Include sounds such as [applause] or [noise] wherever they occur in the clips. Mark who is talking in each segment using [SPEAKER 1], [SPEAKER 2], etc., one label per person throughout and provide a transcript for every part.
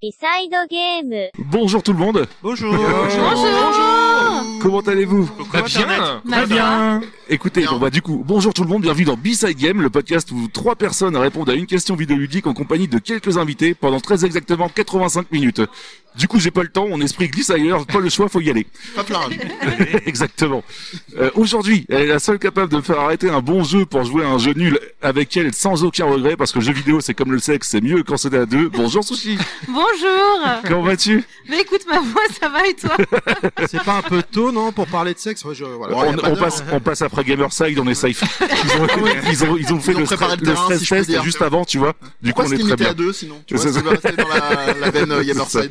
[SPEAKER 1] リサイドゲーム。
[SPEAKER 2] Bonjour tout le monde.
[SPEAKER 3] Bonjour.
[SPEAKER 2] Comment allez-vous
[SPEAKER 3] Bah bien.
[SPEAKER 4] Internet. Bah
[SPEAKER 2] bien. Écoutez,
[SPEAKER 3] Bien.
[SPEAKER 2] bon bah du coup, bonjour tout le monde, bienvenue dans B-Side Game, le podcast où trois personnes répondent à une question vidéoludique en compagnie de quelques invités pendant très exactement 85 minutes. Du coup, j'ai pas le temps, mon esprit glisse ailleurs, pas le choix, faut y aller.
[SPEAKER 3] Pas plein.
[SPEAKER 2] [laughs] Exactement. Euh, Aujourd'hui, elle est la seule capable de me faire arrêter un bon jeu pour jouer à un jeu nul avec elle sans aucun regret parce que jeu vidéo c'est comme le sexe, c'est mieux quand c'est à deux. Bonjour Sushi,
[SPEAKER 4] Bonjour
[SPEAKER 2] comment vas-tu
[SPEAKER 4] Mais écoute ma voix, ça va et toi
[SPEAKER 5] C'est pas un peu tôt, non, pour parler de sexe Ouais, je- voilà.
[SPEAKER 3] Ouais, Ah
[SPEAKER 2] Euh,
[SPEAKER 5] Y
[SPEAKER 2] on,
[SPEAKER 5] a pas
[SPEAKER 2] on
[SPEAKER 5] d'heure.
[SPEAKER 2] passe, on passe après Gamerside, on est
[SPEAKER 3] [laughs]
[SPEAKER 2] safe. Ils ont, ils ont, ils ont fait
[SPEAKER 3] Ils ont
[SPEAKER 2] le,
[SPEAKER 3] préparé
[SPEAKER 2] stress,
[SPEAKER 3] le
[SPEAKER 2] le
[SPEAKER 3] terrain,
[SPEAKER 2] stress
[SPEAKER 3] si je peux
[SPEAKER 2] test
[SPEAKER 3] dire.
[SPEAKER 2] juste avant, tu vois. Du coup,
[SPEAKER 3] Pourquoi
[SPEAKER 2] on
[SPEAKER 3] se
[SPEAKER 2] est très
[SPEAKER 3] limiter
[SPEAKER 2] bien.
[SPEAKER 3] à deux sinon Tu
[SPEAKER 2] Je
[SPEAKER 3] vois,
[SPEAKER 2] sais
[SPEAKER 3] ça va rester dans la, la
[SPEAKER 2] [laughs]
[SPEAKER 3] veine euh, Yammerside.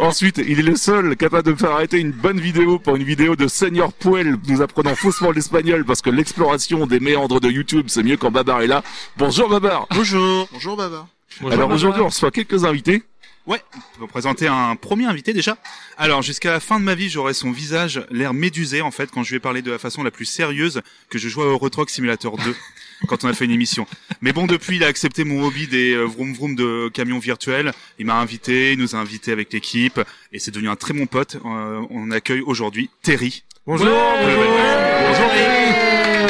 [SPEAKER 2] Ensuite, il est le seul capable de me faire arrêter une bonne vidéo pour une vidéo de Seigneur Puel nous apprenant faussement l'espagnol parce que l'exploration des méandres de YouTube, c'est mieux quand Babar est là. Bonjour Babar
[SPEAKER 6] Bonjour.
[SPEAKER 3] Bonjour Baba.
[SPEAKER 2] Alors aujourd'hui, on reçoit quelques invités.
[SPEAKER 6] Je vais vous présenter un premier invité déjà. Alors jusqu'à la fin de ma vie, j'aurai son visage, l'air médusé en fait, quand je lui ai parlé de la façon la plus sérieuse que je jouais au Retrock Simulator 2 quand on a fait une émission. Mais bon, depuis, il a accepté mon hobby des euh, vroom vroom de camions virtuels. Il m'a invité, il nous a invités avec l'équipe, et c'est devenu un très bon pote. Euh, on accueille aujourd'hui Terry.
[SPEAKER 5] Bonjour,
[SPEAKER 2] Oh,
[SPEAKER 5] bonjour.
[SPEAKER 2] Bonjour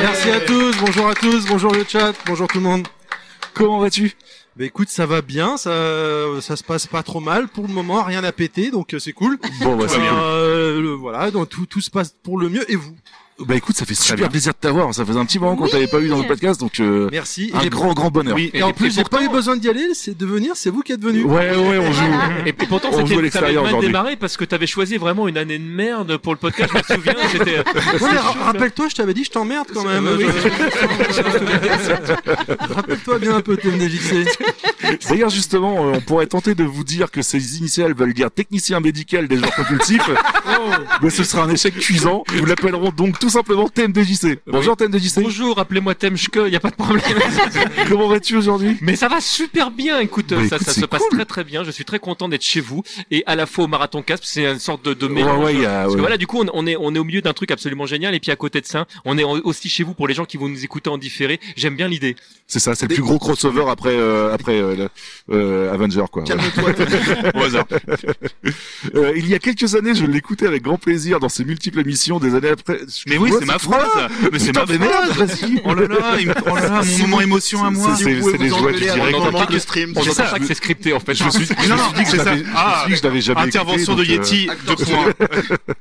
[SPEAKER 5] Merci à tous, bonjour à tous, bonjour le chat, bonjour tout le monde.
[SPEAKER 2] Comment vas-tu
[SPEAKER 5] Bah écoute, ça va bien, ça, ça se passe pas trop mal pour le moment, rien à péter, donc euh, c'est cool.
[SPEAKER 2] Bon bah c'est cool.
[SPEAKER 5] Euh, le- voilà, donc tout, tout se passe pour le mieux et vous.
[SPEAKER 2] Bah écoute, ça fait super
[SPEAKER 6] bien.
[SPEAKER 2] plaisir de t'avoir. Ça faisait un petit moment qu'on
[SPEAKER 4] Oui.
[SPEAKER 2] t'avait pas eu dans le podcast, donc euh,
[SPEAKER 5] Merci.
[SPEAKER 2] un
[SPEAKER 5] Et,
[SPEAKER 2] grand grand bonheur.
[SPEAKER 6] Oui,
[SPEAKER 5] et en plus, j'ai pas eu besoin d'y aller, c'est de venir, c'est vous qui êtes venu.
[SPEAKER 2] Ouais ouais, on joue.
[SPEAKER 5] [laughs]
[SPEAKER 7] Et puis pourtant,
[SPEAKER 2] On joue à
[SPEAKER 7] c'était t'avais
[SPEAKER 2] l'extérieur
[SPEAKER 7] mal
[SPEAKER 2] aujourd'hui.
[SPEAKER 7] démarré parce que t'avais choisi vraiment une année de merde pour le podcast. Je me souviens,
[SPEAKER 2] [laughs]
[SPEAKER 7] c'était.
[SPEAKER 5] Ouais, mais ra- rappelle-toi, je t'avais dit, je t'emmerde quand même. Je- [laughs] rappelle-toi bien un peu, TMDJC.
[SPEAKER 2] D'ailleurs, justement, euh, on pourrait tenter de vous dire que ces initiales veulent dire technicien médical des joueurs compulsifs,
[SPEAKER 6] [laughs]
[SPEAKER 7] Oh.
[SPEAKER 2] mais ce sera un échec cuisant. Nous l'appellerons donc tout simplement TMDJC. Bonjour TMDJC,
[SPEAKER 7] Bonjour, appelez-moi Temshke, y a pas de problème.
[SPEAKER 2] comment vas-tu aujourd'hui
[SPEAKER 7] Mais ça va super bien, écoute,
[SPEAKER 2] Bah,
[SPEAKER 7] ça,
[SPEAKER 2] écoute,
[SPEAKER 7] ça
[SPEAKER 2] c'est
[SPEAKER 7] se passe
[SPEAKER 2] cool.
[SPEAKER 7] très très bien. Je suis très content d'être chez vous et à la fois au Marathon Casp, c'est une sorte de, de mélange.
[SPEAKER 2] ouais, il y a-
[SPEAKER 7] Parce
[SPEAKER 2] ouais.
[SPEAKER 7] que voilà, du coup, on, on est on est au milieu d'un truc absolument génial et puis à côté de ça, on est en- aussi chez vous pour les gens qui vont nous écouter en différé. J'aime bien l'idée.
[SPEAKER 2] C'est ça, c'est le plus gros crossover après euh, après euh, le- euh, Avenger quoi.
[SPEAKER 3] Calme-toi.
[SPEAKER 6] au hasard.
[SPEAKER 2] Euh, il y a quelques années, je l'écoutais avec grand plaisir dans ses multiples émissions des années après.
[SPEAKER 6] Mais oui,
[SPEAKER 2] Ouais,
[SPEAKER 6] c'est ma
[SPEAKER 2] toi.
[SPEAKER 6] phrase. Mais c'est
[SPEAKER 2] Putain,
[SPEAKER 6] ma
[SPEAKER 2] mais
[SPEAKER 6] phrase.
[SPEAKER 2] merde, vas-y.
[SPEAKER 6] Oh là là, il me- oh là là, mon moment émotion à moi.
[SPEAKER 2] c'est-
[SPEAKER 3] Si vous
[SPEAKER 2] c'est
[SPEAKER 3] pouvez
[SPEAKER 2] les
[SPEAKER 3] vous
[SPEAKER 2] joies du
[SPEAKER 3] engueuler à
[SPEAKER 2] direct.
[SPEAKER 3] un
[SPEAKER 7] On entend
[SPEAKER 3] moment
[SPEAKER 7] pas-
[SPEAKER 3] de stream.
[SPEAKER 7] On
[SPEAKER 3] c'est
[SPEAKER 7] entend
[SPEAKER 3] ça.
[SPEAKER 7] pas que c'est scripté en fait.
[SPEAKER 2] Je me suis, je
[SPEAKER 6] Non,
[SPEAKER 2] me suis dit que
[SPEAKER 6] c'est
[SPEAKER 2] je
[SPEAKER 6] ça.
[SPEAKER 2] l'avais- je me
[SPEAKER 6] Ah,
[SPEAKER 2] suis dit que je l'avais jamais
[SPEAKER 6] Intervention de
[SPEAKER 2] écouté, donc, euh,
[SPEAKER 6] Yeti,
[SPEAKER 3] Acteur
[SPEAKER 6] deux points.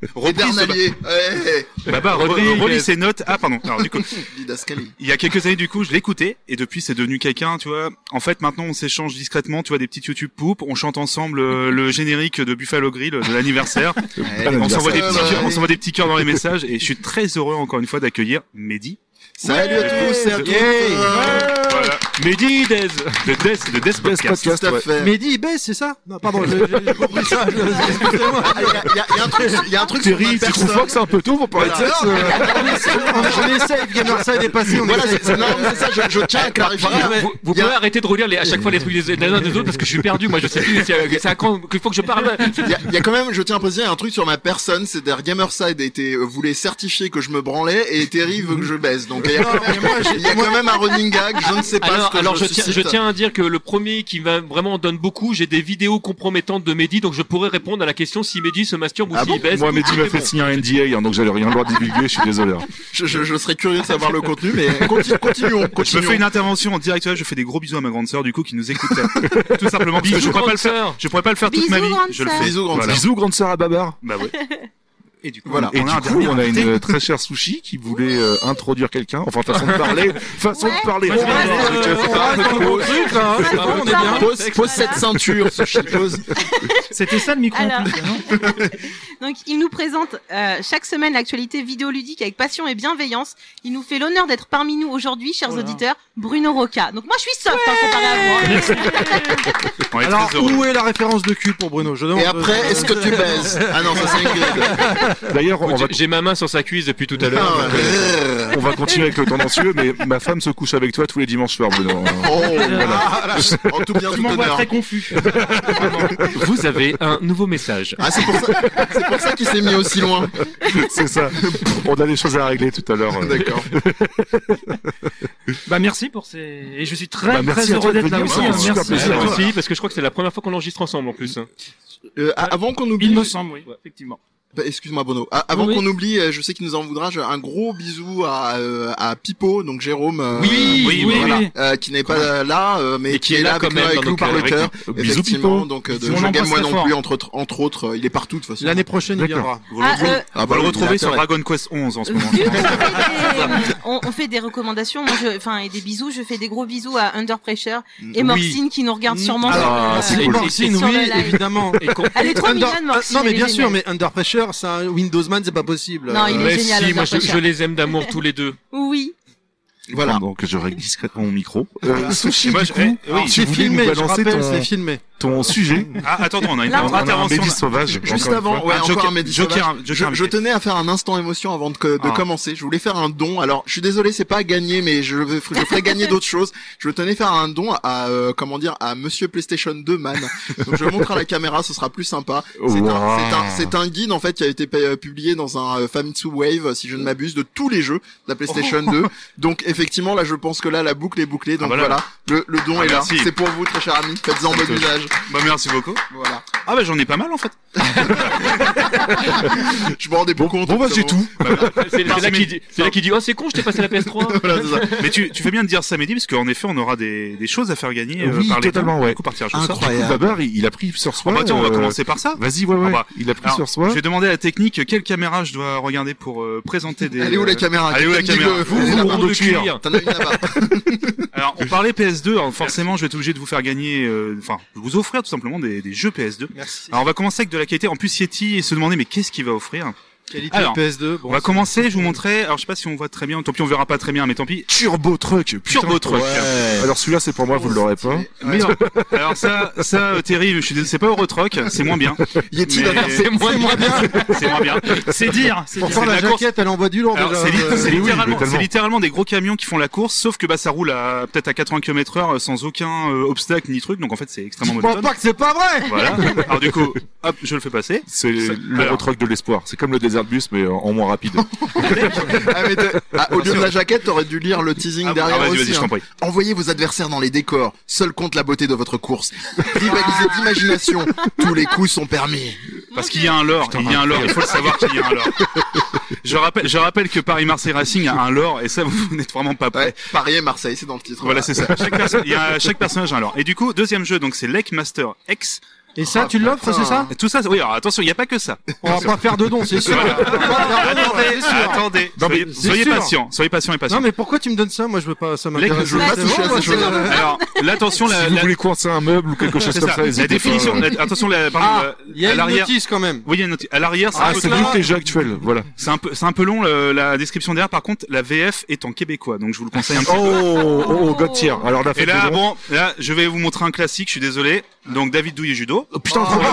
[SPEAKER 3] Et
[SPEAKER 6] [laughs] Reprise de-
[SPEAKER 3] Dernalier. Ouais.
[SPEAKER 7] Baba, euh,
[SPEAKER 6] Re-
[SPEAKER 7] Rodriguez.
[SPEAKER 6] Relis ses notes. Ah, pardon. Alors, du coup,
[SPEAKER 3] Didascalie.
[SPEAKER 6] il y a quelques années, du coup, je l'écoutais, et depuis, c'est devenu quelqu'un, tu vois. En fait, maintenant, on s'échange discrètement, tu vois, des petites YouTube poupes, on chante ensemble euh, le générique de Buffalo Grill euh, de l'anniversaire,
[SPEAKER 3] Ouais.
[SPEAKER 6] on s'envoie des
[SPEAKER 3] Ah,
[SPEAKER 6] petits
[SPEAKER 3] bah,
[SPEAKER 6] cœurs, on
[SPEAKER 3] ouais.
[SPEAKER 6] s'envoie des petits cœurs dans les messages, et je suis très heureux, encore une fois, d'accueillir Mehdi.
[SPEAKER 3] Salut à tous, c'est à tous. euh,
[SPEAKER 6] Voilà.
[SPEAKER 7] Mehdi Dez.
[SPEAKER 6] De Death, de Death
[SPEAKER 2] Best
[SPEAKER 6] Podcast.
[SPEAKER 2] podcast,
[SPEAKER 3] Tout à
[SPEAKER 2] ouais.
[SPEAKER 3] fait.
[SPEAKER 5] Mehdi, il baisse, c'est ça Non, pardon, j'ai j'ai compris ça. je- Excusez-moi.
[SPEAKER 3] Ah, y a- y a- y a un truc- y a un truc sur
[SPEAKER 2] Terry,
[SPEAKER 3] ma
[SPEAKER 2] tu trouves
[SPEAKER 3] personne.
[SPEAKER 2] pas que c'est un peu tôt pour parler de
[SPEAKER 3] Voilà.
[SPEAKER 2] sexe euh
[SPEAKER 5] On est safe, Gamerside est passé, on
[SPEAKER 3] Voilà,
[SPEAKER 5] est
[SPEAKER 3] c'est
[SPEAKER 5] safe.
[SPEAKER 3] c'est- non, mais c'est ça, je, je tiens à clarifier.
[SPEAKER 7] Vous, vous- vous
[SPEAKER 3] Il y a-
[SPEAKER 7] pouvez arrêter de relire les, à chaque fois les trucs des, des uns des autres parce que je suis perdu. Moi, je sais plus. C'est c'est à quand qu'il faut que je parle.
[SPEAKER 3] Il y, a- il y a quand même, je tiens à préciser, il y a un truc sur ma personne, c'est d'ailleurs Gamerside a été, euh, voulait certifier que je me branlais et Terry veut que je baisse. Donc il y a quand même, il y a quand même un running gag, je ne sais pas ce
[SPEAKER 7] Alors,
[SPEAKER 3] que
[SPEAKER 7] alors je, tiens,
[SPEAKER 3] suscite.
[SPEAKER 7] je tiens à dire que le premier qui m'a vraiment donne beaucoup, j'ai des vidéos compromettantes de Mehdi, donc je pourrais répondre à la question si Mehdi se masturbe ou
[SPEAKER 3] Ah
[SPEAKER 7] s'il
[SPEAKER 3] bon
[SPEAKER 7] baisse.
[SPEAKER 2] Moi, Mehdi m'a fait signer un NDA, hein, donc j'allais rien leur divulguer, je suis désolé. hein.
[SPEAKER 3] Je, je- je serais curieux de savoir le contenu, mais conti- continuons,
[SPEAKER 6] Je me
[SPEAKER 3] continuons.
[SPEAKER 6] fais une intervention en direct, tu vois, je fais des gros bisous à ma grande sœur, du coup, qui nous écoute. [laughs] euh, Tout simplement, parce que je
[SPEAKER 7] Bisous,
[SPEAKER 6] pourrais pas
[SPEAKER 7] grande
[SPEAKER 6] le faire.
[SPEAKER 7] sœur.
[SPEAKER 6] Je pourrais pas le faire toute
[SPEAKER 4] Bisous,
[SPEAKER 6] ma vie.
[SPEAKER 4] grande
[SPEAKER 6] Je le
[SPEAKER 4] sœur.
[SPEAKER 6] fais.
[SPEAKER 3] Bisous, grande
[SPEAKER 6] Voilà.
[SPEAKER 3] sœur.
[SPEAKER 2] Bisous, grande sœur à Babar.
[SPEAKER 6] Bah ouais. Et du coup,
[SPEAKER 3] Voilà.
[SPEAKER 2] Et
[SPEAKER 6] on a, on a un
[SPEAKER 2] du coup,
[SPEAKER 6] dernier
[SPEAKER 2] on a
[SPEAKER 6] invité.
[SPEAKER 2] une euh, très chère sushi qui voulait euh, introduire quelqu'un. Enfin, façon de parler. Façon de parler.
[SPEAKER 7] Ouais,
[SPEAKER 2] Façon
[SPEAKER 7] ouais, ouais, ouais,
[SPEAKER 2] de parler. Tu vois, c'est
[SPEAKER 5] On
[SPEAKER 2] pas-
[SPEAKER 5] reste dans le bon truc, là, hein,
[SPEAKER 7] C'est
[SPEAKER 5] c'est
[SPEAKER 7] pas
[SPEAKER 5] bon,
[SPEAKER 7] bon,
[SPEAKER 5] on est bien.
[SPEAKER 7] pardon.
[SPEAKER 3] Pose, pose cette ceinture, Sushi, pose.
[SPEAKER 8] C'était ça le micro
[SPEAKER 4] Alors.
[SPEAKER 8] en plus, non
[SPEAKER 4] [laughs] Donc il nous présente euh, chaque semaine l'actualité vidéoludique avec passion et bienveillance. Il nous fait l'honneur d'être parmi nous aujourd'hui, chers
[SPEAKER 8] Voilà.
[SPEAKER 4] auditeurs, Bruno Roca. Donc moi je suis soft hein, comparé à vous. hein.
[SPEAKER 6] On est
[SPEAKER 5] Alors,
[SPEAKER 6] très heureux.
[SPEAKER 5] où est la référence de cul pour Bruno Je demande- euh,
[SPEAKER 3] Et après, est-ce que tu baises Ah non, ça c'est une
[SPEAKER 2] D'ailleurs, on va,
[SPEAKER 7] J'ai ma main sur sa cuisse depuis tout à l'heure. donc, euh,
[SPEAKER 3] Ah,
[SPEAKER 2] on va continuer avec le tendancieux, mais ma femme se couche avec toi tous les dimanches soirs, hein. Bruno.
[SPEAKER 8] [laughs]
[SPEAKER 3] Oh, voilà. En tout bien
[SPEAKER 8] Tu
[SPEAKER 3] tout
[SPEAKER 8] m'envoies
[SPEAKER 3] honneur.
[SPEAKER 8] très confus.
[SPEAKER 7] Vous avez un nouveau message.
[SPEAKER 3] Ah, c'est pour ça, c'est pour ça qu'il s'est mis aussi loin.
[SPEAKER 2] C'est ça. On a des choses à régler tout à l'heure.
[SPEAKER 3] D'accord.
[SPEAKER 8] [laughs] Bah merci pour ces. Et je suis
[SPEAKER 2] Bah,
[SPEAKER 8] très
[SPEAKER 2] merci
[SPEAKER 8] très
[SPEAKER 2] à toi
[SPEAKER 8] heureux
[SPEAKER 2] de
[SPEAKER 8] d'être là
[SPEAKER 2] venir,
[SPEAKER 8] aussi.
[SPEAKER 2] c'est
[SPEAKER 8] hein,
[SPEAKER 2] un super
[SPEAKER 8] Merci.
[SPEAKER 2] plaisir.
[SPEAKER 8] à toi.
[SPEAKER 7] Ah, Merci, parce que je crois que c'est la première fois qu'on enregistre ensemble en plus. hein.
[SPEAKER 3] Euh, a- avant qu'on
[SPEAKER 8] Il
[SPEAKER 3] oublie,
[SPEAKER 8] me semble, oui, effectivement.
[SPEAKER 3] Bah, excuse-moi Bruno. A- avant
[SPEAKER 8] Oui.
[SPEAKER 3] qu'on oublie, euh, je sais qu'il nous en voudra. je- Un gros bisou à euh, à Pipo, donc Jérôme. euh,
[SPEAKER 7] Oui,
[SPEAKER 8] oui,
[SPEAKER 7] oui,
[SPEAKER 8] oui.
[SPEAKER 3] euh, qui n'est pas là, euh, mais, qui est là,
[SPEAKER 7] quand
[SPEAKER 3] avec,
[SPEAKER 7] même
[SPEAKER 3] nous, avec
[SPEAKER 7] dans
[SPEAKER 3] nous
[SPEAKER 7] nos
[SPEAKER 3] par le
[SPEAKER 7] cœurs,
[SPEAKER 3] cœur.
[SPEAKER 2] Euh, Bisous,
[SPEAKER 3] Effectivement,
[SPEAKER 2] Pipo.
[SPEAKER 3] donc euh, de
[SPEAKER 8] On
[SPEAKER 3] je
[SPEAKER 8] l'embrasse
[SPEAKER 3] gagne moi
[SPEAKER 8] très
[SPEAKER 3] non
[SPEAKER 8] fort.
[SPEAKER 3] plus entre autres- entre autres, euh, il est partout de toute façon.
[SPEAKER 5] L'année prochaine, il
[SPEAKER 2] D'accord.
[SPEAKER 5] viendra.
[SPEAKER 6] Vous
[SPEAKER 4] Ah, euh,
[SPEAKER 3] Ah,
[SPEAKER 6] On va le
[SPEAKER 3] oui,
[SPEAKER 6] retrouver sur
[SPEAKER 3] d'accord.
[SPEAKER 6] Dragon Quest 11 en ce
[SPEAKER 4] vu
[SPEAKER 6] moment.
[SPEAKER 4] qu'on fait des- on, on fait des recommandations, moi je, enfin, et des bisous, je fais des gros bisous à Under Pressure et
[SPEAKER 7] Oui.
[SPEAKER 4] Morphine qui nous regarde sûrement. sur,
[SPEAKER 5] Alors,
[SPEAKER 4] euh,
[SPEAKER 5] Ah, c'est
[SPEAKER 7] et-
[SPEAKER 5] une Morphine,
[SPEAKER 4] sur le
[SPEAKER 5] oui,
[SPEAKER 4] live.
[SPEAKER 5] évidemment.
[SPEAKER 7] Et qu'on-
[SPEAKER 4] Elle est trop
[SPEAKER 5] Under-
[SPEAKER 4] mignonne,
[SPEAKER 5] euh,
[SPEAKER 4] Morphine.
[SPEAKER 5] Non, mais
[SPEAKER 4] elle est
[SPEAKER 5] bien sûr,
[SPEAKER 4] géniale.
[SPEAKER 5] mais Under Pressure, c'est un Windowsman, c'est pas possible.
[SPEAKER 4] Non, Ah, il est
[SPEAKER 7] Mais
[SPEAKER 4] génial,
[SPEAKER 7] si, moi je,
[SPEAKER 4] Jean-Pierre
[SPEAKER 7] je les aime d'amour tous les deux.
[SPEAKER 4] Oui.
[SPEAKER 3] Voilà.
[SPEAKER 2] Donc je règle discrètement mon micro. Euh,
[SPEAKER 6] Et
[SPEAKER 2] sushi,
[SPEAKER 6] moi,
[SPEAKER 2] du
[SPEAKER 6] je-
[SPEAKER 2] coup,
[SPEAKER 6] eh,
[SPEAKER 3] Ah,
[SPEAKER 6] oui.
[SPEAKER 2] si
[SPEAKER 5] C'est
[SPEAKER 2] vous voulez nous
[SPEAKER 5] filmé, je
[SPEAKER 2] balancer
[SPEAKER 5] rappelle,
[SPEAKER 2] ton,
[SPEAKER 5] c'est filmé.
[SPEAKER 2] ton sujet,
[SPEAKER 6] Ah, attendez, on a une
[SPEAKER 4] Là, on
[SPEAKER 2] on a un
[SPEAKER 6] intervention.
[SPEAKER 2] baby sauvage.
[SPEAKER 3] Juste
[SPEAKER 2] encore une
[SPEAKER 3] avant,
[SPEAKER 2] fois.
[SPEAKER 3] ouais,
[SPEAKER 6] Un
[SPEAKER 3] encore
[SPEAKER 6] Ah, Joker-
[SPEAKER 3] un Mehdi
[SPEAKER 6] Joker-
[SPEAKER 3] Sauvage.
[SPEAKER 6] Joker
[SPEAKER 3] Je, je
[SPEAKER 6] invité.
[SPEAKER 3] tenais à faire un instant émotion avant de, que- de
[SPEAKER 6] Ah.
[SPEAKER 3] commencer. Je voulais faire un don. Alors, je suis désolé, c'est pas gagné, mais je, vais- je
[SPEAKER 6] [laughs]
[SPEAKER 3] ferai gagner d'autres choses. Je tenais à faire un don à, euh, comment dire, à Monsieur PlayStation 2 Man. Donc, je le montre à la caméra, ce sera plus sympa. C'est
[SPEAKER 2] Oh, Wow.
[SPEAKER 3] un, c'est un- c'est un guide, en fait, qui a été pa- publié dans un euh, Famitsu Wave, si je ne m'abuse, de tous les jeux de la PlayStation 2. Donc, effectivement, là, je pense que là, la boucle est bouclée. Donc,
[SPEAKER 6] Oh. Ah, voilà.
[SPEAKER 3] voilà. le, le don
[SPEAKER 6] Ah,
[SPEAKER 3] est là.
[SPEAKER 6] merci.
[SPEAKER 3] C'est pour vous, très cher ami. Faites-en
[SPEAKER 6] Ça me
[SPEAKER 3] bon
[SPEAKER 6] touche.
[SPEAKER 3] usage.
[SPEAKER 6] Bah, merci beaucoup.
[SPEAKER 3] Voilà.
[SPEAKER 6] Ah, bah, j'en ai pas mal, en fait.
[SPEAKER 3] Je me rendais pas
[SPEAKER 2] Bon,
[SPEAKER 3] compte.
[SPEAKER 2] bon, bah, j'ai tout.
[SPEAKER 7] C'est c'est là
[SPEAKER 6] Merci,
[SPEAKER 7] qui dit, c'est là qui dit, oh c'est con, je t'ai passé la
[SPEAKER 6] [laughs]
[SPEAKER 7] PS3.
[SPEAKER 3] [laughs] Voilà, c'est ça.
[SPEAKER 6] Mais tu, tu fais bien de dire ça, Mehdi, parce qu'en effet, on aura des, des choses à faire gagner euh,
[SPEAKER 2] Oui,
[SPEAKER 6] par les
[SPEAKER 2] totalement,
[SPEAKER 6] dons.
[SPEAKER 2] ouais.
[SPEAKER 6] Du coup, partir, je vous sors.
[SPEAKER 3] Incroyable.
[SPEAKER 2] Babar, il il a pris sur
[SPEAKER 6] Ah
[SPEAKER 2] soi.
[SPEAKER 6] bah, tiens, on va
[SPEAKER 2] euh,
[SPEAKER 6] commencer par ça.
[SPEAKER 2] Vas-y, ouais, ouais.
[SPEAKER 6] Ah bah,
[SPEAKER 2] Il a pris
[SPEAKER 6] alors,
[SPEAKER 2] sur soi.
[SPEAKER 6] Je vais demander à la technique quelle caméra je dois regarder pour euh, présenter des.
[SPEAKER 3] Elle est où la caméra
[SPEAKER 6] elle est où la
[SPEAKER 3] Dis-le,
[SPEAKER 6] caméra
[SPEAKER 3] vous, vous,
[SPEAKER 2] Vous,
[SPEAKER 3] là-bas.
[SPEAKER 2] on doit cuire.
[SPEAKER 6] hein.
[SPEAKER 3] T'en as une là-bas.
[SPEAKER 6] [laughs] Alors, on parlait PS2, alors hein, forcément, je vais être obligé de vous faire gagner, euh, enfin, vous offrir tout simplement des, des jeux PS2.
[SPEAKER 5] Merci.
[SPEAKER 6] Alors, on va commencer avec de la qualité en plus Yeti et se demander, mais qu'est-ce qu'il va offrir
[SPEAKER 5] Qualité
[SPEAKER 6] Alors,
[SPEAKER 5] PS2. Bon,
[SPEAKER 6] On va
[SPEAKER 5] c'est-
[SPEAKER 6] commencer, je vous montrais, alors je sais pas si on voit très bien, tant pis, on verra pas très bien, mais tant pis.
[SPEAKER 2] Turbo Truck. putain.
[SPEAKER 6] Turbo Truck.
[SPEAKER 2] Alors celui-là, c'est pour moi, vous l'aurez pas.
[SPEAKER 6] Mais non. Alors ça, ça, euh, Terry, je suis désolé, c'est pas Eurotruck, c'est moins bien.
[SPEAKER 5] [laughs]
[SPEAKER 6] Mais-
[SPEAKER 3] Yeti va faire
[SPEAKER 7] Ah, C'est moi, moi bien.
[SPEAKER 6] C'est moins bien.
[SPEAKER 8] C'est dire. c'est dire.
[SPEAKER 5] Enfin, la
[SPEAKER 6] la course.
[SPEAKER 5] jaquette, elle envoie du lourd
[SPEAKER 6] Alors,
[SPEAKER 5] déjà.
[SPEAKER 6] c'est li-
[SPEAKER 5] Euh,
[SPEAKER 2] oui,
[SPEAKER 6] c'est
[SPEAKER 2] mais
[SPEAKER 6] littéralement,
[SPEAKER 2] tellement.
[SPEAKER 6] c'est littéralement des gros camions qui font la course, sauf que bah ça roule à peut-être à 80 km heure sans aucun euh, obstacle ni truc, donc en fait c'est extrêmement
[SPEAKER 5] Dis-moi
[SPEAKER 6] monotone.
[SPEAKER 5] pas que c'est pas vrai
[SPEAKER 6] Voilà. Alors du coup, hop, je le fais passer.
[SPEAKER 2] C'est
[SPEAKER 6] Ça-
[SPEAKER 2] le
[SPEAKER 6] alors.
[SPEAKER 2] truck de l'espoir. C'est comme le désert bus, mais euh, en- en moins
[SPEAKER 6] [laughs]
[SPEAKER 2] rapide.
[SPEAKER 3] Ah, mais t'as- ah, au lieu de la jaquette, t'aurais dû lire le teasing
[SPEAKER 6] Ah,
[SPEAKER 3] derrière
[SPEAKER 6] ah, vas-y,
[SPEAKER 3] aussi.
[SPEAKER 6] vas-y, je
[SPEAKER 3] hein.
[SPEAKER 6] t'en prie.
[SPEAKER 3] Envoyez vos adversaires dans les décors. Seul compte la beauté de votre course. Rivalisez d'imagination. Tous les coups sont permis.
[SPEAKER 6] Parce
[SPEAKER 4] Mon
[SPEAKER 6] qu'il y a un lore, il y a un lore, il faut le savoir qu'il y a
[SPEAKER 5] [laughs]
[SPEAKER 6] un lore. Je rappelle, je rappelle que Paris-Marseille Racing a un lore, et ça, vous n'êtes vraiment pas prêts.
[SPEAKER 3] Ouais, Paris et Marseille, c'est dans le titre.
[SPEAKER 6] Voilà, c'est ça. Chaque, perso- il y a, chaque personnage a un lore. Et du coup, deuxième jeu, donc c'est Lake Master X.
[SPEAKER 5] Et ça, tu l'offres, c'est ça
[SPEAKER 6] Et tout ça, oui, alors attention, il n'y a pas que ça.
[SPEAKER 5] On va pas faire de dons, c'est sûr.
[SPEAKER 6] Voilà.
[SPEAKER 5] On va pas faire de dons,
[SPEAKER 6] attendez,
[SPEAKER 5] Ah, c'est sûr.
[SPEAKER 6] attendez.
[SPEAKER 5] Non, mais
[SPEAKER 6] Soyez,
[SPEAKER 5] c'est
[SPEAKER 6] soyez
[SPEAKER 5] sûr.
[SPEAKER 6] patient, soyez patient et patient.
[SPEAKER 5] Non, mais pourquoi tu me donnes ça Moi, je veux pas, ça m'intéresse.
[SPEAKER 3] je veux pas
[SPEAKER 5] C'est
[SPEAKER 3] toucher à
[SPEAKER 5] bon,
[SPEAKER 3] ces
[SPEAKER 5] moi,
[SPEAKER 3] choses-là.
[SPEAKER 5] c'est-
[SPEAKER 6] Alors, l'attention,
[SPEAKER 2] si
[SPEAKER 6] la,
[SPEAKER 2] vous
[SPEAKER 6] la-
[SPEAKER 2] voulez coincer un meuble ou quelque chose
[SPEAKER 6] [laughs] c'est
[SPEAKER 2] comme
[SPEAKER 6] ça.
[SPEAKER 2] ça,
[SPEAKER 6] La
[SPEAKER 2] n'hésitez pas.
[SPEAKER 6] définition, la- attention, la, pardon,
[SPEAKER 5] Ah,
[SPEAKER 6] la-
[SPEAKER 5] il y a
[SPEAKER 6] à
[SPEAKER 5] une
[SPEAKER 6] l'arrière.
[SPEAKER 5] notice quand même.
[SPEAKER 6] Oui, il y a une notice. À l'arrière, c'est
[SPEAKER 2] Ah,
[SPEAKER 6] un peu
[SPEAKER 2] c'est
[SPEAKER 5] là-
[SPEAKER 2] donc les jeux actuels,
[SPEAKER 6] [laughs]
[SPEAKER 2] voilà.
[SPEAKER 6] C'est un peu, c'est un peu long le- la description derrière. Par contre, la VF est en québécois, donc je vous le
[SPEAKER 5] [laughs]
[SPEAKER 6] conseille un
[SPEAKER 2] Oh,
[SPEAKER 6] petit peu.
[SPEAKER 2] oh, oh, God tier. Alors la hein.
[SPEAKER 6] Et
[SPEAKER 2] fête
[SPEAKER 6] là,
[SPEAKER 2] des gens.
[SPEAKER 6] bon, là, je vais vous montrer un classique. Je suis désolé. Donc David Douillet judo.
[SPEAKER 2] Oh, Putain, trop bien.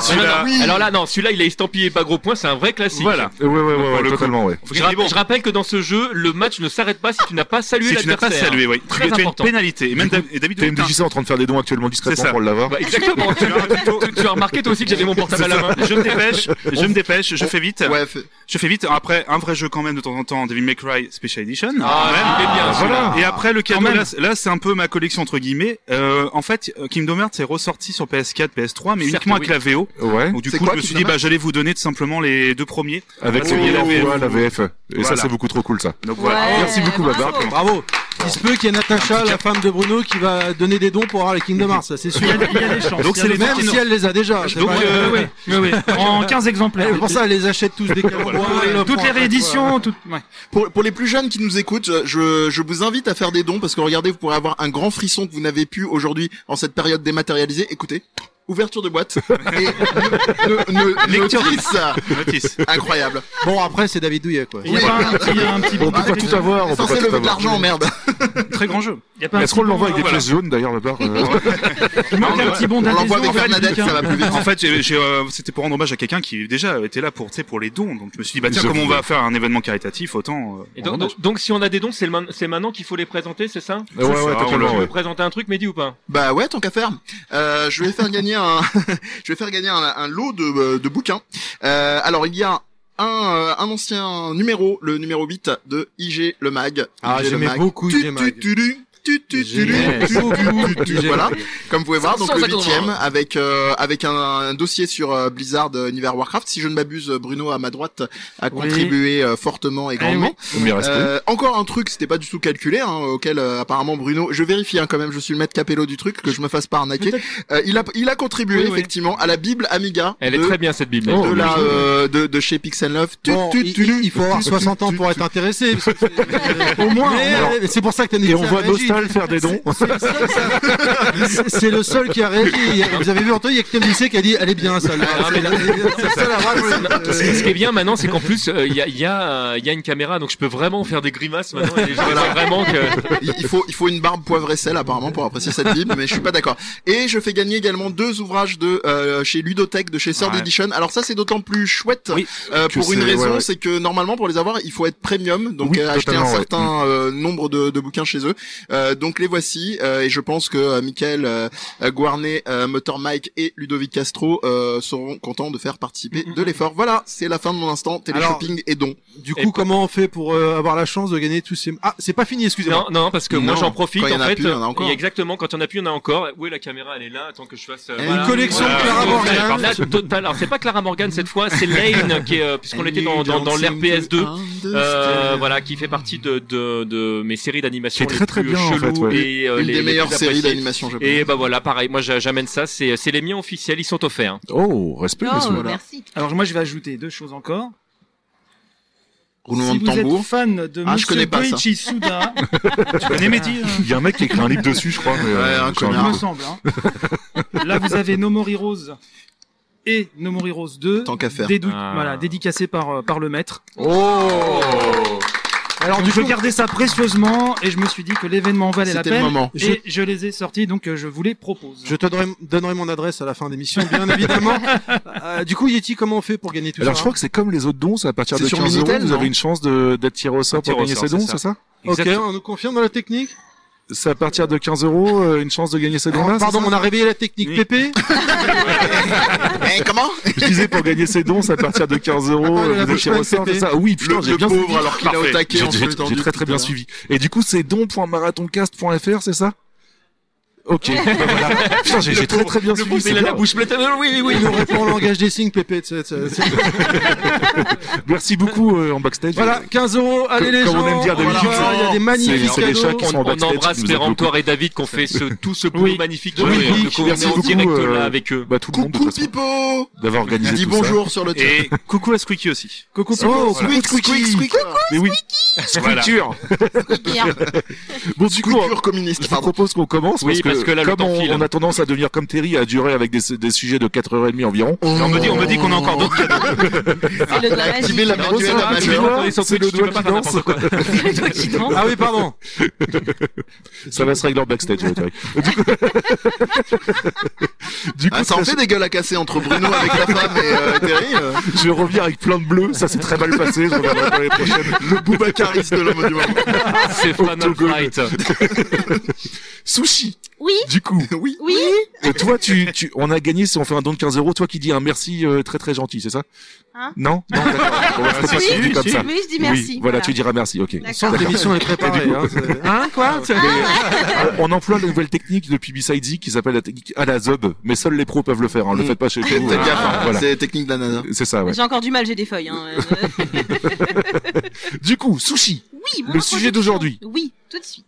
[SPEAKER 6] Celui-là,
[SPEAKER 7] Alors là, non, celui-là, il est estampillé pas gros point, c'est un vrai classique.
[SPEAKER 6] voilà.
[SPEAKER 2] Ouais, ouais, ouais,
[SPEAKER 6] Pour
[SPEAKER 2] ouais,
[SPEAKER 6] le coup.
[SPEAKER 2] totalement, ouais.
[SPEAKER 6] Faut
[SPEAKER 7] Je,
[SPEAKER 6] qu'il est
[SPEAKER 7] rapp-
[SPEAKER 6] bon.
[SPEAKER 7] je rappelle que dans ce jeu, le match ne s'arrête pas si tu n'as pas salué
[SPEAKER 6] Si tu n'as pas
[SPEAKER 7] l'adversaire.
[SPEAKER 6] salué, oui. Tu
[SPEAKER 7] Très
[SPEAKER 6] tu as une
[SPEAKER 7] important.
[SPEAKER 6] pénalité. Et même Da- et David Douillet.
[SPEAKER 2] TMDJC est en train de faire des dons actuellement
[SPEAKER 6] C'est
[SPEAKER 2] discrètement
[SPEAKER 6] ça.
[SPEAKER 2] pour l'avoir.
[SPEAKER 7] Bah, exactement. tu, tu- tu as remarqué toi aussi que j'avais mon portable à la main.
[SPEAKER 6] Je me dépêche, je me dépêche, je fais vite.
[SPEAKER 3] Ouais, fait-
[SPEAKER 6] Je fais vite. Après, un vrai jeu quand même de temps en temps, Devil May Cry Special Edition.
[SPEAKER 7] Ah, il est bien.
[SPEAKER 2] Ah,
[SPEAKER 7] celui-là.
[SPEAKER 2] voilà.
[SPEAKER 6] Et après le cadeau,
[SPEAKER 8] même.
[SPEAKER 6] là, c- là, c'est un peu ma collection entre guillemets. Euh, en fait, euh, Kingdom Hearts est ressorti sur PS4, PS3, mais
[SPEAKER 7] Certes,
[SPEAKER 6] uniquement avec
[SPEAKER 7] oui.
[SPEAKER 6] la VO.
[SPEAKER 2] Ouais.
[SPEAKER 6] Donc du
[SPEAKER 3] C'est
[SPEAKER 6] coup,
[SPEAKER 3] quoi,
[SPEAKER 6] je me suis
[SPEAKER 3] Kingdom
[SPEAKER 6] dit, bah,
[SPEAKER 3] Hearts
[SPEAKER 6] j'allais vous donner tout simplement les deux premiers.
[SPEAKER 2] Avec
[SPEAKER 6] Oh,
[SPEAKER 2] celui la VF.
[SPEAKER 6] ouais,
[SPEAKER 2] la VF. Et ça,
[SPEAKER 6] Voilà.
[SPEAKER 2] c'est beaucoup trop cool, ça.
[SPEAKER 6] Donc
[SPEAKER 4] Ouais,
[SPEAKER 6] voilà.
[SPEAKER 2] Merci beaucoup,
[SPEAKER 4] bravo.
[SPEAKER 2] Babar.
[SPEAKER 5] Bravo. Il se peut qu'il y ait Natacha, la femme de Bruno, qui va donner des dons pour avoir les Kingdom Hearts, ça, c'est
[SPEAKER 8] Il [laughs]
[SPEAKER 5] sûr.
[SPEAKER 8] y a- il y a des chances.
[SPEAKER 6] Donc,
[SPEAKER 8] il y
[SPEAKER 6] c'est
[SPEAKER 8] a des
[SPEAKER 6] les
[SPEAKER 8] chances.
[SPEAKER 5] Même si elle les a déjà. c'est
[SPEAKER 6] Donc,
[SPEAKER 5] pas-
[SPEAKER 6] euh,
[SPEAKER 8] Oui, oui, oui, oui. En 15 exemplaires.
[SPEAKER 5] C'est pour ça, elle les achète tous des
[SPEAKER 6] Voilà.
[SPEAKER 8] Toutes les rééditions, toutes. ouais.
[SPEAKER 3] Pour, pour les plus jeunes qui nous écoutent, euh, je, je vous invite à faire des dons parce que regardez, vous pourrez avoir un grand frisson que vous n'avez pu aujourd'hui en cette période dématérialisée. Écoutez. ouverture de boîte et ne, ne, ne-
[SPEAKER 6] Lecture de-
[SPEAKER 3] notice.
[SPEAKER 6] Notice.
[SPEAKER 3] Incroyable.
[SPEAKER 5] Bon, après, c'est David Douillet, quoi.
[SPEAKER 8] Il y a pas un petit, un petit
[SPEAKER 2] On
[SPEAKER 6] bah,
[SPEAKER 2] peut pas tout avoir, on peut
[SPEAKER 3] Censé
[SPEAKER 2] pas
[SPEAKER 3] le
[SPEAKER 2] tout
[SPEAKER 3] but
[SPEAKER 2] avoir.
[SPEAKER 3] d'argent, merde.
[SPEAKER 6] Très grand jeu.
[SPEAKER 8] Il y a pas un
[SPEAKER 2] Est-ce qu'on
[SPEAKER 8] petit
[SPEAKER 2] l'envoie avec
[SPEAKER 8] bon-
[SPEAKER 2] des pièces jaunes d'ailleurs là-bas euh,
[SPEAKER 8] Il manque
[SPEAKER 3] On
[SPEAKER 8] un petit bon
[SPEAKER 3] On l'envoie
[SPEAKER 8] d'adhésion
[SPEAKER 3] avec
[SPEAKER 8] vers
[SPEAKER 3] Bernadette,
[SPEAKER 8] Belgique,
[SPEAKER 3] ça va
[SPEAKER 8] hein.
[SPEAKER 3] plus vite.
[SPEAKER 6] En fait, j'ai- j'ai, euh, c'était pour rendre hommage à quelqu'un qui déjà était là pour, tu sais, pour les dons. Donc je me suis dit, bah tiens,
[SPEAKER 2] Je
[SPEAKER 6] comme on
[SPEAKER 2] vois.
[SPEAKER 6] va faire un événement caritatif, autant. euh,
[SPEAKER 7] Et
[SPEAKER 6] rendre
[SPEAKER 7] donc,
[SPEAKER 6] hommage.
[SPEAKER 7] donc- donc si on a des dons, c'est le man- c'est maintenant qu'il faut les présenter, c'est ça
[SPEAKER 2] Ouais,
[SPEAKER 6] ça,
[SPEAKER 2] ouais,
[SPEAKER 6] on
[SPEAKER 2] totalement,
[SPEAKER 6] le-
[SPEAKER 7] Tu
[SPEAKER 2] ouais.
[SPEAKER 7] veux présenter un truc, Mehdi, ou pas
[SPEAKER 3] Bah ouais, tant qu'à faire. Euh, je vais faire gagner un, [laughs] je vais faire gagner un, un lot de, euh, de bouquins. Euh, alors il y a un, euh, un ancien numéro, le numéro 8 de IG Le Mag.
[SPEAKER 5] Ah,
[SPEAKER 3] IG Le
[SPEAKER 5] j'aimais
[SPEAKER 3] Mag.
[SPEAKER 5] beaucoup
[SPEAKER 3] Tu,
[SPEAKER 5] IG Mag.
[SPEAKER 3] tu, tu, tu, tu, tu, tu,
[SPEAKER 5] J'aimais
[SPEAKER 3] tu, tu, tu, tu, tu.
[SPEAKER 5] IG
[SPEAKER 3] Voilà,
[SPEAKER 5] Mag.
[SPEAKER 3] comme vous pouvez voir, donc le
[SPEAKER 7] 150
[SPEAKER 3] huitième
[SPEAKER 7] euros.
[SPEAKER 3] avec euh, avec un, un dossier sur euh, Blizzard euh, Univers Warcraft. Si je ne m'abuse, Bruno à ma droite a
[SPEAKER 8] Oui.
[SPEAKER 3] contribué euh, fortement et
[SPEAKER 8] Eh oui.
[SPEAKER 3] grandement.
[SPEAKER 2] Premier respect.
[SPEAKER 3] Euh, encore un truc, c'était pas du tout calculé, hein, auquel euh, apparemment Bruno, je vérifie hein, quand même, je suis le maître capello du truc, que je me fasse pas arnaquer. Euh, il a, il a contribué
[SPEAKER 8] Oui, oui.
[SPEAKER 3] effectivement à la Bible Amiga
[SPEAKER 7] Elle
[SPEAKER 3] de,
[SPEAKER 7] est très bien Oh, cette Bible.
[SPEAKER 6] Oh.
[SPEAKER 3] de la, euh, de, de chez Pixel Love. Tu-
[SPEAKER 5] Bon,
[SPEAKER 3] tu-
[SPEAKER 5] il,
[SPEAKER 3] tu-
[SPEAKER 5] il- il faut avoir 60 ans pour être intéressé. parce que c'est- Au moins. Mais,
[SPEAKER 2] alors.
[SPEAKER 5] euh, c'est pour ça que t'as
[SPEAKER 2] Et
[SPEAKER 5] négocié
[SPEAKER 2] on voit
[SPEAKER 5] avec Gilles.
[SPEAKER 2] Nostal faire des dons.
[SPEAKER 5] C'est- C'est le seul qui a réagi. Il y a- Vous avez vu Antoine, il y a que Tom Lycée qui a dit elle est bien celle
[SPEAKER 7] Ah, mais là- Ce qui est bien maintenant, c'est qu'en plus, euh, il y, a, il y, a, euh, il y a une caméra, donc je peux vraiment faire des grimaces maintenant. Et les gens voient vraiment que...
[SPEAKER 3] il il faut, il faut une barbe poivre et sel apparemment pour apprécier cette Bible, mais je suis pas d'accord. Et je fais gagner également deux ouvrages de euh, chez Ludothèque, de chez Third
[SPEAKER 6] Ouais.
[SPEAKER 3] Edition. Alors ça, c'est d'autant plus chouette
[SPEAKER 2] Oui,
[SPEAKER 3] euh,
[SPEAKER 2] que
[SPEAKER 3] pour une
[SPEAKER 2] c'est-
[SPEAKER 3] raison,
[SPEAKER 2] ouais, ouais.
[SPEAKER 3] c'est que normalement pour les avoir, il faut être premium, donc
[SPEAKER 2] Oui,
[SPEAKER 3] euh, acheter un
[SPEAKER 2] totalement, ouais.
[SPEAKER 3] certain euh, nombre de, de bouquins chez eux. Euh, donc les voici, euh, et je pense que euh, Michael euh, euh, Guarnet, euh, Motor Mike et Ludovic Castro euh, seront contents de faire participer
[SPEAKER 2] Mm,
[SPEAKER 3] de l'effort. Voilà, c'est la fin de mon instant télé
[SPEAKER 5] Alors-
[SPEAKER 3] shopping et don.
[SPEAKER 5] Du coup, comment on fait pour euh, avoir la chance de gagner tous ces. Ah, c'est pas fini, excusez-moi.
[SPEAKER 7] Non, non, parce que moi
[SPEAKER 3] Non,
[SPEAKER 7] j'en profite.
[SPEAKER 3] quand il y en
[SPEAKER 7] en
[SPEAKER 3] a
[SPEAKER 7] fait,
[SPEAKER 3] plus, il y en a
[SPEAKER 7] euh,
[SPEAKER 3] encore.
[SPEAKER 7] et exactement, quand il y en a plus, il y en a encore. Où est la caméra Elle est là, attends que je fasse... euh,
[SPEAKER 3] Une
[SPEAKER 5] collection
[SPEAKER 6] de Clara
[SPEAKER 5] Morgan.
[SPEAKER 7] parfait,
[SPEAKER 8] Eh
[SPEAKER 7] parfait. La totale. Alors c'est pas Clara Morgan cette fois, c'est Lane, qui est, euh, puisqu'on était dans, dans, dans l'RPS2. Euh, voilà, qui fait partie de, de, de mes séries d'animation
[SPEAKER 2] Qui est
[SPEAKER 7] les
[SPEAKER 2] très, très
[SPEAKER 7] plus
[SPEAKER 2] bien, en
[SPEAKER 7] cheloues
[SPEAKER 2] fait, ouais.
[SPEAKER 7] et euh,
[SPEAKER 3] Une
[SPEAKER 7] les,
[SPEAKER 3] des
[SPEAKER 7] les
[SPEAKER 3] meilleures
[SPEAKER 7] plus
[SPEAKER 3] séries
[SPEAKER 7] appréciées.
[SPEAKER 3] d'animation, je pense.
[SPEAKER 7] Et bah voilà, pareil, moi j'a- j'amène ça, c'est c'est les miens officiels, ils sont offerts. hein.
[SPEAKER 2] Oh, respect,
[SPEAKER 4] Oh,
[SPEAKER 2] monsieur.
[SPEAKER 4] merci.
[SPEAKER 8] Alors moi je vais ajouter deux choses encore.
[SPEAKER 3] Roulement
[SPEAKER 8] si
[SPEAKER 3] de
[SPEAKER 8] vous
[SPEAKER 3] tambour.
[SPEAKER 8] êtes fan de
[SPEAKER 3] Ah, je
[SPEAKER 8] Monsieur
[SPEAKER 3] connais pas ça. [laughs]
[SPEAKER 8] Goichi Suda,
[SPEAKER 6] Tu connais Mehdi euh
[SPEAKER 2] Il y a un mec qui a écrit un livre dessus, je crois. mais, euh,
[SPEAKER 3] Ouais, un
[SPEAKER 2] j'ai
[SPEAKER 3] connard.
[SPEAKER 8] il
[SPEAKER 2] envie
[SPEAKER 8] me
[SPEAKER 2] de-
[SPEAKER 8] semble. hein. Là vous avez No More Heroes et No More Heroes 2,
[SPEAKER 3] Tant qu'à faire.
[SPEAKER 8] dédou-
[SPEAKER 7] Ah.
[SPEAKER 8] voilà, dédicacé par, euh, par le maître.
[SPEAKER 5] Oh Alors,
[SPEAKER 8] Donc
[SPEAKER 5] du
[SPEAKER 8] je
[SPEAKER 5] coup,
[SPEAKER 8] gardais ça précieusement et je me suis dit que l'événement valait la
[SPEAKER 3] C'était le
[SPEAKER 8] peine.
[SPEAKER 3] moment.
[SPEAKER 8] Et je... les ai sortis, donc euh, je vous les propose.
[SPEAKER 5] je te donnerai, donnerai mon adresse à la fin de l'émission,
[SPEAKER 2] [laughs]
[SPEAKER 5] bien évidemment. Euh, du coup, Yeti, comment on fait pour gagner tout
[SPEAKER 2] Alors, je
[SPEAKER 5] ça
[SPEAKER 2] crois que c'est comme les autres dons, c'est à partir de
[SPEAKER 3] C'est sur
[SPEAKER 2] 15 euros,
[SPEAKER 3] Minitel,
[SPEAKER 2] vous
[SPEAKER 3] non
[SPEAKER 2] avez une chance de- d'être tiré au sort
[SPEAKER 6] Tiré
[SPEAKER 2] pour
[SPEAKER 6] au
[SPEAKER 2] gagner
[SPEAKER 6] sort,
[SPEAKER 2] ses dons,
[SPEAKER 6] c'est ça.
[SPEAKER 2] c'est ça
[SPEAKER 5] Ok,
[SPEAKER 6] Exact.
[SPEAKER 5] on nous confirme dans la technique
[SPEAKER 2] C'est à partir de 15 euros, euh, une chance de gagner ses dons là
[SPEAKER 5] Pardon,
[SPEAKER 2] c'est
[SPEAKER 5] on
[SPEAKER 2] ça
[SPEAKER 5] a réveillé la technique
[SPEAKER 2] [laughs]
[SPEAKER 6] Oui.
[SPEAKER 5] Pépé
[SPEAKER 3] Eh, comment
[SPEAKER 2] Je disais pour gagner ses dons, c'est à partir de 15
[SPEAKER 5] Attends,
[SPEAKER 2] euros,
[SPEAKER 5] il y a la
[SPEAKER 2] vous êtes tiré au
[SPEAKER 5] pochette
[SPEAKER 2] sort,
[SPEAKER 5] PP.
[SPEAKER 2] c'est ça Oui, putain,
[SPEAKER 3] Le-
[SPEAKER 2] j'ai
[SPEAKER 3] le
[SPEAKER 2] bien
[SPEAKER 3] pauvre
[SPEAKER 2] suivi.
[SPEAKER 3] alors qu'il est au
[SPEAKER 6] Parfait.
[SPEAKER 3] taquet.
[SPEAKER 2] J'ai
[SPEAKER 3] on se
[SPEAKER 2] j'ai-
[SPEAKER 3] le tendit
[SPEAKER 2] j'ai très
[SPEAKER 3] tout
[SPEAKER 2] très
[SPEAKER 3] à
[SPEAKER 2] bien
[SPEAKER 3] l'heure.
[SPEAKER 2] suivi. Et du coup, c'est don.marathoncast.fr, c'est ça Ok, bah voilà. Putain, j'ai j'ai très très bien suivi. c'est
[SPEAKER 7] il a
[SPEAKER 2] bien.
[SPEAKER 7] la bouche pleine.
[SPEAKER 3] Euh,
[SPEAKER 7] Oui, oui, oui.
[SPEAKER 5] Il nous répond en langage des signes, Pépé. tu sais, tu sais, tu sais.
[SPEAKER 2] Merci beaucoup euh, en backstage.
[SPEAKER 5] Voilà, 15 euros, allez les
[SPEAKER 2] comme
[SPEAKER 5] gens
[SPEAKER 2] on aime dire
[SPEAKER 5] voilà,
[SPEAKER 2] d'habitude,
[SPEAKER 5] Il y a des magnifiques
[SPEAKER 2] c'est les chats
[SPEAKER 5] cadeaux
[SPEAKER 2] qui sont en
[SPEAKER 7] On, on
[SPEAKER 2] backstage,
[SPEAKER 7] embrasse
[SPEAKER 2] qui nous aident
[SPEAKER 7] Péremptoire et David qu'on fait ce, tout ce boulot
[SPEAKER 8] Oui.
[SPEAKER 7] magnifique
[SPEAKER 2] Oui,
[SPEAKER 7] depuis
[SPEAKER 2] oui,
[SPEAKER 7] qu'on
[SPEAKER 2] merci
[SPEAKER 7] est en
[SPEAKER 2] beaucoup,
[SPEAKER 7] direct
[SPEAKER 2] euh,
[SPEAKER 7] là avec eux.
[SPEAKER 2] Bah, tout le monde, de
[SPEAKER 3] Coucou
[SPEAKER 2] toute façon,
[SPEAKER 3] Pipo
[SPEAKER 2] d'avoir organisé
[SPEAKER 3] Dis
[SPEAKER 2] tout ça.
[SPEAKER 3] bonjour sur le chat.
[SPEAKER 6] Et coucou à Squeaky aussi.
[SPEAKER 5] Coucou,
[SPEAKER 2] Oh,
[SPEAKER 5] Pépé.
[SPEAKER 2] coucou,
[SPEAKER 3] Squeak, squeak,
[SPEAKER 2] squeaky.
[SPEAKER 3] squeak.
[SPEAKER 2] Mais oui,
[SPEAKER 6] Voilà.
[SPEAKER 2] sculpture.
[SPEAKER 4] Pierre.
[SPEAKER 2] Bon, du coup,
[SPEAKER 3] Culture
[SPEAKER 2] Je
[SPEAKER 3] communiste,
[SPEAKER 2] vous
[SPEAKER 3] pardon.
[SPEAKER 2] propose qu'on commence
[SPEAKER 7] Oui,
[SPEAKER 2] parce,
[SPEAKER 7] parce que
[SPEAKER 2] que,
[SPEAKER 7] là, le
[SPEAKER 2] comme
[SPEAKER 7] temps
[SPEAKER 2] on,
[SPEAKER 7] file.
[SPEAKER 2] on a tendance à devenir comme Terry, à durer avec des, des sujets de 4h30 environ.
[SPEAKER 6] Et on me dit, on me dit qu'on a encore d'autres.
[SPEAKER 4] [laughs] C'est le doigt
[SPEAKER 3] Elle a
[SPEAKER 4] magique.
[SPEAKER 3] activé la
[SPEAKER 2] Ah,
[SPEAKER 7] Alors,
[SPEAKER 3] manuelle
[SPEAKER 7] ça va, Ah, tu
[SPEAKER 3] majeure.
[SPEAKER 7] vois, attendez, sur
[SPEAKER 2] C'est
[SPEAKER 7] Twitch, tu
[SPEAKER 2] le doigt
[SPEAKER 7] peux pas
[SPEAKER 2] qui
[SPEAKER 7] faire
[SPEAKER 2] danse.
[SPEAKER 7] n'importe quoi.
[SPEAKER 4] Le doigt qui danse.
[SPEAKER 5] Ah oui,
[SPEAKER 8] [laughs]
[SPEAKER 5] pardon.
[SPEAKER 2] Ça va se régler en backstage. ouais, Terry. du coup, [laughs] Du coup,
[SPEAKER 3] Ah, ça en fait des gueules à casser entre Bruno avec la femme et euh, Terry. euh.
[SPEAKER 2] je reviens avec plein de bleus. Ça s'est très mal passé. Je reviendrai pour les prochaines.
[SPEAKER 3] Le boubacariste de l'homme du moment.
[SPEAKER 7] C'est Final
[SPEAKER 2] Octogone.
[SPEAKER 7] Fight.
[SPEAKER 2] Sushi.
[SPEAKER 4] Oui.
[SPEAKER 2] Du coup,
[SPEAKER 3] Oui.
[SPEAKER 4] Oui.
[SPEAKER 2] et toi, tu, tu, on a gagné si on fait un don de 15 euros. Toi qui dis un merci euh, très très gentil, c'est ça
[SPEAKER 4] Hein
[SPEAKER 2] Non. Non. D'accord. Bon, bah, je peux pas
[SPEAKER 4] Oui,
[SPEAKER 2] suivre
[SPEAKER 6] si,
[SPEAKER 2] comme
[SPEAKER 6] si.
[SPEAKER 2] ça.
[SPEAKER 4] Oui, je dis merci.
[SPEAKER 2] Oui, voilà, tu diras merci, ok.
[SPEAKER 5] On
[SPEAKER 4] D'accord. Ah,
[SPEAKER 5] sent que l'émission est préparée. Hein, c'est- Hein, quoi
[SPEAKER 2] euh, On emploie la nouvelle technique depuis Beside Z qui s'appelle la technique à la zob, mais seuls les pros peuvent le faire. Hein. Le
[SPEAKER 3] Mm.
[SPEAKER 2] faites pas chez vous.
[SPEAKER 3] Faites
[SPEAKER 2] hein.
[SPEAKER 3] gaffe, hein.
[SPEAKER 2] Voilà.
[SPEAKER 3] c'est technique de la nana.
[SPEAKER 2] C'est ça, ouais.
[SPEAKER 4] J'ai encore du mal, j'ai des feuilles. [laughs] Hein. Euh,
[SPEAKER 2] Du coup, sushi.
[SPEAKER 4] oui, mon
[SPEAKER 2] Le sujet
[SPEAKER 4] introduction.
[SPEAKER 2] d'aujourd'hui.
[SPEAKER 4] Oui, tout de suite.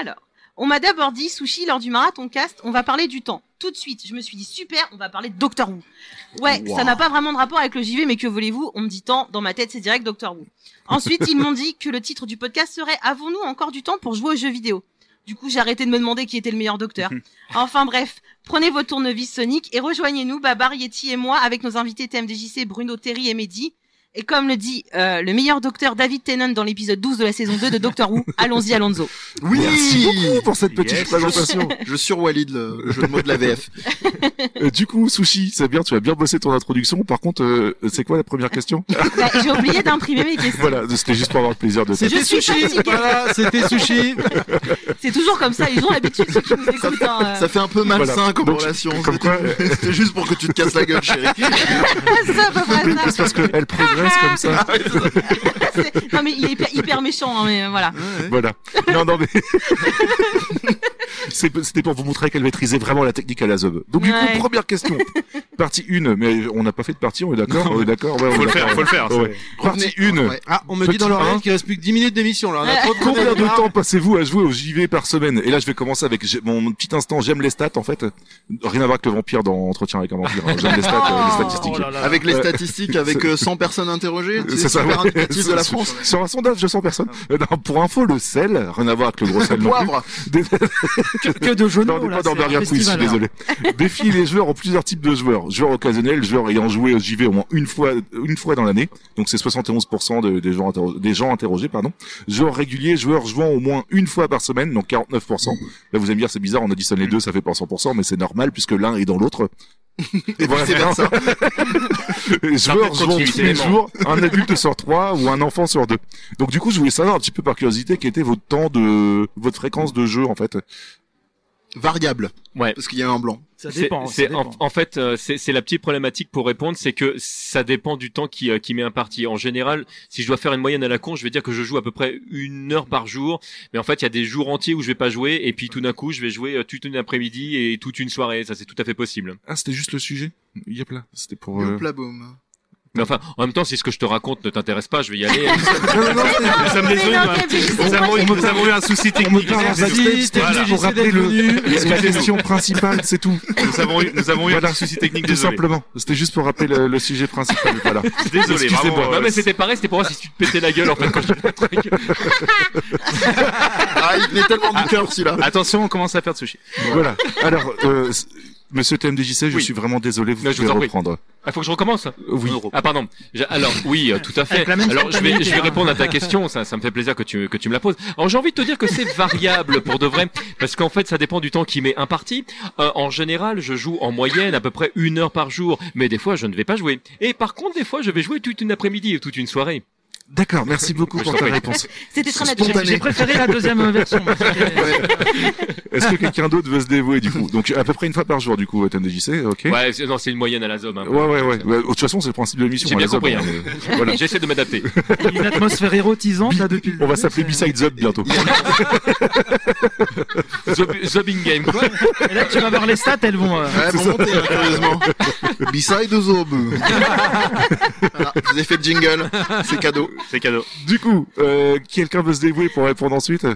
[SPEAKER 4] Alors, on m'a d'abord dit, Sushi, lors du marathon cast, on va parler du temps. Tout de suite, je me suis dit, super, on va parler de Doctor Who. Ouais,
[SPEAKER 3] Wow.
[SPEAKER 4] ça n'a pas vraiment de rapport avec le JV, mais que voulez-vous On me dit temps, dans ma tête, c'est direct Doctor Who. Ensuite, ils m'ont dit que le titre du podcast serait Avons-nous encore du temps pour jouer aux jeux vidéo Du coup, j'ai arrêté de me demander qui était le meilleur docteur. Enfin bref, prenez vos tournevis Sonic et rejoignez-nous, Babar, Yeti et moi, avec nos invités TMDJC, Bruno, Terry et Mehdi. Et comme le dit euh, le meilleur docteur David Tennant dans l'épisode 12 de la saison 2 de Doctor Who, [laughs] allons-y Alonso.
[SPEAKER 3] Oui
[SPEAKER 2] Merci beaucoup pour cette petite
[SPEAKER 6] Yes. [laughs]
[SPEAKER 2] présentation.
[SPEAKER 3] Je surwalide le, le jeu de mots de la VF.
[SPEAKER 2] Euh, du coup, Sushi, c'est bien, tu as bien bossé ton introduction. Par contre, euh, c'est quoi la première
[SPEAKER 6] [laughs]
[SPEAKER 2] question
[SPEAKER 4] Bah, j'ai oublié d'imprimer mes questions.
[SPEAKER 2] Voilà, c'était juste pour avoir le plaisir de...
[SPEAKER 5] C'était
[SPEAKER 4] Je suis
[SPEAKER 5] sushi.
[SPEAKER 4] fatiguée.
[SPEAKER 5] Voilà, c'était sushi.
[SPEAKER 4] C'est toujours comme ça, ils ont l'habitude ceux qui nous écoutent. hein, euh.
[SPEAKER 3] Ça fait un peu malsain
[SPEAKER 2] Voilà.
[SPEAKER 3] comme
[SPEAKER 2] Donc,
[SPEAKER 3] relation.
[SPEAKER 2] comme quoi,
[SPEAKER 3] [laughs] C'était juste pour que tu te casses la gueule, chérie.
[SPEAKER 4] [laughs] C'est à peu près ça.
[SPEAKER 2] C'est parce qu'elle progresse comme ça.
[SPEAKER 4] C'est- Non mais il est hyper, hyper méchant, hein, mais euh, voilà.
[SPEAKER 2] [laughs] Voilà. Non, non, mais... [laughs] C'est- C'était pour vous montrer qu'elle maîtrisait vraiment la technique à la zob. Donc, du
[SPEAKER 4] Ouais.
[SPEAKER 2] coup, première
[SPEAKER 6] [laughs]
[SPEAKER 2] question. Partie 1, mais on n'a pas fait de partie, on est d'accord
[SPEAKER 6] Non.
[SPEAKER 2] On est d'accord ouais, on est
[SPEAKER 6] Faut le faire,
[SPEAKER 2] d'accord.
[SPEAKER 6] faut le faire. ça.
[SPEAKER 2] Ouais. Partie 1.
[SPEAKER 3] Ouais.
[SPEAKER 5] Ah, on me
[SPEAKER 2] Petit
[SPEAKER 5] dit dans
[SPEAKER 2] un.
[SPEAKER 5] l'oreille qu'il reste plus que 10 minutes d'émission là. On a trop de
[SPEAKER 2] Combien de
[SPEAKER 5] contenu.
[SPEAKER 2] temps passez-vous à jouer au JV par semaine Et là, je vais commencer avec j'ai- mon petit instant. J'aime les stats, en fait. Rien à voir avec le vampire dans Entretien avec un vampire. hein. J'aime les stats, euh, les
[SPEAKER 4] Oh.
[SPEAKER 2] statistiques.
[SPEAKER 8] Oh là là.
[SPEAKER 3] Avec les
[SPEAKER 2] Euh,
[SPEAKER 3] statistiques, avec euh, 100 personnes interrogées,
[SPEAKER 2] C'est ça,
[SPEAKER 3] super
[SPEAKER 2] ouais.
[SPEAKER 3] indicatif de la France.
[SPEAKER 2] Sur- Sur un sondage de 100 personnes. Euh, non, pour info, le sel, rien à voir avec le gros
[SPEAKER 8] [laughs]
[SPEAKER 2] sel non plus.
[SPEAKER 3] Poivre.
[SPEAKER 2] Des-
[SPEAKER 8] Que de jeux de
[SPEAKER 2] Non, on
[SPEAKER 8] mots,
[SPEAKER 2] n'est
[SPEAKER 8] là,
[SPEAKER 2] pas dans
[SPEAKER 8] c'est un
[SPEAKER 2] Burger Quiz, je suis
[SPEAKER 8] festival, hein.
[SPEAKER 2] désolé. Défie les joueurs en plusieurs types de joueurs. Joueurs occasionnels, joueurs ayant joué au JV au moins une fois, une fois dans l'année. Donc c'est 71% de- des, gens interro- des gens interrogés, pardon. Joueurs réguliers, joueurs jouant au moins une fois par semaine, donc 49%. Là, vous allez me dire, c'est bizarre, on additionne les deux, ça fait pas 100%, mais c'est normal puisque l'un est dans l'autre.
[SPEAKER 3] Et
[SPEAKER 2] Voilà.
[SPEAKER 3] c'est bien ça.
[SPEAKER 2] [laughs] joueurs
[SPEAKER 6] Ça peut
[SPEAKER 2] jouant
[SPEAKER 6] continuer,
[SPEAKER 2] tous les
[SPEAKER 6] évidemment.
[SPEAKER 2] jours, un adulte sur trois ou un enfant sur deux. Donc du coup, je voulais savoir un petit peu par curiosité quel était votre temps de, votre fréquence de jeu en fait.
[SPEAKER 3] Variable.
[SPEAKER 7] Ouais.
[SPEAKER 3] Parce qu'il y a un blanc.
[SPEAKER 8] Ça
[SPEAKER 7] C'est-
[SPEAKER 8] dépend. ça
[SPEAKER 7] c'est- en,
[SPEAKER 8] dépend.
[SPEAKER 7] en fait, euh, c'est c'est la petite problématique pour répondre, c'est que ça dépend du temps qui, euh, qui met un parti. En général, si je dois faire une moyenne à la con, je vais dire que je joue à peu près une heure par jour. Mais en fait, il y a des jours entiers où je vais pas jouer, et puis tout d'un coup, je vais jouer euh, toute une après-midi et toute une soirée. Ça, c'est tout à fait possible.
[SPEAKER 2] Ah, c'était juste le sujet. Yep là, c'était pour. euh,
[SPEAKER 3] Youpla boum.
[SPEAKER 7] Mais enfin, en même temps, si ce que je te raconte ne t'intéresse pas, je vais y aller. euh,
[SPEAKER 6] Nous sommes désolés,
[SPEAKER 4] Mais non,
[SPEAKER 6] hein.
[SPEAKER 4] TMDJC,
[SPEAKER 6] Nous
[SPEAKER 4] moi,
[SPEAKER 6] avons eu- nous avons eu un souci technique.
[SPEAKER 2] parle en
[SPEAKER 6] Désolé.
[SPEAKER 2] Vas-y,
[SPEAKER 5] Vas-y, t'es
[SPEAKER 6] Voilà.
[SPEAKER 5] obligé
[SPEAKER 2] pour rappeler
[SPEAKER 5] d'être
[SPEAKER 2] le-
[SPEAKER 5] venu.
[SPEAKER 2] C'est la question principale, c'est tout.
[SPEAKER 6] Nous avons eu, nous avons eu
[SPEAKER 2] Voilà.
[SPEAKER 6] un souci technique,
[SPEAKER 2] Tout
[SPEAKER 6] désolé.
[SPEAKER 2] simplement. C'était juste pour rappeler le, le sujet principal. Voilà.
[SPEAKER 6] Désolé,
[SPEAKER 2] Excusez-moi.
[SPEAKER 6] vraiment, euh,
[SPEAKER 7] non, mais c'était pareil, c'était pour voir si tu te pétais la gueule en fait quand je te le truc.
[SPEAKER 3] Ah, il venait tellement du cœur, celui-là.
[SPEAKER 6] Attention, on commence à faire de sushi.
[SPEAKER 2] voilà. Alors, euh, c- Monsieur TMDJC, je
[SPEAKER 7] Oui.
[SPEAKER 2] suis vraiment désolé, vous
[SPEAKER 7] Non, je
[SPEAKER 2] pouvez
[SPEAKER 7] vous en prie.
[SPEAKER 2] reprendre.
[SPEAKER 7] Ah, faut que je recommence
[SPEAKER 2] Oui.
[SPEAKER 7] Ah pardon. Je- Alors oui, euh, tout à fait.
[SPEAKER 8] Avec la même
[SPEAKER 7] Alors je vais, je vais
[SPEAKER 8] spontanéité, hein.
[SPEAKER 7] répondre à
[SPEAKER 8] [laughs]
[SPEAKER 7] ta question. Ça, ça me fait plaisir que tu que tu me la poses. Alors j'ai envie de te dire que c'est variable pour de vrai, parce qu'en fait ça dépend du temps qui m'est imparti. Euh, en général, je joue en moyenne à peu près une heure par jour, mais des fois je ne vais pas jouer. Et par contre, des fois je vais jouer toute une après-midi et toute une soirée.
[SPEAKER 2] D'accord, merci beaucoup
[SPEAKER 7] Je t'en
[SPEAKER 2] pour ta
[SPEAKER 7] prie.
[SPEAKER 2] réponse.
[SPEAKER 4] C'était très
[SPEAKER 8] J'ai-
[SPEAKER 4] naturel.
[SPEAKER 8] J'ai préféré la deuxième version. moi, c'était-
[SPEAKER 2] Est-ce que quelqu'un d'autre veut se dévouer du coup Donc à peu près une fois par jour du coup, TMDJC, ok
[SPEAKER 7] Ouais, c'est- non, c'est une moyenne à la hein. zone.
[SPEAKER 2] ouais, ouais. ouais. Bah, De toute façon, c'est le principe de l'émission.
[SPEAKER 7] J'ai
[SPEAKER 2] on
[SPEAKER 7] bien
[SPEAKER 2] les a,
[SPEAKER 7] compris,
[SPEAKER 2] bon,
[SPEAKER 7] hein.
[SPEAKER 2] euh, voilà.
[SPEAKER 7] J'essaie de m'adapter.
[SPEAKER 2] [laughs]
[SPEAKER 8] Une atmosphère érotisante là depuis. le
[SPEAKER 2] On va
[SPEAKER 8] début,
[SPEAKER 2] s'appeler
[SPEAKER 8] c'est-
[SPEAKER 2] Besides Up bientôt.
[SPEAKER 7] The, the Bing Game. quoi.
[SPEAKER 8] Et là, tu vas voir les stats, elles vont. euh,
[SPEAKER 3] Ouais, bon monter, hein, curieusement. Beside the Zob. voilà, je vous ai fait le jingle. C'est cadeau.
[SPEAKER 6] C'est cadeau.
[SPEAKER 2] Du coup, euh, quelqu'un veut se dévouer pour répondre ensuite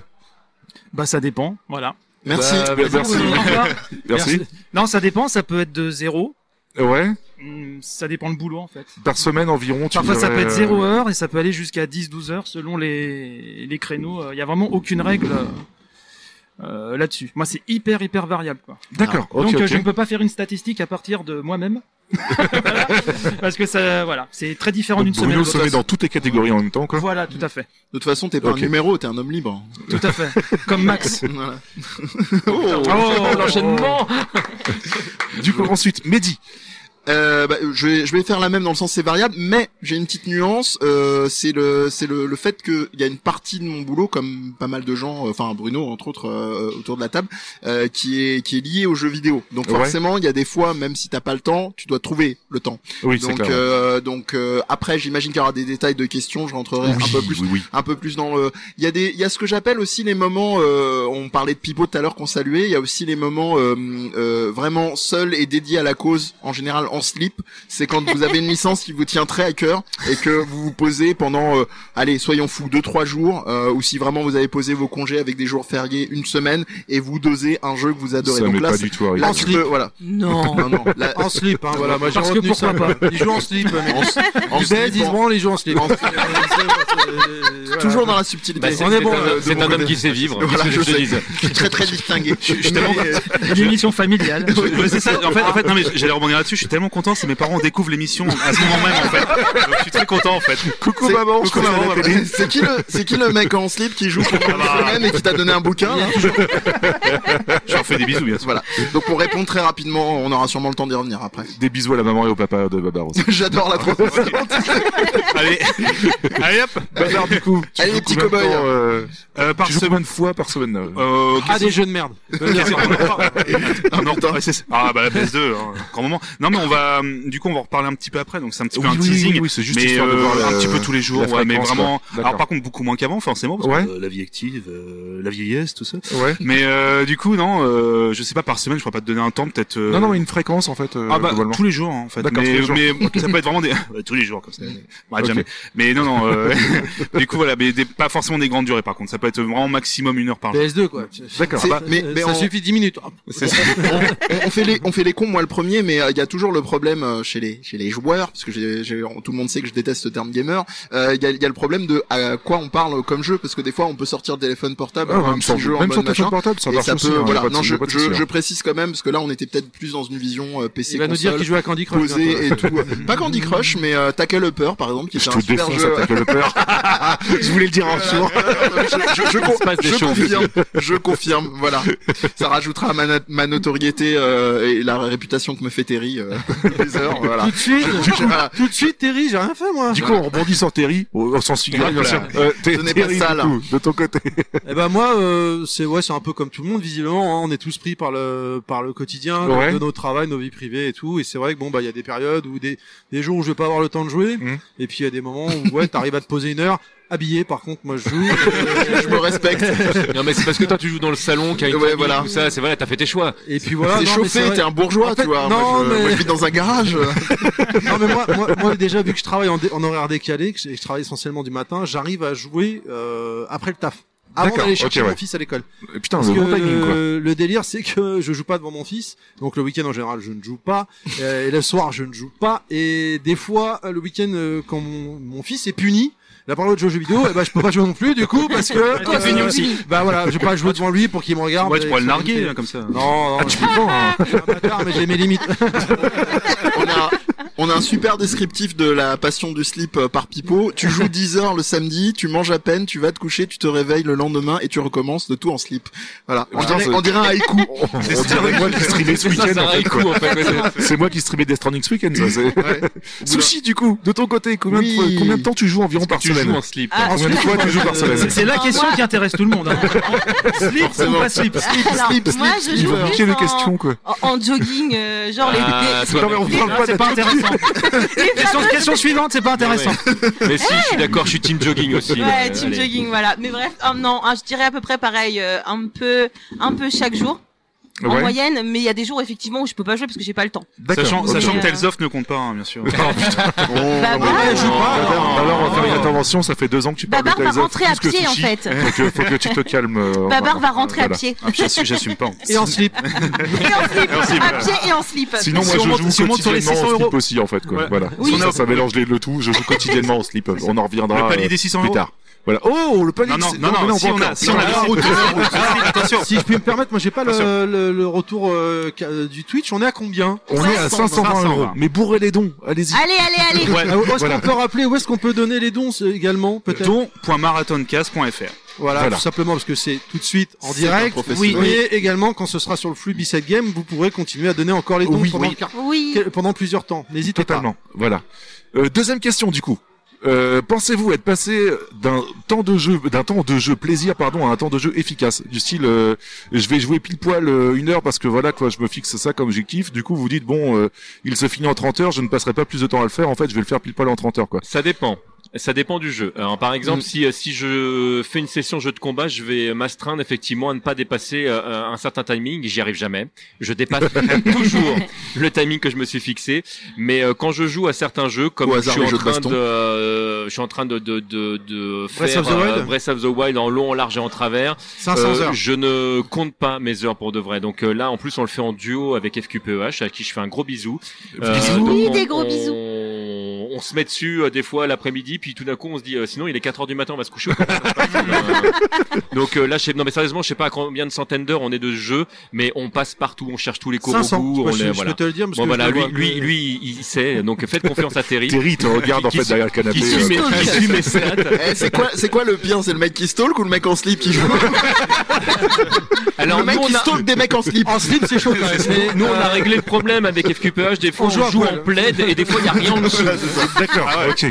[SPEAKER 8] Bah, ça dépend. Voilà.
[SPEAKER 3] Merci.
[SPEAKER 2] Bah, bah, merci.
[SPEAKER 8] Au revoir.
[SPEAKER 2] Merci.
[SPEAKER 8] Non, ça dépend. Ça peut être de zéro.
[SPEAKER 2] Ouais.
[SPEAKER 8] Hmm, Ça dépend le boulot en fait.
[SPEAKER 2] Par semaine environ. Tu
[SPEAKER 8] Parfois, ça
[SPEAKER 2] dirais,
[SPEAKER 8] peut être
[SPEAKER 2] euh,
[SPEAKER 8] 0 heure et ça peut aller jusqu'à 10-12 heures selon les, les créneaux. Il n'y a vraiment aucune règle euh, euh, là-dessus. Moi, c'est hyper, hyper variable. Quoi.
[SPEAKER 2] D'accord. ok,
[SPEAKER 8] Donc, euh,
[SPEAKER 2] ok.
[SPEAKER 8] je ne peux pas faire une statistique à partir de
[SPEAKER 2] [laughs]
[SPEAKER 8] moi-même. Voilà. Parce que ça, voilà, c'est très différent
[SPEAKER 2] Donc,
[SPEAKER 8] d'une semaine à
[SPEAKER 2] Bruno
[SPEAKER 8] l'autre.
[SPEAKER 2] sommet dans toutes les catégories en même temps, quoi.
[SPEAKER 8] Voilà, tout à fait.
[SPEAKER 3] De toute façon, t'es pas
[SPEAKER 2] Ok.
[SPEAKER 3] un numéro, t'es un homme libre.
[SPEAKER 2] [laughs]
[SPEAKER 8] Tout à fait. Comme Max.
[SPEAKER 3] Voilà.
[SPEAKER 7] Oh, l'enchaînement.
[SPEAKER 2] Du coup, ensuite, Mehdi.
[SPEAKER 3] Euh, bah, je, vais, je vais faire la même dans le sens c'est variable, mais j'ai une petite nuance. Euh, c'est le c'est le, le fait que il y a une partie de mon boulot, comme pas mal de gens, euh, enfin Bruno entre autres euh, autour de la table, euh, qui est qui est lié aux jeux vidéo. Donc
[SPEAKER 2] Ouais.
[SPEAKER 3] forcément, il y a des fois, même si t'as pas le temps, tu dois trouver le temps.
[SPEAKER 2] Oui, c'est
[SPEAKER 3] donc
[SPEAKER 2] clair.
[SPEAKER 3] euh, donc euh, après, j'imagine qu'il y aura des détails de questions. Je rentrerai
[SPEAKER 2] oui,
[SPEAKER 3] un peu plus
[SPEAKER 2] oui, oui.
[SPEAKER 3] un peu plus dans le il y a des il y a ce que j'appelle aussi les moments euh, on parlait de Pipo tout à l'heure qu'on saluait il y a aussi les moments euh, euh, vraiment seuls et dédiés à la cause en général en slip, c'est quand vous avez une licence qui vous tient très à cœur et que vous vous posez pendant, euh, allez, soyons fous, deux trois jours, euh, ou si vraiment vous avez posé vos congés avec des jours fériés, une semaine, et vous dosez un jeu que vous adorez.
[SPEAKER 2] Ça
[SPEAKER 3] Donc
[SPEAKER 2] m'est
[SPEAKER 3] là,
[SPEAKER 2] pas
[SPEAKER 3] c'est-
[SPEAKER 2] du tout arrivé.
[SPEAKER 3] là,
[SPEAKER 5] En
[SPEAKER 3] tu
[SPEAKER 5] slip.
[SPEAKER 3] peux- voilà.
[SPEAKER 4] Non.
[SPEAKER 3] Non, non, là,
[SPEAKER 5] En slip, hein, voilà, moi j'ai
[SPEAKER 8] Parce que
[SPEAKER 5] retenu ça.
[SPEAKER 8] pourquoi
[SPEAKER 5] Ils jouent en slip, mais
[SPEAKER 3] en- en
[SPEAKER 5] en
[SPEAKER 3] slip,
[SPEAKER 5] ils
[SPEAKER 3] en-
[SPEAKER 5] se branlent, ils jouent en slip.
[SPEAKER 3] en-
[SPEAKER 5] C'est- c'est-
[SPEAKER 8] euh,
[SPEAKER 2] [laughs]
[SPEAKER 5] voilà.
[SPEAKER 3] toujours dans la subtilité.
[SPEAKER 7] Bah, c'est
[SPEAKER 5] On est
[SPEAKER 7] c'est
[SPEAKER 5] bon,
[SPEAKER 7] un,
[SPEAKER 5] euh, de
[SPEAKER 7] c'est
[SPEAKER 3] mon
[SPEAKER 7] un homme
[SPEAKER 3] côté.
[SPEAKER 7] qui sait vivre. qu'est-ce
[SPEAKER 3] Voilà,
[SPEAKER 7] que
[SPEAKER 3] je
[SPEAKER 7] je te
[SPEAKER 3] sais.
[SPEAKER 7] dise
[SPEAKER 3] je suis très très distingué. Mais, euh,
[SPEAKER 8] L'émission familiale.
[SPEAKER 6] Ouais, c'est ça. En fait, en fait, non mais j'allais rebondir là-dessus. Je suis tellement content, c'est mes parents découvrent l'émission à ce moment même en fait. Donc, je suis très content en fait.
[SPEAKER 2] Coucou
[SPEAKER 3] c'est-
[SPEAKER 2] maman, je
[SPEAKER 3] coucou,
[SPEAKER 2] crois
[SPEAKER 3] maman,
[SPEAKER 2] à la
[SPEAKER 3] voilà.
[SPEAKER 2] télé.
[SPEAKER 3] C'est qui le, c'est qui le mec en slip qui joue pendant une
[SPEAKER 6] Ah bah.
[SPEAKER 3] semaine et qui t'a donné un bouquin là
[SPEAKER 6] Je leur fais des bisous bien sûr.
[SPEAKER 3] Voilà. Donc pour répondre très rapidement, on aura sûrement le temps d'y revenir après. [laughs]
[SPEAKER 2] Des bisous à la maman et au papa de Babaros.
[SPEAKER 3] J'adore
[SPEAKER 2] Ah,
[SPEAKER 3] la trop.
[SPEAKER 2] [laughs]
[SPEAKER 6] Allez, allez hop.
[SPEAKER 2] Babar, du coup. tu
[SPEAKER 3] Allez,
[SPEAKER 2] joues
[SPEAKER 3] les petits
[SPEAKER 2] combien de
[SPEAKER 3] cow-boys.
[SPEAKER 2] temps, euh,
[SPEAKER 6] Euh, par
[SPEAKER 2] Tu joues
[SPEAKER 6] semaine.
[SPEAKER 2] combien de fois par semaine euh
[SPEAKER 6] Euh,
[SPEAKER 5] Ah, des jeux de merde.
[SPEAKER 6] qu'est-ce qu'on en parle Non, ouais, c'est ça. Ah bah la PS2, hein, grand moment. Non mais on va, hum, du coup on va en reparler un petit peu après, donc c'est un petit peu un teasing.
[SPEAKER 2] c'est juste
[SPEAKER 6] mais
[SPEAKER 2] histoire de
[SPEAKER 6] euh,
[SPEAKER 2] voir la-
[SPEAKER 6] un petit peu tous les jours,
[SPEAKER 2] la
[SPEAKER 6] ouais, mais
[SPEAKER 2] fréquence,
[SPEAKER 6] vraiment.
[SPEAKER 2] quoi. D'accord.
[SPEAKER 6] Alors par contre beaucoup moins qu'avant forcément, parce
[SPEAKER 2] Ouais.
[SPEAKER 6] que euh, la vie active, euh, la vieillesse, tout ça.
[SPEAKER 2] Ouais.
[SPEAKER 6] Mais euh, du coup non, euh, je sais pas par semaine, je pourrais pas te donner un temps peut-être. euh,
[SPEAKER 2] Non, non, mais une fréquence en fait. euh,
[SPEAKER 6] ah bah
[SPEAKER 2] globalement.
[SPEAKER 6] tous les jours en fait.
[SPEAKER 2] D'accord,
[SPEAKER 6] mais,
[SPEAKER 2] tous les [laughs] Bah,
[SPEAKER 6] mais ça peut être vraiment des Ouais, tous les jours comme ça. On arrête
[SPEAKER 2] Ok.
[SPEAKER 6] jamais. Mais non non. euh, [laughs] du coup voilà, mais des- pas forcément des grandes durées par contre. Ça peut être vraiment maximum une heure par jour.
[SPEAKER 5] PS2, quoi.
[SPEAKER 2] D'accord.
[SPEAKER 3] C'est-
[SPEAKER 2] Ah bah,
[SPEAKER 3] mais mais
[SPEAKER 5] ça
[SPEAKER 3] on,
[SPEAKER 5] suffit 10 minutes. Ah,
[SPEAKER 2] c'est ça.
[SPEAKER 3] on- on fait les on fait les cons moi le premier, mais euh, il y a toujours le problème euh, chez les chez les joueurs parce que j'ai j'ai- tout le monde sait que je déteste ce terme gamer. Euh, Il y, a, il y a le problème de à quoi on parle comme jeu parce que des fois on peut sortir le téléphone portable,
[SPEAKER 2] Ah,
[SPEAKER 3] avoir un
[SPEAKER 2] même
[SPEAKER 3] petit
[SPEAKER 2] sur,
[SPEAKER 3] jeu en
[SPEAKER 2] même sur
[SPEAKER 3] mode machin.
[SPEAKER 2] téléphone portable, ça
[SPEAKER 3] Et
[SPEAKER 2] marche
[SPEAKER 3] ça
[SPEAKER 2] aussi.
[SPEAKER 3] peut,
[SPEAKER 2] hein, y a
[SPEAKER 3] voilà.
[SPEAKER 2] pas de-
[SPEAKER 3] Non,
[SPEAKER 2] y
[SPEAKER 3] je,
[SPEAKER 2] a pas de
[SPEAKER 3] je,
[SPEAKER 2] souci, hein.
[SPEAKER 3] je précise quand même parce que là, on était peut-être plus dans une vision euh, PC
[SPEAKER 5] Il va nous dire
[SPEAKER 3] console,
[SPEAKER 5] qu'il joue à Candy Crush. bientôt,
[SPEAKER 3] posée
[SPEAKER 5] là.
[SPEAKER 3] et tout.
[SPEAKER 5] [laughs]
[SPEAKER 3] Pas Candy Crush, mais euh, Tackle Upper, par exemple, qui
[SPEAKER 2] Je
[SPEAKER 3] était un
[SPEAKER 2] te
[SPEAKER 3] super
[SPEAKER 2] défonce,
[SPEAKER 3] jeu.
[SPEAKER 2] attaque le peur. [laughs] Je voulais le dire un jour.
[SPEAKER 3] je, je- je con-
[SPEAKER 7] Il se passe des
[SPEAKER 3] je
[SPEAKER 7] choses.
[SPEAKER 3] confirme, je confirme, voilà. Ça rajoutera à ma, na- ma notoriété euh, et la réputation que me fait Terry euh, [laughs] les heures,
[SPEAKER 5] [laughs]
[SPEAKER 3] voilà.
[SPEAKER 5] Tout de suite,
[SPEAKER 3] Je- je- voilà.
[SPEAKER 5] tout de suite, Terry, j'ai rien fait, moi.
[SPEAKER 4] Ah.
[SPEAKER 2] Du coup, on rebondit sur Terry, au au sens figuré, bien sûr. Euh, t'es-
[SPEAKER 3] Ce n'est pas
[SPEAKER 2] Terry,
[SPEAKER 3] ça,
[SPEAKER 2] du
[SPEAKER 3] là.
[SPEAKER 2] coup, de ton côté.
[SPEAKER 5] Eh ben moi, euh, c'est ouais, c'est un peu comme tout le monde visiblement. hein. on est tous pris par le par le quotidien,
[SPEAKER 2] Ouais.
[SPEAKER 5] de nos travails, nos vies privées et tout. Et c'est vrai que bon bah il y a des périodes ou des des jours où je vais pas avoir le temps de jouer.
[SPEAKER 2] Mhm.
[SPEAKER 5] Et puis il y a des moments où ouais, t'arrives à te poser une heure habillé. Par contre, moi je [laughs] joue.
[SPEAKER 3] Je me respecte.
[SPEAKER 7] Non, mais c'est parce que toi, tu joues dans le salon, qu'à une
[SPEAKER 3] Ouais,
[SPEAKER 7] famille,
[SPEAKER 3] voilà.
[SPEAKER 7] tout ça. C'est vrai, t'as fait tes choix.
[SPEAKER 5] Et puis voilà. non,
[SPEAKER 3] t'es
[SPEAKER 5] mais c'est
[SPEAKER 3] chauffé,
[SPEAKER 5] vrai-
[SPEAKER 3] t'es un bourgeois,
[SPEAKER 5] En fait,
[SPEAKER 3] tu vois. moi,
[SPEAKER 5] non,
[SPEAKER 3] je, moi,
[SPEAKER 5] mais-
[SPEAKER 3] je vis dans un garage.
[SPEAKER 5] non mais moi, moi, moi, déjà vu que je travaille en, dé- en horaire décalé, que je, je travaille essentiellement du matin, j'arrive à jouer euh, après le taf. Avant
[SPEAKER 2] D'accord,
[SPEAKER 5] d'aller chercher
[SPEAKER 2] ok, ouais.
[SPEAKER 5] mon fils à l'école.
[SPEAKER 2] Euh, Putain,
[SPEAKER 5] Parce
[SPEAKER 2] le
[SPEAKER 5] que
[SPEAKER 2] bon timing, quoi.
[SPEAKER 5] le, le délire, c'est que je joue pas devant mon fils. Donc le week-end en général, je ne joue pas. Euh, et le soir, je ne joue pas. Et des fois, euh, le week-end, euh, quand mon, mon fils est puni. La parole de jeu aux jeux vidéo, eh ben, je peux pas jouer non plus, du coup, parce que,
[SPEAKER 8] Toi,
[SPEAKER 5] euh,
[SPEAKER 8] puni aussi.
[SPEAKER 5] bah voilà, je vais pas jouer devant lui pour qu'il me regarde.
[SPEAKER 6] Ouais, tu
[SPEAKER 5] avec
[SPEAKER 6] pourrais le
[SPEAKER 5] son
[SPEAKER 6] narguer
[SPEAKER 5] limité.
[SPEAKER 2] hein.
[SPEAKER 6] là, comme ça.
[SPEAKER 5] Non,
[SPEAKER 2] Ah,
[SPEAKER 5] non, je suis pas, je suis un bâtard, mais j'ai mes limites.
[SPEAKER 3] on, a, on a un super descriptif de la passion du slip euh, par Pipo.
[SPEAKER 2] [laughs]
[SPEAKER 3] Tu joues 10 heures le samedi, tu manges à peine, tu vas te coucher, tu te réveilles le lendemain et tu recommences de tout en slip. Voilà. On,
[SPEAKER 2] Putain,
[SPEAKER 3] dirait,
[SPEAKER 2] c'est-
[SPEAKER 3] on dirait
[SPEAKER 2] [laughs]
[SPEAKER 3] un haïku.
[SPEAKER 2] On dirait moi qui streamais ce
[SPEAKER 7] C'est ça,
[SPEAKER 2] week-end,
[SPEAKER 7] ça
[SPEAKER 2] en fait,
[SPEAKER 7] raille
[SPEAKER 2] quoi.
[SPEAKER 7] coup, en fait.
[SPEAKER 2] [laughs]
[SPEAKER 7] Ouais, c'est-
[SPEAKER 2] C'est moi qui streamais Death Stranding ce week-end, ça. c'est-
[SPEAKER 3] Ouais.
[SPEAKER 2] [laughs] Sushi, du coup, de ton côté, combien de
[SPEAKER 3] Oui.
[SPEAKER 2] fois- combien de temps tu joues environ par
[SPEAKER 7] Tu joues
[SPEAKER 2] semaine
[SPEAKER 7] en slip.
[SPEAKER 4] Ah,
[SPEAKER 2] Combien de fois tu joues par
[SPEAKER 8] C'est
[SPEAKER 2] semaine
[SPEAKER 8] c'est la
[SPEAKER 4] Non,
[SPEAKER 8] question
[SPEAKER 4] moi-
[SPEAKER 8] qui intéresse tout le monde. hein. Slip ou
[SPEAKER 3] Forcément.
[SPEAKER 8] pas slip
[SPEAKER 4] Alors,
[SPEAKER 3] slip, slip,
[SPEAKER 4] moi, je
[SPEAKER 3] slip.
[SPEAKER 2] Ils
[SPEAKER 4] joue
[SPEAKER 2] vont niquer
[SPEAKER 4] plus
[SPEAKER 2] les
[SPEAKER 4] en-
[SPEAKER 2] questions, quoi.
[SPEAKER 4] en, en jogging, euh, genre les-
[SPEAKER 7] Ah,
[SPEAKER 4] les,
[SPEAKER 7] toi,
[SPEAKER 2] Non, mais on
[SPEAKER 8] Non,
[SPEAKER 2] parle pas
[SPEAKER 8] C'est pas
[SPEAKER 2] de
[SPEAKER 8] intéressant. question, question suivante, c'est pas
[SPEAKER 7] Ah
[SPEAKER 8] intéressant.
[SPEAKER 7] Mais si, je suis d'accord, je suis team jogging aussi.
[SPEAKER 4] Ouais,
[SPEAKER 7] Euh,
[SPEAKER 4] team
[SPEAKER 7] allez.
[SPEAKER 4] jogging, voilà. Mais bref, oh non, hein, je dirais à peu près pareil, euh, un peu, un peu chaque jour en
[SPEAKER 2] Ouais,
[SPEAKER 4] moyenne. Mais il y a des jours effectivement où je peux pas jouer parce que j'ai pas le temps.
[SPEAKER 2] d'accord.
[SPEAKER 6] Sachant,
[SPEAKER 2] ok. Oh,
[SPEAKER 6] sachant que
[SPEAKER 4] Euh,
[SPEAKER 6] Tales of ne compte pas, hein,
[SPEAKER 2] [laughs]
[SPEAKER 6] bien sûr. [laughs]
[SPEAKER 3] On-
[SPEAKER 4] Bah,
[SPEAKER 3] on-
[SPEAKER 4] voilà,
[SPEAKER 3] on-
[SPEAKER 4] je joue
[SPEAKER 3] on-
[SPEAKER 4] pas.
[SPEAKER 3] on-
[SPEAKER 2] bah, Alors, on va
[SPEAKER 6] Ah,
[SPEAKER 2] faire une intervention, ça fait deux ans que tu parles de
[SPEAKER 4] Babar va
[SPEAKER 2] Tales of,
[SPEAKER 4] rentrer à
[SPEAKER 2] plus que
[SPEAKER 4] pied en
[SPEAKER 2] Sushi.
[SPEAKER 4] fait.
[SPEAKER 2] Faut que, faut que tu te calmes. euh,
[SPEAKER 4] Babar
[SPEAKER 2] Romain.
[SPEAKER 4] va rentrer Bah, à
[SPEAKER 2] Voilà. [laughs]
[SPEAKER 4] pied.
[SPEAKER 6] Ah, j'assume, j'assume pas.
[SPEAKER 5] Et en slip.
[SPEAKER 4] Et en slip.
[SPEAKER 6] Merci,
[SPEAKER 4] à
[SPEAKER 6] voilà.
[SPEAKER 4] pied et en slip.
[SPEAKER 2] Sinon,
[SPEAKER 6] Si
[SPEAKER 2] moi,
[SPEAKER 6] on
[SPEAKER 2] je
[SPEAKER 6] monte-
[SPEAKER 2] joue
[SPEAKER 6] si on monte sur les
[SPEAKER 2] quotidiennement
[SPEAKER 6] 600
[SPEAKER 2] en slip
[SPEAKER 6] euros.
[SPEAKER 2] aussi, en fait, quoi.
[SPEAKER 6] Ouais.
[SPEAKER 2] Voilà.
[SPEAKER 4] Oui.
[SPEAKER 2] Ça, ça mélange les le tout. Je joue quotidiennement en slip. On en reviendra.
[SPEAKER 6] Le palier
[SPEAKER 2] euh,
[SPEAKER 6] des 600
[SPEAKER 2] plus
[SPEAKER 6] euros.
[SPEAKER 2] tard. Voilà. Oh, le Ah, palier.
[SPEAKER 6] Non, non,
[SPEAKER 2] c'est-
[SPEAKER 6] non,
[SPEAKER 2] mais
[SPEAKER 6] non, si
[SPEAKER 2] pas
[SPEAKER 6] on a,
[SPEAKER 2] encore.
[SPEAKER 6] si on a
[SPEAKER 2] Non,
[SPEAKER 6] le
[SPEAKER 2] non,
[SPEAKER 6] route, attention.
[SPEAKER 5] Si je puis me permettre, moi j'ai pas
[SPEAKER 6] Attention.
[SPEAKER 5] le, le, le retour euh, ca- euh, du Twitch. On est à combien
[SPEAKER 2] On est à 520 euros.
[SPEAKER 6] 520.
[SPEAKER 2] Mais bourrez les dons. Allez-y.
[SPEAKER 4] Allez,
[SPEAKER 2] [laughs]
[SPEAKER 4] allez, allez.
[SPEAKER 6] Ouais.
[SPEAKER 5] Ah, Où est-ce
[SPEAKER 2] Voilà.
[SPEAKER 5] qu'on peut rappeler Où est-ce qu'on peut donner les dons c'est également Peut-être.
[SPEAKER 6] Don.marathoncast.fr.
[SPEAKER 5] Voilà,
[SPEAKER 2] Voilà.
[SPEAKER 5] tout simplement parce que c'est tout de suite en
[SPEAKER 3] C'est un
[SPEAKER 5] direct.
[SPEAKER 3] professionnel.
[SPEAKER 5] Oui, mais également quand ce sera sur le flux B7 Game, vous pourrez continuer à donner encore les dons
[SPEAKER 2] Oui,
[SPEAKER 5] pendant,
[SPEAKER 2] oui.
[SPEAKER 5] le quart-
[SPEAKER 4] Oui.
[SPEAKER 5] quel- pendant plusieurs temps. N'hésitez pas.
[SPEAKER 2] Totalement. Voilà. Euh, deuxième question du coup. Euh, Pensez-vous être passé d'un temps de jeu, d'un temps de jeu plaisir, pardon, à un temps de jeu efficace, du style euh, je vais jouer pile poil euh, une heure parce que voilà quoi, je me fixe ça comme objectif. Du coup, vous dites bon, euh, il se finit en 30 heures, je ne passerai pas plus de temps à le faire. En fait, je vais le faire pile poil en 30 heures quoi.
[SPEAKER 7] Ça dépend. Ça dépend du jeu. Alors, par exemple,
[SPEAKER 3] Mm.
[SPEAKER 7] si euh, si je fais une session jeu de combat, je vais m'astreindre effectivement à ne pas dépasser euh, un certain timing. J'y arrive jamais. Je
[SPEAKER 3] [laughs]
[SPEAKER 7] dépasse toujours le timing que je me suis fixé. Mais euh, quand je joue à certains jeux, comme
[SPEAKER 3] Au
[SPEAKER 7] je,
[SPEAKER 3] hasard,
[SPEAKER 7] suis
[SPEAKER 3] les
[SPEAKER 7] en
[SPEAKER 3] jeux de
[SPEAKER 7] train
[SPEAKER 3] baston.
[SPEAKER 7] de, euh, je suis en train de de de, de
[SPEAKER 5] Breath
[SPEAKER 7] faire euh,
[SPEAKER 5] of the Wild
[SPEAKER 7] Breath of the Wild en long, en large et en travers,
[SPEAKER 5] 500
[SPEAKER 7] euh,
[SPEAKER 5] heures.
[SPEAKER 7] je ne compte pas mes heures pour de vrai. Donc euh, là, en plus, on le fait en duo avec FQPEH, E à qui je fais un gros bisou.
[SPEAKER 6] Bisous.
[SPEAKER 7] Euh, donc
[SPEAKER 4] Oui,
[SPEAKER 7] on-
[SPEAKER 4] des gros
[SPEAKER 7] on-
[SPEAKER 4] bisous.
[SPEAKER 7] On se met dessus euh, des fois l'après-midi, puis tout d'un coup on se dit euh, sinon il est 4 heures du matin, on va se
[SPEAKER 5] [laughs]
[SPEAKER 7] coucher. Comment ça se passe Euh, donc euh, là, je sais, non mais sérieusement, je sais pas à combien de centaines d'heures on est de ce jeu, mais on passe partout, on cherche tous les cours
[SPEAKER 5] 500.
[SPEAKER 7] au bout,
[SPEAKER 5] Moi,
[SPEAKER 7] on
[SPEAKER 5] je,
[SPEAKER 7] les-
[SPEAKER 5] je
[SPEAKER 7] voilà.
[SPEAKER 5] peux te le dire parce
[SPEAKER 7] Bon
[SPEAKER 5] que je
[SPEAKER 7] voilà,
[SPEAKER 5] le
[SPEAKER 7] lui,
[SPEAKER 5] vois.
[SPEAKER 7] lui, lui, il sait. Donc faites confiance à
[SPEAKER 5] [laughs]
[SPEAKER 7] Terry.
[SPEAKER 2] Terry, il te regarde en
[SPEAKER 7] Qui
[SPEAKER 2] fait
[SPEAKER 7] se-
[SPEAKER 2] derrière le canapé.
[SPEAKER 7] Qui suit
[SPEAKER 2] euh,
[SPEAKER 7] mes, qui suit mes stats.
[SPEAKER 3] Eh, c'est quoi, c'est quoi le pire C'est le mec qui stalk ou le mec en slip qui joue
[SPEAKER 7] Alors
[SPEAKER 3] Le mec
[SPEAKER 7] nous, on
[SPEAKER 3] qui
[SPEAKER 7] a- [laughs]
[SPEAKER 3] stalk des mecs
[SPEAKER 2] [laughs]
[SPEAKER 3] en slip.
[SPEAKER 2] Ah,
[SPEAKER 5] En slip, c'est chaud quand même. Mais,
[SPEAKER 7] Nous, on a
[SPEAKER 5] euh,
[SPEAKER 7] réglé le problème avec FQPH. Des fois,
[SPEAKER 5] On
[SPEAKER 7] on,
[SPEAKER 5] joue à
[SPEAKER 7] joue
[SPEAKER 5] poil.
[SPEAKER 7] en plaid et des fois, il n'y a
[SPEAKER 5] [laughs]
[SPEAKER 7] rien en dessous.
[SPEAKER 2] D'accord, ok.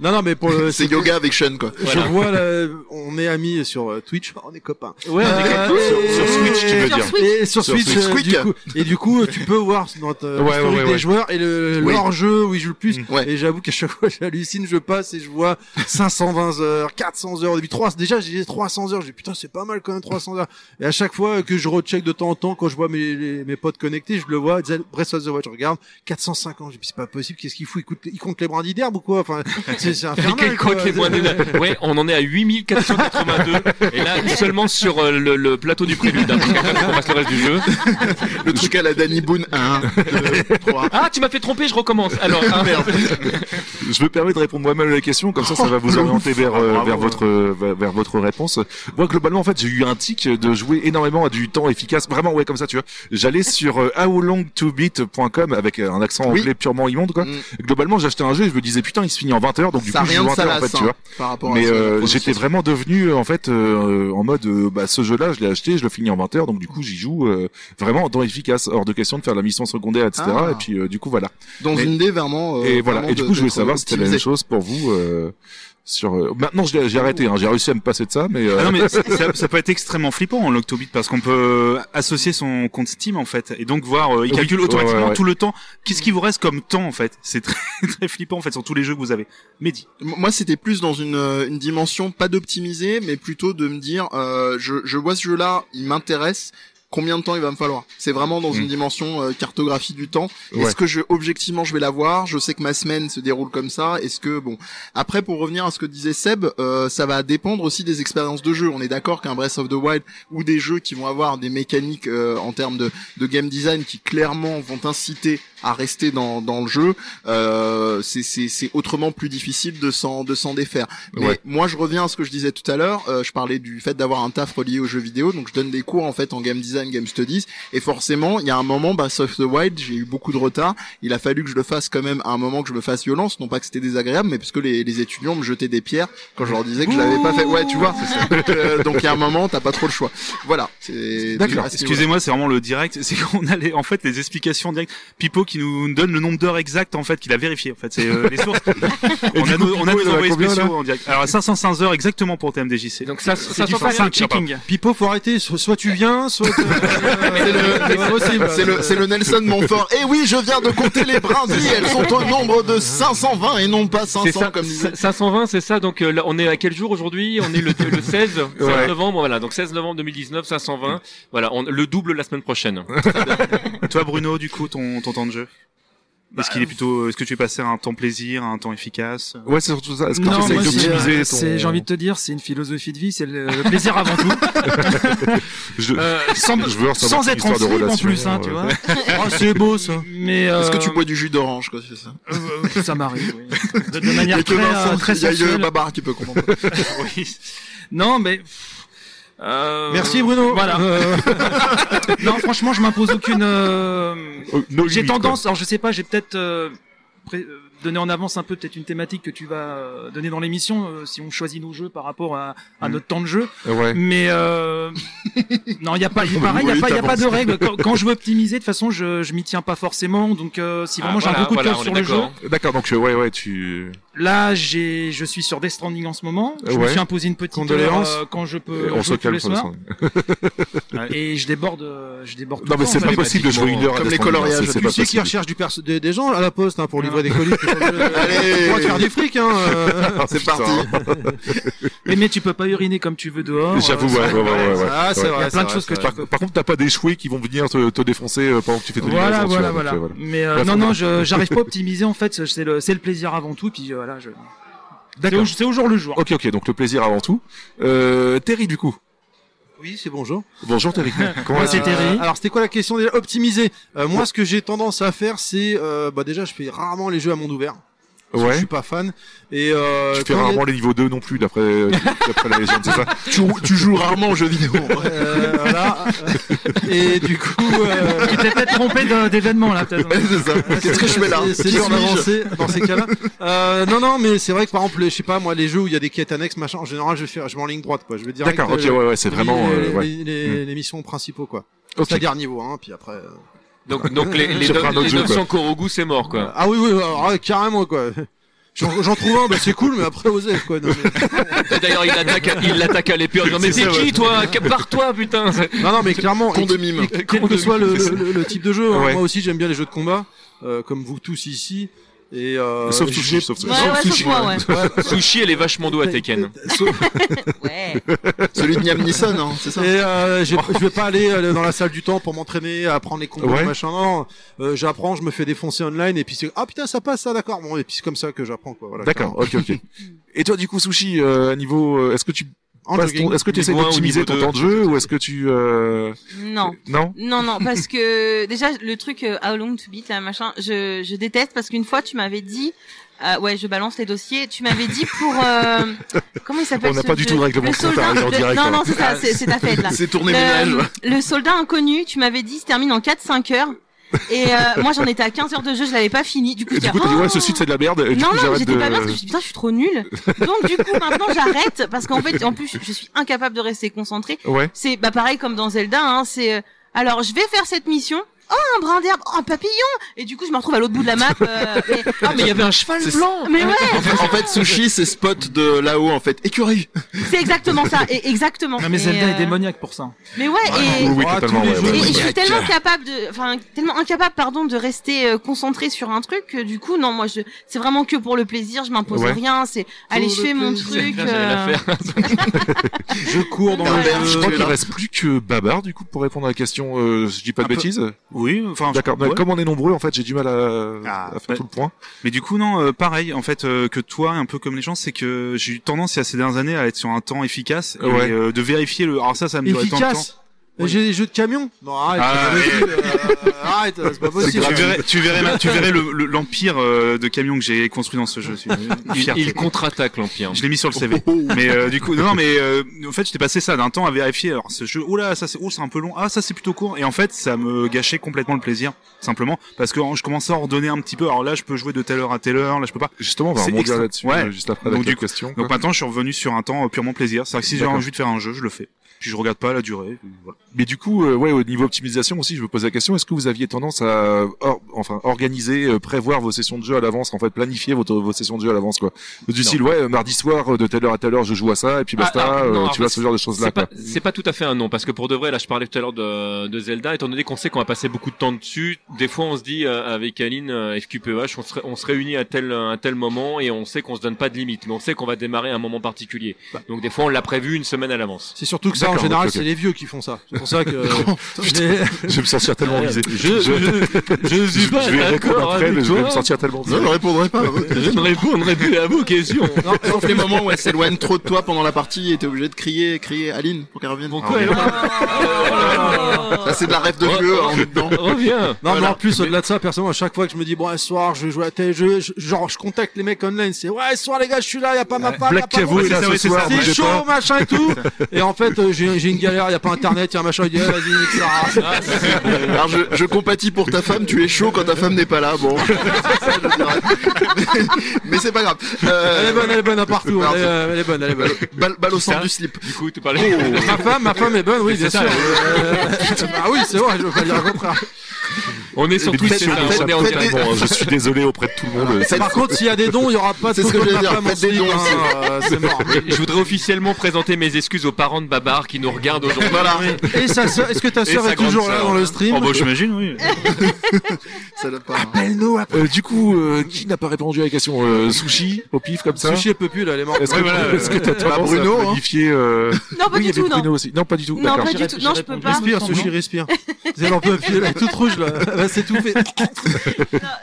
[SPEAKER 5] Non, non, mais pour euh, le.
[SPEAKER 3] [laughs] C'est yoga avec Sean quoi.
[SPEAKER 5] Je vois, là, on est amis sur euh, Twitch, on est copains.
[SPEAKER 8] Ouais, on est
[SPEAKER 5] Euh,
[SPEAKER 8] capable.
[SPEAKER 5] et-
[SPEAKER 2] Sur Switch, tu veux
[SPEAKER 4] Sur
[SPEAKER 2] dire.
[SPEAKER 4] Switch.
[SPEAKER 5] Et sur
[SPEAKER 3] Sur
[SPEAKER 5] Switch,
[SPEAKER 3] Switch.
[SPEAKER 5] euh, du
[SPEAKER 3] Squeak.
[SPEAKER 5] coup, et du coup, tu peux voir dans ta
[SPEAKER 2] Ouais,
[SPEAKER 5] historique
[SPEAKER 2] ouais, ouais,
[SPEAKER 5] des
[SPEAKER 2] ouais.
[SPEAKER 5] joueurs et le,
[SPEAKER 3] Oui.
[SPEAKER 5] leur jeu où ils jouent le plus.
[SPEAKER 3] Ouais.
[SPEAKER 5] Et j'avoue qu'à chaque fois, [laughs] j'hallucine, je passe et je vois 520 heures, 400 heures, au début 3, déjà j'ai dit 300 heures, j'ai dit, putain, c'est pas mal quand même 300 heures. Et à chaque fois que je recheck de temps en temps, quand je vois mes, les- mes potes connectés, je le vois, Zel- Breath of the Wild, je regarde, 450, je dis, c'est pas possible, qu'est-ce qu'il fout, il, coûte- il compte les brindilles d'herbe ou quoi? Enfin, [laughs]
[SPEAKER 2] [laughs]
[SPEAKER 5] c'est, c'est infernal.
[SPEAKER 7] Quel
[SPEAKER 5] quoi.
[SPEAKER 7] compte les moins de- Ouais, on en est à 8482. Et là, seulement sur euh, le, le plateau du prélude. hein, parce qu'après, faut qu'on passe le reste du jeu.
[SPEAKER 3] Le truc à la Danny Boone 1, 2, 3.
[SPEAKER 7] Ah, tu m'as fait tromper, je recommence. Alors, hein. [laughs]
[SPEAKER 2] Je me permets de répondre moi-même à la question, comme ça, ça va vous orienter vers, euh, vers votre, euh, vers- vers votre réponse. Moi, globalement, en fait, j'ai eu un tic de jouer énormément à du temps efficace. Vraiment, ouais, comme ça, tu vois. J'allais sur euh, howlongtobeat.com avec euh, un accent
[SPEAKER 3] Oui.
[SPEAKER 2] anglais purement immonde, quoi.
[SPEAKER 3] Mm.
[SPEAKER 2] Globalement, j'achetais un jeu et je me disais, putain, il se finit en 20 heures, donc du
[SPEAKER 3] Ça a
[SPEAKER 2] coup, je
[SPEAKER 3] rien
[SPEAKER 2] joue
[SPEAKER 3] de
[SPEAKER 2] 20 heures, en
[SPEAKER 3] salace,
[SPEAKER 2] fait, tu
[SPEAKER 3] hein,
[SPEAKER 2] vois.
[SPEAKER 3] par rapport à
[SPEAKER 2] Mais
[SPEAKER 3] ça, la
[SPEAKER 2] euh,
[SPEAKER 3] prononciation.
[SPEAKER 2] j'étais vraiment devenu, en fait, euh, en mode, euh, bah, ce jeu-là, je l'ai acheté, je le finis en 20 heures, donc du coup, j'y joue euh, vraiment en temps efficace. Hors de question de faire la mission secondaire, etc.
[SPEAKER 3] Ah.
[SPEAKER 2] Et puis, euh, du coup, voilà
[SPEAKER 3] dans
[SPEAKER 2] Et-
[SPEAKER 3] une idée vraiment. euh,
[SPEAKER 2] et voilà.
[SPEAKER 3] vraiment
[SPEAKER 2] Et du
[SPEAKER 3] de-
[SPEAKER 2] coup, je voulais
[SPEAKER 3] d'être
[SPEAKER 2] savoir si c'était la même
[SPEAKER 3] optimisé.
[SPEAKER 2] chose pour vous. euh, sur euh, maintenant, je l'ai- j'ai arrêté. Hein, j'ai réussi à me passer de ça, mais, euh,
[SPEAKER 6] Ah
[SPEAKER 2] [laughs]
[SPEAKER 6] non, mais ça, ça peut être extrêmement flippant en Octobit parce qu'on peut associer son compte Steam en fait et donc voir euh, il
[SPEAKER 2] Oui,
[SPEAKER 6] calcule
[SPEAKER 2] ouais,
[SPEAKER 6] automatiquement
[SPEAKER 2] ouais, ouais.
[SPEAKER 6] tout le temps qu'est-ce qui vous reste comme temps en fait c'est très [laughs] très flippant en fait sur tous les jeux que vous avez Mehdi
[SPEAKER 3] M- Moi, c'était plus dans une, euh, une dimension pas d'optimiser, mais plutôt de me dire, euh, je, je vois ce jeu-là, il m'intéresse. Combien de temps il va me falloir C'est vraiment dans
[SPEAKER 6] Mm.
[SPEAKER 3] une dimension euh, cartographie du temps.
[SPEAKER 2] Ouais.
[SPEAKER 3] Est-ce que je objectivement je vais l'avoir Je sais que ma semaine se déroule comme ça. Est-ce que bon Après, pour revenir à ce que disait Seb, euh, ça va dépendre aussi des expériences de jeu. On est d'accord qu'un Breath of the Wild ou des jeux qui vont avoir des mécaniques euh, en termes de, de game design qui clairement vont inciter à rester dans, dans le jeu, euh, c'est- c'est c'est autrement plus difficile de s'en de s'en défaire. Mais
[SPEAKER 2] Ouais.
[SPEAKER 3] moi, je reviens à ce que je disais tout à l'heure. euh, je parlais du fait d'avoir un taf relié aux jeux vidéo, donc je donne des cours en fait en game design, game studies, et forcément, il y a un moment, bah, Soft the Wild, j'ai eu beaucoup de retard. Il a fallu que je le fasse quand même à un moment que je me fasse violence, non pas que c'était désagréable, mais parce que les, les étudiants me jetaient des pierres quand je leur disais que je l'avais pas fait. Ouais, tu
[SPEAKER 2] [laughs]
[SPEAKER 3] vois. Euh, donc il y a un moment, t'as pas trop le choix. Voilà. c'est-
[SPEAKER 2] D'accord.
[SPEAKER 3] à ce niveau-là.
[SPEAKER 6] Excusez-moi, c'est vraiment le direct. C'est qu'on a les, en fait les explications directes. Pipo qui nous donne le nombre d'heures exactes en fait qu'il a vérifié. En fait, c'est euh,
[SPEAKER 5] [laughs]
[SPEAKER 6] les sources. on, a nos, on a
[SPEAKER 2] Pipo,
[SPEAKER 6] nos
[SPEAKER 2] il en a
[SPEAKER 6] envoyés
[SPEAKER 2] combien,
[SPEAKER 6] spéciaux en direct. Alors à 505 heures exactement pour TMDJC.
[SPEAKER 7] donc ça,
[SPEAKER 8] C'est
[SPEAKER 7] ça
[SPEAKER 8] du
[SPEAKER 7] sent pas
[SPEAKER 8] fact
[SPEAKER 7] la-
[SPEAKER 8] checking.
[SPEAKER 5] Pipo, faut arrêter, so- soit tu
[SPEAKER 2] [laughs]
[SPEAKER 5] viens, soit tu-
[SPEAKER 3] C'est le-
[SPEAKER 8] Euh,
[SPEAKER 5] pas possible.
[SPEAKER 3] C'est le, c'est le Nelson Montfort. Et oui, je viens de compter les brindilles. Elles sont au nombre de 520 et non pas
[SPEAKER 7] C'est
[SPEAKER 3] 500
[SPEAKER 7] ça,
[SPEAKER 3] comme disait.
[SPEAKER 7] 520, c'est ça. Donc euh, là, on est à quel jour aujourd'hui On est le, le 16, 16
[SPEAKER 2] Ouais.
[SPEAKER 7] novembre. Voilà, donc 16 novembre 2019, 520. Voilà, on, le double la semaine prochaine.
[SPEAKER 6] Toi Bruno, du coup ton, ton temps de jeu.
[SPEAKER 5] Bah,
[SPEAKER 6] Est-ce qu'il est plutôt, est-ce que tu es passé à un temps plaisir, à un temps efficace
[SPEAKER 2] ouais, c'est surtout ça. Est-ce que
[SPEAKER 8] Non,
[SPEAKER 2] tu
[SPEAKER 8] moi,
[SPEAKER 2] essayes
[SPEAKER 8] c'est,
[SPEAKER 2] d'optimiser
[SPEAKER 8] euh,
[SPEAKER 2] ton-
[SPEAKER 8] c'est- j'ai envie de te dire, c'est une philosophie de vie, c'est le, le plaisir avant tout,
[SPEAKER 2] Je,
[SPEAKER 8] Euh,
[SPEAKER 2] sans, [laughs] je veux savoir
[SPEAKER 8] sans
[SPEAKER 2] ton
[SPEAKER 8] être en
[SPEAKER 2] histoire de
[SPEAKER 8] slip en
[SPEAKER 2] relation,
[SPEAKER 8] plus, hein,
[SPEAKER 2] euh,
[SPEAKER 8] tu vois. [laughs]
[SPEAKER 5] Oh, c'est beau ça.
[SPEAKER 8] Mais
[SPEAKER 3] Est-ce que tu
[SPEAKER 8] euh,
[SPEAKER 3] bois du jus d'orange quoi, c'est ça
[SPEAKER 8] euh, ça m'arrive, oui. de, de
[SPEAKER 3] Il y a
[SPEAKER 8] manière
[SPEAKER 3] que
[SPEAKER 8] très, euh,
[SPEAKER 3] Vincent,
[SPEAKER 8] très
[SPEAKER 3] il y a que
[SPEAKER 8] sensuelle.
[SPEAKER 3] Babar qui peut comprendre.
[SPEAKER 8] [laughs] Oui. Non, mais. pff, euh,
[SPEAKER 5] Merci Bruno.
[SPEAKER 8] Voilà.
[SPEAKER 5] Euh,
[SPEAKER 8] Non, franchement, je m'impose aucune. euh,
[SPEAKER 2] euh, no
[SPEAKER 8] J'ai
[SPEAKER 2] limit, quoi.
[SPEAKER 8] tendance, alors je sais pas, j'ai peut-être euh, pré- euh, donné en avance un peu peut-être une thématique que tu vas euh, donner dans l'émission euh, si on choisit nos jeux par rapport à, à
[SPEAKER 6] Mm.
[SPEAKER 8] notre temps de jeu.
[SPEAKER 2] Ouais.
[SPEAKER 8] Mais
[SPEAKER 2] [laughs]
[SPEAKER 8] euh, non, il y a pas, pareil, il y a pas, y a pas de règles. Quand, quand je veux optimiser, de toute façon, je, je m'y tiens pas forcément. Donc euh, si
[SPEAKER 7] Ah,
[SPEAKER 8] vraiment j'ai un
[SPEAKER 7] voilà,
[SPEAKER 8] gros coup de
[SPEAKER 7] voilà,
[SPEAKER 8] cœur
[SPEAKER 7] on
[SPEAKER 8] sur
[SPEAKER 7] est
[SPEAKER 8] le jeu,
[SPEAKER 7] d'accord.
[SPEAKER 2] D'accord. Donc euh, ouais, ouais, tu.
[SPEAKER 8] Là, j'ai, je suis sur Death Stranding en ce moment. Je me
[SPEAKER 2] Euh, Ouais.
[SPEAKER 8] suis imposé une petite heure
[SPEAKER 2] Condoléances.
[SPEAKER 8] euh, quand je peux.
[SPEAKER 2] Et on
[SPEAKER 8] jouer
[SPEAKER 2] se
[SPEAKER 8] tous les
[SPEAKER 2] calme sur le
[SPEAKER 8] soirs.
[SPEAKER 2] son.
[SPEAKER 8] Et je déborde, euh, je déborde. tout
[SPEAKER 2] Non,
[SPEAKER 8] le
[SPEAKER 2] mais
[SPEAKER 8] temps,
[SPEAKER 2] c'est pas
[SPEAKER 8] en fait.
[SPEAKER 2] possible de jouer une heure à
[SPEAKER 3] Comme les
[SPEAKER 2] Death Stranding,
[SPEAKER 3] coloriages,
[SPEAKER 2] c'est- c'est
[SPEAKER 5] Tu
[SPEAKER 2] pas
[SPEAKER 5] sais qu'ils
[SPEAKER 2] possible.
[SPEAKER 5] recherchent du perso- des, des gens à la poste hein, pour livrer
[SPEAKER 2] [laughs]
[SPEAKER 5] des colis.
[SPEAKER 3] Allez.
[SPEAKER 5] Allez, faire du fric. Hein, euh.
[SPEAKER 2] Ah,
[SPEAKER 3] C'est
[SPEAKER 2] putain.
[SPEAKER 3] parti.
[SPEAKER 8] Mais, mais tu peux pas uriner comme tu veux dehors.
[SPEAKER 2] J'avoue, ouais, ouais, ouais, ouais, ouais.
[SPEAKER 5] Ah, c'est
[SPEAKER 2] Ouais.
[SPEAKER 5] vrai.
[SPEAKER 8] Il y a plein de
[SPEAKER 5] c'est
[SPEAKER 8] choses
[SPEAKER 5] vrai,
[SPEAKER 8] que
[SPEAKER 5] c'est
[SPEAKER 2] Par, par contre, t'as pas des chouets qui vont venir te, te défoncer euh, pendant que tu fais ton
[SPEAKER 8] Voilà,
[SPEAKER 2] livraison, tu
[SPEAKER 8] voilà,
[SPEAKER 2] vois,
[SPEAKER 8] voilà.
[SPEAKER 2] donc, euh,
[SPEAKER 8] Mais euh,
[SPEAKER 2] Bref,
[SPEAKER 8] non,
[SPEAKER 2] on
[SPEAKER 8] non,
[SPEAKER 2] va-
[SPEAKER 8] je j'arrive pas à optimiser en fait. C'est le, c'est le plaisir avant tout. Puis euh, voilà, je. C'est au,
[SPEAKER 2] D'accord.
[SPEAKER 8] c'est au jour le jour.
[SPEAKER 2] [laughs] Ok, ok, donc le plaisir avant tout. Euh, Terry, du coup.
[SPEAKER 5] vrai. Oui, c'est bonjour.
[SPEAKER 2] Bonjour Terry. [laughs] Comment
[SPEAKER 8] Ouais,
[SPEAKER 2] vas-tu
[SPEAKER 8] c'est Terry.
[SPEAKER 5] Alors, c'était quoi la question déjà Optimiser. Euh, moi, ce que j'ai tendance à faire, c'est euh, bah déjà, je fais rarement les jeux à monde ouvert. Parce que Je
[SPEAKER 2] Ouais.
[SPEAKER 5] suis pas fan. Et euh,
[SPEAKER 2] Tu fais
[SPEAKER 5] quand il y a-
[SPEAKER 2] rarement les niveaux 2 non plus, d'après euh, d'après la légende, c'est ça
[SPEAKER 3] tu, tu joues rarement aux
[SPEAKER 2] [laughs]
[SPEAKER 3] jeux vidéo.
[SPEAKER 5] Euh, voilà. Et du coup, euh,
[SPEAKER 8] Tu t'es peut-être trompé d'un- d'événement là. peut-être.
[SPEAKER 3] c'est ça. Qu'est-ce que je
[SPEAKER 2] hein.
[SPEAKER 3] fais là
[SPEAKER 5] C'est- C'est
[SPEAKER 3] Qui
[SPEAKER 5] dur
[SPEAKER 3] suis-je
[SPEAKER 5] d'avancer dans ces cas-là. Euh, non, non, mais c'est vrai que par exemple, les- je sais pas, moi, les jeux où il y a des quêtes annexes, machin, en général, je vais faire, je vais en ligne droite, quoi. Je vais dire.
[SPEAKER 2] D'accord, ok, ouais, ouais, c'est vraiment...
[SPEAKER 5] les,
[SPEAKER 2] euh, ouais.
[SPEAKER 5] les- les- les missions principaux, quoi.
[SPEAKER 2] Ok.
[SPEAKER 5] C'est-à-dire niveau, hein, puis après. euh,
[SPEAKER 7] Donc, donc les, les,
[SPEAKER 2] Je ferai un autre
[SPEAKER 7] les
[SPEAKER 2] jeu,
[SPEAKER 7] 900 Korogu, c'est mort,
[SPEAKER 5] [laughs]
[SPEAKER 7] quoi.
[SPEAKER 5] Ah oui, oui, alors, ouais, carrément, quoi. J'en j'en trouve un, bah c'est cool, mais après, osez, quoi. Non,
[SPEAKER 2] [laughs]
[SPEAKER 5] mais-
[SPEAKER 7] Et D'ailleurs, il attaque, à- il l'attaque à l'épée en disant, mais
[SPEAKER 2] C'est
[SPEAKER 7] c'est
[SPEAKER 2] ça,
[SPEAKER 7] qui, toi? Barre-toi, putain!
[SPEAKER 5] Non, non, mais clairement,
[SPEAKER 3] Con
[SPEAKER 5] et-
[SPEAKER 3] de mime.
[SPEAKER 5] et quel que soit le, le- le type de jeu, hein,
[SPEAKER 2] Ouais.
[SPEAKER 5] moi aussi j'aime bien les jeux de combat, euh, comme vous tous ici. Et euh,
[SPEAKER 2] Sauf
[SPEAKER 5] j'ai-
[SPEAKER 2] Sushi, sauf Sushi.
[SPEAKER 4] Ouais, ouais, sauf moi, ouais.
[SPEAKER 7] Sushi, elle est vachement doux à Tekken.
[SPEAKER 5] Sauf-
[SPEAKER 4] Ouais.
[SPEAKER 3] Celui de Liam Neeson, hein, c'est
[SPEAKER 5] Et
[SPEAKER 3] ça
[SPEAKER 5] euh, j'ai- je vais pas aller euh, dans la salle du temps pour m'entraîner, à apprendre les combats,
[SPEAKER 2] Ouais.
[SPEAKER 5] machin. Non, euh, j'apprends, je me fais défoncer online, et puis c'est ah putain ça passe ça, d'accord. Bon, et puis c'est comme ça que j'apprends quoi. Voilà,
[SPEAKER 2] D'accord, ok, ok. [laughs] Et toi, du coup, Sushi, euh, à niveau... euh, Est-ce que tu
[SPEAKER 5] En
[SPEAKER 2] passes
[SPEAKER 5] jogging.
[SPEAKER 2] ton- Est-ce que tu essaies
[SPEAKER 7] Niveau un ou
[SPEAKER 2] d'optimiser
[SPEAKER 7] niveau
[SPEAKER 2] ton
[SPEAKER 7] deux
[SPEAKER 2] temps de jeu ou est-ce que tu... euh,
[SPEAKER 4] Non.
[SPEAKER 2] Non
[SPEAKER 4] Non, non, parce que déjà le truc euh, How Long to Beat, là, machin, je, je déteste parce qu'une fois tu m'avais dit, euh, ouais, je balance les dossiers, tu m'avais dit pour euh, comment il s'appelle
[SPEAKER 2] On n'a
[SPEAKER 4] ce
[SPEAKER 2] pas du
[SPEAKER 4] jeu
[SPEAKER 2] tout le réglementaire,
[SPEAKER 4] soldat-
[SPEAKER 2] t'arrives en
[SPEAKER 4] le-
[SPEAKER 2] direct,
[SPEAKER 4] Non,
[SPEAKER 2] hein.
[SPEAKER 4] non, c'est ça, c'est c'est
[SPEAKER 2] [laughs]
[SPEAKER 4] ta fête là.
[SPEAKER 3] C'est tourné ménage.
[SPEAKER 4] Le, le soldat inconnu, tu m'avais dit, se termine en 4-5 heures. Et euh, moi j'en étais à 15 heures de jeu, je l'avais pas fini. Du coup,
[SPEAKER 2] Et
[SPEAKER 4] je
[SPEAKER 2] du coup, t'as dit,
[SPEAKER 4] oh
[SPEAKER 2] ouais, ce site, c'est de la merde. et du
[SPEAKER 4] non,
[SPEAKER 2] coup,
[SPEAKER 4] non,
[SPEAKER 2] j'arrête
[SPEAKER 4] j'étais
[SPEAKER 2] de-
[SPEAKER 4] pas bien parce que je me suis dit, putain, je suis trop nulle. Donc, du coup, maintenant, j'arrête parce qu'en fait, en plus, je suis incapable de rester concentrée.
[SPEAKER 2] Ouais.
[SPEAKER 4] C'est, bah, pareil comme dans Zelda, hein, c'est, euh, alors, je vais faire cette mission. Oh, un brin d'herbe. Oh, un papillon. Et du coup, je me retrouve à l'autre bout de la map. euh, mais-
[SPEAKER 7] Ah, mais il y avait un cheval
[SPEAKER 3] C'est-
[SPEAKER 7] blanc!
[SPEAKER 4] mais ouais,
[SPEAKER 3] En fait, en
[SPEAKER 2] [laughs]
[SPEAKER 3] fait, sushi, c'est spot de là-haut, en fait. Écureuil.
[SPEAKER 4] c'est exactement ça. Et exactement.
[SPEAKER 8] Non, mais Zelda
[SPEAKER 4] Et,
[SPEAKER 8] est
[SPEAKER 4] euh,
[SPEAKER 8] démoniaque pour ça.
[SPEAKER 4] Mais ouais, et,
[SPEAKER 2] Oui, oui,
[SPEAKER 5] Ah,
[SPEAKER 2] totalement,
[SPEAKER 5] tous les
[SPEAKER 2] ouais,
[SPEAKER 5] jours.
[SPEAKER 2] ouais,
[SPEAKER 4] Et, et
[SPEAKER 2] ouais.
[SPEAKER 4] je suis tellement capable de, enfin, tellement incapable, pardon, de rester euh, concentré sur un truc que du coup, non, moi, je, c'est vraiment que pour le plaisir. Je m'impose
[SPEAKER 2] Ouais.
[SPEAKER 4] rien. C'est, allez,
[SPEAKER 5] Pour
[SPEAKER 4] je
[SPEAKER 5] le
[SPEAKER 4] fais mon
[SPEAKER 5] plaisir.
[SPEAKER 4] truc.
[SPEAKER 7] J'allais la
[SPEAKER 4] euh,
[SPEAKER 7] faire.
[SPEAKER 5] Je cours dans le
[SPEAKER 4] Ouais.
[SPEAKER 5] jeu.
[SPEAKER 2] Je crois
[SPEAKER 3] Tu es
[SPEAKER 2] qu'il
[SPEAKER 3] là.
[SPEAKER 2] reste plus que Babar, du coup, pour répondre à la question, euh, je dis pas de
[SPEAKER 6] Un peu.
[SPEAKER 2] bêtises.
[SPEAKER 6] Oui, enfin. je-
[SPEAKER 2] D'accord, mais
[SPEAKER 6] ouais.
[SPEAKER 2] comme on est nombreux, en fait, j'ai du mal à,
[SPEAKER 6] Ah,
[SPEAKER 2] à faire
[SPEAKER 6] ouais.
[SPEAKER 2] tout le point.
[SPEAKER 6] Mais du coup, non, euh, pareil, en fait, euh, que toi, un peu comme les gens, c'est que j'ai eu tendance, il y a ces dernières années, à être sur un temps efficace et
[SPEAKER 2] Ouais.
[SPEAKER 6] euh, de vérifier le. Alors ça, ça me durait tant de temps.
[SPEAKER 5] Efficace. Et J'ai des jeux de camion. Non, arrête.
[SPEAKER 6] Ah,
[SPEAKER 5] c'est pas possible, euh, arrête, c'est pas
[SPEAKER 6] Tu
[SPEAKER 5] possible.
[SPEAKER 6] verrais, tu verrais, ma- tu verrais le- le- l'empire euh, de camion que j'ai construit dans ce jeu. c'est une- une
[SPEAKER 7] Il,
[SPEAKER 6] fierté.
[SPEAKER 7] il contre-attaque l'Empire.
[SPEAKER 6] Je l'ai mis sur le CV.
[SPEAKER 2] Oh,
[SPEAKER 6] mais euh, du coup, non, mais euh, en fait, j'étais passé ça d'un temps à vérifier. Alors ce jeu, oh là, ça c'est, oh c'est un peu long. Ah, ça c'est plutôt court. Et en fait, ça me gâchait complètement le plaisir, simplement parce que je commençais à ordonner un petit peu. Alors là, je peux jouer de telle heure à telle heure. Là, je peux pas.
[SPEAKER 2] Justement, on va
[SPEAKER 6] C'est
[SPEAKER 2] rebondir
[SPEAKER 6] extra-
[SPEAKER 2] là-dessus,
[SPEAKER 6] Ouais.
[SPEAKER 2] euh, juste après
[SPEAKER 6] Donc,
[SPEAKER 2] avec
[SPEAKER 6] du
[SPEAKER 2] la
[SPEAKER 6] coup-
[SPEAKER 2] question. quoi.
[SPEAKER 6] Donc maintenant, je suis revenu sur un temps euh, purement plaisir. C'est-à-dire que si j'ai
[SPEAKER 2] D'accord.
[SPEAKER 6] envie de faire un jeu, je le fais. Puis je regarde pas la durée. puis voilà.
[SPEAKER 2] Mais du coup, euh, ouais, au niveau optimisation aussi, je me posais la question, est-ce que vous aviez tendance à, or- enfin, organiser, euh, prévoir vos sessions de jeu à l'avance, en fait, planifier votre, vos sessions de jeu à l'avance, quoi. Du style, ouais, euh, mardi soir, euh, de telle heure à telle heure, je joue à ça, et puis
[SPEAKER 7] Ah,
[SPEAKER 2] basta,
[SPEAKER 7] ah,
[SPEAKER 2] euh,
[SPEAKER 7] non,
[SPEAKER 2] tu
[SPEAKER 7] alors,
[SPEAKER 2] vois, ce genre de choses-là,
[SPEAKER 7] C'est
[SPEAKER 2] quoi.
[SPEAKER 7] pas, c'est pas tout à fait un nom parce que pour de vrai, là, je parlais tout à l'heure de, de Zelda. Étant donné qu'on sait qu'on va passer beaucoup de temps dessus, des fois, on se dit euh, avec Aline euh, FQPEH, on se, ré- on se réunit à tel à tel moment et on sait qu'on se donne pas de limite, mais on sait qu'on va démarrer à un moment particulier. Donc des fois, on l'a prévu une semaine à l'avance.
[SPEAKER 5] C'est surtout que ça, en
[SPEAKER 2] D'accord,
[SPEAKER 5] général,
[SPEAKER 2] ok, ok.
[SPEAKER 5] c'est les vieux qui font ça. C'est pour ça
[SPEAKER 8] [laughs]
[SPEAKER 5] que. Mais-
[SPEAKER 2] Je vais me sentir tellement visé. Je,
[SPEAKER 7] je
[SPEAKER 2] je- je vais répondre après, mais je vais me sentir tellement visé.
[SPEAKER 3] Non, je répondrai pas.
[SPEAKER 7] Je ne répondrai plus à vos questions.
[SPEAKER 5] Non, mais en
[SPEAKER 3] Sauf
[SPEAKER 5] fait,
[SPEAKER 3] les moments où elle s'éloigne trop de toi pendant la partie et t'es obligé de crier, crier Aline pour qu'elle revienne.
[SPEAKER 7] Pourquoi elle
[SPEAKER 2] Oh.
[SPEAKER 3] Ça, c'est de la rêve de vieux, hein, on est dedans.
[SPEAKER 7] Reviens.
[SPEAKER 5] Non, mais
[SPEAKER 3] Voilà.
[SPEAKER 5] en plus, au-delà de ça, personnellement, à chaque fois que je me dis, bon, ce soir, je vais jouer à tel jeu, je- genre, je contacte les mecs online, c'est, ouais, ce soir, les gars, je suis là, y a pas ma femme, y a
[SPEAKER 2] Black
[SPEAKER 5] pas
[SPEAKER 2] Cavo
[SPEAKER 5] mon-
[SPEAKER 2] est là ce
[SPEAKER 6] c'est ça, c'est
[SPEAKER 2] soir,
[SPEAKER 6] ça.
[SPEAKER 5] c'est
[SPEAKER 2] bougez
[SPEAKER 5] chaud,
[SPEAKER 2] pas.
[SPEAKER 5] machin et tout. Et en fait, euh, j'ai j'ai une galère, y a pas internet, y a un machin, je dis, eh, vas-y, nique ça.
[SPEAKER 3] Alors, je, je compatis pour ta femme, tu es chaud quand ta femme n'est pas là, bon. [laughs] Ça, je dirais. mais mais c'est pas grave. Euh,
[SPEAKER 5] Elle est bonne, elle est bonne, à partout, elle est, euh, elle est bonne, elle est bonne.
[SPEAKER 3] balle, balle au centre
[SPEAKER 7] Ça.
[SPEAKER 3] du slip.
[SPEAKER 7] Du coup, tu parlais.
[SPEAKER 2] Oh.
[SPEAKER 5] Ma femme, ma femme est bonne, oui, bien
[SPEAKER 7] C'est
[SPEAKER 5] sûr.
[SPEAKER 7] ça,
[SPEAKER 5] Euh, Ah oui, c'est vrai, je veux pas dire le contraire.
[SPEAKER 7] On est sur
[SPEAKER 2] Mais
[SPEAKER 7] Twitch,
[SPEAKER 2] faites-
[SPEAKER 7] c'est ça,
[SPEAKER 2] faites-
[SPEAKER 7] on est en
[SPEAKER 2] faites des-
[SPEAKER 7] direct.
[SPEAKER 2] Bon, Oh, je suis désolé auprès de tout le monde.
[SPEAKER 3] Faites-
[SPEAKER 5] Par contre, s'il y a des dons, il y aura pas de
[SPEAKER 3] C'est ce que
[SPEAKER 5] photo de
[SPEAKER 3] j'allais
[SPEAKER 5] ma
[SPEAKER 3] dire,
[SPEAKER 5] femme en
[SPEAKER 3] faites des
[SPEAKER 5] slip,
[SPEAKER 3] dons
[SPEAKER 5] hein,
[SPEAKER 3] aussi.
[SPEAKER 5] euh, [laughs] c'est mort.
[SPEAKER 7] Je voudrais officiellement présenter mes excuses aux parents de Babar qui nous regardent aujourd'hui.
[SPEAKER 3] Voilà.
[SPEAKER 5] Et sa sœur, est-ce que ta sœur
[SPEAKER 7] sa
[SPEAKER 5] est toujours
[SPEAKER 7] grande
[SPEAKER 5] là
[SPEAKER 7] sœur.
[SPEAKER 5] dans le stream
[SPEAKER 6] [laughs] Oh, bah, j'imagine, oui.
[SPEAKER 3] Ça doit pas. hein.
[SPEAKER 5] Appelle-nous après.
[SPEAKER 2] Euh, du coup, euh, qui n'a pas répondu à la question euh, Sushi, au pif, comme ça
[SPEAKER 5] Sushi, elle peut plus, là, elle est morte.
[SPEAKER 2] Est-ce que
[SPEAKER 6] Ouais, voilà,
[SPEAKER 2] est-ce que t'as tendance
[SPEAKER 3] Bruno,
[SPEAKER 2] à
[SPEAKER 3] hein.
[SPEAKER 2] modifier euh...
[SPEAKER 4] Non, pas
[SPEAKER 2] Oui, il y
[SPEAKER 4] du
[SPEAKER 2] avait
[SPEAKER 4] tout, non.
[SPEAKER 2] Bruno aussi. Non, pas du tout.
[SPEAKER 4] Non,
[SPEAKER 2] D'accord.
[SPEAKER 4] pas du
[SPEAKER 8] J'ai
[SPEAKER 4] tout.
[SPEAKER 8] rép-
[SPEAKER 4] Non,
[SPEAKER 8] j'ai
[SPEAKER 4] je peux
[SPEAKER 8] répondu.
[SPEAKER 4] pas.
[SPEAKER 5] Respire, Sushi,
[SPEAKER 8] Non.
[SPEAKER 5] respire. Vous allez en peu elle est toute rouge, là. Elle va s'étouffer.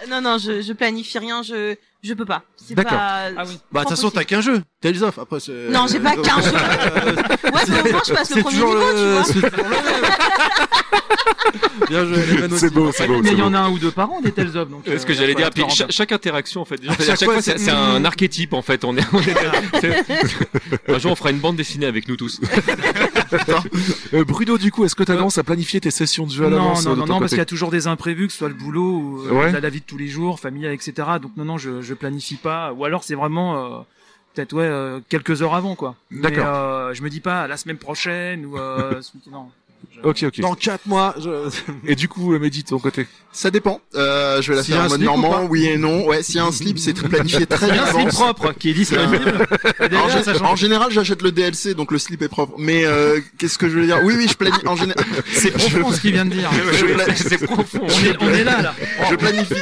[SPEAKER 4] Non, non, je, je planifie rien, je, je peux pas. C'est
[SPEAKER 5] D'accord.
[SPEAKER 4] pas.
[SPEAKER 8] Ah oui.
[SPEAKER 5] Bah, de toute façon, t'as qu'un jeu. Tales of, après, c'est...
[SPEAKER 4] Non,
[SPEAKER 2] [laughs]
[SPEAKER 4] j'ai pas qu'un jeu. Ouais, mais au moins, je passe le
[SPEAKER 5] C'est
[SPEAKER 4] premier
[SPEAKER 5] toujours
[SPEAKER 4] niveau, tu vois.
[SPEAKER 5] le... C'est toujours le même. Bien joué, les [laughs]
[SPEAKER 2] C'est beau, c'est beau.
[SPEAKER 8] Mais
[SPEAKER 2] c'est
[SPEAKER 8] il y
[SPEAKER 2] beau.
[SPEAKER 8] en a un ou deux par an des Tales of. Donc,
[SPEAKER 7] Euh, ce que j'allais dire, puis
[SPEAKER 8] Apparemment.
[SPEAKER 7] cha- chaque interaction en fait, déjà,
[SPEAKER 5] À
[SPEAKER 7] à chaque, fois, c'est c'est un archétype en fait. On est, on [laughs] est- c'est- un jour on fera une bande dessinée avec nous tous.
[SPEAKER 2] Euh, Bruno, du coup, est-ce que t'as tendance à planifier tes sessions de jeu à
[SPEAKER 8] Non,
[SPEAKER 2] l'avance
[SPEAKER 8] non,
[SPEAKER 2] euh, de
[SPEAKER 8] non,
[SPEAKER 2] ton
[SPEAKER 8] non, parce qu'il
[SPEAKER 2] côté
[SPEAKER 8] y a toujours des imprévus, que ce soit le boulot, ou, euh,
[SPEAKER 2] Ouais.
[SPEAKER 8] la, la vie de tous les jours, familiale, etc. Donc non, non, je, je planifie pas. Ou alors c'est vraiment euh, peut-être ouais euh, quelques heures avant quoi. Mais
[SPEAKER 2] D'accord.
[SPEAKER 8] euh, je me dis pas la semaine prochaine ou euh, ce-
[SPEAKER 7] [laughs]
[SPEAKER 8] non. Je-
[SPEAKER 2] Ok, ok.
[SPEAKER 5] Dans 4 mois, je...
[SPEAKER 2] Et du coup, euh, Mehdi, de ton côté
[SPEAKER 3] Ça dépend. Euh, je vais la
[SPEAKER 5] S'il y
[SPEAKER 3] faire
[SPEAKER 5] a
[SPEAKER 3] en
[SPEAKER 5] un
[SPEAKER 3] mode
[SPEAKER 5] slip ou pas
[SPEAKER 3] normand, oui et non. Ouais, s'il y a un slip, c'est très
[SPEAKER 5] [laughs]
[SPEAKER 3] planifié très bien.
[SPEAKER 8] un slip
[SPEAKER 7] hein,
[SPEAKER 8] propre qui est
[SPEAKER 5] euh,
[SPEAKER 8] disponible. Et
[SPEAKER 3] En,
[SPEAKER 8] Ah, déjà,
[SPEAKER 3] gé-
[SPEAKER 8] ça change.
[SPEAKER 3] en général, j'achète le DLC, donc le slip est propre. Mais euh, qu'est-ce que je veux dire Oui, oui, je
[SPEAKER 5] [laughs]
[SPEAKER 3] planifie. En général,
[SPEAKER 8] C'est profond ce qu'il vient de
[SPEAKER 7] [laughs]
[SPEAKER 8] dire.
[SPEAKER 3] je, pla-
[SPEAKER 7] C'est profond.
[SPEAKER 8] On
[SPEAKER 3] hein.
[SPEAKER 8] est, on est là là.
[SPEAKER 3] je planifie.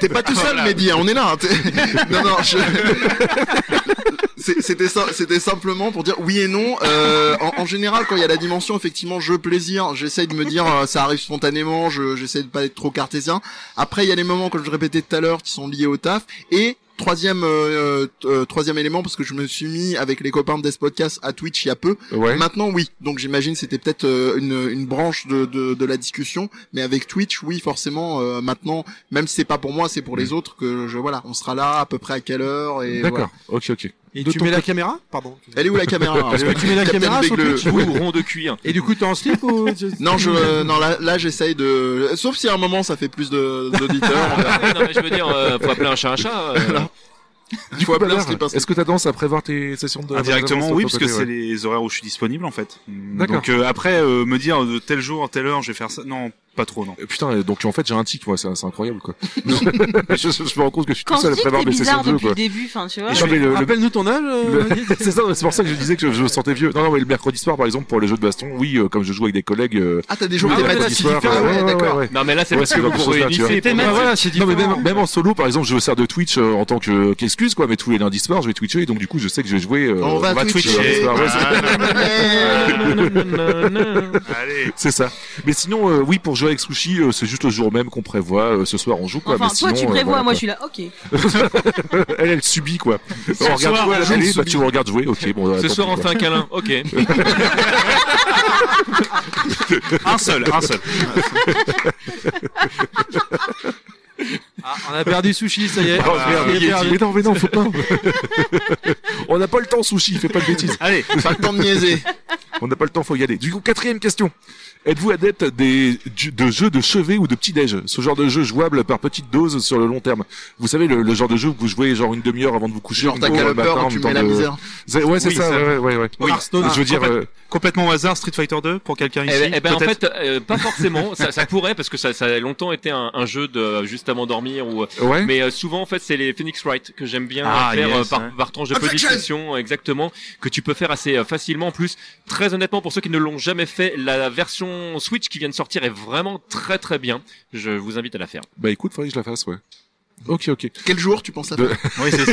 [SPEAKER 3] T'es pas tout seul, Mehdi. hein, on est là. hein, t'es- non, non. Je... C'est- C'était ça. C'était simplement pour dire oui et non. Euh, en, en général, quand il y a la dimension effectivement jeu plaisir, j'essaye de me dire euh, ça arrive spontanément. Je, j'essaye de pas être trop cartésien. Après, il y a les moments que je répétais tout à l'heure qui sont liés au taf et Troisième euh, t- euh, troisième élément parce que je me suis mis avec les copains de Death Podcast à Twitch il y a peu
[SPEAKER 2] Ouais.
[SPEAKER 3] Maintenant, oui. Donc, j'imagine c'était peut-être euh, une, une branche de, de, de la discussion, mais avec Twitch, oui, forcément. euh, maintenant, même si c'est pas pour moi, c'est pour les autres que je voilà, on sera là à peu près à quelle heure et voilà.
[SPEAKER 2] D'accord. Ok, ok.
[SPEAKER 5] Et
[SPEAKER 2] De
[SPEAKER 5] tu
[SPEAKER 2] ton
[SPEAKER 5] mets la caméra Pardon.
[SPEAKER 3] Elle est où la caméra hein
[SPEAKER 5] Parce que tu mets la
[SPEAKER 3] Captain
[SPEAKER 5] caméra sur
[SPEAKER 3] Beagle.
[SPEAKER 5] Twitch.
[SPEAKER 7] Ou rond de
[SPEAKER 6] hein.
[SPEAKER 7] cuir.
[SPEAKER 5] Et du coup, t'es en slip ou...
[SPEAKER 3] Non, je euh, non là, là j'essaye de. Sauf si à un moment ça fait plus de- d'auditeurs. on verra.
[SPEAKER 7] Ah ouais, non, mais je veux dire, euh, faut appeler un chat un chat. euh,
[SPEAKER 2] Du
[SPEAKER 3] Faut
[SPEAKER 2] coup,
[SPEAKER 3] appeler un
[SPEAKER 2] Babar,
[SPEAKER 3] slip, un slip.
[SPEAKER 2] est-ce que t'as tendance à prévoir tes sessions de
[SPEAKER 6] Indirectement,
[SPEAKER 2] de-
[SPEAKER 6] oui,
[SPEAKER 2] de-
[SPEAKER 6] parce
[SPEAKER 2] de-
[SPEAKER 6] que
[SPEAKER 2] de-
[SPEAKER 6] c'est
[SPEAKER 2] ouais.
[SPEAKER 6] les horaires où je suis disponible en fait.
[SPEAKER 2] D'accord.
[SPEAKER 6] Donc euh, après, euh, me dire euh, tel jour, telle heure, je vais faire ça. Non, pas trop, non.
[SPEAKER 2] Euh, Putain, euh, donc en fait j'ai un tic, moi, c'est c'est incroyable quoi. [laughs]
[SPEAKER 4] [laughs]
[SPEAKER 2] je, je- je me rends compte que je suis tout
[SPEAKER 4] Quand je
[SPEAKER 2] seul à
[SPEAKER 4] dis que
[SPEAKER 2] prévoir
[SPEAKER 4] t'es
[SPEAKER 2] mes sessions
[SPEAKER 4] bizarre
[SPEAKER 2] de jeu
[SPEAKER 4] depuis
[SPEAKER 2] quoi.
[SPEAKER 4] le début, enfin, tu vois.
[SPEAKER 2] Non, mais le- le-
[SPEAKER 5] Rappelle-nous ton âge, euh,
[SPEAKER 2] Le-
[SPEAKER 5] [laughs] Mehdi.
[SPEAKER 2] [laughs] c'est ça, c'est pour ça que je disais que je, je me sentais vieux. Non, non, mais le mercredi soir, par exemple, pour les jeux de baston, oui, euh, comme je joue avec des collègues, euh,
[SPEAKER 3] Ah, t'as des
[SPEAKER 2] le
[SPEAKER 3] jours
[SPEAKER 5] Ah ouais,
[SPEAKER 3] thématiques.
[SPEAKER 5] là,
[SPEAKER 2] mercredi soir,
[SPEAKER 5] c'est différent,
[SPEAKER 2] euh,
[SPEAKER 3] ouais, d'accord.
[SPEAKER 7] Non, mais là, c'est
[SPEAKER 2] Ouais,
[SPEAKER 7] parce
[SPEAKER 2] c'est
[SPEAKER 7] que vous
[SPEAKER 2] autre chose,
[SPEAKER 7] vous
[SPEAKER 2] là, tu
[SPEAKER 7] réunissez.
[SPEAKER 2] vois.
[SPEAKER 5] Ah,
[SPEAKER 8] C'est
[SPEAKER 7] pour-
[SPEAKER 8] thématique.
[SPEAKER 2] voilà,
[SPEAKER 8] c'est
[SPEAKER 2] Non, mais même,
[SPEAKER 8] différent.
[SPEAKER 2] même en solo, par exemple, je me sers de Twitch euh, en tant que qu'excuse, quoi. Mais tous les lundis soirs, je vais twitcher, donc du coup, je sais que je vais jouer. euh,
[SPEAKER 3] On va
[SPEAKER 2] twitcher
[SPEAKER 3] twitcher. Ah,
[SPEAKER 2] le lundi soir, ouais, c'est-
[SPEAKER 3] [laughs]
[SPEAKER 6] Allez.
[SPEAKER 2] [laughs] c'est ça. Mais sinon, euh, oui, pour jouer avec Sushi, euh, c'est juste le jour même qu'on prévoit. euh, ce soir, on joue, quoi.
[SPEAKER 4] Enfin,
[SPEAKER 2] mais
[SPEAKER 4] toi,
[SPEAKER 2] sinon,
[SPEAKER 4] tu
[SPEAKER 2] euh, voilà,
[SPEAKER 4] prévois,
[SPEAKER 2] quoi.
[SPEAKER 4] moi, je suis là. Ok.
[SPEAKER 2] Elle, elle subit, quoi. on regarde
[SPEAKER 6] soir,
[SPEAKER 2] quoi à la
[SPEAKER 6] je
[SPEAKER 2] télé Bah,
[SPEAKER 6] subis.
[SPEAKER 2] tu me regardes jouer, ok. Bon, euh,
[SPEAKER 7] Ce
[SPEAKER 2] tant
[SPEAKER 7] soir,
[SPEAKER 2] pis,
[SPEAKER 7] on
[SPEAKER 2] quoi.
[SPEAKER 7] fait un câlin. Ok.
[SPEAKER 6] Un seul, un seul.
[SPEAKER 5] Ah, on a perdu Sushi, ça y est.
[SPEAKER 2] Ah,
[SPEAKER 6] bah,
[SPEAKER 2] merde,
[SPEAKER 5] Il est
[SPEAKER 2] Yeti.
[SPEAKER 5] perdu.
[SPEAKER 2] mais non, mais non, faut [laughs] pas. on n'a pas le temps, Sushi, fais pas de bêtises.
[SPEAKER 6] Allez.
[SPEAKER 3] Pas le temps de niaiser.
[SPEAKER 2] On n'a pas le temps, faut y aller. Du coup, quatrième question. Êtes-vous adepte des, du- de jeux de chevet ou de petit-déj Ce genre de jeu jouable par petite dose sur le long terme. Vous savez, le, le genre de jeu que vous jouez genre une demi-heure avant de vous coucher.
[SPEAKER 3] Genre
[SPEAKER 2] une
[SPEAKER 3] t'as
[SPEAKER 2] demi-heure
[SPEAKER 3] qu'à
[SPEAKER 2] le
[SPEAKER 3] le peur,
[SPEAKER 2] matin,
[SPEAKER 3] tu
[SPEAKER 2] le temps
[SPEAKER 3] mets la
[SPEAKER 2] de-
[SPEAKER 3] misère.
[SPEAKER 2] C'est- Ouais, c'est
[SPEAKER 6] Oui,
[SPEAKER 2] ça,
[SPEAKER 6] ça.
[SPEAKER 2] ouais, ouais, ouais.
[SPEAKER 6] Oui.
[SPEAKER 5] Hearthstone.
[SPEAKER 2] Je veux dire,
[SPEAKER 6] en fait,
[SPEAKER 2] euh,
[SPEAKER 6] Complètement au hasard, Street Fighter 2 pour quelqu'un ici.
[SPEAKER 7] Eh ben en
[SPEAKER 6] peut-être.
[SPEAKER 7] fait, euh, pas forcément. ça, ça pourrait parce que ça, ça a longtemps été un, un jeu de euh, juste avant dormir ou. euh,
[SPEAKER 2] ouais.
[SPEAKER 7] Mais euh, souvent en fait, c'est les Phoenix Wright que j'aime bien
[SPEAKER 6] Ah,
[SPEAKER 7] faire
[SPEAKER 6] yes,
[SPEAKER 7] euh, par,
[SPEAKER 6] hein.
[SPEAKER 7] par tranche de petite session, euh, exactement, que tu peux faire assez euh, facilement. En plus, très honnêtement, pour ceux qui ne l'ont jamais fait, la version Switch qui vient de sortir est vraiment très très bien. Je vous invite à la faire.
[SPEAKER 2] Bah écoute, faudrait que je la fasse, ouais. Ok, ok.
[SPEAKER 3] Quel jour tu penses à
[SPEAKER 2] De-
[SPEAKER 3] faire
[SPEAKER 6] Oui, [laughs] c'est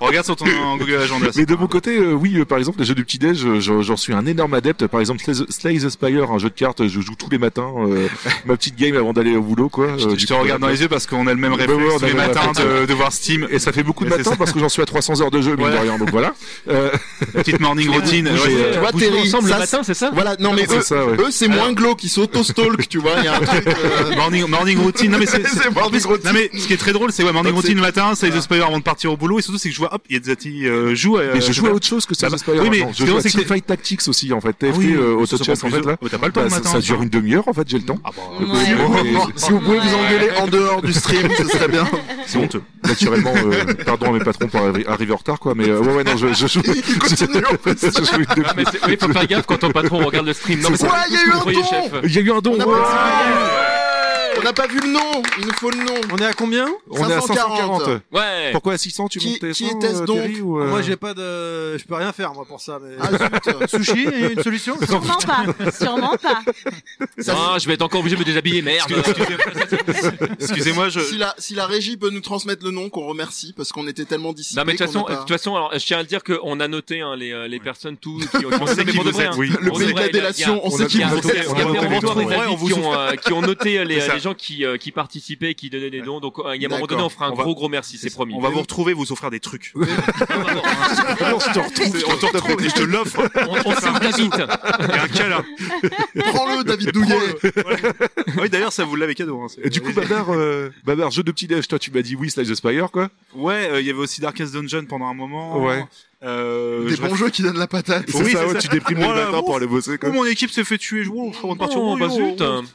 [SPEAKER 6] Regarde sur ton en Google Agenda.
[SPEAKER 2] Mais de mon côté, euh, oui, euh, par exemple, les jeux du petit-déj, euh, j'en j'en suis un énorme adepte. Par exemple, Slay the- Slay the Spire, un jeu de cartes, je joue tous les matins,
[SPEAKER 6] [laughs]
[SPEAKER 2] euh, ma petite game avant d'aller au boulot, quoi.
[SPEAKER 6] Je,
[SPEAKER 2] Euh,
[SPEAKER 6] te-
[SPEAKER 2] du
[SPEAKER 6] je te
[SPEAKER 2] coup,
[SPEAKER 6] regarde dans les yeux parce qu'on a le même
[SPEAKER 2] Bah
[SPEAKER 6] réflexe
[SPEAKER 2] ouais, on
[SPEAKER 6] tous
[SPEAKER 2] a
[SPEAKER 6] les
[SPEAKER 2] le même
[SPEAKER 6] matins de, de voir Steam.
[SPEAKER 2] Et ça fait beaucoup de
[SPEAKER 6] Mais c'est
[SPEAKER 2] matins
[SPEAKER 6] ça.
[SPEAKER 2] parce que j'en suis à 300 heures de jeu, mine
[SPEAKER 6] Ouais.
[SPEAKER 2] de rien. Donc voilà.
[SPEAKER 6] [laughs]
[SPEAKER 2] Euh,
[SPEAKER 6] Petite morning routine.
[SPEAKER 2] Bouger,
[SPEAKER 6] Ouais,
[SPEAKER 2] euh,
[SPEAKER 3] Tu vois,
[SPEAKER 7] Vous jouez
[SPEAKER 3] Terry,
[SPEAKER 7] ensemble
[SPEAKER 3] ça,
[SPEAKER 7] le matin, c'est ça
[SPEAKER 3] Voilà, non mais
[SPEAKER 2] [laughs] c'est
[SPEAKER 3] eux,
[SPEAKER 2] ça, ouais.
[SPEAKER 6] [laughs]
[SPEAKER 3] eux c'est moins glauque, qui s'auto-stalk, tu vois. Il y a un truc. euh,
[SPEAKER 6] Morning, morning routine. Non mais
[SPEAKER 3] [laughs]
[SPEAKER 6] c'est,
[SPEAKER 3] C'est morning
[SPEAKER 6] en plus, Non mais ce qui est très drôle, c'est ouais, morning
[SPEAKER 3] Donc,
[SPEAKER 6] routine le matin, c'est the Spire avant de partir au boulot et surtout c'est que je vois hop, il y a des petits euh, joues. euh,
[SPEAKER 2] Mais je joue à autre chose que ça.
[SPEAKER 6] bah,
[SPEAKER 2] Spire.
[SPEAKER 6] oui, mais
[SPEAKER 2] maintenant.
[SPEAKER 6] ce qui est
[SPEAKER 2] je joue
[SPEAKER 6] drôle,
[SPEAKER 2] à
[SPEAKER 6] c'est que t'es-
[SPEAKER 2] Teamfight Tactics aussi, en fait. TFT,
[SPEAKER 6] Ah oui,
[SPEAKER 2] euh,
[SPEAKER 6] ça
[SPEAKER 2] auto chess,
[SPEAKER 6] prend
[SPEAKER 2] en fait,
[SPEAKER 6] plus de-
[SPEAKER 2] là.
[SPEAKER 6] Ouais, T'as pas le temps
[SPEAKER 2] Bah,
[SPEAKER 6] le
[SPEAKER 2] ça,
[SPEAKER 6] matin.
[SPEAKER 2] ça dure une demi-heure, en fait, j'ai le temps.
[SPEAKER 6] Ah bah,
[SPEAKER 4] Ouais.
[SPEAKER 3] Si vous pouvez vous engueuler en dehors du stream, ce serait bien.
[SPEAKER 6] c'est honteux.
[SPEAKER 2] Naturellement, euh, pardon à mes patrons pour arri- arriver en retard, quoi. Mais euh, ouais, ouais, non, je, je
[SPEAKER 6] [laughs]
[SPEAKER 2] joue.
[SPEAKER 3] Il
[SPEAKER 2] [laughs]
[SPEAKER 3] continue en plus.
[SPEAKER 2] je joue une demi-
[SPEAKER 7] Ah, mais c'est- oui, faut faire gaffe quand ton patron regarde le stream. Non, mais
[SPEAKER 2] C'est
[SPEAKER 7] c'est
[SPEAKER 3] ça. Ouais,
[SPEAKER 7] tout
[SPEAKER 3] il y a
[SPEAKER 7] ce que
[SPEAKER 3] eu
[SPEAKER 7] vous
[SPEAKER 3] un
[SPEAKER 7] voyez,
[SPEAKER 3] ton
[SPEAKER 7] chef.
[SPEAKER 2] Il y a eu un don.
[SPEAKER 3] On a
[SPEAKER 2] ouais.
[SPEAKER 3] pas- On n'a pas vu le nom. Il nous faut le nom.
[SPEAKER 5] On est à combien
[SPEAKER 6] On est à 540.
[SPEAKER 7] Ouais.
[SPEAKER 6] Pourquoi à 600 tu
[SPEAKER 3] Qui-
[SPEAKER 6] montes tes
[SPEAKER 3] qui
[SPEAKER 6] sons,
[SPEAKER 3] était-ce
[SPEAKER 6] euh,
[SPEAKER 3] donc
[SPEAKER 6] Terry, ou, euh,
[SPEAKER 5] Moi, j'ai pas de, je peux rien faire moi pour ça. Mais...
[SPEAKER 3] Ah, zut.
[SPEAKER 5] Sushi, une solution
[SPEAKER 3] [laughs]
[SPEAKER 4] Sûrement pas, sûrement
[SPEAKER 2] [laughs]
[SPEAKER 4] pas.
[SPEAKER 3] Ça,
[SPEAKER 7] Ah, je vais être encore obligé de me déshabiller, merde.
[SPEAKER 6] Excusez-moi, [laughs] je.
[SPEAKER 3] si, la, si la régie peut nous transmettre le nom, qu'on remercie parce qu'on était tellement dissipés.
[SPEAKER 7] Non mais de toute
[SPEAKER 3] qu'on
[SPEAKER 7] façon,
[SPEAKER 3] n'a
[SPEAKER 7] de
[SPEAKER 3] pas-
[SPEAKER 7] toute façon, alors je tiens à le dire qu'on a noté hein, les euh, les personnes tous qui ont
[SPEAKER 6] On sait qui vous êtes, oui.
[SPEAKER 3] le
[SPEAKER 7] on
[SPEAKER 3] pays de
[SPEAKER 7] devrait,
[SPEAKER 3] la
[SPEAKER 7] il y a-
[SPEAKER 3] délation, on
[SPEAKER 6] on
[SPEAKER 3] sait
[SPEAKER 6] a
[SPEAKER 3] qui
[SPEAKER 7] Il y a
[SPEAKER 6] bien
[SPEAKER 3] vous
[SPEAKER 7] un
[SPEAKER 6] vous
[SPEAKER 3] êtes.
[SPEAKER 6] noté,
[SPEAKER 7] compteur- il y
[SPEAKER 6] êtes.
[SPEAKER 7] a un
[SPEAKER 6] On
[SPEAKER 7] compteur
[SPEAKER 6] a noté les noms,
[SPEAKER 7] des
[SPEAKER 6] ouais,
[SPEAKER 7] avis
[SPEAKER 6] on vous
[SPEAKER 7] qui
[SPEAKER 6] souffre.
[SPEAKER 7] ont, euh, qui ont noté les,
[SPEAKER 6] C'est ça.
[SPEAKER 7] les gens qui, euh, qui participaient, qui donnaient des dons. Donc, euh, il y a un moment
[SPEAKER 3] D'accord.
[SPEAKER 7] donné, on fera un
[SPEAKER 6] On va-
[SPEAKER 7] gros gros merci, c'est promis.
[SPEAKER 6] On va vous retrouver, vous offrir des trucs.
[SPEAKER 2] [laughs] on se
[SPEAKER 6] On te retrouve et je te l'offre.
[SPEAKER 7] On, on sait où t'habites.
[SPEAKER 6] Et un câlin.
[SPEAKER 3] Prends-le, David Douillet.
[SPEAKER 6] Euh, Prends-le. Oui, d'ailleurs, ça vous l'avait cadeau. hein.
[SPEAKER 2] Et du coup, Babar, euh, Babar, jeu de petit déj, toi tu m'as dit oui, Slice the Spire, quoi.
[SPEAKER 6] Ouais, euh, il y avait aussi Darkest Dungeon pendant un moment.
[SPEAKER 2] Ouais.
[SPEAKER 6] Euh,
[SPEAKER 3] Des
[SPEAKER 6] je
[SPEAKER 3] bons jeux qui donnent la patate.
[SPEAKER 2] C'est
[SPEAKER 6] Oui,
[SPEAKER 2] ça,
[SPEAKER 6] c'est
[SPEAKER 2] ouais,
[SPEAKER 6] ça.
[SPEAKER 2] tu déprimes
[SPEAKER 6] Voilà,
[SPEAKER 2] le matin
[SPEAKER 6] ouf.
[SPEAKER 2] pour aller bosser, quoi.
[SPEAKER 6] Ouh, mon équipe s'est fait tuer. Ouh, on partir.
[SPEAKER 7] Oh, bah zut.
[SPEAKER 2] Donc,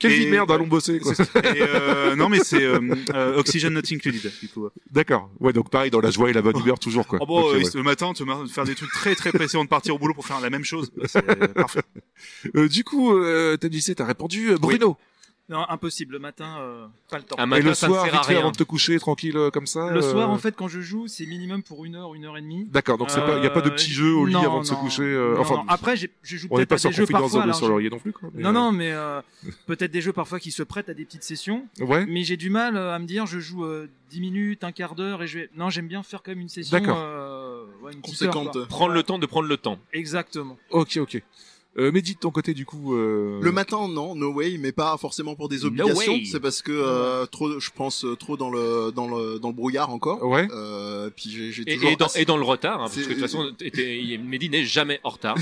[SPEAKER 2] quelle vie de merde, allons
[SPEAKER 6] allons
[SPEAKER 2] bosser, quoi.
[SPEAKER 6] Et, euh, non, mais c'est euh, euh, Oxygen Not Included, du coup.
[SPEAKER 2] D'accord. Ouais, donc pareil, dans la joie et la bonne humeur, toujours, quoi.
[SPEAKER 6] Oh, bon,
[SPEAKER 2] Ok,
[SPEAKER 6] euh,
[SPEAKER 2] ouais.
[SPEAKER 6] le matin, te mar- faire des trucs très très pressés avant de partir au boulot pour faire la même chose. C'est parfait.
[SPEAKER 2] Euh, du coup, euh, t'as dit, c'est- t'as répondu, euh, Bruno.
[SPEAKER 8] Non, impossible. Le matin, euh, pas le temps.
[SPEAKER 3] Ah,
[SPEAKER 7] Un
[SPEAKER 2] Et
[SPEAKER 7] matin,
[SPEAKER 2] le
[SPEAKER 7] ça ne
[SPEAKER 2] soir,
[SPEAKER 7] sert à
[SPEAKER 2] vite fait,
[SPEAKER 7] rien.
[SPEAKER 2] avant de te coucher, tranquille, euh, comme ça.
[SPEAKER 8] le soir,
[SPEAKER 2] euh,
[SPEAKER 8] en fait, quand je joue, c'est minimum pour une heure, une heure et demie.
[SPEAKER 2] D'accord, donc c'est pas, y a pas de
[SPEAKER 8] Euh,
[SPEAKER 2] petit jeu au lit avant de se coucher. euh, enfin,
[SPEAKER 8] Après, j'ai- je joue
[SPEAKER 2] on n'est
[SPEAKER 8] peut-être
[SPEAKER 2] pas
[SPEAKER 8] à
[SPEAKER 2] sur
[SPEAKER 8] des jeux
[SPEAKER 2] confidence
[SPEAKER 8] parfois.
[SPEAKER 2] dans le-
[SPEAKER 8] alors,
[SPEAKER 2] sur l'oreiller non plus, quoi.
[SPEAKER 8] j'ai-
[SPEAKER 2] mais,
[SPEAKER 8] non, non, mais euh, peut-être des jeux parfois qui se prêtent à des petites sessions.
[SPEAKER 2] euh, Ouais.
[SPEAKER 8] Mais j'ai du mal euh, à me dire, je joue euh, 10 minutes, un quart d'heure, et je vais. Non, j'aime bien faire quand même une session.
[SPEAKER 2] D'accord.
[SPEAKER 8] euh, ouais, une petite heure,
[SPEAKER 3] Conséquente.
[SPEAKER 8] quoi.
[SPEAKER 7] Prendre le temps de prendre le temps.
[SPEAKER 8] Exactement.
[SPEAKER 2] Ok, ok. Euh, mais dis de ton côté, du coup, euh...
[SPEAKER 3] Le matin, non, no way, mais pas forcément pour des
[SPEAKER 7] No
[SPEAKER 3] obligations.
[SPEAKER 7] way.
[SPEAKER 3] c'est parce que euh, trop, je pense euh, trop dans le dans le dans le brouillard encore.
[SPEAKER 2] Ouais.
[SPEAKER 3] Euh, puis j'ai j'ai
[SPEAKER 7] Et,
[SPEAKER 3] toujours.
[SPEAKER 7] et dans, et dans le retard, hein, parce que de
[SPEAKER 3] C'est-
[SPEAKER 7] toute façon, t'étais- il- Mehdi n'est jamais en retard.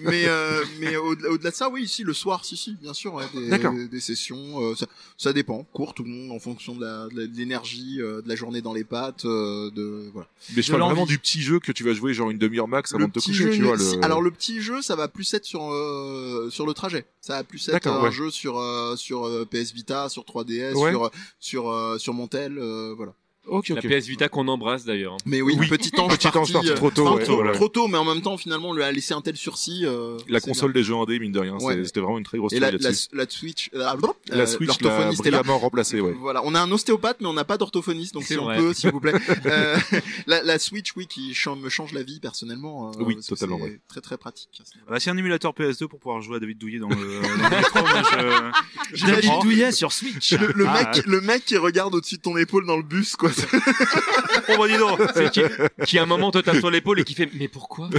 [SPEAKER 3] mais euh, mais au-delà au-delà de ça, oui, si le soir, si si, bien sûr, ouais, des,
[SPEAKER 2] D'accord.
[SPEAKER 3] des, sessions, euh, ça, ça dépend, court ou long, en fonction de la- de la- de l'énergie, euh, de la journée dans les pattes, euh, de voilà.
[SPEAKER 2] Mais je
[SPEAKER 8] de
[SPEAKER 2] parle
[SPEAKER 8] l'envie.
[SPEAKER 2] vraiment du petit jeu que tu vas jouer genre une demi-heure max avant
[SPEAKER 3] Le
[SPEAKER 2] de te
[SPEAKER 3] petit
[SPEAKER 2] coucher,
[SPEAKER 3] jeu,
[SPEAKER 2] tu
[SPEAKER 3] mais-
[SPEAKER 2] vois.
[SPEAKER 3] si-
[SPEAKER 2] Le...
[SPEAKER 3] Alors le petit jeu, ça va plus être sur euh, sur le trajet. Ça va plus être
[SPEAKER 2] D'accord,
[SPEAKER 3] un
[SPEAKER 2] ouais.
[SPEAKER 3] jeu sur euh, sur euh, PS Vita, sur 3DS,
[SPEAKER 2] Ouais.
[SPEAKER 3] sur sur euh, sur Montel, euh, voilà.
[SPEAKER 2] Ok,
[SPEAKER 7] La
[SPEAKER 2] ok.
[SPEAKER 7] PS Vita qu'on embrasse d'ailleurs.
[SPEAKER 3] Mais oui,
[SPEAKER 2] Oui.
[SPEAKER 3] petit ange
[SPEAKER 2] Petit ange
[SPEAKER 3] parti,
[SPEAKER 2] parti
[SPEAKER 3] euh,
[SPEAKER 2] trop tôt,
[SPEAKER 3] enfin,
[SPEAKER 2] ouais,
[SPEAKER 3] trop,
[SPEAKER 2] voilà.
[SPEAKER 3] trop tôt, mais en même temps, finalement, on lui a laissé un tel sursis. euh,
[SPEAKER 2] La
[SPEAKER 3] c'est
[SPEAKER 2] console des jeux indés, mine de rien,
[SPEAKER 3] Ouais.
[SPEAKER 2] c'est- c'était vraiment une très grosse
[SPEAKER 3] bien. Et la,
[SPEAKER 2] taille
[SPEAKER 3] la,
[SPEAKER 2] là-dessus.
[SPEAKER 3] la Switch, la,
[SPEAKER 2] La,
[SPEAKER 3] euh,
[SPEAKER 2] Switch, l'a
[SPEAKER 3] l'orthophoniste est là.
[SPEAKER 2] brillamment remplacée,
[SPEAKER 3] [laughs]
[SPEAKER 2] ouais.
[SPEAKER 3] Voilà, on a un ostéopathe, mais on n'a pas d'orthophoniste, donc
[SPEAKER 7] C'est
[SPEAKER 3] si on
[SPEAKER 7] vrai.
[SPEAKER 3] peut, s'il
[SPEAKER 7] [laughs]
[SPEAKER 3] vous plaît. Euh, la, la Switch, oui, qui chan- me change la vie personnellement. euh,
[SPEAKER 2] Oui,
[SPEAKER 3] parce que
[SPEAKER 2] totalement,
[SPEAKER 3] c'est
[SPEAKER 2] ouais.
[SPEAKER 3] Très très pratique.
[SPEAKER 6] Bah, c'est un émulateur PS2 pour pouvoir jouer à David Douillet dans le,
[SPEAKER 2] [laughs]
[SPEAKER 6] dans le métro. Moi, je...
[SPEAKER 8] David
[SPEAKER 6] comprends.
[SPEAKER 8] Douillet sur Switch.
[SPEAKER 3] Le, le
[SPEAKER 6] Ah,
[SPEAKER 3] mec, le mec qui regarde au-dessus de ton épaule dans le bus, quoi.
[SPEAKER 6] Oh, bah, dis donc.
[SPEAKER 7] C'est qui, qui à un moment te tape sur l'épaule et qui fait mais pourquoi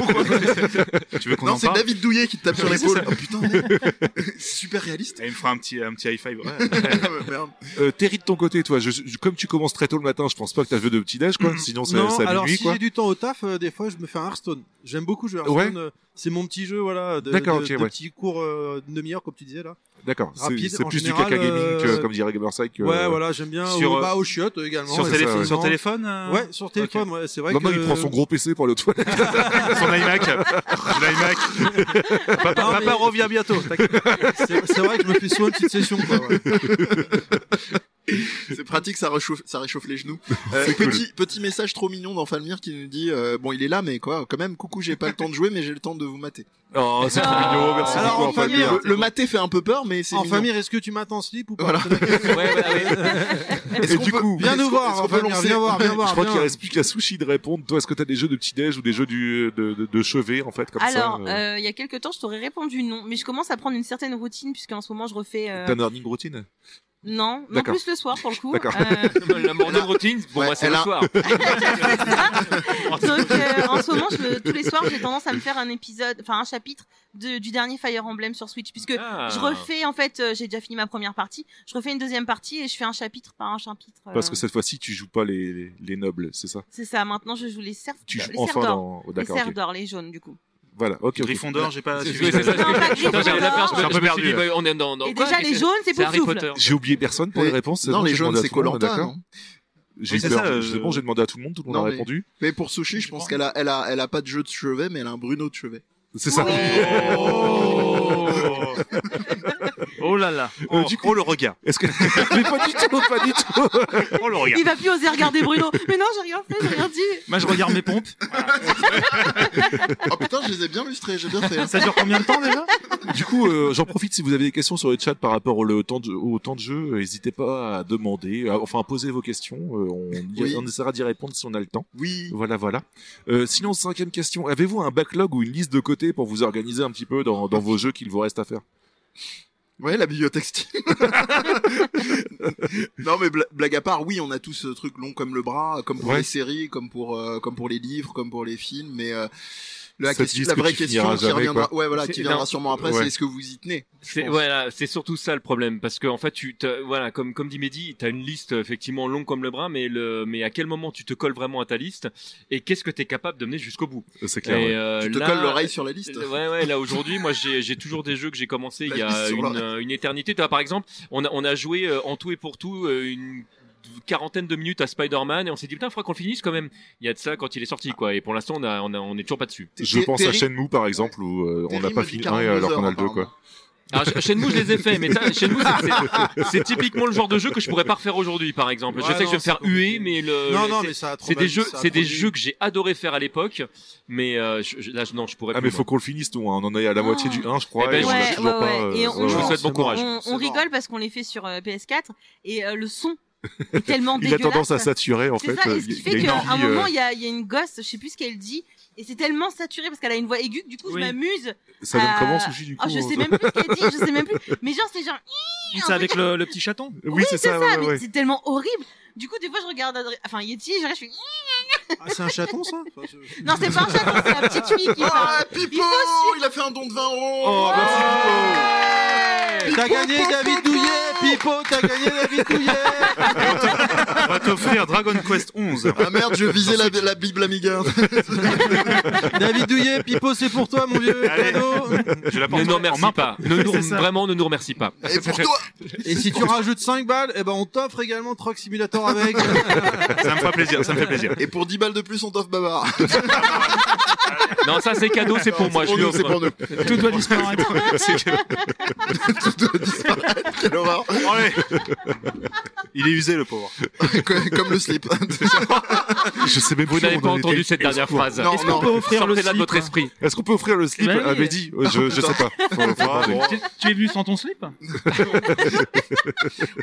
[SPEAKER 6] Tu veux qu'on
[SPEAKER 3] [laughs] non,
[SPEAKER 6] en
[SPEAKER 3] c'est
[SPEAKER 6] parle
[SPEAKER 3] David Douillet qui te tape sur
[SPEAKER 6] Oui, c'est
[SPEAKER 3] l'épaule. Oh putain, merde. [laughs] super réaliste.
[SPEAKER 6] Et Eh, il me fera un petit, un petit high five. Ouais.
[SPEAKER 3] [laughs] Merde.
[SPEAKER 2] Euh, Terry, de ton côté, toi, je, je- comme tu commences très tôt le matin, je pense pas que t'as joué de petit déj,
[SPEAKER 3] Mhm.
[SPEAKER 2] quoi. Sinon, c'est
[SPEAKER 5] Non,
[SPEAKER 2] c'est à
[SPEAKER 5] alors
[SPEAKER 2] minuit,
[SPEAKER 5] si
[SPEAKER 2] quoi.
[SPEAKER 5] j'ai du temps au taf, euh, des fois je me fais un Hearthstone. J'aime beaucoup jouer à Hearthstone. euh, C'est mon petit jeu, voilà, de,
[SPEAKER 2] D'accord,
[SPEAKER 5] de-
[SPEAKER 2] ok,
[SPEAKER 5] de
[SPEAKER 2] ouais.
[SPEAKER 5] petits cours euh, de demi-heure comme tu disais là.
[SPEAKER 2] D'accord. C'est
[SPEAKER 5] Rapide,
[SPEAKER 2] c'est
[SPEAKER 5] en
[SPEAKER 2] plus du
[SPEAKER 5] général,
[SPEAKER 2] caca gaming que,
[SPEAKER 5] euh,
[SPEAKER 2] comme dirait Gamerside que.
[SPEAKER 5] ouais, voilà, j'aime bien.
[SPEAKER 6] sur,
[SPEAKER 5] Sur,
[SPEAKER 6] euh,
[SPEAKER 5] bah, au chiottes également.
[SPEAKER 6] sur,
[SPEAKER 5] ouais,
[SPEAKER 2] télé-
[SPEAKER 6] téléphone,
[SPEAKER 5] effectivement.
[SPEAKER 6] sur téléphone euh,
[SPEAKER 5] Ouais, sur téléphone, ouais, c'est vrai
[SPEAKER 2] Maintenant,
[SPEAKER 5] que.
[SPEAKER 2] il prend son gros PC pour aller aux toilettes.
[SPEAKER 6] Son iMac. L'iMac. papa,
[SPEAKER 5] Non, mais-
[SPEAKER 6] papa revient bientôt. t'inquiète.
[SPEAKER 5] [laughs] C'est c'est vrai que je me fais souvent une petite session, quoi. ouais.
[SPEAKER 3] C'est pratique, ça réchauffe, ça réchauffe les genoux. Euh, petit, petit message trop mignon d'Enfalmir qui nous dit euh, bon il est là mais quoi quand même coucou j'ai pas le temps de jouer mais j'ai le temps de vous mater.
[SPEAKER 2] Oh, c'est trop
[SPEAKER 4] Ah.
[SPEAKER 2] mignon, merci
[SPEAKER 5] Alors,
[SPEAKER 2] beaucoup,
[SPEAKER 5] en
[SPEAKER 2] Antoine.
[SPEAKER 5] famille,
[SPEAKER 3] Le, le mater fait un peu peur mais c'est
[SPEAKER 5] En
[SPEAKER 3] mignon.
[SPEAKER 5] famille, est-ce que tu m'attends en slip ou pas
[SPEAKER 3] Voilà.
[SPEAKER 7] ouais, ouais, ouais.
[SPEAKER 3] [laughs] Est-ce
[SPEAKER 2] Et
[SPEAKER 3] qu'on
[SPEAKER 2] du
[SPEAKER 3] peut-
[SPEAKER 2] coup-
[SPEAKER 5] Viens
[SPEAKER 3] est-ce
[SPEAKER 5] nous
[SPEAKER 3] qu'on- est-ce
[SPEAKER 5] voir,
[SPEAKER 3] qu'on
[SPEAKER 5] en
[SPEAKER 3] peut
[SPEAKER 5] famille,
[SPEAKER 3] lancer-
[SPEAKER 5] viens voir,
[SPEAKER 3] [laughs]
[SPEAKER 5] viens
[SPEAKER 2] Je
[SPEAKER 5] voir.
[SPEAKER 2] crois
[SPEAKER 5] viens.
[SPEAKER 2] qu'il reste plus qu'à Sushi de répondre. Toi, est-ce que t'as des jeux de petit déj ou des jeux du, de, de, de chevet, en fait, comme
[SPEAKER 4] Alors,
[SPEAKER 2] ça? euh,
[SPEAKER 4] euh, il y a quelques temps, je t'aurais répondu non, mais je commence à prendre une certaine routine puisqu'en ce moment, je refais euh,
[SPEAKER 2] T'as une earning routine?
[SPEAKER 4] non, non
[SPEAKER 2] D'accord.
[SPEAKER 4] plus le soir pour le coup.
[SPEAKER 2] D'accord.
[SPEAKER 4] Euh,
[SPEAKER 7] La morning routine, pour
[SPEAKER 3] Ouais,
[SPEAKER 7] moi c'est
[SPEAKER 3] elle
[SPEAKER 7] le
[SPEAKER 3] a-
[SPEAKER 7] soir.
[SPEAKER 4] Donc euh, en ce moment, je me- tous les soirs, j'ai tendance à me faire un épisode, enfin un chapitre de, du dernier Fire Emblem sur Switch, puisque
[SPEAKER 7] Ah.
[SPEAKER 4] je refais en fait, euh, j'ai déjà fini ma première partie, je refais une deuxième partie et je fais un chapitre par un chapitre. euh,
[SPEAKER 2] Parce que cette fois-ci, tu joues pas les, les, les nobles, c'est ça?
[SPEAKER 4] c'est ça. Maintenant, je joue les cerfs,
[SPEAKER 2] Tu
[SPEAKER 4] les
[SPEAKER 3] Bah,
[SPEAKER 2] joues
[SPEAKER 4] cerfs
[SPEAKER 2] enfin
[SPEAKER 4] d'or,
[SPEAKER 2] dans, oh,
[SPEAKER 4] les
[SPEAKER 2] d'accord,
[SPEAKER 4] cerfs
[SPEAKER 2] ok.
[SPEAKER 4] d'or, les jaunes du coup.
[SPEAKER 2] Voilà, ok, ok.
[SPEAKER 6] Gryffondor, j'ai pas
[SPEAKER 7] C'est-
[SPEAKER 6] suivi.
[SPEAKER 7] Ah, c'est ça,
[SPEAKER 4] Non, pas
[SPEAKER 7] c'est- Attends, j'avais la
[SPEAKER 4] Gryffondor.
[SPEAKER 7] perche,
[SPEAKER 6] Je suis un peu
[SPEAKER 7] je me
[SPEAKER 6] perdu,
[SPEAKER 7] suis dit,
[SPEAKER 6] là.
[SPEAKER 7] bah, on est dans, dans
[SPEAKER 4] et
[SPEAKER 7] quoi,
[SPEAKER 4] déjà
[SPEAKER 7] mais
[SPEAKER 4] les
[SPEAKER 7] c'est-
[SPEAKER 4] jaunes, c'est
[SPEAKER 7] c'est
[SPEAKER 4] pour
[SPEAKER 7] Harry Potter.
[SPEAKER 4] souffle.
[SPEAKER 2] J'ai oublié personne pour
[SPEAKER 3] Les-
[SPEAKER 2] les réponses.
[SPEAKER 3] Non
[SPEAKER 2] bon,
[SPEAKER 3] les
[SPEAKER 2] j'ai
[SPEAKER 3] jaunes
[SPEAKER 2] demandé à
[SPEAKER 3] c'est
[SPEAKER 2] tout le monde,
[SPEAKER 3] Colanta.
[SPEAKER 2] d'accord.
[SPEAKER 3] non
[SPEAKER 2] J'ai
[SPEAKER 6] Oui,
[SPEAKER 2] eu
[SPEAKER 6] c'est
[SPEAKER 2] peur.
[SPEAKER 6] ça, euh,
[SPEAKER 2] C'est bon, j'ai demandé à tout le monde, tout le monde
[SPEAKER 3] Non,
[SPEAKER 2] a
[SPEAKER 3] mais-
[SPEAKER 2] répondu.
[SPEAKER 3] Mais pour sushi je pense qu'elle a elle a elle a pas de jeu de chevet mais elle a un Bruno de chevet.
[SPEAKER 2] C'est ça.
[SPEAKER 4] Oui.
[SPEAKER 6] Oh.
[SPEAKER 8] Oh là là.
[SPEAKER 6] Oh,
[SPEAKER 2] Euh, du coup-
[SPEAKER 6] oh, le regard.
[SPEAKER 2] Est-ce que [laughs] mais pas du tout, pas du tout.
[SPEAKER 6] Oh le regard.
[SPEAKER 4] Il va plus oser
[SPEAKER 2] [laughs]
[SPEAKER 4] regarder Bruno. Mais non, j'ai rien fait, j'ai rien dit.
[SPEAKER 8] Moi, je regarde mes pompes.
[SPEAKER 3] Oh putain, je les ai bien lustrés, j'ai bien fait. hein.
[SPEAKER 6] Ça dure combien de temps déjà
[SPEAKER 2] Du coup, euh, j'en profite si vous avez des questions sur le chat par rapport au temps de, au temps de jeu, euh, n'hésitez pas à demander, à- enfin à poser vos questions, euh, on, y-
[SPEAKER 3] Oui.
[SPEAKER 2] on essaiera d'y répondre si on a le temps.
[SPEAKER 3] Oui.
[SPEAKER 2] Voilà, voilà. Euh, sinon, cinquième question, avez-vous un backlog ou une liste de côté pour vous organiser un petit peu dans, dans vos jeux qu'il vous reste à faire
[SPEAKER 3] Ouais, la bibliothèque Steam. [laughs] non, mais bla- blague à part, oui, on a tous ce truc long comme le bras, comme pour
[SPEAKER 2] Ouais.
[SPEAKER 3] les séries, comme pour euh, comme pour les livres, comme pour les films, mais euh, la,
[SPEAKER 2] Cette
[SPEAKER 3] question-
[SPEAKER 2] liste
[SPEAKER 3] la
[SPEAKER 2] que
[SPEAKER 3] vraie
[SPEAKER 2] tu
[SPEAKER 3] question
[SPEAKER 2] finiras
[SPEAKER 3] qui
[SPEAKER 2] jamais,
[SPEAKER 3] reviendra, ouais, voilà,
[SPEAKER 7] C'est-
[SPEAKER 3] qui viendra
[SPEAKER 7] non.
[SPEAKER 3] sûrement après,
[SPEAKER 2] Ouais.
[SPEAKER 3] c'est est-ce que vous y tenez. je
[SPEAKER 7] C'est
[SPEAKER 3] pense.
[SPEAKER 7] voilà, c'est surtout ça le problème parce que en fait tu t'as- voilà comme comme dit Mehdi, tu as une liste euh, effectivement longue comme le bras mais le mais à quel moment tu te colles vraiment à ta liste et qu'est-ce que tu es capable de mener jusqu'au bout
[SPEAKER 2] Euh, C'est
[SPEAKER 7] et,
[SPEAKER 2] clair. ouais.
[SPEAKER 7] euh,
[SPEAKER 3] Tu te
[SPEAKER 7] là-
[SPEAKER 3] colles l'oreille sur la liste.
[SPEAKER 7] Ouais ouais, là aujourd'hui moi j'ai j'ai toujours des jeux que j'ai commencé
[SPEAKER 5] Bah,
[SPEAKER 7] il y
[SPEAKER 3] La liste
[SPEAKER 7] a
[SPEAKER 3] sur
[SPEAKER 7] une, euh, une éternité, tu vois par exemple, on a on a joué euh, en tout et pour tout euh, une quarantaine de minutes à Spider-Man et on s'est dit putain, il faudra qu'on le finisse quand même. Il y a de ça quand il est sorti quoi et pour l'instant on a, on a- on est toujours pas dessus.
[SPEAKER 2] Je pense à
[SPEAKER 3] Terry-
[SPEAKER 2] Shenmue par exemple où euh, on
[SPEAKER 3] Terry
[SPEAKER 2] n'a pas
[SPEAKER 3] me dit
[SPEAKER 2] fini un
[SPEAKER 3] 42
[SPEAKER 2] alors qu'on a
[SPEAKER 3] heures,
[SPEAKER 2] le deux quoi.
[SPEAKER 7] Alors, Sh- Shenmue, je les ai faits, mais ça, Shenmue, c'est- c'est- c'est typiquement le genre de jeu que je pourrais pas refaire aujourd'hui, par exemple. je
[SPEAKER 5] Ouais,
[SPEAKER 7] sais que
[SPEAKER 5] non,
[SPEAKER 7] je vais me faire
[SPEAKER 5] c'est compliqué.
[SPEAKER 7] huer, mais le.
[SPEAKER 5] non,
[SPEAKER 7] le-
[SPEAKER 5] non,
[SPEAKER 7] c'est-
[SPEAKER 5] mais ça a trop
[SPEAKER 7] c'est des
[SPEAKER 5] mal-
[SPEAKER 7] jeux,
[SPEAKER 5] ça a
[SPEAKER 7] c'est
[SPEAKER 5] trop
[SPEAKER 7] des
[SPEAKER 5] vieilli.
[SPEAKER 7] jeux que j'ai adoré faire à l'époque, mais euh, je- je- là, je- non, je pourrais
[SPEAKER 2] Ah
[SPEAKER 7] plus.
[SPEAKER 2] mais faut qu'on le finisse nous, hein. on en est à la moitié du 1 je crois.
[SPEAKER 7] Eh ben,
[SPEAKER 2] et on
[SPEAKER 7] ouais,
[SPEAKER 2] l'a toujours
[SPEAKER 4] ouais,
[SPEAKER 2] pas, euh,
[SPEAKER 4] ouais. Et on-
[SPEAKER 7] moi. Je vous
[SPEAKER 4] on-
[SPEAKER 7] souhaite bon courage.
[SPEAKER 4] On,
[SPEAKER 3] C'est
[SPEAKER 4] on
[SPEAKER 3] mort.
[SPEAKER 4] rigole parce qu'on les fait sur euh, PS4 et euh, le son est tellement
[SPEAKER 2] [laughs] Il a
[SPEAKER 4] dégueulasse.
[SPEAKER 2] tendance à saturer en fait.
[SPEAKER 4] C'est ça,
[SPEAKER 2] euh,
[SPEAKER 4] et ce qui
[SPEAKER 2] il y a
[SPEAKER 4] fait
[SPEAKER 2] une
[SPEAKER 4] qu'à un
[SPEAKER 2] envie, euh,
[SPEAKER 4] moment, il y, a, il y a une gosse, je sais plus ce qu'elle dit, et c'est tellement saturé parce qu'elle a une voix aiguë que du coup,
[SPEAKER 8] Oui.
[SPEAKER 4] je m'amuse.
[SPEAKER 2] euh, Ça donne
[SPEAKER 4] à-
[SPEAKER 2] comment Sushi du coup
[SPEAKER 4] Oh, je sais
[SPEAKER 2] euh,
[SPEAKER 4] même plus ce qu'elle dit, je sais même plus.
[SPEAKER 2] [laughs]
[SPEAKER 4] Mais genre, c'est genre,
[SPEAKER 8] C'est avec le, le petit chaton.
[SPEAKER 2] Oui, c'est ça, ouais,
[SPEAKER 4] mais
[SPEAKER 2] ouais.
[SPEAKER 4] c'est tellement horrible. Du coup, des fois, je regarde, Adrien- enfin, Yeti, je regarde, je suis,
[SPEAKER 5] Ah, c'est un chaton, ça Enfin, je-
[SPEAKER 4] non, c'est pas un chaton, c'est la petite fille qui parle.
[SPEAKER 3] Ah, Pipo,
[SPEAKER 4] Il faut
[SPEAKER 3] il a fait un don de 20 euros.
[SPEAKER 2] Oh, merci, Pipo.
[SPEAKER 5] T'as gagné David Douillet, Pipo, t'as gagné David Douillet
[SPEAKER 6] On va t'offrir Dragon Quest 11.
[SPEAKER 3] Ah merde, je visais la, la Bible Amiga.
[SPEAKER 5] David Douillet, Pipo, c'est pour toi, mon vieux
[SPEAKER 6] Allez.
[SPEAKER 5] cadeau.
[SPEAKER 6] Je la
[SPEAKER 7] Ne
[SPEAKER 6] porte
[SPEAKER 7] nous
[SPEAKER 6] en
[SPEAKER 7] remercie
[SPEAKER 6] main.
[SPEAKER 7] pas. Ne nous-
[SPEAKER 6] C'est ça.
[SPEAKER 7] vraiment, ne nous remercie pas.
[SPEAKER 3] Et pour toi,
[SPEAKER 5] Et si tu rajoutes 5 balles, eh ben on t'offre également Truck Simulator avec.
[SPEAKER 6] Ça me fait plaisir, ça me fait plaisir.
[SPEAKER 3] et pour 10 balles de plus, on t'offre Babar.
[SPEAKER 7] Non, ça, c'est cadeau, c'est pour moi.
[SPEAKER 3] C'est pour
[SPEAKER 7] je
[SPEAKER 3] nous,
[SPEAKER 7] l'offre.
[SPEAKER 3] c'est pour nous.
[SPEAKER 8] Tout doit disparaître.
[SPEAKER 3] Quelle horreur.
[SPEAKER 6] Allez. Il est usé le pauvre.
[SPEAKER 3] Comme comme le slip.
[SPEAKER 2] Je sais même
[SPEAKER 7] Vous
[SPEAKER 2] plus où
[SPEAKER 7] n'avez
[SPEAKER 2] on
[SPEAKER 7] pas
[SPEAKER 2] en était.
[SPEAKER 7] entendu cette dernière phrase.
[SPEAKER 3] Non,
[SPEAKER 8] Est-ce qu'on peut offrir le
[SPEAKER 7] Sortez-la de
[SPEAKER 8] slip
[SPEAKER 7] votre
[SPEAKER 8] hein
[SPEAKER 7] esprit.
[SPEAKER 2] Est-ce qu'on peut offrir le slip
[SPEAKER 8] Ben oui.
[SPEAKER 2] à Mehdi Euh, je, je sais [laughs] pas. Faut- faut demander.
[SPEAKER 8] Tu es venu sans ton slip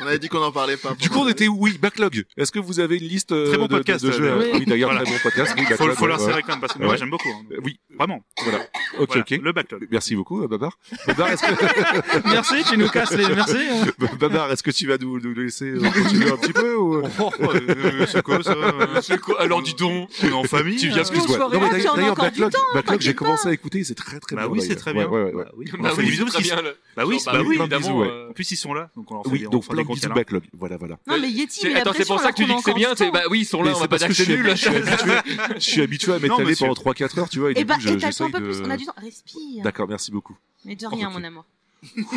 [SPEAKER 3] On avait dit qu'on en parlait pas.
[SPEAKER 2] Du coup, on était où oui, backlog. Est-ce que vous avez une liste euh,
[SPEAKER 6] Très bon
[SPEAKER 2] de,
[SPEAKER 6] podcast,
[SPEAKER 2] de jeux à-
[SPEAKER 8] d'ailleurs.
[SPEAKER 2] Oui, d'ailleurs,
[SPEAKER 6] Voilà.
[SPEAKER 2] très bon podcast. Oui,
[SPEAKER 6] [laughs] Faut,
[SPEAKER 2] backlog,
[SPEAKER 6] faut leur
[SPEAKER 2] ouais.
[SPEAKER 6] serrer quand même parce que moi
[SPEAKER 2] Ouais.
[SPEAKER 6] j'aime beaucoup. hein.
[SPEAKER 2] Euh, Oui,
[SPEAKER 6] Vraiment.
[SPEAKER 2] voilà. euh, Ok,
[SPEAKER 6] Voilà,
[SPEAKER 2] ok.
[SPEAKER 6] Le backlog.
[SPEAKER 2] Merci beaucoup, euh, Babar. Babar, est-ce que,
[SPEAKER 8] Merci, tu nous casses les. Merci. hein.
[SPEAKER 2] Babar, est-ce que [laughs] tu vas nous, nous laisser euh, continuer un petit peu ou... euh,
[SPEAKER 6] c'est quoi ça
[SPEAKER 7] C'est quoi Alors, dis donc.
[SPEAKER 6] On est en famille
[SPEAKER 7] Tu viens
[SPEAKER 6] euh,
[SPEAKER 7] ce
[SPEAKER 4] que je vois.
[SPEAKER 2] Non, mais
[SPEAKER 4] Ah, tu en as
[SPEAKER 2] d'ailleurs,
[SPEAKER 4] encore du
[SPEAKER 2] backlog, backlog, j'ai
[SPEAKER 4] t'inquiète
[SPEAKER 2] commencé à écouter, c'est très très
[SPEAKER 6] Bah
[SPEAKER 2] bien.
[SPEAKER 6] oui, c'est
[SPEAKER 2] d'ailleurs.
[SPEAKER 6] très bien.
[SPEAKER 2] Ouais, ouais, ouais.
[SPEAKER 6] Bah oui,
[SPEAKER 7] Bah
[SPEAKER 6] on
[SPEAKER 7] oui,
[SPEAKER 6] fait des bisous
[SPEAKER 7] très
[SPEAKER 6] parce qu'ils-
[SPEAKER 7] bien, le-
[SPEAKER 6] Bah oui,
[SPEAKER 7] Bon, bah
[SPEAKER 6] bah
[SPEAKER 7] oui,
[SPEAKER 6] oui.
[SPEAKER 7] évidemment,
[SPEAKER 2] bisous, ouais.
[SPEAKER 7] euh,
[SPEAKER 6] En plus ils sont là, donc on leur fait
[SPEAKER 2] Oui,
[SPEAKER 6] des, on
[SPEAKER 2] donc
[SPEAKER 6] fera des
[SPEAKER 2] plein de
[SPEAKER 6] gros
[SPEAKER 2] bisous
[SPEAKER 6] câlins.
[SPEAKER 2] backlog. Voilà,
[SPEAKER 6] [laughs]
[SPEAKER 2] voilà.
[SPEAKER 4] Non, mais Yeti,
[SPEAKER 7] C'est-
[SPEAKER 4] mais
[SPEAKER 7] Attends, c'est pour ça que tu dis que c'est bien. c'est- Bah oui, ils sont là,
[SPEAKER 2] Mais
[SPEAKER 7] on
[SPEAKER 2] c'est
[SPEAKER 7] va pas
[SPEAKER 2] parce que
[SPEAKER 7] dire que c'est
[SPEAKER 2] je suis
[SPEAKER 7] nul.
[SPEAKER 2] habitué, je suis habitué à m'étaler
[SPEAKER 6] monsieur.
[SPEAKER 2] pendant 3-4 heures, tu vois, et
[SPEAKER 4] Et
[SPEAKER 2] du
[SPEAKER 4] bah,
[SPEAKER 2] coup, je-
[SPEAKER 4] et t'as le temps un
[SPEAKER 2] j'essaye
[SPEAKER 4] peu plus, on a
[SPEAKER 2] de...
[SPEAKER 4] du temps. hein. Respire.
[SPEAKER 2] D'accord, merci beaucoup.
[SPEAKER 4] Mais de rien,
[SPEAKER 2] Ok.
[SPEAKER 4] mon amour.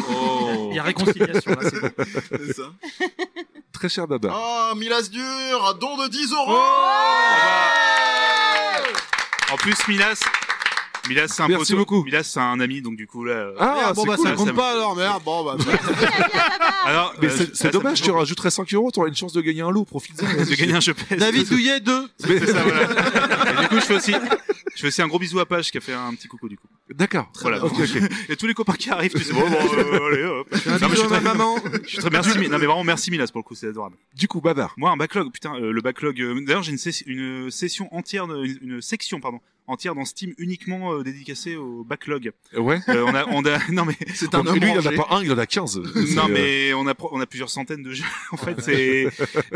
[SPEAKER 7] Oh.
[SPEAKER 8] Il y a réconciliation là. c'est bon.
[SPEAKER 3] C'est ça.
[SPEAKER 2] Très cher
[SPEAKER 6] Ah,
[SPEAKER 2] Babar.
[SPEAKER 3] Oh, Milas Dur, un don de 10 euros.
[SPEAKER 2] bah.
[SPEAKER 6] Oh, En plus Milas Milas c'est un
[SPEAKER 2] Merci
[SPEAKER 6] poteau.
[SPEAKER 2] beaucoup.
[SPEAKER 6] Milas c'est un ami donc du coup là euh,
[SPEAKER 2] Ah,
[SPEAKER 5] Merde, bon
[SPEAKER 2] c'est
[SPEAKER 5] bah
[SPEAKER 2] cool.
[SPEAKER 5] ça
[SPEAKER 6] ça
[SPEAKER 5] compte
[SPEAKER 6] me-
[SPEAKER 5] pas
[SPEAKER 3] [laughs]
[SPEAKER 5] alors, merde, bon bah.
[SPEAKER 6] Alors
[SPEAKER 2] Mais
[SPEAKER 6] euh,
[SPEAKER 2] c'est-
[SPEAKER 6] ça,
[SPEAKER 2] c'est
[SPEAKER 6] ça
[SPEAKER 2] dommage,
[SPEAKER 6] fait
[SPEAKER 2] tu
[SPEAKER 6] toujours-
[SPEAKER 2] rajouterais 5 euros, t'aurais une chance de gagner un lot,
[SPEAKER 6] [laughs]
[SPEAKER 2] profite-en.
[SPEAKER 6] de gagner un jeu PS.
[SPEAKER 5] David Douillet 2.
[SPEAKER 6] C'est
[SPEAKER 2] [laughs]
[SPEAKER 6] ça, voilà. Et du coup, je fais aussi, je fais aussi un gros bisou à Page qui a fait un petit coucou du coup.
[SPEAKER 2] D'accord.
[SPEAKER 6] Voilà.
[SPEAKER 2] Ok,
[SPEAKER 6] [laughs]
[SPEAKER 2] ok.
[SPEAKER 6] Et tous les copains qui arrivent, tu sais, bon, bon, euh, allez, hop.
[SPEAKER 5] Un
[SPEAKER 6] Non, mais je
[SPEAKER 5] bisou
[SPEAKER 6] suis
[SPEAKER 5] à ma
[SPEAKER 6] très,
[SPEAKER 5] maman.
[SPEAKER 6] je suis très- merci, mais- non, mais vraiment, merci Milas pour le coup, c'est adorable.
[SPEAKER 2] Du coup, Babar.
[SPEAKER 6] Moi, un backlog, putain, euh, le backlog, euh, d'ailleurs, j'ai une, sess- une session entière, de- une, une section, pardon, entière dans Steam uniquement euh, dédicacée au backlog.
[SPEAKER 2] Ouais.
[SPEAKER 6] Euh, on a, [laughs] on a,
[SPEAKER 2] [laughs]
[SPEAKER 6] non mais,
[SPEAKER 3] C'est
[SPEAKER 2] Et
[SPEAKER 3] un homme
[SPEAKER 2] lui, il en a
[SPEAKER 3] rangé.
[SPEAKER 2] pas un, il en a 15.
[SPEAKER 6] Non mais on a pro- on a plusieurs centaines de jeux [laughs] en fait c'est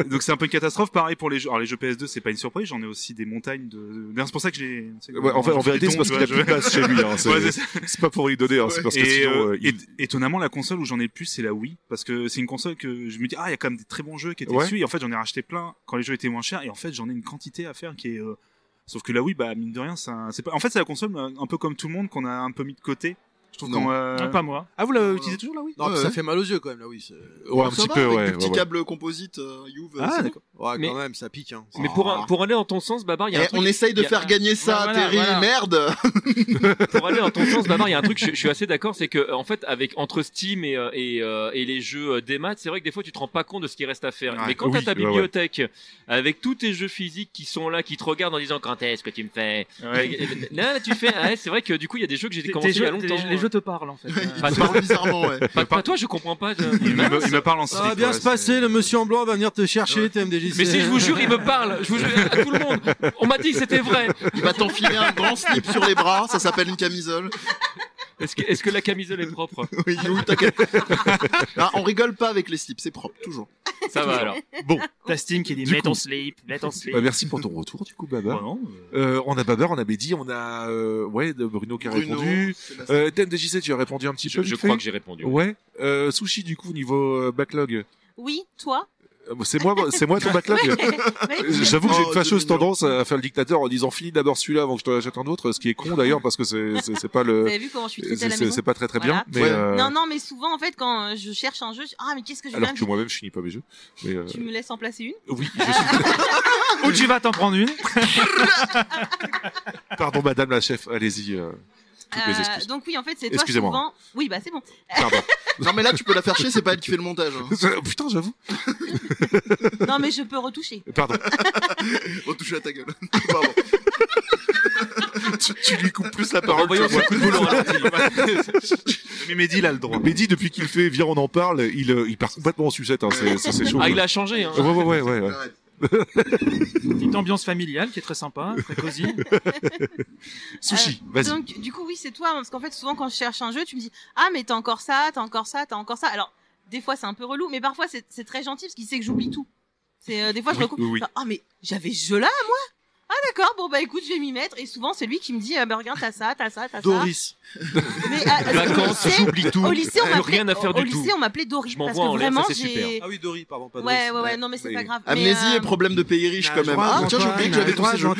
[SPEAKER 6] donc c'est un peu une catastrophe pareil pour les jeux alors les jeux PS2 c'est pas une surprise j'en ai aussi des montagnes de D'ailleurs, c'est pour ça que j'ai
[SPEAKER 2] euh, Ouais, en, fait, en vérité, c'est parce qu'il a plus de place chez lui. Hein. C'est
[SPEAKER 6] [laughs] Ouais, c'est ça.
[SPEAKER 2] c'est pas pour lui donner, hein. c'est parce que
[SPEAKER 6] et,
[SPEAKER 2] sinon,
[SPEAKER 6] euh,
[SPEAKER 2] euh, il-
[SPEAKER 6] et- étonnamment, la console où j'en ai le plus, c'est la Wii, parce que c'est une console que je me dis ah, il y a quand même des très bons jeux qui étaient
[SPEAKER 2] Ouais.
[SPEAKER 6] dessus. Et en fait, j'en ai racheté plein quand les jeux étaient moins chers. Et en fait, j'en ai une quantité à faire qui est. euh, Sauf que la Wii, bah mine de rien, ça- c'est pas. En fait, c'est la console euh, un peu comme tout le monde qu'on a un peu mis de côté. Je trouve
[SPEAKER 3] Non.
[SPEAKER 6] qu'on. euh,
[SPEAKER 8] Ah, Pas moi.
[SPEAKER 6] Ah, vous l'utilisez toujours là, oui
[SPEAKER 5] Non,
[SPEAKER 3] Ouais,
[SPEAKER 5] mais ça
[SPEAKER 3] ouais.
[SPEAKER 5] fait mal aux yeux quand même là, oui. c'est-
[SPEAKER 2] Ouais, un
[SPEAKER 3] Ça
[SPEAKER 2] petit
[SPEAKER 3] va,
[SPEAKER 2] peu,
[SPEAKER 3] avec
[SPEAKER 2] ouais.
[SPEAKER 3] le petit
[SPEAKER 2] ouais, ouais.
[SPEAKER 3] câble composite euh, Youve.
[SPEAKER 6] Ah,
[SPEAKER 3] c'est bon.
[SPEAKER 6] d'accord.
[SPEAKER 5] Ouais,
[SPEAKER 7] Mais-
[SPEAKER 5] quand même, ça pique. Hein.
[SPEAKER 7] Mais pour, un- pour aller dans ton sens, Babar, il y a un
[SPEAKER 3] Eh,
[SPEAKER 7] truc-
[SPEAKER 3] on essaye de
[SPEAKER 7] il y a-
[SPEAKER 3] faire gagner ça,
[SPEAKER 8] voilà,
[SPEAKER 3] Terry,
[SPEAKER 8] voilà.
[SPEAKER 3] merde
[SPEAKER 7] pour aller dans ton sens, Babar, il y a un truc, je, je suis assez d'accord, c'est que en fait, avec entre Steam et euh, et, euh, et les jeux euh, des maths, c'est vrai que des fois tu te rends pas compte de ce qui reste à faire.
[SPEAKER 6] Ouais,
[SPEAKER 7] Mais quand
[SPEAKER 6] oui,
[SPEAKER 7] t'as ta
[SPEAKER 6] ouais, ouais.
[SPEAKER 7] bibliothèque avec tous tes jeux physiques qui sont là, qui te regardent en disant quand est-ce que tu me fais
[SPEAKER 6] Ouais.
[SPEAKER 7] Là, là, tu fais. Ah, c'est vrai que du coup, il y a des jeux que j'ai
[SPEAKER 8] Tes-
[SPEAKER 7] commencé
[SPEAKER 8] tes
[SPEAKER 7] il y a
[SPEAKER 8] jeux- tes-
[SPEAKER 7] longtemps.
[SPEAKER 8] Les jeux te parlent en fait.
[SPEAKER 3] Il
[SPEAKER 7] Pas-
[SPEAKER 3] te parle bizarrement, ouais.
[SPEAKER 7] Pas, pas toi, je comprends pas.
[SPEAKER 8] [laughs]
[SPEAKER 7] je-
[SPEAKER 6] Il me, il me parle en slip.
[SPEAKER 5] Ça va bien
[SPEAKER 6] ouais,
[SPEAKER 5] se passer,
[SPEAKER 6] c'est-
[SPEAKER 5] le monsieur en blanc va venir te chercher, TMDJC.
[SPEAKER 7] Mais si je vous jure, il me parle. Je vous jure à tout le monde. On m'a dit que c'était vrai.
[SPEAKER 3] Il va t'enfiler un grand slip sur les bras, ça s'appelle une camisole.
[SPEAKER 7] Est-ce que, est-ce que la camisole est propre
[SPEAKER 3] Oui, You, t'inquiète. Ah, on rigole pas avec les slips, c'est propre, toujours.
[SPEAKER 7] Ça va alors.
[SPEAKER 8] T'as Steam qui dit
[SPEAKER 2] Du
[SPEAKER 8] mets
[SPEAKER 2] coup-
[SPEAKER 8] ton slip, mets
[SPEAKER 2] [laughs]
[SPEAKER 8] ton slip.
[SPEAKER 2] Bah, merci pour ton retour, du coup, Baba.
[SPEAKER 6] Ouais, non,
[SPEAKER 2] Euh, on a Babar, on a Mehdi, on a euh, ouais de Bruno qui a répondu.
[SPEAKER 3] Sébastien.
[SPEAKER 2] Euh, TMDJC, tu as répondu un petit
[SPEAKER 7] Je,
[SPEAKER 2] peu.
[SPEAKER 7] je
[SPEAKER 2] vite
[SPEAKER 7] crois
[SPEAKER 2] fait
[SPEAKER 7] que j'ai répondu.
[SPEAKER 2] Ouais. Euh, sushi, du coup, niveau euh, backlog,
[SPEAKER 4] Oui,
[SPEAKER 2] [laughs]
[SPEAKER 4] toi
[SPEAKER 2] Euh, c'est moi, c'est moi ton backlog. Euh, J'avoue que j'ai
[SPEAKER 3] Oh,
[SPEAKER 2] une fâcheuse
[SPEAKER 3] deux millions.
[SPEAKER 2] tendance à faire le dictateur en disant finis d'abord celui-là avant que je t'en achète un autre, ce qui est con d'ailleurs parce que c'est c'est- c'est pas
[SPEAKER 4] Vous
[SPEAKER 2] le
[SPEAKER 4] avez vu comment je suis
[SPEAKER 2] c'est
[SPEAKER 4] traitée à la
[SPEAKER 2] c'est-
[SPEAKER 4] maison
[SPEAKER 2] c'est pas très très bien.
[SPEAKER 4] Voilà.
[SPEAKER 2] Mais
[SPEAKER 3] Ouais.
[SPEAKER 2] euh,
[SPEAKER 4] Non, non, mais souvent, en fait, quand euh, je cherche un jeu, je- ah, mais qu'est-ce que je vais
[SPEAKER 2] alors
[SPEAKER 4] faire
[SPEAKER 2] que moi-même je finis pas mes jeux. Mais, euh,
[SPEAKER 4] Tu me laisses en placer une
[SPEAKER 2] oui, je suis-
[SPEAKER 8] Ou tu vas t'en prendre une.
[SPEAKER 2] [laughs] pardon Madame la chef, allez-y. euh, toutes mes
[SPEAKER 4] Euh,
[SPEAKER 2] excuses.
[SPEAKER 4] Donc oui, en fait, c'est toi
[SPEAKER 2] Excusez-moi.
[SPEAKER 4] souvent. Oui, bah
[SPEAKER 2] [laughs]
[SPEAKER 4] c'est bon.
[SPEAKER 2] Pardon.
[SPEAKER 3] Non, mais là, tu peux la faire chier, c'est pas elle qui fait le montage. hein.
[SPEAKER 2] [laughs] Putain, j'avoue.
[SPEAKER 4] Non, mais je peux retoucher.
[SPEAKER 2] Pardon.
[SPEAKER 3] Oh, touche à ta gueule. [laughs] Pardon.
[SPEAKER 2] tu, tu lui coupes plus la parole.
[SPEAKER 7] Envoyons
[SPEAKER 2] que moi.
[SPEAKER 7] Bah, ce coup de Ah, boule au ralenti.
[SPEAKER 6] Mais Mehdi, il a le droit.
[SPEAKER 2] Mais dit depuis qu'il fait Viens, on en parle, il, euh, il part complètement en sucette. Hein, c'est- c'est c'est chaud.
[SPEAKER 7] Ah, il a changé. Hein.
[SPEAKER 2] Ouais, ouais, ouais, ouais, ouais.
[SPEAKER 3] Arrête.
[SPEAKER 8] Petite ambiance familiale qui est très sympa, très cosy.
[SPEAKER 2] [laughs] Sushi, vas-y.
[SPEAKER 4] Euh, Donc du coup, oui, c'est toi, parce qu'en fait, souvent quand je cherche un jeu, tu me dis ah mais t'as encore ça, t'as encore ça, t'as encore ça. Alors des fois c'est un peu relou, mais parfois c'est c'est très gentil parce qu'il sait que j'oublie tout. C'est euh, des fois je
[SPEAKER 2] Oui,
[SPEAKER 4] recoupe.
[SPEAKER 2] oui, oui.
[SPEAKER 4] Ah mais j'avais ce jeu là moi. Ah d'accord, bon bah écoute, je vais m'y mettre. Et souvent c'est lui qui me dit ah bah regarde t'as ça, t'as ça, t'as ça.
[SPEAKER 5] Doris.
[SPEAKER 4] Mais ah,
[SPEAKER 7] Vacances,
[SPEAKER 4] au lycée,
[SPEAKER 7] j'oublie tout.
[SPEAKER 4] au lycée on
[SPEAKER 7] Plus
[SPEAKER 4] m'appelait
[SPEAKER 7] rien à faire
[SPEAKER 4] au- au
[SPEAKER 7] du tout.
[SPEAKER 4] lycée, on m'appelait Doris
[SPEAKER 7] Je
[SPEAKER 4] parce
[SPEAKER 7] m'envoie en
[SPEAKER 4] que
[SPEAKER 7] l'air, ça,
[SPEAKER 4] vraiment
[SPEAKER 7] c'est
[SPEAKER 4] j'ai
[SPEAKER 7] super.
[SPEAKER 5] Ah oui, Doris, pardon, pas Doris.
[SPEAKER 4] Ouais, ouais, ouais, non, mais c'est pas grave. Mais,
[SPEAKER 3] Amnésie
[SPEAKER 4] euh,
[SPEAKER 3] et problème de pays riche, quand même. Ah, tiens, j'ai oublié que j'avais tous ces jeux.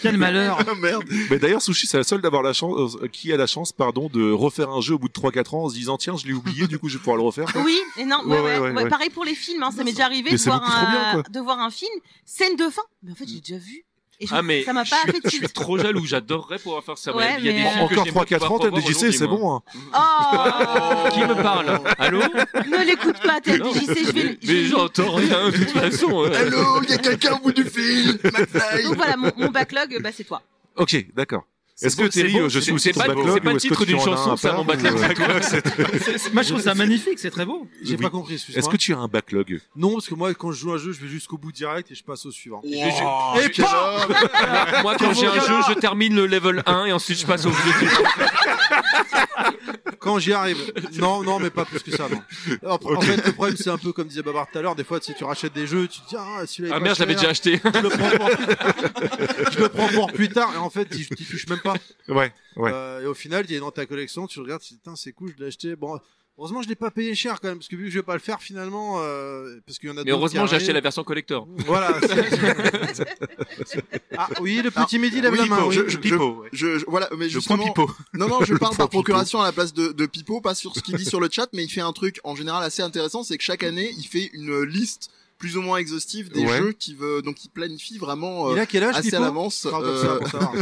[SPEAKER 8] Quel malheur.
[SPEAKER 3] Ah, merde.
[SPEAKER 2] Mais d'ailleurs, Sushi, c'est la seule d'avoir la chance, euh, qui a la chance, pardon, de refaire un jeu au bout de 3-4 ans en se disant, tiens, je l'ai oublié, du coup, je vais pouvoir le refaire.
[SPEAKER 4] [laughs] Oui, et non, ouais,
[SPEAKER 2] Ouais,
[SPEAKER 4] ouais,
[SPEAKER 2] ouais, ouais,
[SPEAKER 4] ouais.
[SPEAKER 2] ouais.
[SPEAKER 4] pareil pour les films, hein, ça m'est déjà arrivé
[SPEAKER 2] Mais
[SPEAKER 4] de
[SPEAKER 2] c'est
[SPEAKER 4] voir,
[SPEAKER 2] beaucoup trop bien,
[SPEAKER 4] un,
[SPEAKER 2] quoi.
[SPEAKER 4] de voir un film, scène de fin, mais en fait j'ai déjà vu. Et je-
[SPEAKER 7] Ah, mais
[SPEAKER 4] ça m'a pas
[SPEAKER 7] je,
[SPEAKER 4] fait
[SPEAKER 7] je suis trop jaloux, j'adorerais pouvoir faire ça.
[SPEAKER 4] Ouais,
[SPEAKER 7] Il y a des
[SPEAKER 4] mais,
[SPEAKER 7] films
[SPEAKER 4] euh,
[SPEAKER 7] que
[SPEAKER 2] Encore
[SPEAKER 7] j'aimerais
[SPEAKER 2] 3-4
[SPEAKER 7] pouvoir
[SPEAKER 2] ans,
[SPEAKER 7] voir
[SPEAKER 2] TMDJC,
[SPEAKER 7] aujourd'hui,
[SPEAKER 2] c'est
[SPEAKER 7] moi.
[SPEAKER 2] bon. Hein.
[SPEAKER 4] Oh
[SPEAKER 7] Qui me parle Allô
[SPEAKER 4] Ne l'écoute pas, TMDJC, je vais le-
[SPEAKER 7] Mais,
[SPEAKER 4] je vais
[SPEAKER 7] mais
[SPEAKER 4] le-
[SPEAKER 7] j'entends rien de toute façon. hein.
[SPEAKER 3] Allô, il y a quelqu'un au bout du fil. McFly.
[SPEAKER 4] Donc voilà, mon, mon backlog, bah, c'est toi.
[SPEAKER 2] Ok, d'accord. Est-ce
[SPEAKER 6] beau,
[SPEAKER 2] que
[SPEAKER 6] c'est
[SPEAKER 2] Terry,
[SPEAKER 6] beau,
[SPEAKER 2] euh, je
[SPEAKER 6] c'est
[SPEAKER 2] suis
[SPEAKER 6] beau,
[SPEAKER 2] aussi
[SPEAKER 7] C'est
[SPEAKER 2] ton
[SPEAKER 7] pas,
[SPEAKER 2] backlog
[SPEAKER 7] c'est pas
[SPEAKER 2] ou
[SPEAKER 7] le
[SPEAKER 2] est-ce que
[SPEAKER 7] titre
[SPEAKER 2] tu
[SPEAKER 7] d'une
[SPEAKER 2] en as un
[SPEAKER 7] chanson,
[SPEAKER 2] à
[SPEAKER 7] ça,
[SPEAKER 2] part,
[SPEAKER 7] mon
[SPEAKER 2] ou,
[SPEAKER 7] backlog.
[SPEAKER 2] euh,
[SPEAKER 8] Moi, je trouve ça magnifique, c'est très beau.
[SPEAKER 5] J'ai
[SPEAKER 2] Oui.
[SPEAKER 5] pas compris, excuse-moi.
[SPEAKER 2] Est-ce que tu as un backlog
[SPEAKER 5] Non, parce que moi, quand je joue à un jeu, je vais jusqu'au bout direct et je passe au suivant.
[SPEAKER 3] Wow,
[SPEAKER 5] Et
[SPEAKER 3] Oh, quel
[SPEAKER 5] pas
[SPEAKER 7] [laughs]
[SPEAKER 3] homme.
[SPEAKER 7] Moi, quand j'ai un jeu, je termine le level 1 et ensuite je passe au
[SPEAKER 3] [laughs]
[SPEAKER 7] jeu.
[SPEAKER 5] Quand j'y
[SPEAKER 7] [laughs]
[SPEAKER 5] arrive. Non, non, mais pas plus que ça, non. En, en fait, le problème, c'est un peu comme disait Babar tout à l'heure, des fois, tu sais, tu rachètes des jeux, tu te dis, ah, celui-là. est
[SPEAKER 7] Ah
[SPEAKER 5] pas
[SPEAKER 7] merde, j'avais
[SPEAKER 5] cher,
[SPEAKER 7] déjà acheté.
[SPEAKER 5] Je le prends pour, [laughs] je le prends pour plus tard, et en fait, tu tu touches même pas.
[SPEAKER 2] Ouais, ouais.
[SPEAKER 5] Euh, et au final, il est dans ta collection, tu regardes, tu dis, putain, c'est cool, je l'ai acheté. Bon, heureusement, je l'ai pas payé cher quand même, parce que vu que je vais pas le faire finalement, euh, parce qu'il y en a
[SPEAKER 7] Mais
[SPEAKER 5] d'autres
[SPEAKER 7] heureusement,
[SPEAKER 5] qui
[SPEAKER 7] j'ai acheté la
[SPEAKER 5] arrivent.
[SPEAKER 7] version collector.
[SPEAKER 5] Voilà.
[SPEAKER 7] [laughs]
[SPEAKER 5] ah oui, le petit Mehdi lève
[SPEAKER 3] oui,
[SPEAKER 5] la main.
[SPEAKER 3] bon,
[SPEAKER 5] oui.
[SPEAKER 3] je- je-
[SPEAKER 6] Pipo, ouais.
[SPEAKER 3] Je, je- voilà, mais
[SPEAKER 6] Je prends
[SPEAKER 3] justement,
[SPEAKER 6] Pipo.
[SPEAKER 3] non, non, je parle
[SPEAKER 2] prends
[SPEAKER 3] par
[SPEAKER 2] Pipo.
[SPEAKER 3] procuration à la place de, de Pipo, pas sur ce qu'il dit sur le chat, mais il fait un truc en général assez intéressant, c'est que chaque année, il fait une liste plus ou moins exhaustive des
[SPEAKER 2] Ouais.
[SPEAKER 3] jeux qui veut, donc il planifie vraiment euh,
[SPEAKER 5] Il a quel âge,
[SPEAKER 3] assez à
[SPEAKER 5] Pipo
[SPEAKER 3] l'avance.
[SPEAKER 5] Parle comme ça
[SPEAKER 3] euh,
[SPEAKER 7] [laughs]
[SPEAKER 5] pour savoir.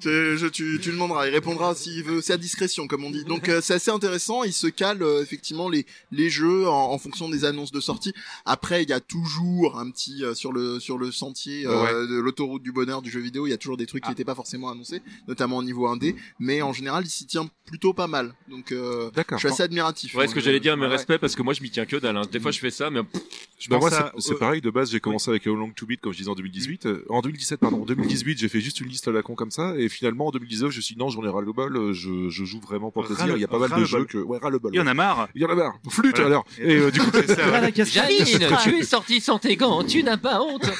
[SPEAKER 3] tu, je- tu, tu demanderas, il répondra s'il veut. C'est à discrétion, comme on dit. Donc euh, c'est assez intéressant. Il se cale euh, effectivement les les jeux en, en fonction des annonces de sortie. Après, il y a toujours un petit euh, sur le sur le sentier euh, de l'autoroute du bonheur du jeu vidéo. Il y a toujours des
[SPEAKER 2] Ah.
[SPEAKER 3] trucs qui n'étaient pas forcément annoncés, notamment au niveau 1D. Mais en général, il s'y tient plutôt pas mal. Donc euh, je
[SPEAKER 2] D'accord.
[SPEAKER 3] suis assez admiratif.
[SPEAKER 7] Ouais, ce que
[SPEAKER 3] Moi,
[SPEAKER 7] j'allais dire, mes
[SPEAKER 3] ouais.
[SPEAKER 7] respects, parce que moi, je m'y tiens que dalle. hein. Des fois, je fais ça, mais pff,
[SPEAKER 6] Je
[SPEAKER 2] Bah,
[SPEAKER 6] pense
[SPEAKER 2] moi,
[SPEAKER 6] à-
[SPEAKER 2] c'est c'est
[SPEAKER 6] euh,
[SPEAKER 2] pareil. De base, j'ai commencé avec How Long to Beat, comme je disais en 2018. Euh, en 2017, pardon. En 2018, j'ai fait juste une liste à la con comme ça. Et finalement, en 2019, je me suis dit, non, j'en ai ras le bol. euh, Je, je joue vraiment pour le
[SPEAKER 6] Ras
[SPEAKER 2] plaisir.
[SPEAKER 6] le-
[SPEAKER 2] Il y a pas mal
[SPEAKER 6] ras
[SPEAKER 2] de
[SPEAKER 6] le bol.
[SPEAKER 2] jeux que, ouais, ras le bol.
[SPEAKER 6] Il y en a marre.
[SPEAKER 2] Il y en a marre. Flûte,
[SPEAKER 6] Voilà.
[SPEAKER 2] alors. Et euh, du coup,
[SPEAKER 6] C'est ça, ouais.
[SPEAKER 2] [laughs]
[SPEAKER 8] Ah, la casquette.
[SPEAKER 7] Janine, tu es sortie sans tes gants, tu n'as pas honte.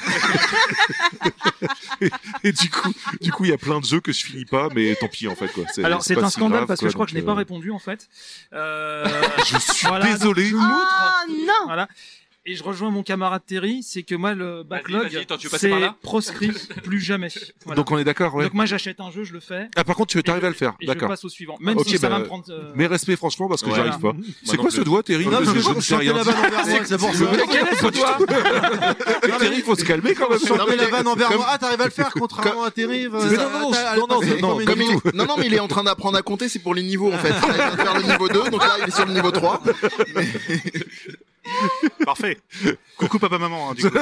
[SPEAKER 2] et du coup, du coup, il y a plein de jeux que je finis pas, mais tant pis, en fait, quoi.
[SPEAKER 8] Alors c'est
[SPEAKER 2] pas
[SPEAKER 8] un
[SPEAKER 2] si
[SPEAKER 8] scandale
[SPEAKER 2] grave,
[SPEAKER 8] parce que
[SPEAKER 2] quoi,
[SPEAKER 8] je crois que je n'ai
[SPEAKER 2] donc,
[SPEAKER 8] pas
[SPEAKER 2] euh,
[SPEAKER 8] répondu en fait. Euh,
[SPEAKER 2] [laughs] Je suis
[SPEAKER 8] Voilà, donc
[SPEAKER 2] désolé.
[SPEAKER 7] Ah,
[SPEAKER 8] je montre.
[SPEAKER 4] Oh non
[SPEAKER 8] Voilà. Et je rejoins mon camarade Terry, c'est que moi le backlog,
[SPEAKER 7] vas-y, attends, tu veux passer
[SPEAKER 8] c'est
[SPEAKER 7] par là [laughs]
[SPEAKER 8] proscrit, plus jamais. Voilà.
[SPEAKER 2] Donc on est d'accord, ouais.
[SPEAKER 8] Donc moi j'achète un jeu, je le fais.
[SPEAKER 2] Ah, par contre, tu
[SPEAKER 8] Et
[SPEAKER 2] arrives
[SPEAKER 8] je-
[SPEAKER 2] à le faire.
[SPEAKER 8] Et je
[SPEAKER 2] D'accord.
[SPEAKER 8] passe au suivant, même
[SPEAKER 2] Ok,
[SPEAKER 8] si ça
[SPEAKER 2] bah,
[SPEAKER 8] va me prendre. euh,
[SPEAKER 2] Mais respect, franchement, parce que
[SPEAKER 7] Ouais.
[SPEAKER 2] j'y arrive pas. C'est
[SPEAKER 7] non
[SPEAKER 2] quoi
[SPEAKER 7] plus.
[SPEAKER 2] ce doigt, Terry
[SPEAKER 5] Non, parce que
[SPEAKER 2] Je
[SPEAKER 5] je
[SPEAKER 2] ne
[SPEAKER 5] je
[SPEAKER 2] sais
[SPEAKER 5] sentais
[SPEAKER 2] rien.
[SPEAKER 5] la vanne envers moi. C'est pour ça.
[SPEAKER 8] Quel est ce doigt
[SPEAKER 2] Terry, il faut se calmer quand même.
[SPEAKER 5] Je sentais la vanne envers
[SPEAKER 3] Comme-
[SPEAKER 5] moi. Ah, t'arrives à le faire, contrairement à euh, Terry.
[SPEAKER 2] Mais non, non, non, non, non,
[SPEAKER 3] Comme il est- euh, [laughs] Non, non, mais il est en train d'apprendre à compter, c'est pour les niveaux en fait. Il vient de faire le niveau 2, donc là il est sur le niveau 3.
[SPEAKER 6] Parfait. Coucou papa maman. hein, du
[SPEAKER 2] [laughs]
[SPEAKER 6] coup.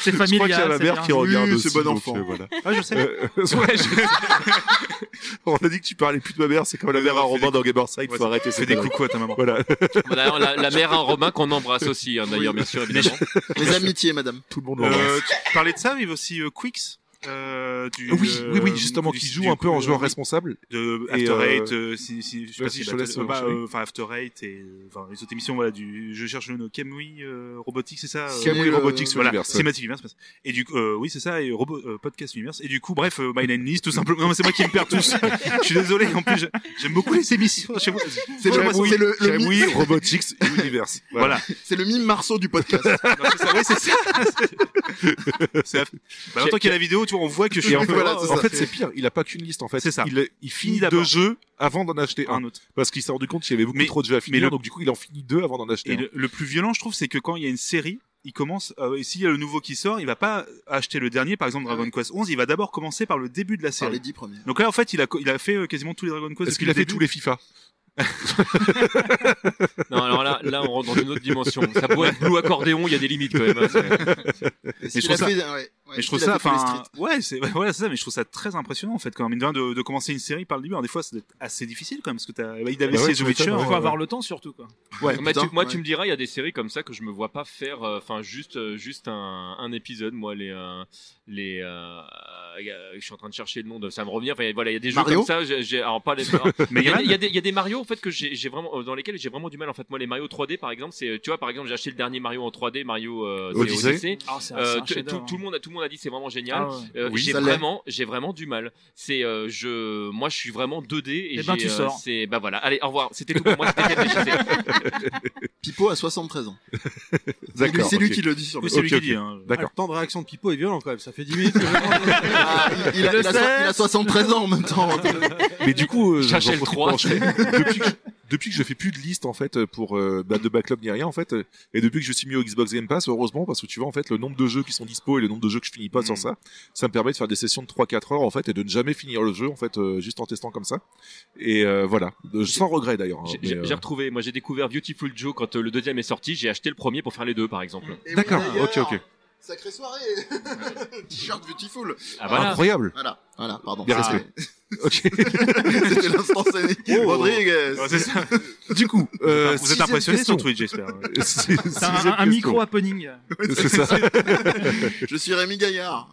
[SPEAKER 8] C'est
[SPEAKER 2] Je crois qu'il y a
[SPEAKER 8] familial.
[SPEAKER 2] la
[SPEAKER 8] c'est
[SPEAKER 2] mère
[SPEAKER 8] bien.
[SPEAKER 2] qui regarde
[SPEAKER 3] Oui,
[SPEAKER 2] aussi.
[SPEAKER 3] c'est bon
[SPEAKER 2] donc,
[SPEAKER 3] enfant.
[SPEAKER 2] euh, voilà.
[SPEAKER 6] Ah, je sais.
[SPEAKER 2] Euh, [laughs] ouais, je- [laughs] On a dit que tu parlais plus de ma mère, c'est comme la mère à
[SPEAKER 6] Non, fais
[SPEAKER 2] Robin
[SPEAKER 6] des-
[SPEAKER 2] dans Gamerside,
[SPEAKER 6] Ouais,
[SPEAKER 2] faut arrêter
[SPEAKER 6] Fais
[SPEAKER 2] cette
[SPEAKER 6] des coucous à ta maman.
[SPEAKER 2] Voilà.
[SPEAKER 7] Voilà, Bah, la, la mère à Robin qu'on embrasse aussi, hein, d'ailleurs, [laughs] bien sûr, évidemment.
[SPEAKER 3] Les amitiés, madame.
[SPEAKER 2] Tout le monde l'embrasse.
[SPEAKER 6] Euh, tu parlais de ça, mais aussi euh, Quicks. Euh, du,
[SPEAKER 2] Oui,
[SPEAKER 6] euh,
[SPEAKER 2] oui, oui, justement,
[SPEAKER 6] du- euh,
[SPEAKER 2] qui
[SPEAKER 6] du-
[SPEAKER 2] joue
[SPEAKER 6] du-
[SPEAKER 2] un peu en joueur
[SPEAKER 6] oui,
[SPEAKER 2] responsable.
[SPEAKER 6] [laughs] de
[SPEAKER 2] Et,
[SPEAKER 6] After
[SPEAKER 2] euh,
[SPEAKER 6] Eight, euh, si, si, je sais pas
[SPEAKER 2] vas-y,
[SPEAKER 6] si
[SPEAKER 2] je te
[SPEAKER 6] Battle-
[SPEAKER 2] laisse
[SPEAKER 6] euh, bah,
[SPEAKER 2] enchaîner.
[SPEAKER 6] euh, enfin After Eight et euh, enfin les autres émissions voilà du je cherche le nom Camui euh, Robotics c'est ça euh,
[SPEAKER 3] Camui
[SPEAKER 2] Camouille
[SPEAKER 3] le-
[SPEAKER 2] Robotics
[SPEAKER 6] voilà
[SPEAKER 2] Universe.
[SPEAKER 6] Cinematic Universe parce- et du coup, euh, oui c'est ça et Robo- euh, podcast Universe et du coup bref euh, My Name Is tout simplement non mais c'est moi qui me
[SPEAKER 2] [laughs]
[SPEAKER 6] perds tous je suis désolé en plus je- j'aime beaucoup les émissions chez vous
[SPEAKER 3] C'est le,
[SPEAKER 6] Camouille.
[SPEAKER 3] c'est le, le mi-
[SPEAKER 2] Camouille Robotics
[SPEAKER 6] [laughs]
[SPEAKER 2] Universe. Voilà.
[SPEAKER 6] voilà
[SPEAKER 3] c'est le mime Marceau
[SPEAKER 2] [laughs]
[SPEAKER 3] du podcast.
[SPEAKER 6] Non, c'est ça oui c'est ça C'est- c'est aff- bah, maintenant qu'il y a la vidéo tu vois on voit que je suis
[SPEAKER 2] Et
[SPEAKER 6] un
[SPEAKER 2] en fait,
[SPEAKER 6] peu
[SPEAKER 3] Voilà,
[SPEAKER 2] en
[SPEAKER 3] c'est
[SPEAKER 2] fait,
[SPEAKER 3] ça.
[SPEAKER 2] c'est pire, il a pas qu'une liste en fait.
[SPEAKER 6] C'est ça.
[SPEAKER 2] Il, il finit
[SPEAKER 6] d'abord.
[SPEAKER 2] deux jeux avant d'en acheter un.
[SPEAKER 6] un autre
[SPEAKER 2] Parce qu'il s'est rendu compte qu'il y avait beaucoup
[SPEAKER 6] Mais-
[SPEAKER 2] trop de jeux à finir,
[SPEAKER 6] mais le-
[SPEAKER 2] donc du coup il en finit deux avant d'en acheter
[SPEAKER 6] Et
[SPEAKER 2] un.
[SPEAKER 6] le, le plus violent, je trouve, c'est que quand il y a une série, il commence. euh, et s'il y a le nouveau qui sort, il va pas acheter le dernier. Par exemple,
[SPEAKER 2] Ah
[SPEAKER 6] Dragon Quest 11, il va d'abord commencer par le début de la
[SPEAKER 3] Par les
[SPEAKER 6] série.
[SPEAKER 3] 10 premiers.
[SPEAKER 6] Donc là, en fait, il a co- il a fait euh, quasiment tous les Dragon Quest.
[SPEAKER 2] Est-ce
[SPEAKER 6] depuis
[SPEAKER 2] qu'il a
[SPEAKER 6] le
[SPEAKER 2] fait
[SPEAKER 6] début.
[SPEAKER 2] tous les FIFA
[SPEAKER 7] Non, alors là, là, on rentre dans une autre dimension. Ça pourrait être Blue Accordéon, il y a des limites quand même. hein,
[SPEAKER 2] [laughs]
[SPEAKER 7] c'est-
[SPEAKER 3] Et
[SPEAKER 6] je trouve ça-
[SPEAKER 3] ouais, ouais,
[SPEAKER 6] Mais je trouve
[SPEAKER 3] il a
[SPEAKER 6] ça,
[SPEAKER 3] fait tous les
[SPEAKER 6] enfin,
[SPEAKER 3] streets.
[SPEAKER 6] ouais, c'est [laughs] ouais, voilà, c'est ça. Mais je trouve ça très impressionnant en fait, quand même, mine de, rien, de, de commencer une série par le début. Alors, des fois, c'est assez difficile quand même, parce que t'as, bah, il avait
[SPEAKER 2] Bah ouais,
[SPEAKER 6] essayé
[SPEAKER 2] tu
[SPEAKER 6] The Witcher.
[SPEAKER 2] m'étonnes,
[SPEAKER 8] Faut
[SPEAKER 2] Ouais,
[SPEAKER 8] avoir le temps surtout quoi.
[SPEAKER 2] Ouais,
[SPEAKER 7] Mais tu-
[SPEAKER 3] putain,
[SPEAKER 7] moi,
[SPEAKER 3] Bah, ouais.
[SPEAKER 7] tu me diras, il y a des séries comme ça que je me vois pas faire, euh, enfin juste, euh, juste un, un épisode. Moi, les, euh, les, euh, euh, je suis en train de chercher le nom de, ça me revient. Enfin, voilà, il y a des jeux
[SPEAKER 3] Mario
[SPEAKER 7] comme ça. j'ai- j'ai- alors pas les.
[SPEAKER 6] Mais
[SPEAKER 7] Il y, a, il y a des, il y a des Mario en fait que j'ai j'ai vraiment euh, dans lesquels j'ai vraiment du mal en fait moi les Mario 3D par exemple c'est euh, tu vois par exemple j'ai acheté le dernier Mario en 3D Mario euh, c'est
[SPEAKER 2] Odyssey.
[SPEAKER 8] Ah, c'est un- c'est
[SPEAKER 7] Euh,
[SPEAKER 8] un
[SPEAKER 7] tout,
[SPEAKER 8] chef-d'œuvre,
[SPEAKER 7] tout- tout le monde a tout le monde a dit c'est vraiment
[SPEAKER 8] hein.
[SPEAKER 7] génial
[SPEAKER 8] Ah ouais.
[SPEAKER 7] Euh,
[SPEAKER 3] Oui,
[SPEAKER 7] j'ai
[SPEAKER 3] ça l'est.
[SPEAKER 7] vraiment j'ai vraiment du mal c'est euh, je moi je suis vraiment 2D et,
[SPEAKER 8] Eh ben,
[SPEAKER 7] j'ai,
[SPEAKER 8] tu
[SPEAKER 7] euh,
[SPEAKER 8] sors.
[SPEAKER 7] c'est bah voilà allez au revoir c'était tout pour moi c'était TMDJC.
[SPEAKER 8] [laughs]
[SPEAKER 3] Pipo à 73 ans. C'est lui,
[SPEAKER 2] D'accord.
[SPEAKER 3] c'est lui
[SPEAKER 2] ok.
[SPEAKER 3] qui le dit sur le.
[SPEAKER 6] Oui, c'est lui
[SPEAKER 2] ok,
[SPEAKER 6] qui dit. hein.
[SPEAKER 2] D'accord.
[SPEAKER 5] Le temps de réaction de Pipo est violent quand même. Ça fait 10 minutes.
[SPEAKER 3] Ah, il, il a,
[SPEAKER 5] Je
[SPEAKER 3] il, a so-
[SPEAKER 5] sais.
[SPEAKER 3] il a 73 ans en
[SPEAKER 2] [laughs]
[SPEAKER 3] même temps.
[SPEAKER 2] Mais du
[SPEAKER 7] [laughs]
[SPEAKER 2] coup, euh,
[SPEAKER 7] Cherchez
[SPEAKER 2] j'en
[SPEAKER 7] le
[SPEAKER 2] profite
[SPEAKER 7] trois.
[SPEAKER 2] pour enchaîner. [laughs] depuis, que je, depuis que je fais plus de liste en fait pour euh, bah, de backlog ni rien en fait, euh, et depuis que je suis mis au Xbox Game Pass, heureusement parce que tu vois en fait le nombre de jeux qui sont dispo et le nombre de jeux que je finis pas
[SPEAKER 6] Mm.
[SPEAKER 2] sur ça, ça me permet de faire des sessions de 3-4 heures en fait et de ne jamais finir le jeu en fait euh, juste en testant comme ça. Et euh, voilà, De- sans regret d'ailleurs. hein,
[SPEAKER 7] J'ai-
[SPEAKER 2] mais,
[SPEAKER 7] j'ai
[SPEAKER 2] euh,
[SPEAKER 7] j'ai retrouvé moi j'ai découvert Beautiful Joe quand euh, le deuxième est sorti j'ai acheté le premier pour faire les deux par exemple
[SPEAKER 2] D'accord. ok, ok.
[SPEAKER 3] Sacrée soirée. [laughs] T-shirt beautiful.
[SPEAKER 7] ah voilà
[SPEAKER 2] Incroyable. [laughs]
[SPEAKER 3] Voilà, voilà, pardon.
[SPEAKER 2] Bien
[SPEAKER 3] C'était-
[SPEAKER 2] Ok.
[SPEAKER 3] C'était [laughs] l'instantané.
[SPEAKER 2] Oh.
[SPEAKER 3] Rodriguez.
[SPEAKER 6] [laughs] Ouais, c'est ça.
[SPEAKER 2] du coup, euh,
[SPEAKER 6] Vous êtes
[SPEAKER 2] sixième
[SPEAKER 6] impressionné sur
[SPEAKER 2] question.
[SPEAKER 6] Twitch, j'espère.
[SPEAKER 2] [laughs] C'est
[SPEAKER 8] C'est un, un micro happening.
[SPEAKER 2] C'est ça.
[SPEAKER 3] Je suis Rémi Gaillard.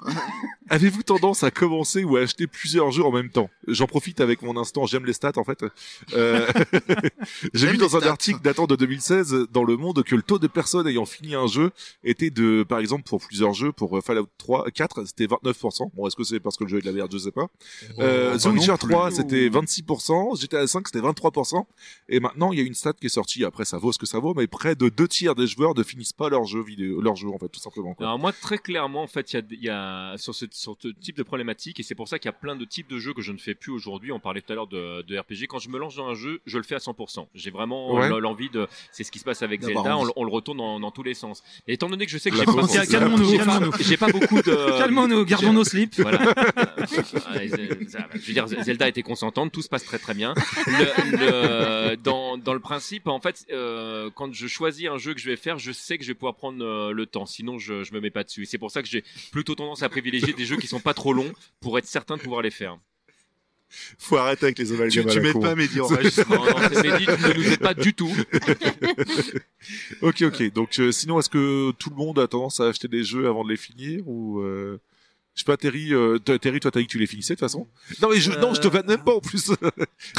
[SPEAKER 2] Avez-vous tendance à commencer ou à acheter plusieurs jeux en même temps J'en profite avec mon instant j'aime les stats en fait. Euh, J'ai
[SPEAKER 3] J'aime
[SPEAKER 2] lu dans
[SPEAKER 3] les
[SPEAKER 2] un
[SPEAKER 3] stats.
[SPEAKER 2] article datant de 2016 dans Le Monde que le taux de personnes ayant fini un jeu était de, par exemple pour plusieurs jeux, pour euh, Fallout 3, 4 c'était 29%. Bon est-ce que c'est parce que le jeu est de la merde Je sais pas. Euh, The
[SPEAKER 6] bah non
[SPEAKER 2] Witcher
[SPEAKER 6] plus.
[SPEAKER 2] 3 c'était 26%, GTA 5 c'était 23% et maintenant il y a une stat qui est sortie. Après ça vaut ce que ça vaut, mais près de deux tiers des joueurs ne finissent pas leur jeu vidéo, leur jeu en fait tout simplement. Quoi.
[SPEAKER 7] Alors moi très clairement en fait il y a, il y a sur, ce, sur ce type de problématique et c'est pour ça qu'il y a plein de types de jeux que je ne fais plus aujourd'hui. On parlait tout à l'heure de, de RPG. Quand je me lance dans un jeu, je le fais à 100%. J'ai vraiment
[SPEAKER 2] Ouais.
[SPEAKER 7] euh, l'envie de. C'est ce qui se passe avec
[SPEAKER 3] D'avoir
[SPEAKER 7] Zelda. On,
[SPEAKER 3] envie.
[SPEAKER 7] le- on le retourne dans, dans tous les sens. Et étant donné que je sais que
[SPEAKER 2] La
[SPEAKER 7] j'ai pas,
[SPEAKER 2] conscience.
[SPEAKER 7] j'ai pas-
[SPEAKER 8] Calmons-nous,
[SPEAKER 7] j'ai pas-
[SPEAKER 8] calmons-nous.
[SPEAKER 7] [laughs] j'ai pas beaucoup de.
[SPEAKER 8] Calmons-nous, gardons nos slips.
[SPEAKER 7] Voilà. Euh, euh, ça va. je veux dire, Zelda était consentante, tout se passe très très bien. Le- le- dans, dans le principe, en fait, euh, quand je choisis un jeu que je vais faire, je sais que je vais pouvoir prendre euh, le temps. Sinon, je, je me mets pas dessus. Et c'est pour ça que j'ai plutôt tendance à privilégier des jeux qui sont pas trop longs pour être certain de pouvoir les faire.
[SPEAKER 2] Faut arrêter avec les
[SPEAKER 6] Tu,
[SPEAKER 2] amalgames à
[SPEAKER 6] tu
[SPEAKER 2] la
[SPEAKER 6] m'aides
[SPEAKER 2] con.
[SPEAKER 6] pas, Mehdi, en vrai.
[SPEAKER 7] Non, non, c'est Mehdi, tu ne nous aides pas du tout.
[SPEAKER 2] [laughs] Ok, ok. Donc, euh, sinon, est-ce que tout le monde a tendance à acheter des jeux avant de les finir ou euh... Je sais pas, Terry, euh, toi- Terry, toi, t'as dit que tu les finissais de toute façon. [laughs] Non, mais je, [laughs] non, je te
[SPEAKER 5] Euh,
[SPEAKER 2] vanne même pas en [laughs] plus.
[SPEAKER 5] Non,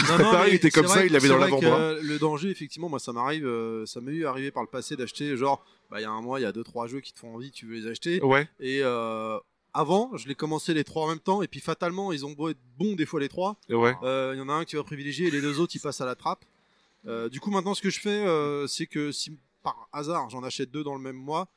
[SPEAKER 2] Pareil,
[SPEAKER 5] mais
[SPEAKER 2] il était
[SPEAKER 5] c'est
[SPEAKER 2] comme
[SPEAKER 5] vrai
[SPEAKER 2] ça, il
[SPEAKER 5] que-
[SPEAKER 2] l'avait dans
[SPEAKER 5] c'est vrai
[SPEAKER 2] l'avant-bras.
[SPEAKER 5] que, euh, Le danger, effectivement, moi, ça m'arrive, euh, ça m'est eu arrivé par le passé d'acheter, genre, bah, il y a un mois, il y a deux, trois jeux qui te font envie, tu veux les acheter.
[SPEAKER 2] ouais.
[SPEAKER 5] Et euh, avant, je les commençais les trois en même temps, et puis fatalement, ils ont beau être bons des fois les trois.
[SPEAKER 2] Ouais.
[SPEAKER 5] Euh, Il y en a un que tu vas privilégier, et les deux autres, ils passent à la trappe. Euh, du coup, maintenant, ce que je fais, euh, c'est que si par hasard, j'en achète deux dans le même mois,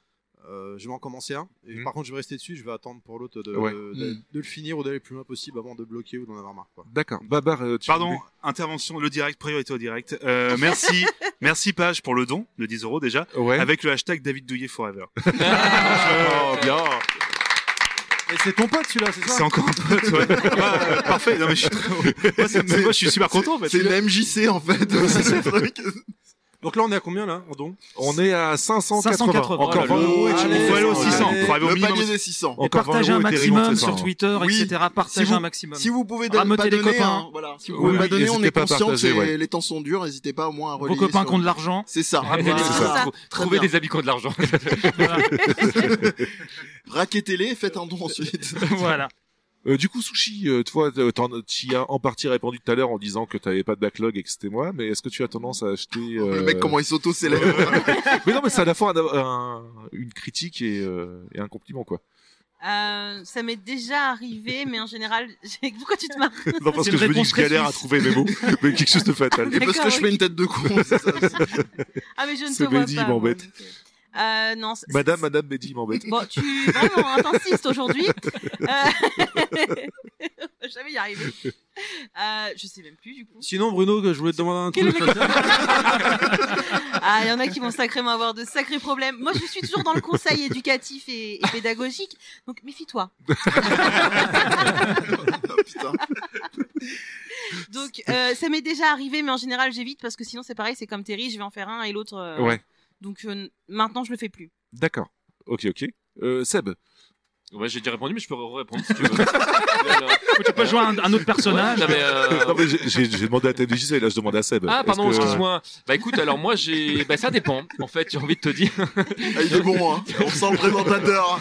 [SPEAKER 5] euh, je vais en commencer un. Et
[SPEAKER 2] Mhm.
[SPEAKER 5] par contre, je vais rester dessus, je vais attendre pour l'autre de,
[SPEAKER 2] Ouais.
[SPEAKER 5] de, de
[SPEAKER 3] Mhm.
[SPEAKER 5] le finir ou d'aller le plus loin possible avant de bloquer ou d'en avoir marre. Quoi.
[SPEAKER 2] D'accord. Babar, euh, tu
[SPEAKER 6] Pardon,
[SPEAKER 2] voulais-
[SPEAKER 6] intervention, le direct, priorité au direct. Euh,
[SPEAKER 2] [laughs]
[SPEAKER 6] merci, merci Page pour le don de 10 euros déjà,
[SPEAKER 2] Ouais. Ah,
[SPEAKER 6] avec le hashtag David
[SPEAKER 2] [laughs]
[SPEAKER 6] Douillet Forever.
[SPEAKER 7] Oh, bien.
[SPEAKER 5] Et c'est ton pote celui-là, c'est
[SPEAKER 6] C'est
[SPEAKER 5] ça
[SPEAKER 6] encore un
[SPEAKER 2] [laughs]
[SPEAKER 6] peu, toi. Ah, euh, parfait, non mais je suis trop... [laughs] moi, ça me- moi, je suis super content en fait.
[SPEAKER 3] C'est une MJC en fait, c'est [laughs] ce truc.
[SPEAKER 5] Donc là, on est à combien là, en don
[SPEAKER 2] On est à 580.
[SPEAKER 8] 580,
[SPEAKER 2] Encore
[SPEAKER 7] oh là
[SPEAKER 2] 20 euros et
[SPEAKER 5] là.
[SPEAKER 2] tu
[SPEAKER 6] Il faut aller au
[SPEAKER 5] Allez,
[SPEAKER 6] 600,
[SPEAKER 5] allez.
[SPEAKER 6] pour
[SPEAKER 2] Ah,
[SPEAKER 6] arriver au
[SPEAKER 3] Le
[SPEAKER 6] minimum.
[SPEAKER 3] panier des 600.
[SPEAKER 8] Et
[SPEAKER 2] Encore 20
[SPEAKER 8] partagez un
[SPEAKER 2] euros et t'es
[SPEAKER 8] maximum
[SPEAKER 2] rimonté,
[SPEAKER 8] sur
[SPEAKER 2] ça.
[SPEAKER 8] Twitter,
[SPEAKER 3] Oui.
[SPEAKER 8] etc. Partagez
[SPEAKER 3] Si vous-
[SPEAKER 8] un maximum.
[SPEAKER 3] Si vous pouvez donner,
[SPEAKER 8] Ramotez
[SPEAKER 3] pas
[SPEAKER 8] les
[SPEAKER 3] donner,
[SPEAKER 8] copains.
[SPEAKER 3] hein, voilà. Si vous
[SPEAKER 2] Oui,
[SPEAKER 3] pouvez
[SPEAKER 2] oui,
[SPEAKER 3] pas donner, on
[SPEAKER 2] n'hésitez
[SPEAKER 3] est
[SPEAKER 2] pas à
[SPEAKER 3] conscient que
[SPEAKER 2] partager,
[SPEAKER 3] c'est-
[SPEAKER 2] ouais.
[SPEAKER 3] les temps sont durs, n'hésitez pas au moins à
[SPEAKER 8] Vos
[SPEAKER 3] relayer.
[SPEAKER 8] copains
[SPEAKER 3] sur-
[SPEAKER 8] qui ont
[SPEAKER 3] [laughs]
[SPEAKER 8] de l'argent.
[SPEAKER 3] C'est ça.
[SPEAKER 7] Ah,
[SPEAKER 3] Voilà.
[SPEAKER 7] c'est ça. Trou-
[SPEAKER 4] Très
[SPEAKER 7] Trouver
[SPEAKER 3] bien.
[SPEAKER 7] des habits qui ont de l'argent.
[SPEAKER 3] Raquettez-les, faites un don ensuite.
[SPEAKER 8] voilà.
[SPEAKER 2] Euh, du coup, Sushi, euh, toi, euh, t'en- tu y as en partie répondu tout à l'heure en disant que t'avais pas de backlog et que c'était moi, mais est-ce que tu as tendance à acheter... euh,
[SPEAKER 3] [laughs] Le mec, comment il s'auto-célèbre.
[SPEAKER 2] Mais non, mais c'est à la fois un- un- une critique et, euh, et un compliment, quoi.
[SPEAKER 4] Euh, ça m'est déjà arrivé, mais en général, j'ai- pourquoi tu te marres
[SPEAKER 2] Non, parce
[SPEAKER 8] C'est
[SPEAKER 2] que
[SPEAKER 8] une
[SPEAKER 2] je me dis que
[SPEAKER 8] réponse
[SPEAKER 2] je
[SPEAKER 8] très
[SPEAKER 2] galère à
[SPEAKER 8] suisse.
[SPEAKER 2] trouver mes mots, mais quelque chose de fatal.
[SPEAKER 3] Et [laughs] parce que
[SPEAKER 4] D'accord,
[SPEAKER 3] je
[SPEAKER 4] ok.
[SPEAKER 3] fais une tête de con, c'est ça. [laughs]
[SPEAKER 4] Ah, mais je ne
[SPEAKER 2] C'est
[SPEAKER 4] te vois
[SPEAKER 2] Mehdi, il
[SPEAKER 4] pas.
[SPEAKER 2] m'embête.
[SPEAKER 4] moi, donc, euh, euh, non. c'est-
[SPEAKER 2] Madame, Madame Mehdi
[SPEAKER 3] [laughs]
[SPEAKER 2] m'embête.
[SPEAKER 4] Bon, tu vraiment hein, t'insistes aujourd'hui. [laughs] Euh... Jamais y arriver. Euh, je sais même plus du coup.
[SPEAKER 5] Sinon, Bruno, que je voulais te demander un
[SPEAKER 4] Quel
[SPEAKER 5] truc.
[SPEAKER 4] [laughs] Ah, il y en a qui vont sacrément avoir de sacrés problèmes. Moi, je suis toujours dans le conseil éducatif et, et pédagogique, donc méfie-toi.
[SPEAKER 3] Ah, Putain.
[SPEAKER 4] Donc, euh, ça m'est déjà arrivé, mais en général, j'évite parce que sinon, c'est pareil, c'est comme Terry, je vais en faire un et l'autre. euh,
[SPEAKER 2] Ouais,
[SPEAKER 4] Donc, euh, maintenant, je le fais plus.
[SPEAKER 2] d'accord. Ok, ok. Euh, Seb,
[SPEAKER 7] Ouais, j'ai déjà répondu, mais je peux répondre si tu [laughs] veux. Voilà.
[SPEAKER 8] Ou tu peux jouer un, un autre personnage.
[SPEAKER 7] Euh, Ouais, non, mais, euh,
[SPEAKER 2] Ah, Non, mais j'ai- j'ai j'ai demandé à TMDJC et là je demande à Seb.
[SPEAKER 7] Ah,
[SPEAKER 2] Est-ce
[SPEAKER 7] pardon,
[SPEAKER 2] que-
[SPEAKER 7] excuse-moi. Bah écoute, alors moi, j'ai. Bah ça dépend. En fait, j'ai envie de te
[SPEAKER 2] [laughs]
[SPEAKER 7] dire.
[SPEAKER 3] Ah, il est bon, hein. On sent le présentateur.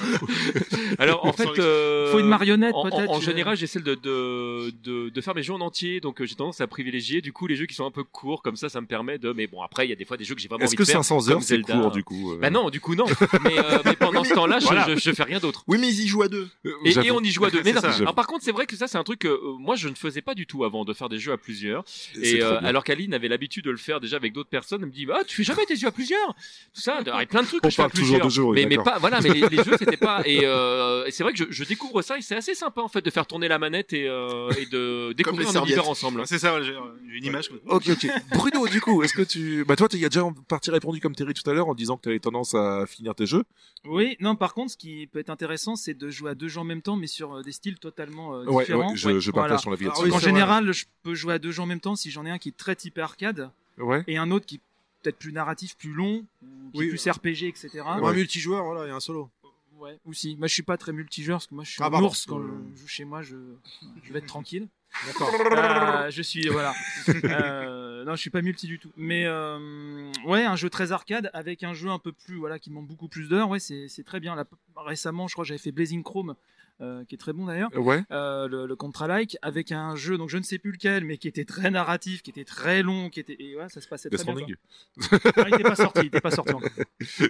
[SPEAKER 7] Alors en fait. euh,
[SPEAKER 8] Faut une marionnette
[SPEAKER 7] En, en-
[SPEAKER 8] peut-être.
[SPEAKER 7] en
[SPEAKER 8] euh,
[SPEAKER 7] général, j'essaie de, de, de, de faire mes jeux en entier, donc euh, j'ai tendance à privilégier du coup les jeux qui sont un peu courts, comme ça, ça me permet de. Mais bon, après, il y a des fois des jeux que j'ai vraiment
[SPEAKER 2] Est-ce
[SPEAKER 7] envie
[SPEAKER 2] que
[SPEAKER 7] de faire.
[SPEAKER 2] 500
[SPEAKER 7] comme
[SPEAKER 2] heures c'est
[SPEAKER 7] Zelda.
[SPEAKER 2] court du coup euh,
[SPEAKER 7] Bah non, du coup non. Mais, euh, mais pendant ce temps-là, je,
[SPEAKER 6] Voilà.
[SPEAKER 7] je, je fais rien d'autre.
[SPEAKER 3] Oui, mais ils y jouent à deux.
[SPEAKER 7] Et,
[SPEAKER 2] j'avoue.
[SPEAKER 7] et on y joue à
[SPEAKER 2] [laughs]
[SPEAKER 7] deux. Mais
[SPEAKER 6] C'est
[SPEAKER 7] non.
[SPEAKER 6] ça.
[SPEAKER 7] Alors par contre, c'est vrai que ça, c'est un truc que euh, moi je ne faisais pas du tout avant de faire des jeux à plusieurs.
[SPEAKER 2] C'est
[SPEAKER 7] Et
[SPEAKER 2] trop
[SPEAKER 7] euh,
[SPEAKER 2] bien.
[SPEAKER 7] alors qu'Aline avait l'habitude de le faire déjà avec d'autres personnes, elle me dit ah tu fais jamais tes jeux à plusieurs, tout ça, de- et plein de trucs
[SPEAKER 2] On
[SPEAKER 7] que je fais à
[SPEAKER 2] parle toujours
[SPEAKER 7] plusieurs.
[SPEAKER 2] de jeux, oui,
[SPEAKER 7] mais mais
[SPEAKER 2] d'accord.
[SPEAKER 7] pas voilà,
[SPEAKER 2] [laughs]
[SPEAKER 7] mais les, les jeux c'était pas et, euh, et c'est vrai que je, je découvre ça et c'est assez sympa en fait de faire tourner la manette et, euh, et de
[SPEAKER 3] les
[SPEAKER 7] découvrir un
[SPEAKER 3] serviettes.
[SPEAKER 7] univers ensemble.
[SPEAKER 6] C'est ça, ouais, j'ai j'ai une image. quoi.
[SPEAKER 2] Ok, ok. Bruno, du coup, est-ce que tu. Bah, toi, il y a déjà en partie répondu comme Terry tout à l'heure en disant que tu avais tendance à finir tes jeux.
[SPEAKER 8] Oui, non, par contre, ce qui peut être intéressant, c'est de jouer à deux gens en même temps, mais sur euh, des styles totalement euh,
[SPEAKER 2] Ouais,
[SPEAKER 8] différents.
[SPEAKER 2] ouais, je, je partage
[SPEAKER 8] Voilà.
[SPEAKER 2] son avis
[SPEAKER 5] Ah
[SPEAKER 2] là-dessus.
[SPEAKER 5] oui,
[SPEAKER 8] en
[SPEAKER 5] c'est vrai.
[SPEAKER 8] général, je peux jouer à deux gens en même temps si j'en ai un qui est très typé arcade
[SPEAKER 2] Ouais.
[SPEAKER 8] et un autre qui est peut-être plus narratif, plus long, ou qui
[SPEAKER 5] Oui.
[SPEAKER 8] est plus RPG, etc.
[SPEAKER 7] hein
[SPEAKER 5] Ou
[SPEAKER 8] Ouais.
[SPEAKER 5] Un multijoueur, voilà, et un solo.
[SPEAKER 8] Ouais, aussi. Moi, je suis pas très multijoueur parce que moi, je suis
[SPEAKER 5] Ah,
[SPEAKER 8] un
[SPEAKER 5] pardon.
[SPEAKER 8] ours quand
[SPEAKER 5] Euh.
[SPEAKER 8] je joue chez moi. Je, je vais être tranquille.
[SPEAKER 5] D'accord.
[SPEAKER 8] Euh, je suis voilà. Euh, non, je suis pas multi du tout. Mais euh, ouais, un jeu très arcade avec un jeu un peu plus voilà qui demande beaucoup plus d'heures. Ouais, c'est c'est très bien. Là, récemment, je crois que j'avais fait Blazing Chrome, euh, qui est très bon d'ailleurs.
[SPEAKER 2] Ouais.
[SPEAKER 8] Euh, le, le Contra-like avec un jeu donc je ne sais plus lequel, mais qui était très narratif, qui était très long, qui était et ouais, ça se passait
[SPEAKER 2] Death
[SPEAKER 8] très bien.
[SPEAKER 2] Stranding.
[SPEAKER 8] quoi. Ah, il était pas sorti, il était pas sorti. encore.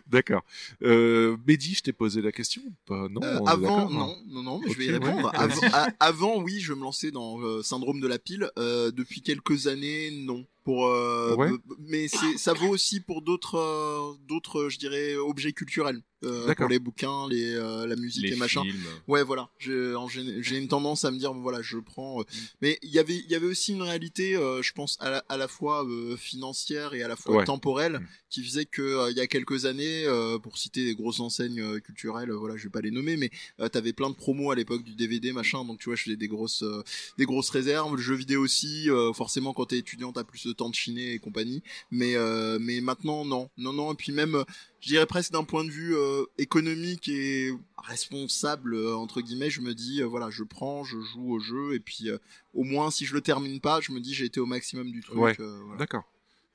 [SPEAKER 2] D'accord. Euh, Mehdi, je t'ai posé la question ou pas Non.
[SPEAKER 3] Euh,
[SPEAKER 2] on est
[SPEAKER 3] avant,
[SPEAKER 2] d'accord, hein.
[SPEAKER 3] non, non, non, mais
[SPEAKER 2] Ok,
[SPEAKER 3] je vais y répondre. Avant, à- avant, oui, je me lançais dans euh, syndrome de la pile. Euh, depuis quelques années, non. Pour, euh,
[SPEAKER 2] Ouais.
[SPEAKER 3] b- mais c'est, ça vaut aussi pour d'autres, euh, d'autres, euh, je dirais, objets culturels. Euh,
[SPEAKER 2] D'accord.
[SPEAKER 3] pour les bouquins, les, euh, la musique et machin. Ouais, voilà. J'ai en gén- j'ai une tendance à me dire, bon, voilà, je prends. euh, Mais il y avait, il y avait aussi une réalité, euh, je pense, à la, à la fois euh, financière et à la fois
[SPEAKER 2] Ouais.
[SPEAKER 3] temporelle,
[SPEAKER 2] Mm.
[SPEAKER 3] qui faisait que euh, il y a quelques années, euh, pour citer des grosses enseignes euh, culturelles, euh, voilà, je vais pas les nommer, mais euh, t'avais plein de promos à l'époque du DVD, machin. Donc tu vois, je faisais des grosses, euh, des grosses réserves. Le jeu vidéo aussi, euh, forcément, quand t'es étudiant, t'as plus de temps de chiner et compagnie. Mais, euh, mais maintenant, non, non, non. Et puis même, euh, je dirais presque d'un point de vue euh, économique et responsable euh, entre guillemets, je me dis euh, voilà, je prends, je joue au jeu et puis euh, au moins si je le termine pas, je me dis j'ai été au maximum du truc.
[SPEAKER 2] Ouais.
[SPEAKER 3] euh, voilà.
[SPEAKER 2] D'accord.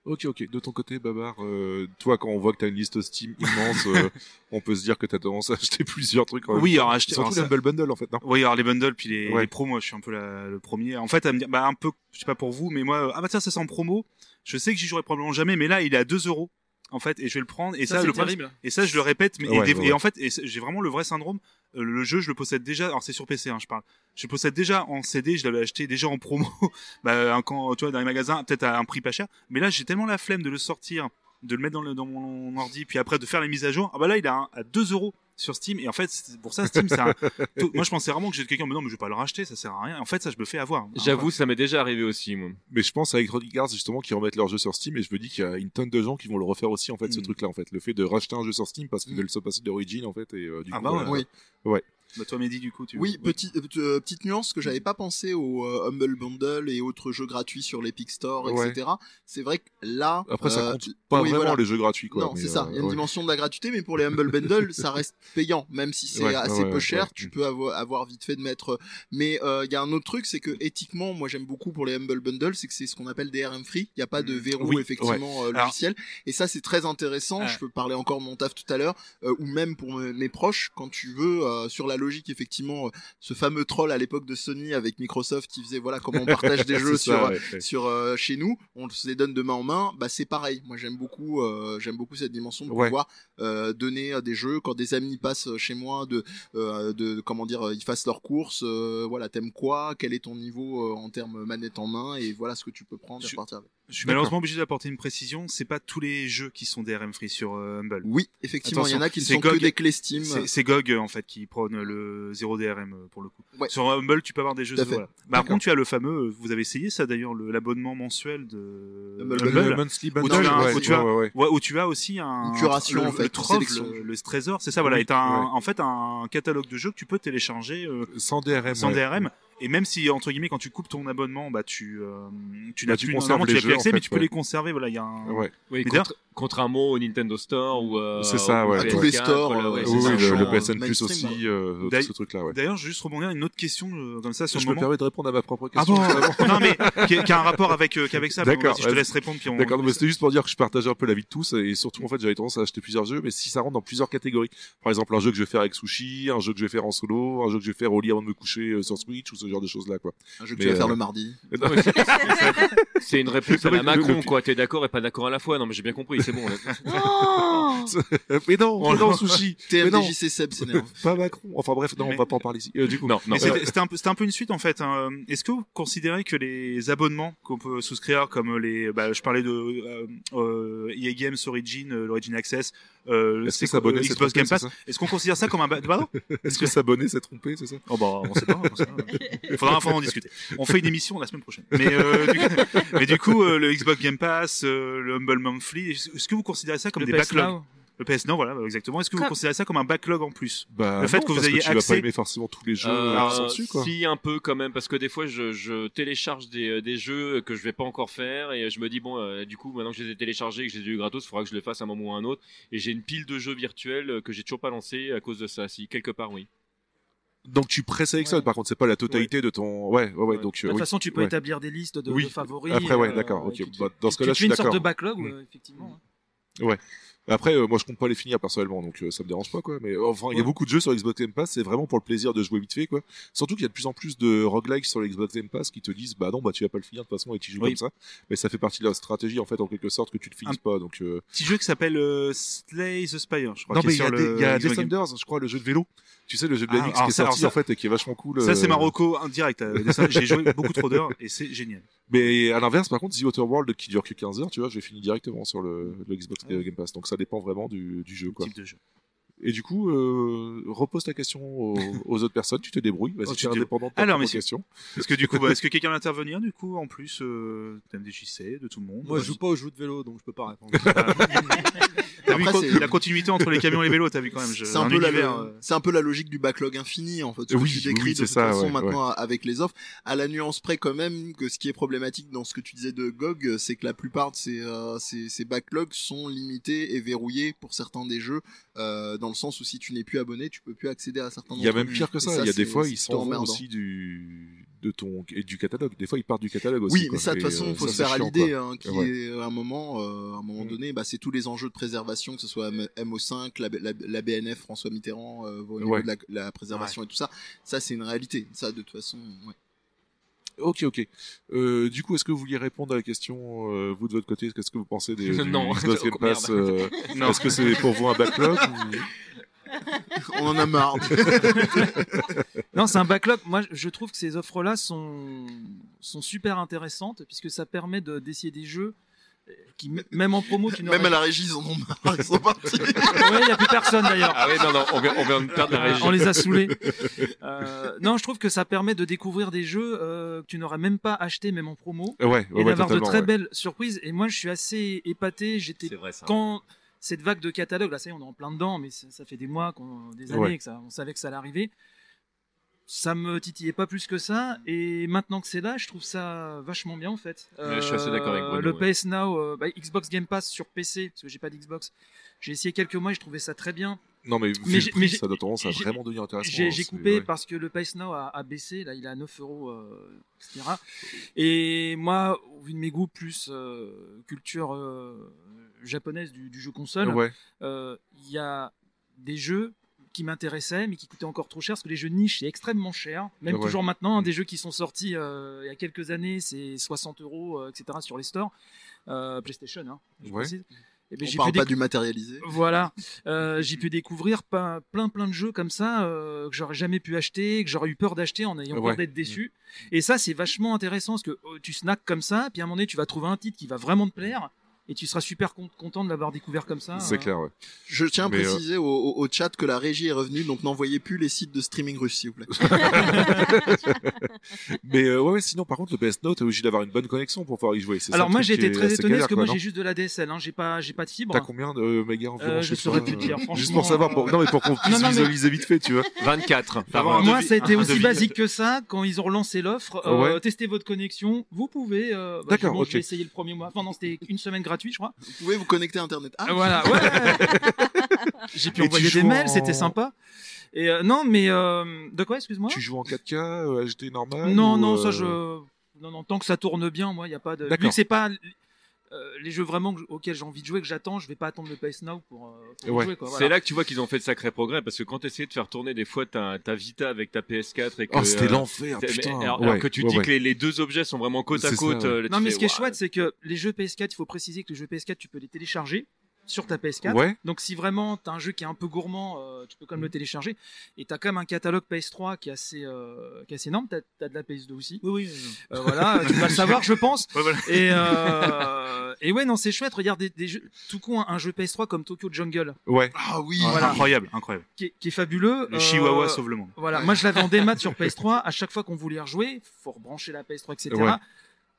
[SPEAKER 2] Ok, ok. De ton côté, Babar, euh, toi, quand on voit que t'as une liste Steam
[SPEAKER 3] [laughs]
[SPEAKER 2] immense, euh, on peut se dire que t'as tendance à acheter [laughs] plusieurs trucs. En même
[SPEAKER 6] Oui, alors
[SPEAKER 2] temps.
[SPEAKER 6] acheter. alors,
[SPEAKER 2] Surtout
[SPEAKER 6] ça-
[SPEAKER 2] le Humble Bundle, en fait, non
[SPEAKER 6] Oui, alors les bundles puis les,
[SPEAKER 2] Ouais.
[SPEAKER 6] les promos, je suis un peu la- le premier. En fait, à me dire, bah un peu, je sais pas pour vous, mais moi, euh, ah bah tiens, ça c'est en promo. Je sais que j'y jouerai probablement jamais, mais là, il est à 2 euros. En fait, et je vais le prendre. Et ça,
[SPEAKER 8] c'est
[SPEAKER 6] le problème,
[SPEAKER 8] terrible.
[SPEAKER 6] Et ça, je le répète, mais et
[SPEAKER 2] Ouais,
[SPEAKER 6] des-
[SPEAKER 2] ouais,
[SPEAKER 6] et
[SPEAKER 2] ouais.
[SPEAKER 6] en fait, et c'est- j'ai vraiment le vrai syndrome. Euh, Le jeu, je le possède déjà. Alors c'est sur PC, hein, je parle. Je le possède déjà en CD. Je l'avais acheté déjà en [laughs] promo, bah, un- quand tu vois dans les magasins, peut-être à un prix pas cher. Mais là, j'ai tellement la flemme de le sortir de le mettre dans, le, dans mon ordi, puis après de faire les mises à jour. Ah bah là, il est à, un- à 2 euros sur Steam. Et en fait, c'est- pour ça, Steam, c'est un... tout- Moi, je pensais vraiment que j'ai quelqu'un, mais non, mais je vais pas le racheter, ça sert à rien. En fait, ça, je me fais avoir. Hein,
[SPEAKER 7] J'avoue, ça m'est déjà arrivé aussi, moi.
[SPEAKER 2] Mais je pense à Electronic Arts justement qui remettent leur jeu sur Steam et je me dis qu'il y a une tonne de gens qui vont le refaire aussi en fait ce
[SPEAKER 6] Mm.
[SPEAKER 3] Hmm.
[SPEAKER 2] truc-là en fait. Le fait de racheter un jeu sur Steam parce qu'ils
[SPEAKER 6] Mm.
[SPEAKER 2] veulent se passer d'origine en fait et euh, du
[SPEAKER 6] Ah
[SPEAKER 2] coup.
[SPEAKER 6] bah ouais.
[SPEAKER 2] voilà.
[SPEAKER 3] Oui.
[SPEAKER 6] Bah, toi, Mehdi, du coup, tu.
[SPEAKER 3] Oui, petit- euh, petit- euh, petite nuance que
[SPEAKER 2] Mm.
[SPEAKER 3] j'avais pas pensé au euh, Humble Bundle et autres jeux gratuits sur l'Epic Store,
[SPEAKER 2] Ouais.
[SPEAKER 3] etc. C'est vrai que là,
[SPEAKER 2] Après ça
[SPEAKER 3] euh,
[SPEAKER 2] compte pas
[SPEAKER 3] oui,
[SPEAKER 2] vraiment
[SPEAKER 3] voilà.
[SPEAKER 2] les jeux gratuits quoi.
[SPEAKER 3] non,
[SPEAKER 2] mais,
[SPEAKER 3] c'est ça.
[SPEAKER 2] euh,
[SPEAKER 3] Il y a une
[SPEAKER 2] ouais.
[SPEAKER 3] dimension de la gratuité, mais pour les Humble Bundle,
[SPEAKER 2] [laughs]
[SPEAKER 3] ça reste payant, même si c'est
[SPEAKER 2] Ouais,
[SPEAKER 3] assez
[SPEAKER 2] ouais,
[SPEAKER 3] peu
[SPEAKER 2] ouais,
[SPEAKER 3] cher.
[SPEAKER 2] ouais.
[SPEAKER 3] Tu peux avo- avoir, vite fait de mettre. Mais euh, il y a un autre truc, c'est que éthiquement, moi j'aime beaucoup pour les Humble Bundle, c'est que c'est ce qu'on appelle des RM free. Il n'y a pas de
[SPEAKER 6] Mm.
[SPEAKER 3] verrou
[SPEAKER 6] Oui,
[SPEAKER 3] effectivement euh,
[SPEAKER 6] Alors- Ah.
[SPEAKER 3] logiciel, et ça c'est très intéressant.
[SPEAKER 6] Ouais.
[SPEAKER 3] Je peux parler encore de mon taf tout à l'heure, euh, ou même pour me- mes proches, quand tu veux euh, sur la logique effectivement, euh, ce fameux troll à l'époque de Sony avec Microsoft qui faisait voilà comment on
[SPEAKER 2] [laughs]
[SPEAKER 3] partage des
[SPEAKER 2] C'est
[SPEAKER 3] jeux
[SPEAKER 2] ça,
[SPEAKER 3] sur
[SPEAKER 2] ouais, ouais.
[SPEAKER 3] sur euh, chez nous, on se les donne de main en main, bah c'est pareil. Moi j'aime beaucoup euh, j'aime beaucoup cette dimension de
[SPEAKER 2] Ouais.
[SPEAKER 3] pouvoir euh, donner euh, des jeux quand des amis passent euh, chez moi de euh, de comment dire euh, ils fassent leurs courses, euh, voilà, t'aimes quoi, quel est ton niveau euh, en termes manette en main et voilà ce que tu peux prendre et
[SPEAKER 6] Je-
[SPEAKER 3] repartir avec.
[SPEAKER 6] Je suis malheureusement obligé d'apporter une précision. C'est pas tous les jeux qui sont des RM free sur euh, Humble.
[SPEAKER 3] Oui, effectivement, il y en a qui ne
[SPEAKER 6] Attention,
[SPEAKER 3] sont
[SPEAKER 6] c'est
[SPEAKER 3] que
[SPEAKER 6] GOG.
[SPEAKER 3] des clés Steam.
[SPEAKER 6] C'est c'est GOG euh, en fait qui prône le zéro DRM euh, pour le coup.
[SPEAKER 3] Ouais.
[SPEAKER 6] Sur Humble, tu peux avoir des jeux.
[SPEAKER 3] Tout à fait.
[SPEAKER 6] Voilà. Bah, Par
[SPEAKER 3] D'accord.
[SPEAKER 6] contre, tu as le fameux. euh, Vous avez essayé ça d'ailleurs, le- l'abonnement mensuel de
[SPEAKER 3] Humble
[SPEAKER 2] Le
[SPEAKER 3] Bundle.
[SPEAKER 6] Humble.
[SPEAKER 2] monthly
[SPEAKER 6] Ou tu
[SPEAKER 2] bundle.
[SPEAKER 6] as un-
[SPEAKER 2] ouais,
[SPEAKER 6] ou tu as-
[SPEAKER 2] ouais, ouais, ouais.
[SPEAKER 6] Ouais, où tu as aussi un
[SPEAKER 3] Une curation,
[SPEAKER 6] le,
[SPEAKER 3] en fait,
[SPEAKER 6] le
[SPEAKER 3] une
[SPEAKER 6] trove,
[SPEAKER 3] sélection.
[SPEAKER 6] le, le trésor, c'est ça voilà,
[SPEAKER 2] Oui,
[SPEAKER 6] est un
[SPEAKER 2] ouais.
[SPEAKER 6] en fait un catalogue de jeux que tu peux télécharger euh,
[SPEAKER 2] Sans DRM.
[SPEAKER 6] sans
[SPEAKER 2] ouais.
[SPEAKER 6] DRM et même si entre guillemets quand tu coupes ton abonnement, bah tu euh, tu n'as
[SPEAKER 2] Bah, tu
[SPEAKER 6] plus
[SPEAKER 2] conserves
[SPEAKER 6] normalement, tu
[SPEAKER 2] les
[SPEAKER 6] as plus
[SPEAKER 2] jeux,
[SPEAKER 6] accès
[SPEAKER 2] en
[SPEAKER 6] mais
[SPEAKER 2] fait,
[SPEAKER 6] tu peux
[SPEAKER 2] ouais.
[SPEAKER 6] les conserver voilà, il y a un
[SPEAKER 2] Ouais.
[SPEAKER 7] Oui,
[SPEAKER 6] Mais
[SPEAKER 7] contra- contrairement au Nintendo Store ou euh,
[SPEAKER 2] C'est ça,
[SPEAKER 7] au
[SPEAKER 2] ouais.
[SPEAKER 3] À tous
[SPEAKER 7] PS4,
[SPEAKER 3] les stores,
[SPEAKER 7] voilà,
[SPEAKER 3] euh,
[SPEAKER 7] ouais,
[SPEAKER 2] Oui,
[SPEAKER 7] c'est
[SPEAKER 2] oui,
[SPEAKER 7] ça.
[SPEAKER 2] le, le
[SPEAKER 3] Genre,
[SPEAKER 2] PSN Plus
[SPEAKER 3] mainstream,
[SPEAKER 2] aussi,
[SPEAKER 3] ouais.
[SPEAKER 2] euh, tout
[SPEAKER 6] D'ailleurs-
[SPEAKER 2] ce truc-là, ouais.
[SPEAKER 6] D'ailleurs, je vais juste rebondir à une autre question euh, comme ça sur
[SPEAKER 2] Je
[SPEAKER 6] le
[SPEAKER 2] me
[SPEAKER 6] moment.
[SPEAKER 2] permets de répondre à ma propre
[SPEAKER 6] Ah
[SPEAKER 2] question.
[SPEAKER 6] bon [laughs] Non mais qui, qui a un rapport avec euh, qu'avec ça.
[SPEAKER 2] D'accord,
[SPEAKER 6] D'accord. Je te
[SPEAKER 2] vas-y.
[SPEAKER 6] laisse répondre puis on.
[SPEAKER 2] D'accord, non, mais c'était juste pour dire que je partageais un peu la vie de tous et surtout en fait j'avais tendance à acheter plusieurs jeux, mais si ça rentre dans plusieurs catégories, par exemple un jeu que je vais faire avec Sushi, un jeu que je vais faire en solo, un jeu que je vais faire au lit avant de me coucher euh, sur Switch ou ce genre de choses là quoi.
[SPEAKER 3] Un jeu que
[SPEAKER 2] Mais,
[SPEAKER 3] tu vas
[SPEAKER 2] euh,
[SPEAKER 3] faire le mardi.
[SPEAKER 7] Non, mais c'est- C'est une réponse à
[SPEAKER 2] Non,
[SPEAKER 7] la
[SPEAKER 2] mais le-
[SPEAKER 7] Macron,
[SPEAKER 2] le-
[SPEAKER 7] quoi. T'es d'accord et pas d'accord à la fois. Non, mais j'ai bien compris, c'est bon.
[SPEAKER 4] Oh
[SPEAKER 2] [laughs] mais non, mais non Sushi, mais non,
[SPEAKER 3] TMDJC
[SPEAKER 2] [laughs]
[SPEAKER 3] Seb s'énerve.
[SPEAKER 2] pas Macron. Enfin bref, non, on va pas en parler ici. Euh, du coup,
[SPEAKER 7] Non, non.
[SPEAKER 6] Mais c'était c'était un peu, c'était un peu une suite en fait. hein. Est-ce que vous considérez que les abonnements qu'on peut souscrire, comme les, bah, je parlais de euh, euh, EA Games Origin, euh, l'Origin Access,
[SPEAKER 2] est-ce
[SPEAKER 6] euh,
[SPEAKER 2] que
[SPEAKER 6] c'est- euh,
[SPEAKER 2] s'abonner, c'est
[SPEAKER 6] Xbox
[SPEAKER 2] trompé,
[SPEAKER 6] Game
[SPEAKER 2] c'est
[SPEAKER 6] Pass,
[SPEAKER 2] ça
[SPEAKER 6] est-ce qu'on considère ça comme un,
[SPEAKER 2] [laughs]
[SPEAKER 6] ba- pardon
[SPEAKER 2] Est-ce que s'abonner, c'est trompé, c'est ça
[SPEAKER 6] Oh bah, on sait pas. on sait
[SPEAKER 8] [laughs]
[SPEAKER 6] pas. Faudra, faudra en discuter. On fait une émission la semaine prochaine. Mais, euh, du, coup- mais du coup, euh, le Xbox Game Pass, euh, le Humble Monthly, est-ce que vous considérez ça comme
[SPEAKER 8] Le
[SPEAKER 6] des
[SPEAKER 8] PS
[SPEAKER 6] backlogs
[SPEAKER 8] Now.
[SPEAKER 6] Le PS non, voilà, exactement. Est-ce que vous
[SPEAKER 4] Comme-
[SPEAKER 6] considérez ça comme un backlog en plus
[SPEAKER 2] Bah,
[SPEAKER 6] Le fait que vous
[SPEAKER 2] parce
[SPEAKER 6] ayez
[SPEAKER 2] tu vas
[SPEAKER 6] accès-
[SPEAKER 2] pas aimer forcément tous les jeux
[SPEAKER 7] Euh,
[SPEAKER 2] qui sont dessus quoi.
[SPEAKER 7] Si un peu quand même, parce que des fois je, je télécharge des, euh, des jeux que je vais pas encore faire et je me dis bon, euh, du coup maintenant que je les ai téléchargés et que je les ai eu gratos, il faudra que je les fasse à un moment ou à un autre. Et j'ai une pile de jeux virtuels euh, que j'ai toujours pas lancé à cause de ça. Si quelque part oui.
[SPEAKER 2] Donc tu présélectionnes, par contre, c'est pas la totalité de ton. Ouais, ouais, ouais.
[SPEAKER 8] Ouais.
[SPEAKER 2] Donc euh,
[SPEAKER 6] Bah,
[SPEAKER 8] Bah, de toute
[SPEAKER 2] oui.
[SPEAKER 8] façon, tu peux
[SPEAKER 2] ouais.
[SPEAKER 8] établir des listes de,
[SPEAKER 2] Oui.
[SPEAKER 8] de favoris.
[SPEAKER 2] Après, ouais,
[SPEAKER 8] euh,
[SPEAKER 2] d'accord, ok.
[SPEAKER 8] qui- qui-
[SPEAKER 2] Bah, dans ce
[SPEAKER 8] qui-
[SPEAKER 2] cas-là,
[SPEAKER 8] qui
[SPEAKER 2] je suis
[SPEAKER 8] fait une sorte de
[SPEAKER 2] d'accord.
[SPEAKER 8] backlog,
[SPEAKER 2] Mm.
[SPEAKER 8] euh, effectivement.
[SPEAKER 2] Après, euh, moi, je compte pas les finir personnellement, donc euh, ça me dérange pas, quoi. Mais euh, enfin, il y a
[SPEAKER 8] Ouais.
[SPEAKER 2] beaucoup de jeux sur Xbox Game Pass, c'est vraiment pour le plaisir de jouer vite fait, quoi. Surtout qu'il y a de plus en plus de roguelikes sur l'Xbox Game Pass qui te disent, bah non, bah tu vas pas le finir de toute façon et tu joues
[SPEAKER 6] Oui.
[SPEAKER 2] comme ça. Mais ça fait partie de la stratégie, en fait, en quelque sorte, que tu le finisses pas. Donc, euh...
[SPEAKER 6] Petit jeu qui s'appelle euh, Slay the Spire, je crois.
[SPEAKER 2] non,
[SPEAKER 6] qui est
[SPEAKER 2] mais il y a,
[SPEAKER 6] sur
[SPEAKER 2] des-
[SPEAKER 6] le
[SPEAKER 2] il y a
[SPEAKER 6] Xbox Game
[SPEAKER 2] Descenders, je crois, le jeu de vélo. Tu sais, le jeu de
[SPEAKER 6] Ah,
[SPEAKER 2] BMX
[SPEAKER 6] alors
[SPEAKER 2] qui est
[SPEAKER 6] ça- alors
[SPEAKER 2] sorti,
[SPEAKER 6] ça-
[SPEAKER 2] en fait, et qui est vachement cool.
[SPEAKER 6] Ça, c'est
[SPEAKER 2] euh,
[SPEAKER 6] Marocco indirect. euh, ça, J'ai joué [laughs] beaucoup trop d'heures et c'est génial.
[SPEAKER 2] Mais à l'inverse, par contre, The Outer World qui dure que 15 heures, tu vois, je vais finir directement sur le, le Xbox
[SPEAKER 3] Ah
[SPEAKER 2] Game Pass. Donc ça dépend vraiment du, du jeu, quoi.
[SPEAKER 6] Type de jeu.
[SPEAKER 2] Et du coup, euh, repose ta question
[SPEAKER 3] [laughs]
[SPEAKER 2] aux, aux autres personnes, tu te débrouilles, vas-y,
[SPEAKER 6] Oh, tu
[SPEAKER 2] tu es
[SPEAKER 6] te
[SPEAKER 2] indépendant
[SPEAKER 3] Ah
[SPEAKER 2] de ta
[SPEAKER 6] Alors,
[SPEAKER 2] propre
[SPEAKER 6] messieurs.
[SPEAKER 2] question.
[SPEAKER 6] Parce que du coup, bah, est-ce que quelqu'un va intervenir du coup en plus euh, d'MDJC, de tout le monde Bah,
[SPEAKER 9] Moi, je joue pas aux jeux de vélo, donc je peux pas répondre. [laughs]
[SPEAKER 6] T'as vu
[SPEAKER 3] Après,
[SPEAKER 6] co-
[SPEAKER 3] c'est-
[SPEAKER 6] la continuité entre les camions et les vélos, t'as vu quand même. je-
[SPEAKER 3] C'est un, peu la,
[SPEAKER 6] univers.
[SPEAKER 3] lo-
[SPEAKER 6] euh,
[SPEAKER 3] c'est un peu la logique du backlog infini en fait. Ce que
[SPEAKER 2] Oui,
[SPEAKER 3] tu décris
[SPEAKER 2] oui,
[SPEAKER 3] de
[SPEAKER 2] c'est
[SPEAKER 3] toute
[SPEAKER 2] ça,
[SPEAKER 3] façon
[SPEAKER 2] ouais,
[SPEAKER 3] maintenant avec les offres, à la nuance près quand même que ce qui est problématique dans ce que tu disais de GOG, c'est que la plupart de ces, euh, ces, ces backlogs sont limités et verrouillés pour certains des jeux, euh, dans le sens où si tu n'es plus abonné, tu peux plus accéder à certains.
[SPEAKER 2] Il y a
[SPEAKER 3] d'entre eux.
[SPEAKER 2] même pire que ça,
[SPEAKER 3] Et ça,
[SPEAKER 2] il y a des
[SPEAKER 3] c'est-
[SPEAKER 2] fois,
[SPEAKER 3] c'est
[SPEAKER 2] ils
[SPEAKER 3] plutôt
[SPEAKER 2] s'en vont
[SPEAKER 3] emmerdant.
[SPEAKER 2] aussi du, de ton, et du catalogue. Des fois, ils partent du catalogue aussi.
[SPEAKER 3] Oui, mais
[SPEAKER 2] quoi.
[SPEAKER 3] ça de toute
[SPEAKER 2] Et,
[SPEAKER 3] façon,
[SPEAKER 2] euh,
[SPEAKER 3] faut
[SPEAKER 2] ça,
[SPEAKER 3] se
[SPEAKER 2] c'est
[SPEAKER 3] faire à
[SPEAKER 2] chiant,
[SPEAKER 3] l'idée
[SPEAKER 2] quoi.
[SPEAKER 3] hein, qui
[SPEAKER 2] Ouais.
[SPEAKER 3] est à un moment, euh, à un moment
[SPEAKER 2] Mm.
[SPEAKER 3] donné, bah, c'est tous les enjeux de préservation, que ce soit euh, M- MO5, la, B- la, la BNF, François Mitterrand, euh, au niveau
[SPEAKER 2] Ouais.
[SPEAKER 3] de la, la préservation et tout ça. Ça, c'est une réalité. Ça, de toute façon, ouais.
[SPEAKER 2] Ok, ok. Euh, du coup, est-ce que vous vouliez répondre à la question, euh, vous de votre côté, qu'est-ce que vous pensez
[SPEAKER 3] [laughs]
[SPEAKER 2] des du
[SPEAKER 7] Non.
[SPEAKER 2] Xbox Game
[SPEAKER 7] Oh,
[SPEAKER 2] Pass
[SPEAKER 7] merde.
[SPEAKER 2] euh,
[SPEAKER 6] Non.
[SPEAKER 2] Est-ce que c'est pour vous un
[SPEAKER 3] [laughs]
[SPEAKER 2] backlog ou-
[SPEAKER 3] on en a [laughs] marre.
[SPEAKER 8] [laughs] Non, c'est un backlog. Moi, je trouve que ces offres-là sont, sont super intéressantes puisque ça permet de- d'essayer des jeux euh, qui m- même en promo, tu n'aurais
[SPEAKER 3] Même à la régie, ils en ont marre, ils sont partis.
[SPEAKER 8] Ouais, il n'y a plus personne d'ailleurs.
[SPEAKER 7] Ah ouais, non, non, on vient, on vient de perdre la
[SPEAKER 8] Euh,
[SPEAKER 7] régie.
[SPEAKER 8] on les
[SPEAKER 2] [laughs]
[SPEAKER 8] a saoulés. Euh, non, je trouve que ça permet de découvrir des jeux euh, que tu n'aurais même pas acheté, même en promo,
[SPEAKER 10] Ouais, ouais,
[SPEAKER 8] et
[SPEAKER 10] ouais,
[SPEAKER 8] d'avoir de
[SPEAKER 10] totalement,
[SPEAKER 8] très
[SPEAKER 10] ouais.
[SPEAKER 8] belles surprises. Et moi, je suis assez épaté. J'étais
[SPEAKER 7] C'est vrai, ça.
[SPEAKER 8] quand cette vague de catalogue, là, ça y est, on est en plein dedans, mais ça, ça fait des mois, qu'on, des années
[SPEAKER 10] Ouais.
[SPEAKER 8] que ça, on savait que ça allait arriver. Ça me titillait pas plus que ça, et maintenant que c'est là, je trouve ça vachement bien en fait. Euh,
[SPEAKER 7] Ouais, je suis assez d'accord avec Bruno,
[SPEAKER 8] Le
[SPEAKER 7] ouais.
[SPEAKER 8] PS Now, euh, bah, Xbox Game Pass sur PC, parce que j'ai pas d'Xbox. J'ai essayé quelques mois, et je trouvais ça très bien.
[SPEAKER 10] Non, mais, vu
[SPEAKER 8] Mais
[SPEAKER 10] le
[SPEAKER 8] j'ai-
[SPEAKER 10] prix,
[SPEAKER 8] mais j'ai-
[SPEAKER 10] ça doit tendance à
[SPEAKER 8] j'ai-
[SPEAKER 10] vraiment devenir
[SPEAKER 7] Ah,
[SPEAKER 10] intéressant.
[SPEAKER 8] J'ai
[SPEAKER 10] hein,
[SPEAKER 8] j'ai
[SPEAKER 10] c'est-
[SPEAKER 8] coupé
[SPEAKER 10] ouais.
[SPEAKER 8] parce que le Pace Now a, a baissé, là il est à 9 euros, euh, etc. Et moi, au vu de mes goûts plus euh, culture euh, japonaise du, du jeu console, euh,
[SPEAKER 10] Ouais.
[SPEAKER 8] il y a des jeux qui m'intéressaient mais qui coûtaient encore trop cher parce que les jeux de niche c'est extrêmement cher. Même
[SPEAKER 10] Ouais.
[SPEAKER 8] toujours maintenant, hein,
[SPEAKER 10] Mm.
[SPEAKER 8] des jeux qui sont sortis euh, il y a quelques années, c'est 60 euros, euh, etc. sur les stores, Euh, PlayStation, hein, je
[SPEAKER 10] Ouais.
[SPEAKER 8] précise. Et ben,
[SPEAKER 3] On
[SPEAKER 8] j'ai
[SPEAKER 3] parle
[SPEAKER 8] pu
[SPEAKER 3] pas du matérialisé.
[SPEAKER 8] voilà, Euh, j'ai pu découvrir pas- plein plein de jeux comme ça euh, que j'aurais jamais pu acheter, que j'aurais eu peur d'acheter en ayant
[SPEAKER 10] Ouais. Mm.
[SPEAKER 8] peur d'être déçu. Et ça c'est vachement intéressant parce que euh, tu snacks comme ça, puis à un moment donné tu vas trouver un titre qui va vraiment te plaire et tu seras super con- content de l'avoir découvert comme ça.
[SPEAKER 10] C'est
[SPEAKER 8] Euh,
[SPEAKER 10] clair, ouais.
[SPEAKER 3] Je tiens à
[SPEAKER 10] Mais, euh,
[SPEAKER 3] préciser au, au- au chat que la régie est revenue, donc n'envoyez plus les sites de streaming russe, s'il vous plaît.
[SPEAKER 10] Mais euh, ouais, ouais, sinon, par contre, le PS Note, t'es obligé d'avoir une bonne connexion pour pouvoir y jouer. c'est ça
[SPEAKER 8] Alors
[SPEAKER 10] le
[SPEAKER 8] moi
[SPEAKER 10] truc
[SPEAKER 8] j'ai
[SPEAKER 10] qui
[SPEAKER 8] été
[SPEAKER 10] est
[SPEAKER 8] très
[SPEAKER 10] assez
[SPEAKER 8] étonné
[SPEAKER 10] galère,
[SPEAKER 8] parce que
[SPEAKER 10] quoi,
[SPEAKER 8] moi
[SPEAKER 10] non
[SPEAKER 8] j'ai juste de la DSL, hein, j'ai pas j'ai pas de fibre.
[SPEAKER 10] T'as combien de euh, mégas environ
[SPEAKER 8] Euh,
[SPEAKER 10] je
[SPEAKER 8] je
[SPEAKER 10] sais
[SPEAKER 8] saurais
[SPEAKER 10] pas,
[SPEAKER 8] plus
[SPEAKER 10] euh,
[SPEAKER 8] dire,
[SPEAKER 10] Juste
[SPEAKER 8] franchement,
[SPEAKER 10] pour savoir, pour...
[SPEAKER 8] euh,
[SPEAKER 10] non mais pour qu'on puisse
[SPEAKER 8] non, mais-
[SPEAKER 10] visualiser vite fait, tu vois.
[SPEAKER 7] 24. par
[SPEAKER 6] avoir
[SPEAKER 7] an.
[SPEAKER 6] un
[SPEAKER 8] Moi,
[SPEAKER 6] devis-
[SPEAKER 8] ça a été
[SPEAKER 6] un
[SPEAKER 8] aussi
[SPEAKER 6] devis.
[SPEAKER 8] basique que ça quand ils ont relancé l'offre.
[SPEAKER 10] Ah
[SPEAKER 8] euh,
[SPEAKER 10] ouais.
[SPEAKER 8] testez votre connexion. Vous pouvez. euh, bah,
[SPEAKER 10] D'accord,
[SPEAKER 8] j'ai- bon,
[SPEAKER 10] ok.
[SPEAKER 8] Je vais essayer le premier mois. Enfin, non, c'était une semaine gratuite,
[SPEAKER 10] [laughs]
[SPEAKER 8] je crois.
[SPEAKER 3] Vous pouvez vous connecter à Internet. Ah,
[SPEAKER 8] Voilà, ouais. J'ai pu
[SPEAKER 10] Et
[SPEAKER 8] envoyer
[SPEAKER 10] tu
[SPEAKER 8] des
[SPEAKER 10] joues
[SPEAKER 8] mails,
[SPEAKER 10] en-
[SPEAKER 8] c'était sympa. Et euh, non, mais euh, de quoi, excuse-moi
[SPEAKER 10] Tu joues en 4K, euh, HD normal
[SPEAKER 8] Non,
[SPEAKER 10] ou,
[SPEAKER 8] non,
[SPEAKER 10] euh,
[SPEAKER 8] ça je. Non, non, tant que ça tourne bien, moi, il n'y a pas de. Vu
[SPEAKER 10] D'accord.
[SPEAKER 8] que c'est pas euh, les jeux vraiment que je- auxquels j'ai envie de jouer, que j'attends, je vais pas attendre le PS Now pour, euh, pour y
[SPEAKER 10] Ouais,
[SPEAKER 8] jouer. Quoi,
[SPEAKER 7] C'est
[SPEAKER 8] voilà.
[SPEAKER 7] là que tu vois qu'ils ont fait de sacrés progrès parce que quand tu essayais de faire tourner des fois ta, ta Vita avec ta PS4 et que.
[SPEAKER 10] Oh, c'était
[SPEAKER 7] euh,
[SPEAKER 10] l'enfer,
[SPEAKER 7] t'as- mais
[SPEAKER 10] putain.
[SPEAKER 7] alors,
[SPEAKER 10] Ouais,
[SPEAKER 7] alors que tu
[SPEAKER 10] ouais,
[SPEAKER 7] dis
[SPEAKER 10] ouais.
[SPEAKER 7] que les, les deux objets sont vraiment côte à
[SPEAKER 10] C'est ça,
[SPEAKER 7] côte.
[SPEAKER 10] ouais.
[SPEAKER 7] euh, là, tu
[SPEAKER 8] Non, mais
[SPEAKER 7] fais,
[SPEAKER 8] ce qui est
[SPEAKER 7] Ouah,
[SPEAKER 8] chouette, c'est que les jeux PS4, il faut préciser que les jeux PS4, tu peux les télécharger sur ta PS4.
[SPEAKER 10] Ouais,
[SPEAKER 8] Donc si vraiment t'as un jeu qui est un peu gourmand, euh, tu peux quand même le télécharger. Et t'as quand même un catalogue PS3 qui est assez, euh, qui est assez énorme. T'as as de la PS2 aussi.
[SPEAKER 5] Oui, oui.
[SPEAKER 8] Euh, voilà, tu vas le savoir, je pense.
[SPEAKER 6] Ouais, voilà.
[SPEAKER 8] Et, euh, et ouais, non, c'est chouette. Regarde des, des jeux, tout con, hein, un jeu PS3 comme Tokyo Jungle,
[SPEAKER 10] ouais.
[SPEAKER 3] Ah oui.
[SPEAKER 6] Ah,
[SPEAKER 8] Voilà.
[SPEAKER 6] Incroyable, incroyable.
[SPEAKER 8] qui est, qui est fabuleux.
[SPEAKER 6] Le
[SPEAKER 8] Euh,
[SPEAKER 6] Chihuahua sauve le monde.
[SPEAKER 8] Voilà, moi je l'avais en démat sur PS3. À chaque fois qu'on voulait rejouer, faut rebrancher la PS3, etc.
[SPEAKER 10] Ouais.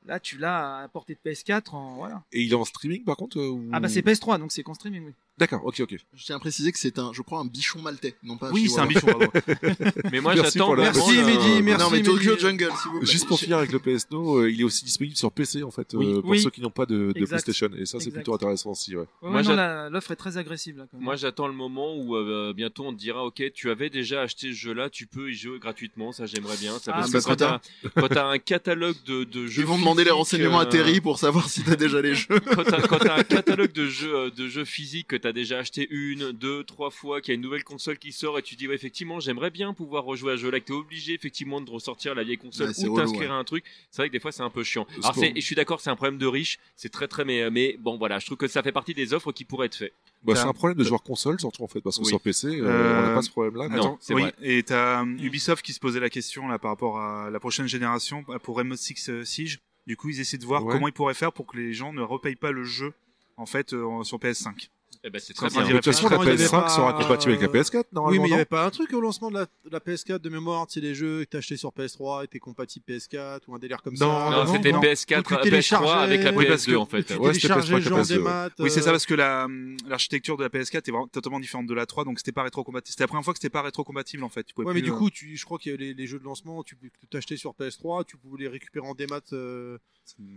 [SPEAKER 8] Là, tu l'as à portée de PS4. En, voilà.
[SPEAKER 10] Et il est en streaming par contre euh, ou-
[SPEAKER 8] Ah bah c'est PS3, donc c'est qu'en streaming, oui.
[SPEAKER 10] D'accord, ok, ok.
[SPEAKER 3] Je tiens à préciser que c'est un, je crois, un bichon maltais, non pas.
[SPEAKER 6] Oui, c'est un
[SPEAKER 3] chihuahua.
[SPEAKER 6] bichon. bravo.
[SPEAKER 10] [laughs]
[SPEAKER 7] Mais moi,
[SPEAKER 10] Merci
[SPEAKER 7] j'attends.
[SPEAKER 10] pour la-
[SPEAKER 7] vraiment
[SPEAKER 5] Merci,
[SPEAKER 7] le-
[SPEAKER 5] Mehdi, merci.
[SPEAKER 3] [laughs] Non mais Tokyo
[SPEAKER 5] Mehdi.
[SPEAKER 3] Jungle, s'il vous plaît.
[SPEAKER 10] Juste pour finir avec le PS Now, euh, il est aussi disponible sur PC en fait, euh,
[SPEAKER 8] Oui.
[SPEAKER 10] pour
[SPEAKER 8] Oui.
[SPEAKER 10] ceux qui n'ont pas de, de
[SPEAKER 8] Exact.
[SPEAKER 10] PlayStation. Et ça, c'est
[SPEAKER 8] Exact.
[SPEAKER 10] plutôt intéressant aussi, ouais.
[SPEAKER 8] Ouais,
[SPEAKER 7] Moi,
[SPEAKER 8] non,
[SPEAKER 7] j'a-
[SPEAKER 8] la- l'offre est très agressive là. Quand même.
[SPEAKER 7] Moi, j'attends le moment où euh, bientôt on te dira Ok, tu avais déjà acheté ce jeu-là, tu peux y jouer gratuitement. Ça, j'aimerais bien. Ça,
[SPEAKER 8] Ah,
[SPEAKER 7] parce
[SPEAKER 3] bah,
[SPEAKER 7] que quand
[SPEAKER 3] trop tard.
[SPEAKER 7] t'as- quand t'as un catalogue de, de jeux.
[SPEAKER 3] Ils vont demander les
[SPEAKER 7] physiques,
[SPEAKER 3] renseignements à
[SPEAKER 7] euh,
[SPEAKER 3] Terry pour savoir si t'as déjà les jeux.
[SPEAKER 7] quand t'as quand t'as un catalogue de jeux euh, de jeux physiques que t'as déjà acheté une, deux, trois fois, qu'il y a une nouvelle console qui sort et tu dis ouais effectivement j'aimerais bien pouvoir rejouer à ce jeu-là, que t'es obligé effectivement de ressortir la vieille console
[SPEAKER 3] Ouais, c'est
[SPEAKER 7] ou
[SPEAKER 3] relou,
[SPEAKER 7] t'inscrire à un truc. C'est vrai que des fois c'est un peu chiant. Alors
[SPEAKER 10] pour-
[SPEAKER 7] c'est, je suis d'accord, c'est un problème de riche, c'est très très mais euh, mais bon voilà, je trouve que ça fait partie des offres qui pourraient être faites.
[SPEAKER 10] Bah,
[SPEAKER 6] T'as-
[SPEAKER 10] c'est un problème de joueur console surtout en fait, parce que
[SPEAKER 7] Oui.
[SPEAKER 10] sur PC, euh,
[SPEAKER 6] Euh,
[SPEAKER 10] on n'a pas ce problème-là. quoi.
[SPEAKER 7] Non, c'est
[SPEAKER 6] oui,
[SPEAKER 7] vrai.
[SPEAKER 6] et t'as euh, Ubisoft qui se posait la question là par rapport à la prochaine génération pour Rainbow Six euh, Siege. Du coup, ils essaient de voir
[SPEAKER 10] Ouais.
[SPEAKER 6] comment ils pourraient faire pour que les gens ne repayent pas le jeu en fait euh, sur PS5.
[SPEAKER 7] Eh ben c'est
[SPEAKER 6] Sans
[SPEAKER 7] très
[SPEAKER 10] Mais
[SPEAKER 7] bien.
[SPEAKER 10] De toute façon, la
[SPEAKER 5] Avant, il y avait
[SPEAKER 10] PS5 sera
[SPEAKER 5] pas-
[SPEAKER 10] compatible avec la PS4
[SPEAKER 5] Oui,
[SPEAKER 10] normalement.
[SPEAKER 5] mais il n'y
[SPEAKER 10] non
[SPEAKER 5] avait pas un truc au lancement de la, de la PS4 de mémoire, tu sais, les jeux que t'achetais sur PS3 étaient compatibles PS4 ou un délire comme ça.
[SPEAKER 10] Non,
[SPEAKER 7] Non,
[SPEAKER 10] non,
[SPEAKER 7] c'était
[SPEAKER 10] non.
[SPEAKER 7] PS4,
[SPEAKER 5] Où tu
[SPEAKER 7] PS3 avec la PS2
[SPEAKER 5] téléchargeais-
[SPEAKER 7] en fait. hein.
[SPEAKER 5] Tu
[SPEAKER 10] Ouais, c'était
[SPEAKER 5] téléchargeais
[SPEAKER 10] PS3,
[SPEAKER 5] genre
[SPEAKER 10] PS2,
[SPEAKER 5] des
[SPEAKER 10] ouais.
[SPEAKER 5] maths.
[SPEAKER 6] Oui, c'est ça
[SPEAKER 5] euh,
[SPEAKER 6] parce que la hum, l'architecture de la PS4 est vraiment totalement différente de la 3, donc c'était pas rétrocompatible. C'était la première fois que c'était pas rétrocompatible en fait. Tu pouvais
[SPEAKER 5] Ouais, mais
[SPEAKER 6] plus,
[SPEAKER 5] du
[SPEAKER 6] euh,
[SPEAKER 5] coup, tu, je crois que les, les jeux de lancement, tu peux t'acheter sur PS3, tu pouvais les récupérer en démat euh,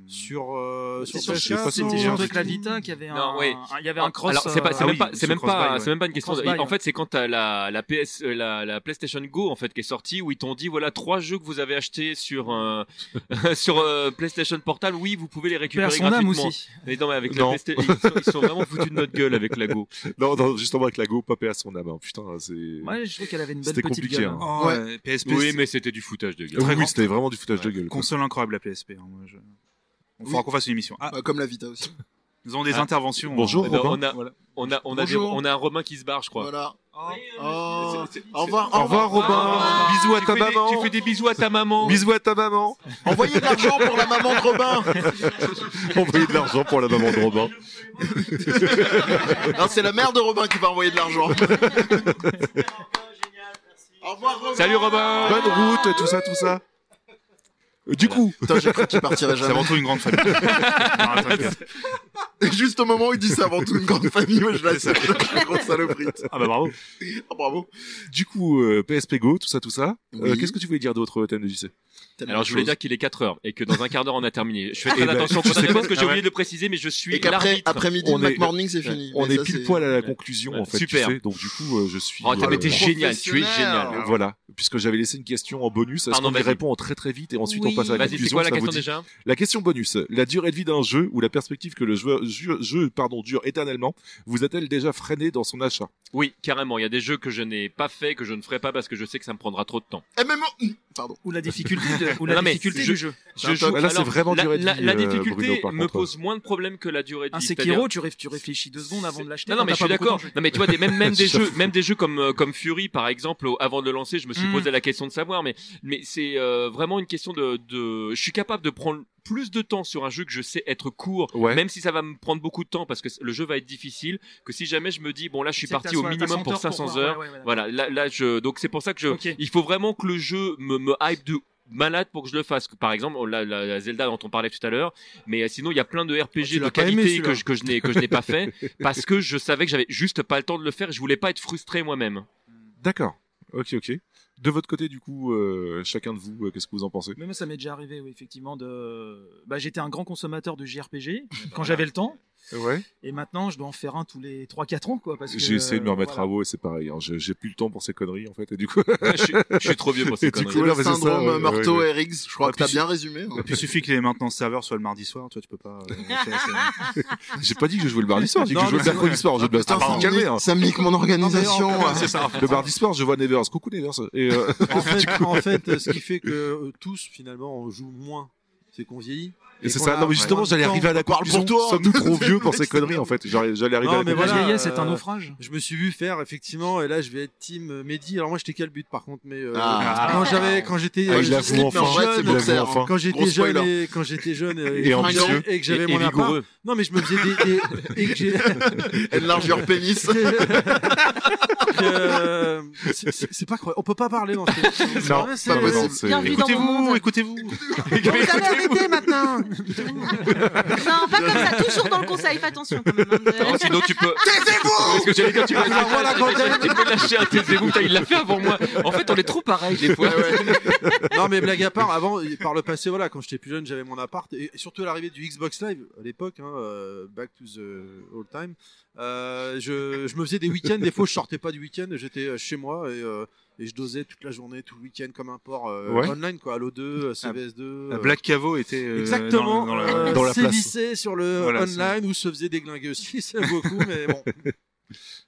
[SPEAKER 5] sur, euh, sur
[SPEAKER 8] C'est
[SPEAKER 5] PS4.
[SPEAKER 10] sur-
[SPEAKER 5] non,
[SPEAKER 10] c'est
[SPEAKER 8] C'était genre
[SPEAKER 10] genre
[SPEAKER 8] de
[SPEAKER 10] de-
[SPEAKER 8] Clavita qui avait un,
[SPEAKER 7] Non, ouais.
[SPEAKER 8] un- il y avait un cross. euh,
[SPEAKER 7] Alors c'est pas, c'est
[SPEAKER 6] ah
[SPEAKER 7] même
[SPEAKER 6] oui,
[SPEAKER 7] pas, c'est
[SPEAKER 6] ce
[SPEAKER 7] même
[SPEAKER 6] cross-buy,
[SPEAKER 7] pas,
[SPEAKER 6] ouais.
[SPEAKER 7] c'est même pas une question. de-
[SPEAKER 8] Cross-buy,
[SPEAKER 7] En fait, c'est quand t'as la, la PS, euh, la, la PlayStation Go en fait qui est sortie où ils t'ont dit voilà trois jeux que vous avez achetés sur euh, [laughs] sur euh, PlayStation Portal, oui vous pouvez les récupérer
[SPEAKER 8] Perd son âme
[SPEAKER 7] gratuitement.
[SPEAKER 8] aussi.
[SPEAKER 7] Mais non mais avec
[SPEAKER 10] Non.
[SPEAKER 7] la PlayStation, ils, sont- ils sont vraiment foutus de notre gueule avec la Go.
[SPEAKER 10] Non, non, justement avec la Go, pas PS son âme. hein. Putain, c'est.
[SPEAKER 8] Ouais, je trouve qu'elle avait une belle
[SPEAKER 10] C'était
[SPEAKER 8] petite
[SPEAKER 10] compliqué,
[SPEAKER 8] gueule.
[SPEAKER 10] hein.
[SPEAKER 6] oh,
[SPEAKER 3] Ouais.
[SPEAKER 6] euh, PSP,
[SPEAKER 7] [laughs] Oui
[SPEAKER 6] c'est-
[SPEAKER 7] mais c'était du foutage de gueule.
[SPEAKER 10] Oui,
[SPEAKER 6] Très grand.
[SPEAKER 10] oui, c'était vraiment du foutage de
[SPEAKER 7] Ouais.
[SPEAKER 10] gueule. quoi.
[SPEAKER 6] console incroyable la PSP. hein, moi, je- On
[SPEAKER 3] Oui.
[SPEAKER 6] fera qu'on fasse une émission. Ah,
[SPEAKER 3] Bah, Comme la Vita aussi.
[SPEAKER 6] nous avons des
[SPEAKER 7] Ah.
[SPEAKER 6] interventions.
[SPEAKER 10] Bonjour,
[SPEAKER 7] [laughs]
[SPEAKER 6] hein.
[SPEAKER 7] Non,
[SPEAKER 10] Robin.
[SPEAKER 7] on a, on a, on a, des-
[SPEAKER 3] Bonjour.
[SPEAKER 7] on a un Romain qui se barre, je crois.
[SPEAKER 3] Voilà. Oh.
[SPEAKER 8] c'est-
[SPEAKER 3] Au revoir.
[SPEAKER 2] Au revoir, Robin.
[SPEAKER 4] revoir.
[SPEAKER 2] Bisous à
[SPEAKER 7] Tu
[SPEAKER 2] ta
[SPEAKER 7] fais des- Tu
[SPEAKER 2] maman.
[SPEAKER 7] fais des bisous à ta maman.
[SPEAKER 2] Bisous à ta maman.
[SPEAKER 10] [laughs]
[SPEAKER 3] Envoyez de l'argent pour la maman de Robin.
[SPEAKER 2] Envoyez de l'argent pour la maman de Robin.
[SPEAKER 3] Non, c'est la mère de Robin qui va envoyer de l'argent. Au revoir, Robin.
[SPEAKER 7] Salut Robin.
[SPEAKER 2] Bonne route, tout ça, tout ça. Euh, Du coup,
[SPEAKER 3] Putain, j'ai cru qu'il partirait
[SPEAKER 6] C'est
[SPEAKER 3] jamais.
[SPEAKER 6] avant tout une grande famille. Non, t'inquiète.
[SPEAKER 3] Juste au moment où il dit c'est avant tout une grande famille, moi je la sais. Je grosse saloperie.
[SPEAKER 2] ah bah bravo.
[SPEAKER 3] Oh, bravo.
[SPEAKER 2] Du coup, euh, PSP Go, tout ça, tout ça. Euh,
[SPEAKER 3] Oui.
[SPEAKER 2] Qu'est-ce que tu voulais dire d'autre, thème de JC
[SPEAKER 7] Alors je voulais dire qu'il est 4 heures et que dans un quart d'heure on a terminé. Je fais très
[SPEAKER 2] ben,
[SPEAKER 7] attention
[SPEAKER 2] tu
[SPEAKER 7] quand
[SPEAKER 2] sais
[SPEAKER 7] même
[SPEAKER 2] quoi
[SPEAKER 7] parce que j'ai
[SPEAKER 2] Ah
[SPEAKER 7] oublié de le préciser mais je suis
[SPEAKER 3] Et qu'après,
[SPEAKER 7] l'arbitre.
[SPEAKER 3] après-midi,
[SPEAKER 2] On est-
[SPEAKER 3] Mac Morning, c'est fini.
[SPEAKER 2] On
[SPEAKER 3] Mais
[SPEAKER 2] est
[SPEAKER 3] ça,
[SPEAKER 2] pile
[SPEAKER 3] c'est-
[SPEAKER 2] poil à la conclusion,
[SPEAKER 7] Ouais.
[SPEAKER 2] en fait.
[SPEAKER 7] Super.
[SPEAKER 2] tu sais. donc du coup, euh, je suis.
[SPEAKER 7] Oh, t'as
[SPEAKER 2] euh,
[SPEAKER 7] été génial, tu es
[SPEAKER 3] professionnel.
[SPEAKER 7] génial.
[SPEAKER 2] Voilà, puisque j'avais laissé une question en bonus, est-ce
[SPEAKER 7] Pardon,
[SPEAKER 2] qu'on
[SPEAKER 7] Hein.
[SPEAKER 2] y
[SPEAKER 7] Ah vas-y.
[SPEAKER 2] répond en très très vite et ensuite
[SPEAKER 4] Oui.
[SPEAKER 2] on passe à la
[SPEAKER 7] Vas-y,
[SPEAKER 2] conclusion
[SPEAKER 7] c'est quoi la
[SPEAKER 2] ça vous
[SPEAKER 7] question
[SPEAKER 2] dit
[SPEAKER 7] déjà
[SPEAKER 2] La question bonus, la durée de vie d'un jeu ou la perspective que le jeu, jeu, jeu, pardon, dure éternellement vous a-t-elle déjà freiné dans son achat
[SPEAKER 7] Oui, carrément, il y a des jeux que je n'ai pas fait que je ne ferai pas parce que je sais que ça me prendra trop de temps.
[SPEAKER 3] MMO. Pardon.
[SPEAKER 8] Ou
[SPEAKER 7] [laughs]
[SPEAKER 8] la difficulté, de- ou
[SPEAKER 7] Non,
[SPEAKER 8] la
[SPEAKER 7] mais
[SPEAKER 8] difficulté
[SPEAKER 7] je-
[SPEAKER 8] du jeu.
[SPEAKER 7] Je
[SPEAKER 2] top. Là, Ah, c'est
[SPEAKER 7] alors,
[SPEAKER 2] vraiment
[SPEAKER 7] la,
[SPEAKER 2] durée de
[SPEAKER 7] la-
[SPEAKER 2] vie,
[SPEAKER 7] la
[SPEAKER 2] euh,
[SPEAKER 7] difficulté
[SPEAKER 2] Bruno, par
[SPEAKER 7] me
[SPEAKER 2] contre.
[SPEAKER 7] pose moins de problèmes que la durée de
[SPEAKER 8] Un
[SPEAKER 7] vie. c'est-à-dire-
[SPEAKER 8] Sekiro, tu, réf- tu réfléchis deux secondes avant de l'acheter.
[SPEAKER 7] Non, non,
[SPEAKER 8] quand
[SPEAKER 7] mais
[SPEAKER 8] t'as
[SPEAKER 7] je suis
[SPEAKER 8] pas beaucoup
[SPEAKER 7] d'accord.
[SPEAKER 8] d'enjeux.
[SPEAKER 7] Non, mais tu vois, des, même, même des jeux, même des jeux comme, euh, comme Fury, par exemple, au- avant de le lancer, je me suis
[SPEAKER 8] Mm.
[SPEAKER 7] posé la question de savoir, mais, mais c'est euh, vraiment une question de, de, je suis capable de prendre plus de temps sur un jeu que je sais être court,
[SPEAKER 2] Ouais.
[SPEAKER 7] même si ça va me prendre beaucoup de temps parce que c- le jeu va être difficile, que si jamais je me dis, bon, là, je suis
[SPEAKER 8] C'est que
[SPEAKER 7] parti
[SPEAKER 8] t'as
[SPEAKER 7] au
[SPEAKER 8] soit- t'as
[SPEAKER 7] minimum
[SPEAKER 8] 100
[SPEAKER 7] pour 500
[SPEAKER 8] voir.
[SPEAKER 7] heures.
[SPEAKER 8] Ouais, ouais, ouais, d'accord.
[SPEAKER 7] Voilà, là, là, je, donc c'est pour ça que je,
[SPEAKER 8] Ok.
[SPEAKER 7] il faut vraiment que le jeu me, me hype de malade pour que je le fasse. Par exemple, la, la- la Zelda dont on parlait tout à l'heure, mais euh, sinon il y a plein de RPG
[SPEAKER 5] Ah, l'as
[SPEAKER 7] de
[SPEAKER 5] pas aimé,
[SPEAKER 7] qualité
[SPEAKER 5] celui-là.
[SPEAKER 7] que je, que je n'ai que je n'ai pas fait [laughs] parce que je savais que j'avais juste pas le temps de le faire. et Je voulais pas être frustré moi-même.
[SPEAKER 2] D'accord, ok, ok. De votre côté, du coup, euh, chacun de vous, euh, qu'est-ce que vous en pensez
[SPEAKER 8] Mais moi, ça m'est déjà arrivé, oui, effectivement. De... Bah, J'étais un grand consommateur de JRPG quand j'avais le temps.
[SPEAKER 2] Ouais.
[SPEAKER 8] Et maintenant, je dois en faire un tous les 3-4 ans. quoi. parce que,
[SPEAKER 2] J'ai essayé de me
[SPEAKER 8] euh,
[SPEAKER 2] remettre
[SPEAKER 8] voilà.
[SPEAKER 2] à WoW et c'est pareil, hein. j'ai j'ai plus le temps pour ces conneries en fait, et du coup,
[SPEAKER 7] je, suis- je suis trop vieux pour ces
[SPEAKER 2] Et du
[SPEAKER 7] conneries.
[SPEAKER 3] C'est
[SPEAKER 2] Ouais,
[SPEAKER 3] le
[SPEAKER 2] mais c'est ça,
[SPEAKER 3] syndrome
[SPEAKER 2] ouais,
[SPEAKER 3] Morto
[SPEAKER 2] ouais,
[SPEAKER 3] et Riggs. Je crois
[SPEAKER 6] Ah,
[SPEAKER 3] que t'as
[SPEAKER 6] puis-
[SPEAKER 3] bien résumé. hein.
[SPEAKER 6] Et puis, il suffit que les maintenances serveurs soient le mardi soir, toi, tu peux pas. euh, c'est-
[SPEAKER 5] [laughs]
[SPEAKER 6] c'est-
[SPEAKER 2] j'ai pas dit que je jouais le mardi soir, j'ai dit que
[SPEAKER 5] Non,
[SPEAKER 2] je jouais le
[SPEAKER 5] mais c'est
[SPEAKER 2] mercredi soir en jeu de
[SPEAKER 3] Putain,
[SPEAKER 2] baston.
[SPEAKER 3] ça,
[SPEAKER 2] Faut
[SPEAKER 3] me
[SPEAKER 2] se calmer,
[SPEAKER 3] nique-
[SPEAKER 2] hein.
[SPEAKER 3] ça me nique mon organisation.
[SPEAKER 5] Non, mais en-
[SPEAKER 3] hein.
[SPEAKER 2] Le mardi soir, je vois Nevers. Coucou Nevers. Et euh,
[SPEAKER 5] En fait, en fait, euh, ce qui fait que euh, tous, finalement, on joue moins, c'est qu'on vieillit.
[SPEAKER 2] Et, c'est
[SPEAKER 5] qu'on
[SPEAKER 2] ça.
[SPEAKER 5] a
[SPEAKER 2] Non, mais
[SPEAKER 5] moins
[SPEAKER 2] justement,
[SPEAKER 5] de
[SPEAKER 2] j'allais
[SPEAKER 5] temps.
[SPEAKER 2] arriver à la
[SPEAKER 3] Parle
[SPEAKER 2] conclusion.
[SPEAKER 3] pour toi.
[SPEAKER 2] Sommes-nous trop vieux pour ces conneries, en fait? J'allais j'allais arriver
[SPEAKER 5] Non,
[SPEAKER 2] à la
[SPEAKER 5] mais
[SPEAKER 2] conclusion.
[SPEAKER 5] voilà,
[SPEAKER 8] La vieillesse
[SPEAKER 5] euh,
[SPEAKER 8] est un naufrage.
[SPEAKER 5] Je me suis vu faire, effectivement, et là, je vais être team euh, Mehdi. Alors, moi, j'étais qu'à le but, par contre, mais euh,
[SPEAKER 3] Ah.
[SPEAKER 5] quand j'avais, quand j'étais,
[SPEAKER 2] Ah,
[SPEAKER 5] euh,
[SPEAKER 2] il l'avoue
[SPEAKER 5] jeune,
[SPEAKER 2] enfin.
[SPEAKER 3] Mais en vrai, c'est
[SPEAKER 2] Il l'avoue
[SPEAKER 3] boxeur,
[SPEAKER 2] enfin.
[SPEAKER 5] quand
[SPEAKER 3] Gros
[SPEAKER 5] j'étais
[SPEAKER 3] spoiler.
[SPEAKER 5] jeune, et, quand j'étais jeune, euh,
[SPEAKER 2] Et ambitieux.
[SPEAKER 5] et que
[SPEAKER 7] Et,
[SPEAKER 5] j'avais
[SPEAKER 7] et
[SPEAKER 5] mon appart.
[SPEAKER 7] vigoureux.
[SPEAKER 5] Non, mais je me faisais des, et, et que j'ai, [laughs]
[SPEAKER 3] Enlarge your penis.
[SPEAKER 5] que, euh, c'est- c'est c'est pas croyable. On peut pas parler dans ce
[SPEAKER 2] Non,
[SPEAKER 5] Ouais,
[SPEAKER 2] pas
[SPEAKER 5] c'est-
[SPEAKER 2] possible. c'est-
[SPEAKER 4] Bienvenue dans mon
[SPEAKER 6] Écoutez-vous,
[SPEAKER 4] monde.
[SPEAKER 6] écoutez-vous.
[SPEAKER 5] Vous allez arrêter maintenant
[SPEAKER 4] Non, pas comme ça, toujours dans le conseil, fais attention quand même. hein.
[SPEAKER 7] Non, sinon tu peux. Parce que j'allais dire tu peux.
[SPEAKER 5] Alors, Ah, voilà, quand t'as-
[SPEAKER 7] tu peux lâcher un taisez-vous. [laughs] Putain, Il l'a fait avant moi. En fait, on est trop pareil des fois.
[SPEAKER 3] Ouais, ouais.
[SPEAKER 5] Non mais blague à part, avant, par le passé, voilà, quand j'étais plus jeune, j'avais mon appart et surtout à l'arrivée du Xbox Live à l'époque, hein, euh, back to the old time. euh, je, je me faisais des week-ends, des fois je sortais pas du week-end, j'étais euh, chez moi et, euh, et je dosais toute la journée, tout le week-end comme un porc euh,
[SPEAKER 2] Ouais. Ah,
[SPEAKER 5] online quoi, Halo 2, euh, CVS 2. euh,
[SPEAKER 6] Black Cavo était. euh,
[SPEAKER 5] Exactement,
[SPEAKER 6] dans- dans la-
[SPEAKER 5] euh,
[SPEAKER 2] dans la place.
[SPEAKER 5] sévissait sur le
[SPEAKER 6] Voilà,
[SPEAKER 5] online où se faisait déglinguer aussi, [laughs] c'est beaucoup, mais bon.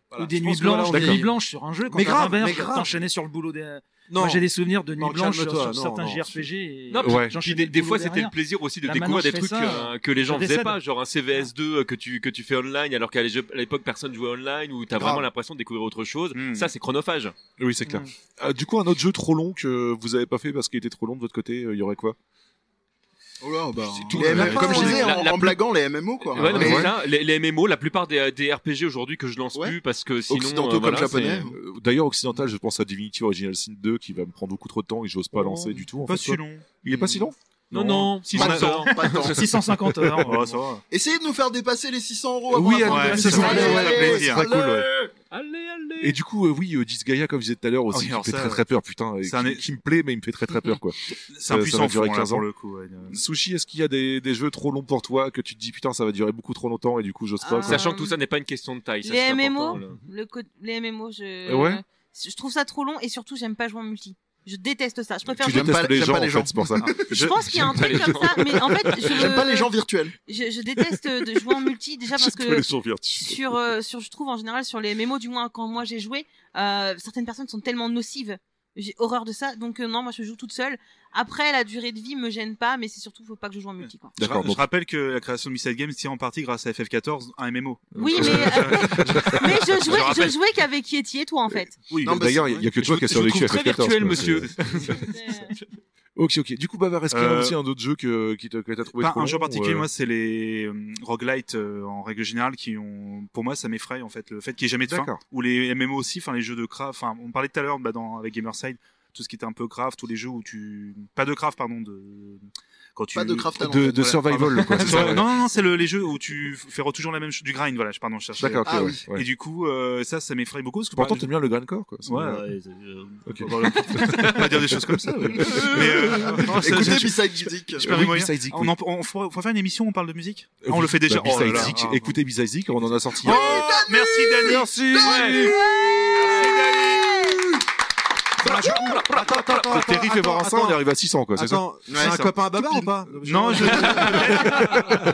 [SPEAKER 5] Voilà,
[SPEAKER 8] Ou des
[SPEAKER 5] je
[SPEAKER 8] nuits
[SPEAKER 5] pense que voilà,
[SPEAKER 8] blanches,
[SPEAKER 5] on
[SPEAKER 8] des nuits
[SPEAKER 5] vieillit.
[SPEAKER 8] blanches sur un jeu. Quand
[SPEAKER 5] Mais
[SPEAKER 8] t'as
[SPEAKER 5] grave,
[SPEAKER 8] 20 heures,
[SPEAKER 5] mais grave.
[SPEAKER 8] T'enchaînais sur le boulot des.
[SPEAKER 5] Non,
[SPEAKER 8] Moi, j'ai des souvenirs de nuits
[SPEAKER 5] Non,
[SPEAKER 8] blanches sur,
[SPEAKER 5] calme-toi,
[SPEAKER 8] sur
[SPEAKER 5] non,
[SPEAKER 8] certains
[SPEAKER 5] non.
[SPEAKER 8] JRPG. Et...
[SPEAKER 7] Non,
[SPEAKER 2] Ouais.
[SPEAKER 7] Puis
[SPEAKER 8] j'enchaînais
[SPEAKER 7] des,
[SPEAKER 8] le
[SPEAKER 7] des
[SPEAKER 8] boulot
[SPEAKER 7] fois, c'était
[SPEAKER 8] derrière.
[SPEAKER 7] le plaisir aussi de
[SPEAKER 8] Là, maintenant,
[SPEAKER 7] découvrir
[SPEAKER 8] je
[SPEAKER 7] des
[SPEAKER 8] fais
[SPEAKER 7] trucs
[SPEAKER 8] ça,
[SPEAKER 7] euh, que les gens
[SPEAKER 8] j'avais
[SPEAKER 7] faisaient
[SPEAKER 8] ça.
[SPEAKER 7] pas, genre un CVS2 euh, que tu que tu fais online, alors qu'à l'é- à l'époque personne jouait online, où t'as
[SPEAKER 5] Grave.
[SPEAKER 7] vraiment l'impression de découvrir autre chose.
[SPEAKER 6] Mm.
[SPEAKER 7] Ça, c'est chronophage.
[SPEAKER 2] Oui, c'est clair.
[SPEAKER 8] Mm.
[SPEAKER 2] Euh, du coup, un autre jeu trop long que vous avez pas fait parce qu'il était trop long de votre côté, euh, il y aurait quoi?
[SPEAKER 3] Oh là, bah,
[SPEAKER 2] tout,
[SPEAKER 3] les
[SPEAKER 2] euh,
[SPEAKER 3] MMO, comme
[SPEAKER 2] la-
[SPEAKER 3] je disais,
[SPEAKER 7] la-
[SPEAKER 3] en,
[SPEAKER 7] la
[SPEAKER 3] en
[SPEAKER 7] plus-
[SPEAKER 3] blaguant, les MMO, quoi.
[SPEAKER 7] Ouais, non, mais
[SPEAKER 3] Mais
[SPEAKER 7] c'est ça, les, les MMO, la plupart des, des RPG aujourd'hui que je lance
[SPEAKER 3] Ouais.
[SPEAKER 7] plus parce que sinon.
[SPEAKER 3] Occidentaux
[SPEAKER 7] euh,
[SPEAKER 3] comme
[SPEAKER 7] voilà,
[SPEAKER 3] japonais.
[SPEAKER 7] c'est-
[SPEAKER 2] Euh, D'ailleurs, occidental, je pense à Divinity Original Sin 2 qui va me prendre beaucoup trop de temps et j'ose pas lancer du tout. En
[SPEAKER 6] Pas
[SPEAKER 2] fait, quoi.
[SPEAKER 6] si long.
[SPEAKER 2] Il est pas si long?
[SPEAKER 7] Non, non, si
[SPEAKER 3] Pas
[SPEAKER 7] ça
[SPEAKER 3] de temps,
[SPEAKER 7] sort.
[SPEAKER 3] pas de temps.
[SPEAKER 8] 650
[SPEAKER 6] [laughs]
[SPEAKER 8] heures.
[SPEAKER 6] Oh, ça va.
[SPEAKER 3] Essayez de nous faire dépasser les 600 euros.
[SPEAKER 2] Oui,
[SPEAKER 3] avant la
[SPEAKER 6] allez,
[SPEAKER 3] fin de
[SPEAKER 6] c'est
[SPEAKER 3] l'année.
[SPEAKER 6] ça,
[SPEAKER 3] Allez,
[SPEAKER 6] ça fait
[SPEAKER 3] allez,
[SPEAKER 6] plaisir.
[SPEAKER 2] Très cool, ouais.
[SPEAKER 7] Allez, allez.
[SPEAKER 2] Et du coup, euh, oui, euh, Disgaea, comme je disais tout à l'heure
[SPEAKER 6] Ah
[SPEAKER 2] aussi,
[SPEAKER 6] oui,
[SPEAKER 2] qui me
[SPEAKER 6] alors
[SPEAKER 2] fait
[SPEAKER 6] ça,
[SPEAKER 2] très
[SPEAKER 6] euh,
[SPEAKER 2] très peur, putain, et
[SPEAKER 6] c'est un-
[SPEAKER 2] qui, qui me plaît, mais il me fait très très peur,
[SPEAKER 6] [laughs]
[SPEAKER 2] quoi.
[SPEAKER 6] C'est un
[SPEAKER 2] Ça- ça va
[SPEAKER 6] puissant
[SPEAKER 2] durer
[SPEAKER 6] fond, là,
[SPEAKER 2] 15 ans.
[SPEAKER 6] pour le coup. ouais.
[SPEAKER 2] Sushi, est-ce qu'il y a des, des jeux trop longs pour toi que tu te dis putain ça va durer beaucoup trop longtemps et du coup j'ose pas
[SPEAKER 4] Ah.
[SPEAKER 2] quoi.
[SPEAKER 7] Sachant que tout ça n'est pas une question de taille. ça,
[SPEAKER 4] Les
[SPEAKER 7] c'est
[SPEAKER 4] MMO,
[SPEAKER 7] important, là.
[SPEAKER 4] Le co- les MMO, je...
[SPEAKER 2] Ouais.
[SPEAKER 4] je trouve ça trop long et surtout, j'aime pas jouer en multi. Je déteste ça. Je préfère
[SPEAKER 2] Tu
[SPEAKER 4] jouer.
[SPEAKER 3] J'aime
[SPEAKER 2] détestes
[SPEAKER 3] pas-
[SPEAKER 2] les
[SPEAKER 3] j'aime
[SPEAKER 2] gens
[SPEAKER 3] pas
[SPEAKER 2] en
[SPEAKER 3] les
[SPEAKER 2] fait,
[SPEAKER 3] gens.
[SPEAKER 2] c'est pour ça.
[SPEAKER 4] Je pense qu'il y a un
[SPEAKER 7] j'aime pas
[SPEAKER 4] truc
[SPEAKER 7] les
[SPEAKER 4] comme ça, mais en fait, je,
[SPEAKER 3] J'aime pas les gens virtuels.
[SPEAKER 4] [laughs] je, je déteste de jouer en
[SPEAKER 2] [laughs]
[SPEAKER 4] multi déjà parce
[SPEAKER 2] Tu peux
[SPEAKER 4] que
[SPEAKER 2] les survivre.
[SPEAKER 4] sur, euh, sur, je trouve en général sur les MMO, du moins quand moi j'ai joué, euh, certaines personnes sont tellement nocives J'ai horreur de ça, donc euh, non, moi je joue toute seule. Après, la durée de vie me gêne pas, mais c'est surtout faut pas que je joue en multi, quoi.
[SPEAKER 6] Je,
[SPEAKER 11] D'accord,
[SPEAKER 6] ra- je
[SPEAKER 11] donc-
[SPEAKER 6] rappelle que la création de Missile Games tient en partie grâce à FF14, un MMO.
[SPEAKER 4] Oui, mais, euh, mais je jouais,
[SPEAKER 6] rappelle.
[SPEAKER 4] je jouais qu'avec Yeti et toi, en fait.
[SPEAKER 11] Oui,
[SPEAKER 3] Non, bah,
[SPEAKER 2] D'ailleurs, il y a- il y a que toi qui as
[SPEAKER 6] Je vous
[SPEAKER 2] survécu
[SPEAKER 6] trouve
[SPEAKER 2] à
[SPEAKER 6] très
[SPEAKER 2] FF14,
[SPEAKER 6] virtuel,
[SPEAKER 2] quoi,
[SPEAKER 6] monsieur.
[SPEAKER 2] Ok, ok. Du coup, Bavard, est-ce qu'il y a
[SPEAKER 6] Euh,
[SPEAKER 2] aussi un autre jeu que, qui t'a- que t'as trouvé
[SPEAKER 6] Pas
[SPEAKER 2] trop
[SPEAKER 6] un jeu
[SPEAKER 2] long,
[SPEAKER 6] particulier,
[SPEAKER 2] ou, euh,
[SPEAKER 6] moi, c'est les euh, roguelites euh, en règle générale qui ont, pour moi, ça m'effraie en fait le fait qu'il n'y ait jamais de fin.
[SPEAKER 2] D'accord.
[SPEAKER 6] Ou les MMO aussi, enfin les jeux de craft. Enfin, on parlait tout à l'heure bah, dans avec Gamerside, tout ce qui était un peu craft, tous les jeux où tu pas de craft, pardon, de quand tu
[SPEAKER 3] Pas de craft à
[SPEAKER 2] de, de
[SPEAKER 6] [laughs]
[SPEAKER 3] l'envers.
[SPEAKER 2] survival, quoi. c'est ça, ouais.
[SPEAKER 6] non, non, non, c'est le- les jeux où tu f- fais toujours la même chose, du grind, voilà, je, pardon, je cherche.
[SPEAKER 2] D'accord, ok,
[SPEAKER 3] Ah
[SPEAKER 2] ouais,
[SPEAKER 3] oui.
[SPEAKER 2] ouais.
[SPEAKER 6] Et du coup, euh, ça, ça m'effraie beaucoup. Parce que,
[SPEAKER 2] Pourtant,
[SPEAKER 6] par-
[SPEAKER 2] t'aimes bien le grindcore, quoi.
[SPEAKER 6] Ouais,
[SPEAKER 2] C'est-
[SPEAKER 6] ouais, euh, voilà. on va dire des choses comme ça. [laughs] ouais. Mais, euh, non, ça,
[SPEAKER 3] [laughs] Écoutez
[SPEAKER 6] je-
[SPEAKER 3] Beside Music.
[SPEAKER 6] je
[SPEAKER 2] Euh,
[SPEAKER 6] perds
[SPEAKER 2] oui,
[SPEAKER 6] les moyens.
[SPEAKER 2] Besides Zeke,
[SPEAKER 6] on,
[SPEAKER 2] oui.
[SPEAKER 6] en, on faut, faut faire une émission, où on parle de musique.
[SPEAKER 2] Euh,
[SPEAKER 6] Ah, on le fait déjà.
[SPEAKER 2] Bah,
[SPEAKER 6] Oh là
[SPEAKER 2] Besides
[SPEAKER 6] là.
[SPEAKER 2] Zeke,
[SPEAKER 6] Ah,
[SPEAKER 2] écoutez Besides Zeke, on en a sorti.
[SPEAKER 6] Oh, merci Dani.
[SPEAKER 2] Merci,
[SPEAKER 6] Dani. Merci
[SPEAKER 2] C'est terrible, fait voir ça, on est arrivé à 600, quoi, c'est ça?
[SPEAKER 5] Attends, c'est
[SPEAKER 3] Ouais,
[SPEAKER 5] un
[SPEAKER 3] ça.
[SPEAKER 5] copain à Babar ou pas
[SPEAKER 6] Dani. Non, je...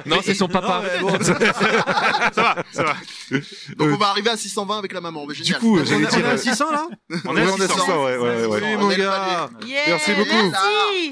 [SPEAKER 7] Non, c'est son papa.
[SPEAKER 5] mais bon,
[SPEAKER 6] ça va, ça va.
[SPEAKER 3] Donc on va arriver à 620 avec la maman. mais
[SPEAKER 2] euh, Du
[SPEAKER 3] génial.
[SPEAKER 2] coup,
[SPEAKER 5] on est-
[SPEAKER 2] j'allais
[SPEAKER 5] on est
[SPEAKER 2] dire. euh,
[SPEAKER 5] à 600 là
[SPEAKER 6] On est à
[SPEAKER 2] Ouais, on est à
[SPEAKER 6] 600.
[SPEAKER 2] 600, ouais, ouais, ouais.
[SPEAKER 3] Oui,
[SPEAKER 5] Oui,
[SPEAKER 3] on
[SPEAKER 5] mon
[SPEAKER 3] est le
[SPEAKER 5] gars
[SPEAKER 4] [laughs] Yeah,
[SPEAKER 2] Merci beaucoup.
[SPEAKER 4] merci.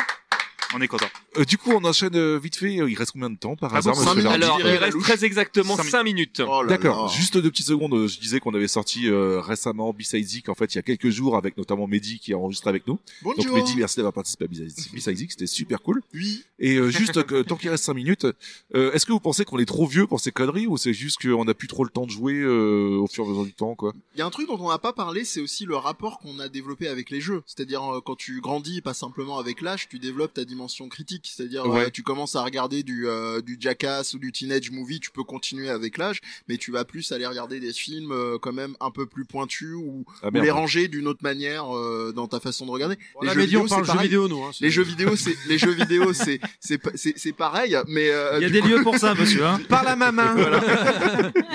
[SPEAKER 6] On est content.
[SPEAKER 2] Euh, Du coup, on enchaîne euh, vite fait. Il reste combien de temps par
[SPEAKER 6] Ah
[SPEAKER 2] hasard,
[SPEAKER 6] bon,
[SPEAKER 2] monsieur
[SPEAKER 3] cinq minutes.
[SPEAKER 2] Lardy
[SPEAKER 7] Alors, euh, il
[SPEAKER 3] dirais la
[SPEAKER 7] reste
[SPEAKER 3] louche.
[SPEAKER 7] très exactement
[SPEAKER 6] Cinq
[SPEAKER 7] 5 minutes.
[SPEAKER 3] Oh là
[SPEAKER 2] euh, D'accord,
[SPEAKER 3] là.
[SPEAKER 2] juste deux petites secondes. euh, Je disais qu'on avait sorti euh, récemment Besides Zeke, en fait, il y a quelques jours, avec notamment Mehdi qui a enrestré avec nous. Donc
[SPEAKER 3] Bonjour.
[SPEAKER 2] Mehdi, merci d'avoir participé à Besides Besides Zeke, c'était super cool.
[SPEAKER 3] Oui.
[SPEAKER 2] Et euh, juste, que- tant qu'il reste cinq minutes, euh, est-ce que vous pensez qu'on est trop vieux pour ces conneries ou c'est juste qu'on n'a plus trop le temps de jouer euh, au fur et à mesure du temps, quoi
[SPEAKER 3] Il y a un truc dont on n'a pas parlé, c'est aussi le rapport qu'on a développé avec les jeux. C'est-à-dire euh, quand tu grandis, pas simplement avec l'âge, tu développes ta dimension critique. C'est-à-dire euh,
[SPEAKER 2] Ouais.
[SPEAKER 3] tu commences à regarder du euh, du Jackass ou du Teenage Movie, tu peux continuer avec l'âge, mais tu vas plus aller regarder des films euh, quand même un peu plus pointus ou,
[SPEAKER 2] Ah,
[SPEAKER 3] ou les ranger d'une autre manière euh, dans ta façon de regarder.
[SPEAKER 5] La
[SPEAKER 3] jeux
[SPEAKER 5] média, on
[SPEAKER 3] vidéo,
[SPEAKER 5] parle
[SPEAKER 3] c'est
[SPEAKER 5] jeux
[SPEAKER 3] pareil.
[SPEAKER 5] vidéo, nous. hein, c'est-
[SPEAKER 3] Les jeux vidéo, c'est les jeux
[SPEAKER 2] [laughs]
[SPEAKER 3] vidéo, c'est c'est pa- c'est c'est pareil, mais euh,
[SPEAKER 8] Il y a
[SPEAKER 3] du
[SPEAKER 8] des
[SPEAKER 3] coup-
[SPEAKER 8] lieux pour ça, monsieur. Hein.
[SPEAKER 5] Par
[SPEAKER 2] [laughs]
[SPEAKER 5] la ma main
[SPEAKER 3] [laughs]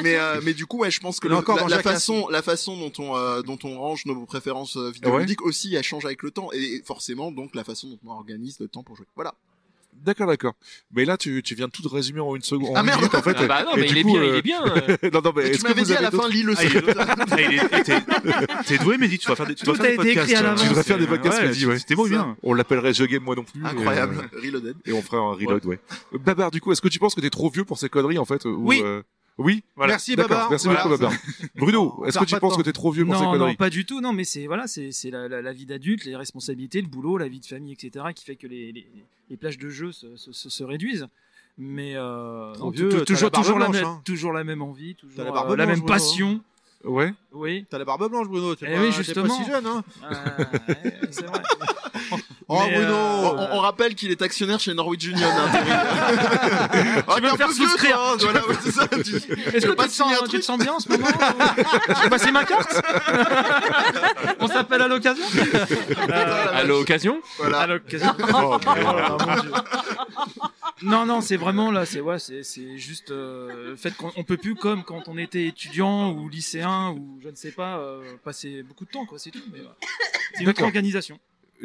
[SPEAKER 3] mais euh, mais du coup ouais je pense que
[SPEAKER 5] Mais
[SPEAKER 3] le-
[SPEAKER 5] encore
[SPEAKER 3] la,
[SPEAKER 5] dans
[SPEAKER 3] la
[SPEAKER 5] Jackass.
[SPEAKER 3] façon la façon dont on euh, dont on range nos préférences euh, vidéoludiques aussi elle change avec le temps et forcément donc la façon dont on organise le temps pour jouer voilà
[SPEAKER 2] D'accord, d'accord. Mais là, tu, tu viens de tout résumer en une seconde.
[SPEAKER 3] Ah,
[SPEAKER 2] en une
[SPEAKER 3] merde.
[SPEAKER 2] minute, en fait.
[SPEAKER 7] Ah bah non,
[SPEAKER 2] Et
[SPEAKER 7] mais
[SPEAKER 2] du
[SPEAKER 7] il est
[SPEAKER 2] coup,
[SPEAKER 7] bien,
[SPEAKER 2] euh,
[SPEAKER 7] il est bien. euh.
[SPEAKER 2] [laughs] non, non, mais
[SPEAKER 3] et
[SPEAKER 2] est-ce
[SPEAKER 3] tu
[SPEAKER 2] que
[SPEAKER 3] m'avais
[SPEAKER 2] vous
[SPEAKER 3] dit à
[SPEAKER 2] avez
[SPEAKER 3] la
[SPEAKER 2] d'autres-
[SPEAKER 3] fin lis le
[SPEAKER 6] Ah, il
[SPEAKER 3] secret
[SPEAKER 6] est- Ah, il est- t'es- T'es doué, Mehdi, tu vas faire des, tu dois
[SPEAKER 8] Tout
[SPEAKER 6] faire des
[SPEAKER 8] a été
[SPEAKER 6] podcasts.
[SPEAKER 8] écrit à
[SPEAKER 6] hein.
[SPEAKER 8] l'avance.
[SPEAKER 2] Tu devrais faire des podcasts,
[SPEAKER 6] Ouais,
[SPEAKER 2] Mehdi, ouais.
[SPEAKER 6] C'était beau,
[SPEAKER 3] C'est
[SPEAKER 6] bien.
[SPEAKER 2] On l'appellerait Jeu Game, moi non plus.
[SPEAKER 3] incroyable reloaded
[SPEAKER 2] Et, euh, et on ferait un reload, ouais. Euh, Babar, du coup, est-ce que tu penses que t'es trop vieux pour ces conneries, en fait euh, ou,
[SPEAKER 6] Oui.
[SPEAKER 2] euh, Oui
[SPEAKER 6] Voilà.
[SPEAKER 5] Merci
[SPEAKER 2] D'accord,
[SPEAKER 5] Babar
[SPEAKER 2] Merci
[SPEAKER 5] Voilà.
[SPEAKER 2] beaucoup, Babar. Bruno,
[SPEAKER 5] On
[SPEAKER 2] est-ce que
[SPEAKER 5] perd
[SPEAKER 2] tu
[SPEAKER 5] pas de
[SPEAKER 2] penses
[SPEAKER 5] temps.
[SPEAKER 2] que t'es trop vieux pour ces
[SPEAKER 8] Non, non,
[SPEAKER 2] conneries
[SPEAKER 8] pas du tout. Non, mais c'est voilà, c'est c'est la, la, la vie d'adulte, les responsabilités, le boulot, la vie de famille, etc., qui fait que les, les, les plages de jeu se, se, se, se réduisent. Mais euh,
[SPEAKER 5] Trop
[SPEAKER 8] non,
[SPEAKER 5] vieux,
[SPEAKER 8] tu-
[SPEAKER 5] t'as
[SPEAKER 8] toujours,
[SPEAKER 5] la barbe
[SPEAKER 8] toujours, la
[SPEAKER 5] blanche,
[SPEAKER 8] même,
[SPEAKER 5] hein.
[SPEAKER 8] toujours la même envie, toujours
[SPEAKER 5] T'as la
[SPEAKER 8] euh, la,
[SPEAKER 5] barbe blanche,
[SPEAKER 8] même
[SPEAKER 5] Bruno, hein.
[SPEAKER 8] passion.
[SPEAKER 2] Ouais.
[SPEAKER 8] Oui.
[SPEAKER 5] T'as la barbe blanche, Bruno. T'es
[SPEAKER 8] Eh
[SPEAKER 5] pas,
[SPEAKER 8] oui,
[SPEAKER 5] t'es pas
[SPEAKER 8] justement.
[SPEAKER 5] si jeune, hein.
[SPEAKER 8] Euh, ouais, c'est vrai.
[SPEAKER 5] Oh,
[SPEAKER 8] Mais,
[SPEAKER 5] Bruno
[SPEAKER 3] on,
[SPEAKER 8] euh,
[SPEAKER 3] on rappelle qu'il est actionnaire chez Norwich Union hein,
[SPEAKER 2] [laughs]
[SPEAKER 3] Terry. Ah,
[SPEAKER 8] Tu veux
[SPEAKER 3] t'es
[SPEAKER 8] me
[SPEAKER 3] un
[SPEAKER 8] faire
[SPEAKER 3] peu vieux,
[SPEAKER 8] souscrire.
[SPEAKER 3] toi, hein, voilà, ouais, c'est ça, tu-
[SPEAKER 8] Est-ce que
[SPEAKER 3] pas
[SPEAKER 8] tu te,
[SPEAKER 3] signer un
[SPEAKER 8] sens, tu
[SPEAKER 3] truc
[SPEAKER 8] te sens bien en ce moment J'ai passé ma carte On s'appelle à l'occasion
[SPEAKER 7] À l'occasion
[SPEAKER 3] voilà.
[SPEAKER 8] À [laughs] l'occasion Non, non, c'est vraiment là, c'est ouais, c'est- c'est juste euh, le fait qu'on on peut plus, comme quand on était étudiant ou lycéen ou je ne sais pas, euh, passer beaucoup de temps, quoi, c'est tout. mais, voilà. C'est une autre
[SPEAKER 2] D'accord.
[SPEAKER 8] organisation.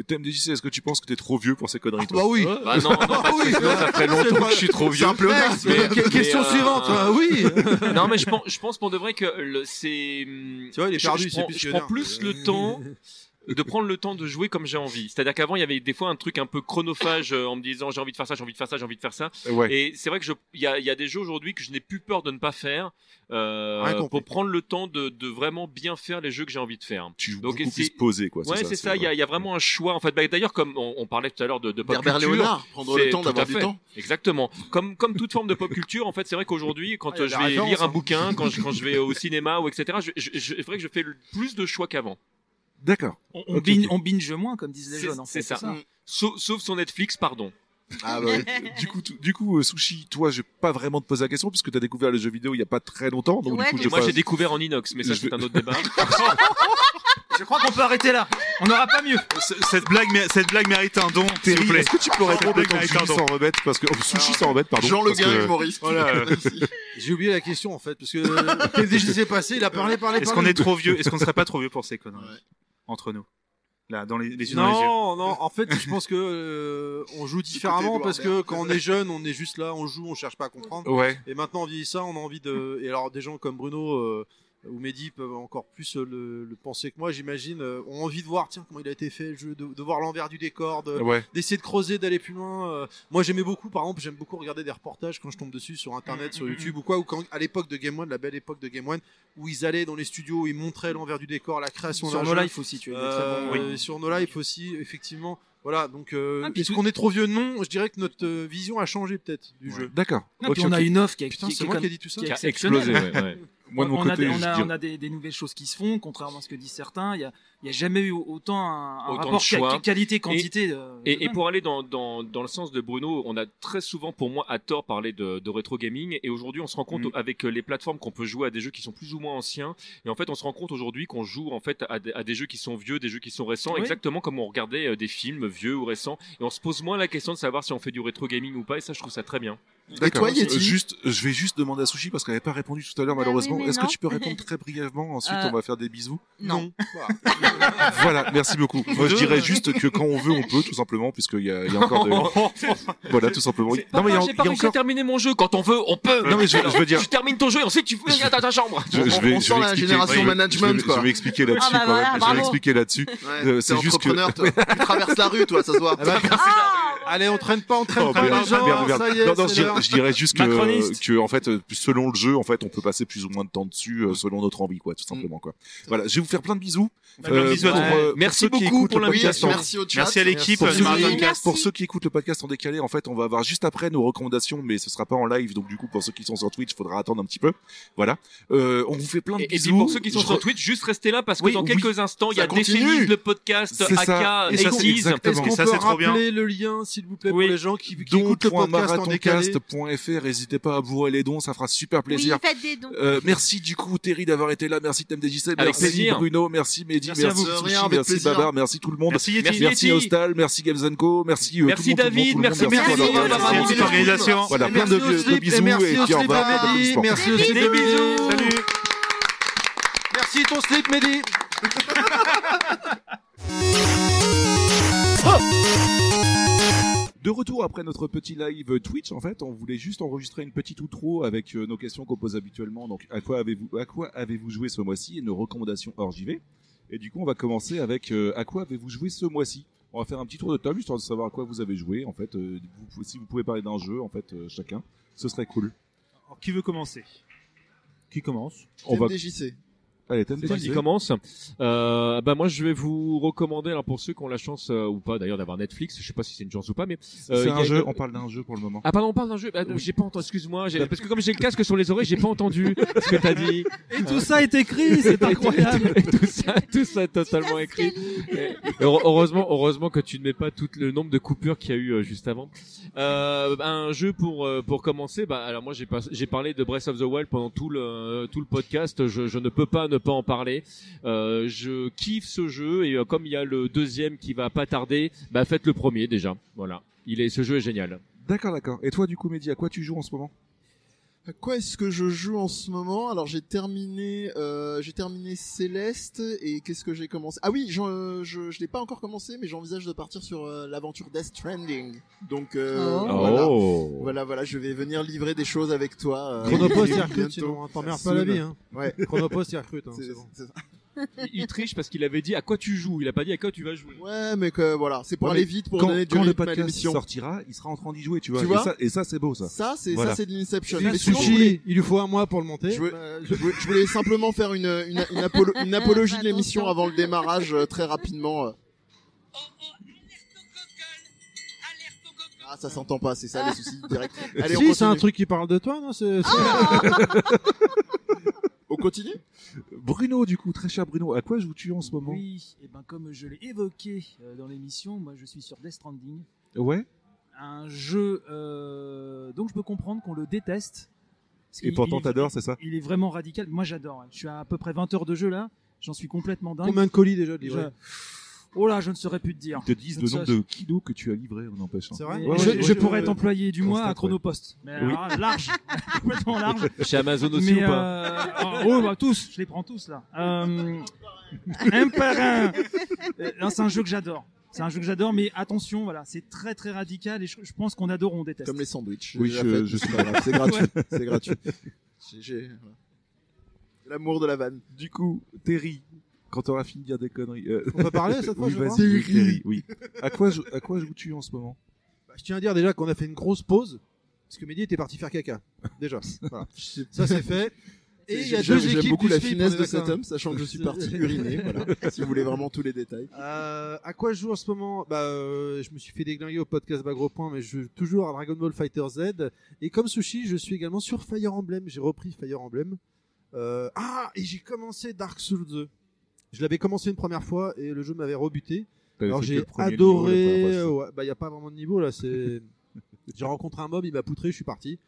[SPEAKER 2] TMDJC, est-ce que tu penses que t'es trop vieux pour ces conneries, toi
[SPEAKER 5] Bah oui
[SPEAKER 7] Bah non, non,
[SPEAKER 5] Ah oui
[SPEAKER 7] ça ferait longtemps que je suis trop vieux.
[SPEAKER 5] Complexe,
[SPEAKER 7] Mais-
[SPEAKER 5] mais que-
[SPEAKER 7] mais,
[SPEAKER 5] Question
[SPEAKER 7] euh,
[SPEAKER 5] suivante, [laughs] hein, oui
[SPEAKER 7] Non, mais je pense, je pense pour de vrai que le- c'est. hum,
[SPEAKER 5] Tu vois, il est
[SPEAKER 7] je-
[SPEAKER 5] perdu,
[SPEAKER 7] je,
[SPEAKER 5] c'est
[SPEAKER 7] prends,
[SPEAKER 5] plus
[SPEAKER 7] je
[SPEAKER 5] que
[SPEAKER 7] prends
[SPEAKER 5] d'un.
[SPEAKER 7] plus le temps de prendre le temps de jouer comme j'ai envie. C'est-à-dire qu'avant, il y avait des fois un truc un peu chronophage euh, en me disant j'ai envie de faire ça, j'ai envie de faire ça, j'ai envie de faire ça.
[SPEAKER 2] Ouais.
[SPEAKER 7] Et c'est vrai que je- il y a, il y a des jeux aujourd'hui que je n'ai plus peur de ne pas faire euh,
[SPEAKER 5] Rien compris.
[SPEAKER 7] pour prendre le temps de, de vraiment bien faire les jeux que j'ai envie de faire.
[SPEAKER 2] Tu joues
[SPEAKER 7] Donc,
[SPEAKER 2] beaucoup
[SPEAKER 7] c'est-
[SPEAKER 2] plus posé, quoi.
[SPEAKER 7] Ouais, c'est ça. Il y, a, il y a vraiment un choix. En fait, Bah, d'ailleurs, comme on, on parlait tout à l'heure de, de pop
[SPEAKER 3] Herbert
[SPEAKER 7] culture,
[SPEAKER 3] Léonard prendre
[SPEAKER 7] c'est
[SPEAKER 3] le temps
[SPEAKER 7] tout à
[SPEAKER 3] d'avoir du
[SPEAKER 7] fait.
[SPEAKER 3] temps
[SPEAKER 7] Exactement. Comme comme toute forme de pop culture, en fait, c'est vrai qu'aujourd'hui, quand
[SPEAKER 5] Ah, il y a
[SPEAKER 7] euh, je
[SPEAKER 5] des
[SPEAKER 7] vais
[SPEAKER 5] références,
[SPEAKER 7] lire
[SPEAKER 5] hein.
[SPEAKER 7] un bouquin, quand je quand je
[SPEAKER 5] [laughs]
[SPEAKER 7] vais au cinéma ou etc., je, je, je- c'est vrai que je fais le plus de choix qu'avant.
[SPEAKER 2] D'accord.
[SPEAKER 8] On, on
[SPEAKER 2] Ok,
[SPEAKER 8] binge,
[SPEAKER 2] ok.
[SPEAKER 8] on binge moins, comme disent les
[SPEAKER 7] C'est-
[SPEAKER 8] jeunes. en fait,
[SPEAKER 7] c'est ça. Sauf, sauf sur Netflix, pardon.
[SPEAKER 3] ah bah oui.
[SPEAKER 2] Ouais. du coup, tu- du coup, euh, Sushi, toi, je vais pas vraiment te poser la question puisque t'as découvert les jeux vidéo il y a pas très longtemps. Donc,
[SPEAKER 4] Ouais,
[SPEAKER 2] du coup,
[SPEAKER 4] mais
[SPEAKER 2] je
[SPEAKER 7] Moi,
[SPEAKER 2] passe-
[SPEAKER 7] j'ai découvert en inox, mais ça
[SPEAKER 2] Je
[SPEAKER 7] c'est
[SPEAKER 2] vais-
[SPEAKER 7] un autre
[SPEAKER 2] [laughs]
[SPEAKER 7] débat.
[SPEAKER 8] Je crois qu'on peut arrêter là. On n'aura pas mieux.
[SPEAKER 6] Euh, C- Cette blague, mé- cette blague mérite un don, s'il vous
[SPEAKER 2] Terry,
[SPEAKER 6] plaît.
[SPEAKER 2] est-ce que tu peux répondre
[SPEAKER 6] Black
[SPEAKER 2] quand
[SPEAKER 6] Knight,
[SPEAKER 2] Sushi
[SPEAKER 6] pardon.
[SPEAKER 2] s'en remettre parce que oh, Sushi s'en remettre, pardon.
[SPEAKER 3] Jean Le
[SPEAKER 2] parce
[SPEAKER 3] Gars
[SPEAKER 2] que-
[SPEAKER 3] humoriste [laughs]
[SPEAKER 6] Voilà.
[SPEAKER 5] J'ai oublié la question, en fait, parce que euh, dès que s'est passé, il a parlé, parlé,
[SPEAKER 6] Est-ce qu'on
[SPEAKER 5] parlé.
[SPEAKER 6] est trop vieux Est-ce qu'on serait pas trop vieux pour ces conneries
[SPEAKER 3] Ouais.
[SPEAKER 6] Entre nous. Là, dans les, les yeux dans les yeux.
[SPEAKER 5] Non, non, en fait, je pense que euh, on
[SPEAKER 6] [laughs]
[SPEAKER 5] joue différemment
[SPEAKER 3] Écoutez,
[SPEAKER 5] parce que
[SPEAKER 3] Edouard
[SPEAKER 5] quand on est jeune, on est juste là, on joue, on cherche pas à comprendre.
[SPEAKER 2] Ouais.
[SPEAKER 5] Et maintenant, en vieillissant, on a envie de. Et alors, des gens comme Bruno, euh, ou Mehdi peuvent encore plus euh, le, le penser que moi, j'imagine, euh, ont envie de voir, tiens, comment il a été fait le jeu, de, de voir l'envers du décor, de,
[SPEAKER 2] Ouais.
[SPEAKER 5] d'essayer de creuser, d'aller plus loin. euh, moi, j'aimais beaucoup, par exemple, j'aime beaucoup regarder des reportages quand je tombe dessus sur
[SPEAKER 6] Mm,
[SPEAKER 5] Internet, sur YouTube ou quoi, ou quand, à l'époque de Game One, la belle époque de Game One, où ils allaient dans les studios, ils montraient l'envers du décor, la création
[SPEAKER 8] Sur
[SPEAKER 5] d'un
[SPEAKER 8] nos
[SPEAKER 5] jeu.
[SPEAKER 8] lives aussi, tu es des
[SPEAKER 5] Euh,
[SPEAKER 8] très bons-
[SPEAKER 5] Sur No Life aussi, effectivement. Voilà, donc euh,
[SPEAKER 8] Ah, puis
[SPEAKER 5] est-ce qu'on est trop vieux Non, je dirais que notre euh, vision a changé peut-être du jeu.
[SPEAKER 2] D'accord.
[SPEAKER 8] Non, puis
[SPEAKER 2] Ok,
[SPEAKER 8] on a
[SPEAKER 2] ok.
[SPEAKER 8] une offre qui, est-
[SPEAKER 5] Putain,
[SPEAKER 8] qui- qui
[SPEAKER 5] c'est
[SPEAKER 8] est
[SPEAKER 5] moi
[SPEAKER 8] comme-
[SPEAKER 5] qui ai dit tout ça
[SPEAKER 8] qui est
[SPEAKER 7] Qui a
[SPEAKER 8] exceptionnelle.
[SPEAKER 7] explosé, ouais, ouais.
[SPEAKER 2] Moi, de mon
[SPEAKER 8] on a,
[SPEAKER 2] côté,
[SPEAKER 8] des, on
[SPEAKER 2] je
[SPEAKER 8] a,
[SPEAKER 2] dirais-
[SPEAKER 8] on a des, des nouvelles choses qui se font, contrairement à ce que disent certains. Il n'y a, il y a jamais eu autant un, un
[SPEAKER 7] Autant de
[SPEAKER 8] rapport ca-
[SPEAKER 7] choix.
[SPEAKER 8] qualité-quantité. euh, de
[SPEAKER 7] Et, et
[SPEAKER 8] dingue.
[SPEAKER 7] pour aller dans, dans, dans le sens de Bruno, on a très souvent, pour moi, à tort parlé de, de rétro gaming. Et aujourd'hui, on se rend compte
[SPEAKER 6] Mm.
[SPEAKER 7] avec euh, les plateformes qu'on peut jouer à des jeux qui sont plus ou moins anciens. Et en fait, on se rend compte aujourd'hui qu'on joue en fait à des, à des jeux qui sont vieux, des jeux qui sont récents,
[SPEAKER 8] Oui.
[SPEAKER 7] exactement comme on regardait euh, des films vieux ou récents. Et on se pose moins la question de savoir si on fait du rétro gaming ou pas. Et ça, je trouve ça très bien.
[SPEAKER 3] Et toi,
[SPEAKER 2] Euh,
[SPEAKER 3] Yeti
[SPEAKER 2] Juste, je vais juste demander à Sushi parce qu'elle n'avait pas répondu tout à l'heure
[SPEAKER 4] Bah
[SPEAKER 2] malheureusement.
[SPEAKER 4] oui, mais
[SPEAKER 2] Est-ce que
[SPEAKER 4] non.
[SPEAKER 2] tu peux répondre très brièvement Ensuite,
[SPEAKER 4] Euh,
[SPEAKER 2] on va faire des bisous.
[SPEAKER 4] Non.
[SPEAKER 2] voilà, merci beaucoup. Moi, je
[SPEAKER 6] Deux.
[SPEAKER 2] dirais juste que quand on veut, on peut, tout simplement, puisqu'il y, a- il y a
[SPEAKER 7] [laughs]
[SPEAKER 2] encore de... Voilà, tout simplement. Non, mais il y a, il y a encore...
[SPEAKER 7] terminer mon jeu. Quand on veut, on peut.
[SPEAKER 2] Non, mais je, je veux dire...
[SPEAKER 7] Tu termines ton jeu et ensuite
[SPEAKER 2] [laughs]
[SPEAKER 7] tu viens à ta chambre.
[SPEAKER 2] Je, je vais,
[SPEAKER 3] On- on
[SPEAKER 2] je vais
[SPEAKER 3] sent la
[SPEAKER 2] expliquer-
[SPEAKER 3] génération
[SPEAKER 2] je vais-
[SPEAKER 3] management,
[SPEAKER 2] je vais,
[SPEAKER 3] quoi.
[SPEAKER 2] Je vais expliquer là-dessus,
[SPEAKER 4] Ah, bah
[SPEAKER 2] quand même.
[SPEAKER 4] voilà,
[SPEAKER 2] je vais
[SPEAKER 4] bravo.
[SPEAKER 2] expliquer là-dessus. Euh, c'est
[SPEAKER 3] c'est
[SPEAKER 2] juste que-
[SPEAKER 3] entrepreneur, toi. tu traverses la rue, toi, ça se voit.
[SPEAKER 5] Ah bah, Allez, on traîne pas, on traîne
[SPEAKER 2] Oh,
[SPEAKER 5] pas
[SPEAKER 2] merde,
[SPEAKER 5] les gens,
[SPEAKER 2] merde, merde.
[SPEAKER 5] ça y est,
[SPEAKER 2] Non, non, je,
[SPEAKER 5] c'est l'heure.
[SPEAKER 2] dirais, je dirais juste que,
[SPEAKER 8] Macroniste.
[SPEAKER 2] que, en fait, euh, selon le jeu, en fait, on peut passer plus ou moins de temps dessus, euh, selon notre envie, quoi, tout simplement, quoi. Voilà, je vais vous faire plein de bisous.
[SPEAKER 6] plein de bisous à
[SPEAKER 2] pour,
[SPEAKER 8] toi.
[SPEAKER 2] euh,
[SPEAKER 7] Merci
[SPEAKER 2] ceux qui
[SPEAKER 7] beaucoup
[SPEAKER 2] écoutent
[SPEAKER 7] pour
[SPEAKER 2] le
[SPEAKER 3] Ah oui,
[SPEAKER 2] podcast en-
[SPEAKER 3] merci au chat.
[SPEAKER 6] Merci à l'équipe.
[SPEAKER 2] Pour
[SPEAKER 6] euh,
[SPEAKER 2] ceux,
[SPEAKER 6] du
[SPEAKER 2] qui
[SPEAKER 6] Marathon
[SPEAKER 2] écoutent-
[SPEAKER 6] Cast.
[SPEAKER 2] pour ceux qui écoutent le podcast en décalé, en fait, on va avoir juste après nos recommandations, mais ce sera pas en live, donc du coup, pour ceux qui sont sur Twitch, faudra attendre un petit peu. Voilà. Euh, on vous fait plein de
[SPEAKER 7] Et, et
[SPEAKER 2] bisous.
[SPEAKER 7] puis pour ceux qui sont
[SPEAKER 2] Je
[SPEAKER 7] sur
[SPEAKER 2] re-
[SPEAKER 7] Twitch, juste restez là parce que
[SPEAKER 2] Oui,
[SPEAKER 7] dans
[SPEAKER 2] oui.
[SPEAKER 7] quelques instants, il y
[SPEAKER 3] Ça
[SPEAKER 7] a
[SPEAKER 3] continue.
[SPEAKER 7] Décennies, le podcast,
[SPEAKER 2] C'est ça.
[SPEAKER 7] AK,
[SPEAKER 2] Et ça,
[SPEAKER 7] 80s.
[SPEAKER 2] c'est
[SPEAKER 5] Est-ce
[SPEAKER 2] exactement.
[SPEAKER 5] qu'on
[SPEAKER 6] Et ça,
[SPEAKER 5] peut
[SPEAKER 6] c'est trop bien.
[SPEAKER 5] rappeler le lien, s'il vous plaît,
[SPEAKER 8] Oui.
[SPEAKER 5] pour les gens qui, qui écoutent le podcast en décalé
[SPEAKER 2] don.marathonCast.fr, n'hésitez pas à bourrer les dons, ça fera super
[SPEAKER 4] Oui,
[SPEAKER 2] plaisir.
[SPEAKER 4] faites des dons.
[SPEAKER 2] Euh, merci du coup Terry d'avoir été là, merci Thème DJC, merci
[SPEAKER 7] plaisir.
[SPEAKER 2] Bruno, merci Mehdi, merci,
[SPEAKER 8] Merci à vous.
[SPEAKER 3] De
[SPEAKER 2] Sushi,
[SPEAKER 3] rien, avec
[SPEAKER 2] merci
[SPEAKER 3] plaisir.
[SPEAKER 2] Babar, merci tout le monde.
[SPEAKER 6] Merci Yeti.
[SPEAKER 7] Merci.
[SPEAKER 2] Merci
[SPEAKER 7] Yeti.
[SPEAKER 2] Hostal, merci Games Co, merci euh,
[SPEAKER 7] Merci
[SPEAKER 2] tout le monde, tout le monde,
[SPEAKER 7] David,
[SPEAKER 2] tout le
[SPEAKER 7] merci
[SPEAKER 2] monde, merci
[SPEAKER 7] Merci
[SPEAKER 2] à
[SPEAKER 4] David,
[SPEAKER 2] leur-
[SPEAKER 4] merci
[SPEAKER 2] merci
[SPEAKER 6] Merci
[SPEAKER 2] à leur-
[SPEAKER 6] l'organisation.
[SPEAKER 2] Voilà,
[SPEAKER 5] Et
[SPEAKER 2] plein de,
[SPEAKER 5] merci au
[SPEAKER 2] de
[SPEAKER 5] slip,
[SPEAKER 2] bisous
[SPEAKER 5] et merci
[SPEAKER 2] et
[SPEAKER 5] au
[SPEAKER 2] puis au
[SPEAKER 5] slip,
[SPEAKER 2] revoir.
[SPEAKER 5] à Mehdi,
[SPEAKER 2] applaudissements.
[SPEAKER 5] merci au
[SPEAKER 4] Des
[SPEAKER 5] slip de
[SPEAKER 4] bisous.
[SPEAKER 5] Mehdi.
[SPEAKER 6] Salut.
[SPEAKER 5] Merci ton slip, Mehdi.
[SPEAKER 2] De retour après notre petit live Twitch, en fait, on voulait juste enregistrer une petite outro avec euh, nos questions qu'on pose habituellement. Donc, à quoi avez-vous, à quoi avez-vous joué ce mois-ci et nos recommandations hors JV. Et du coup, on va commencer avec euh, à quoi avez-vous joué ce mois-ci. On va faire un petit tour de table histoire de savoir à quoi vous avez joué. En fait, euh, vous pouvez- si vous pouvez parler d'un jeu, en fait, euh, chacun, ce serait cool.
[SPEAKER 12] Alors, qui veut commencer Qui commence
[SPEAKER 2] On va.
[SPEAKER 3] DJC.
[SPEAKER 2] Allez, t'aimes
[SPEAKER 7] Tiens, il commence. Euh, bah moi, je vais vous recommander, alors pour ceux qui ont la chance euh, ou pas d'ailleurs d'avoir Netflix, je sais pas si c'est une chance ou pas, mais euh,
[SPEAKER 2] C'est
[SPEAKER 7] il y
[SPEAKER 2] un
[SPEAKER 7] a
[SPEAKER 2] jeu.
[SPEAKER 7] une-
[SPEAKER 2] On parle d'un jeu pour le moment.
[SPEAKER 7] Ah pardon, on parle d'un jeu. Ah, non, J'ai pas entendu. Excuse-moi, j'ai- parce que comme j'ai le casque sur les oreilles, j'ai pas entendu ce que t'as
[SPEAKER 2] [laughs]
[SPEAKER 7] dit.
[SPEAKER 12] Et tout ça est
[SPEAKER 5] Euh,
[SPEAKER 12] écrit, c'est
[SPEAKER 5] [laughs]
[SPEAKER 12] incroyable.
[SPEAKER 7] Et tout ça, tout ça est totalement écrit. Et heure- heureusement, heureusement que tu ne mets pas tout le nombre de coupures qu'il y a eu euh, juste avant. Euh, bah, un jeu pour euh, pour commencer. Bah alors moi j'ai pas- j'ai parlé de Breath of the Wild pendant tout le tout le podcast. Je, je ne peux pas ne pas en parler. Euh, je kiffe ce jeu et euh, comme il y a le deuxième qui va pas tarder, bah faites le premier déjà. Voilà. Il est ce jeu est génial.
[SPEAKER 2] D'accord, d'accord. Et toi, du coup, Mehdi, à quoi tu joues en ce moment
[SPEAKER 3] À quoi est-ce que je joue en ce moment Alors j'ai terminé, euh, j'ai terminé Céleste et qu'est-ce que j'ai commencé Ah oui, j'en- euh, je je l'ai pas encore commencé, mais j'envisage de partir sur euh, l'aventure Death Stranding. Donc euh,
[SPEAKER 4] Oh.
[SPEAKER 3] voilà. Voilà, voilà, je vais venir livrer des choses avec toi. euh,
[SPEAKER 5] Chronopost, il
[SPEAKER 3] bientôt.
[SPEAKER 5] recrute, sinon, hein, t'emmerdes pas
[SPEAKER 3] Soon.
[SPEAKER 5] la vie. Hein.
[SPEAKER 3] Ouais.
[SPEAKER 5] [laughs] Chronopost, il recrute, hein,
[SPEAKER 3] C'est-
[SPEAKER 5] c'est bon.
[SPEAKER 3] c'est ça.
[SPEAKER 7] Il, il triche parce qu'il avait dit à quoi tu joues. Il a pas dit à quoi tu vas jouer.
[SPEAKER 3] Ouais, mais que voilà, c'est pour
[SPEAKER 2] Ouais,
[SPEAKER 3] aller
[SPEAKER 2] mais
[SPEAKER 3] vite, pour
[SPEAKER 2] quand,
[SPEAKER 3] donner du
[SPEAKER 2] quand le
[SPEAKER 3] rythme à
[SPEAKER 2] podcast
[SPEAKER 3] l'émission.
[SPEAKER 2] sortira, il sera en train d'y jouer, tu vois.
[SPEAKER 3] Tu vois
[SPEAKER 2] et ça, et ça, c'est beau, ça.
[SPEAKER 3] Ça, c'est
[SPEAKER 2] Voilà.
[SPEAKER 3] ça, c'est de l'inception.
[SPEAKER 5] Juste
[SPEAKER 3] Mais sinon, je
[SPEAKER 5] Sushi,
[SPEAKER 3] voulais-
[SPEAKER 5] il lui faut un mois pour le monter.
[SPEAKER 3] Je veux- je voulais, je voulais simplement faire une, une, une
[SPEAKER 5] [laughs]
[SPEAKER 3] apolo- une apologie de l'émission avant le démarrage euh, très rapidement. euh. Ah, ça s'entend pas, c'est ça
[SPEAKER 5] [laughs]
[SPEAKER 3] les soucis directs. Allez, on
[SPEAKER 5] si, c'est un
[SPEAKER 3] continue.
[SPEAKER 5] truc qui parle de toi, non c'est- c'est-
[SPEAKER 3] On continue
[SPEAKER 2] Bruno, du coup, très cher Bruno, à quoi joues-tu en ce moment
[SPEAKER 8] Oui, et ben comme je l'ai évoqué euh, dans l'émission, moi je suis sur Death Stranding,
[SPEAKER 2] Ouais.
[SPEAKER 8] un jeu euh, donc je peux comprendre qu'on le déteste. Parce
[SPEAKER 2] Et
[SPEAKER 8] qu'il-
[SPEAKER 2] pourtant,
[SPEAKER 8] il-
[SPEAKER 2] t'adores, c'est ça
[SPEAKER 8] Il est vraiment radical. Moi j'adore. ouais. Je suis à, à peu près 20 heures de jeu là. J'en suis complètement dingue.
[SPEAKER 5] Combien de colis déjà de
[SPEAKER 8] Je-
[SPEAKER 5] livrés
[SPEAKER 8] Oh là, je ne saurais plus te dire.
[SPEAKER 2] Ils te disent le
[SPEAKER 8] Ça,
[SPEAKER 2] nombre de kilos que tu as livré en empêchant.
[SPEAKER 5] C'est vrai
[SPEAKER 8] Mais
[SPEAKER 2] Ouais,
[SPEAKER 8] je
[SPEAKER 2] ouais,
[SPEAKER 8] je
[SPEAKER 2] ouais,
[SPEAKER 8] pourrais
[SPEAKER 2] ouais.
[SPEAKER 8] être employé du mois
[SPEAKER 2] Constate,
[SPEAKER 8] à Chronopost. Mais
[SPEAKER 2] Oui.
[SPEAKER 8] alors, hein, large, [laughs] complètement large.
[SPEAKER 7] Chez Amazon aussi
[SPEAKER 8] Mais
[SPEAKER 7] ou pas
[SPEAKER 8] euh, oh, bah, tous, je les prends tous là. Euh, un par un. Euh, non, c'est un jeu que j'adore. C'est un jeu que j'adore, mais attention, voilà, c'est très très radical et je, je pense qu'on adore, on déteste.
[SPEAKER 3] Comme les sandwichs.
[SPEAKER 2] Oui,
[SPEAKER 3] J'ai
[SPEAKER 2] je-
[SPEAKER 3] [laughs] déjà fait,
[SPEAKER 2] je
[SPEAKER 3] c'est pas grave, C'est gratuit. C'est gratuit. J'ai- j'ai- voilà. L'amour de la vanne.
[SPEAKER 2] Du coup, Terry, quand t'auras fini de dire des conneries. euh,
[SPEAKER 5] On peut parler
[SPEAKER 2] [laughs]
[SPEAKER 5] cette fois,
[SPEAKER 2] oui,
[SPEAKER 5] je crois.
[SPEAKER 2] vas-y, oui, Terry, oui. À quoi, jou- à quoi joues-tu en ce moment
[SPEAKER 5] Bah, je tiens à dire déjà qu'on a fait une grosse pause parce que Mehdi était parti faire caca.
[SPEAKER 2] [laughs]
[SPEAKER 5] Déjà, voilà. ça c'est fait. Et il y a
[SPEAKER 3] J'aime-
[SPEAKER 5] deux
[SPEAKER 3] J'aime
[SPEAKER 5] équipes
[SPEAKER 3] beaucoup
[SPEAKER 5] du
[SPEAKER 3] la
[SPEAKER 5] SFIP,
[SPEAKER 3] finesse
[SPEAKER 5] on est
[SPEAKER 3] de cet
[SPEAKER 5] d'accord.
[SPEAKER 3] homme, sachant que je suis parti
[SPEAKER 5] [laughs]
[SPEAKER 3] uriner. Voilà. Si vous voulez vraiment tous les détails.
[SPEAKER 5] Euh, à quoi je joue en ce moment Bah, euh, je me suis fait déglinguer au podcast Bagro Point, mais je joue toujours à Dragon Ball Fighter Z. Et comme Sushi, je suis également sur Fire Emblem. J'ai repris Fire Emblem. Euh, ah, et j'ai commencé Dark Souls 2. Je l'avais commencé une première fois et le jeu m'avait rebuté.
[SPEAKER 2] T'avais
[SPEAKER 5] Alors
[SPEAKER 2] fait que
[SPEAKER 5] j'ai
[SPEAKER 2] le premier niveau, la
[SPEAKER 5] adoré.
[SPEAKER 2] première fois,
[SPEAKER 5] ouais, bah, il y a pas vraiment de niveau là. C'est. [laughs] j'ai rencontré un mob, il m'a poutré, je suis parti.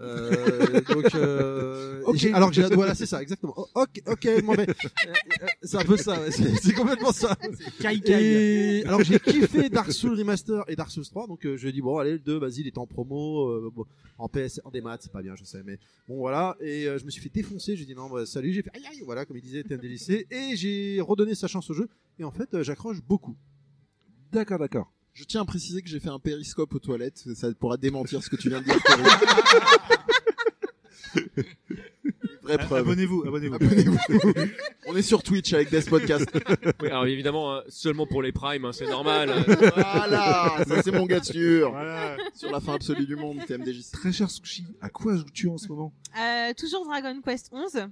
[SPEAKER 5] Euh, donc, euh,
[SPEAKER 2] Ok.
[SPEAKER 5] et j'ai- alors que j'ai, voilà, c'est ça, exactement. Oh, ok, ok, je m'en vais. Euh, euh, c'est un peu ça, ouais, c'est, c'est complètement ça.
[SPEAKER 8] Kai
[SPEAKER 5] Et alors j'ai kiffé Dark Souls Remaster et Dark Souls 3, donc euh, je dis bon allez le 2, vas-y il est en promo, euh, bon, en PS, en démat, c'est pas bien je sais, mais bon voilà, et euh, je me suis fait défoncer, j'ai dit non bah, salut, j'ai fait aïe aïe, voilà comme il
[SPEAKER 2] [laughs]
[SPEAKER 5] disait TMDLC, et j'ai redonné sa chance au jeu, et en fait euh, j'accroche beaucoup.
[SPEAKER 2] D'accord, d'accord.
[SPEAKER 3] Je tiens à préciser que j'ai fait un périscope aux toilettes. Ça pourra démentir ce que tu viens de dire. Terry. [laughs] Vraie
[SPEAKER 6] Ah,
[SPEAKER 3] preuve.
[SPEAKER 6] Abonnez-vous, abonnez-vous.
[SPEAKER 3] Abonnez-vous. [laughs] On est sur Twitch avec Death Podcast.
[SPEAKER 7] Oui, alors évidemment, hein, seulement pour les primes, hein, c'est normal.
[SPEAKER 3] Voilà, ça c'est mon gars de sûr. Sur la fin absolue du monde,
[SPEAKER 2] [laughs]
[SPEAKER 3] TMDJC.
[SPEAKER 2] Très cher Sushi, à quoi joues-tu en ce moment
[SPEAKER 4] Euh, toujours Dragon Quest 11.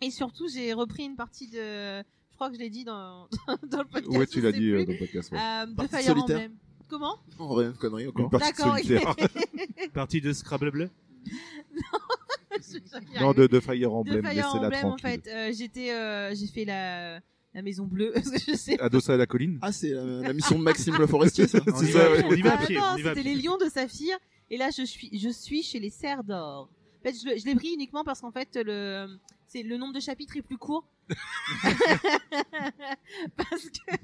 [SPEAKER 4] Et surtout, j'ai repris une partie de. Je crois que je l'ai dit dans, [laughs] dans le podcast.
[SPEAKER 2] Ouais, tu
[SPEAKER 4] je
[SPEAKER 2] l'as
[SPEAKER 4] sais
[SPEAKER 2] dit
[SPEAKER 4] plus.
[SPEAKER 2] euh, dans le podcast. ouais.
[SPEAKER 4] Euh, de
[SPEAKER 3] Partie
[SPEAKER 4] Fire
[SPEAKER 3] solitaire.
[SPEAKER 4] Emblem. Comment
[SPEAKER 2] Oh,
[SPEAKER 4] [laughs]
[SPEAKER 3] On revient de conneries encore.
[SPEAKER 2] Une partie
[SPEAKER 4] D'accord, ok.
[SPEAKER 2] solitaire.
[SPEAKER 4] [laughs]
[SPEAKER 8] Partie de Scrabble bleu.
[SPEAKER 4] Je- j'arrive.
[SPEAKER 2] Non, de, de Fire
[SPEAKER 4] De
[SPEAKER 2] Emblem,
[SPEAKER 4] Fire
[SPEAKER 2] laissez-la
[SPEAKER 4] Emblem, en
[SPEAKER 2] tranquille.
[SPEAKER 4] fait. Euh, J'étais, euh, j'ai fait la, la Maison Bleue. [laughs] parce que je sais.
[SPEAKER 2] Adossé à la colline
[SPEAKER 3] [laughs] Ah, c'est la, la mission de Maxime
[SPEAKER 2] [laughs]
[SPEAKER 3] le Forestier, ça.
[SPEAKER 6] On y
[SPEAKER 2] ça,
[SPEAKER 6] va,
[SPEAKER 2] ouais.
[SPEAKER 6] on y va à
[SPEAKER 4] Ah
[SPEAKER 6] pied.
[SPEAKER 4] non,
[SPEAKER 6] on y va à
[SPEAKER 4] c'était
[SPEAKER 6] pied.
[SPEAKER 4] les Lions de Saphir. Et là, je suis, je suis chez les Cerfs d'Or. En fait, je, le- je l'ai pris uniquement parce qu'en fait, le, c'est le nombre de chapitres est plus
[SPEAKER 6] [laughs]
[SPEAKER 4] court. parce que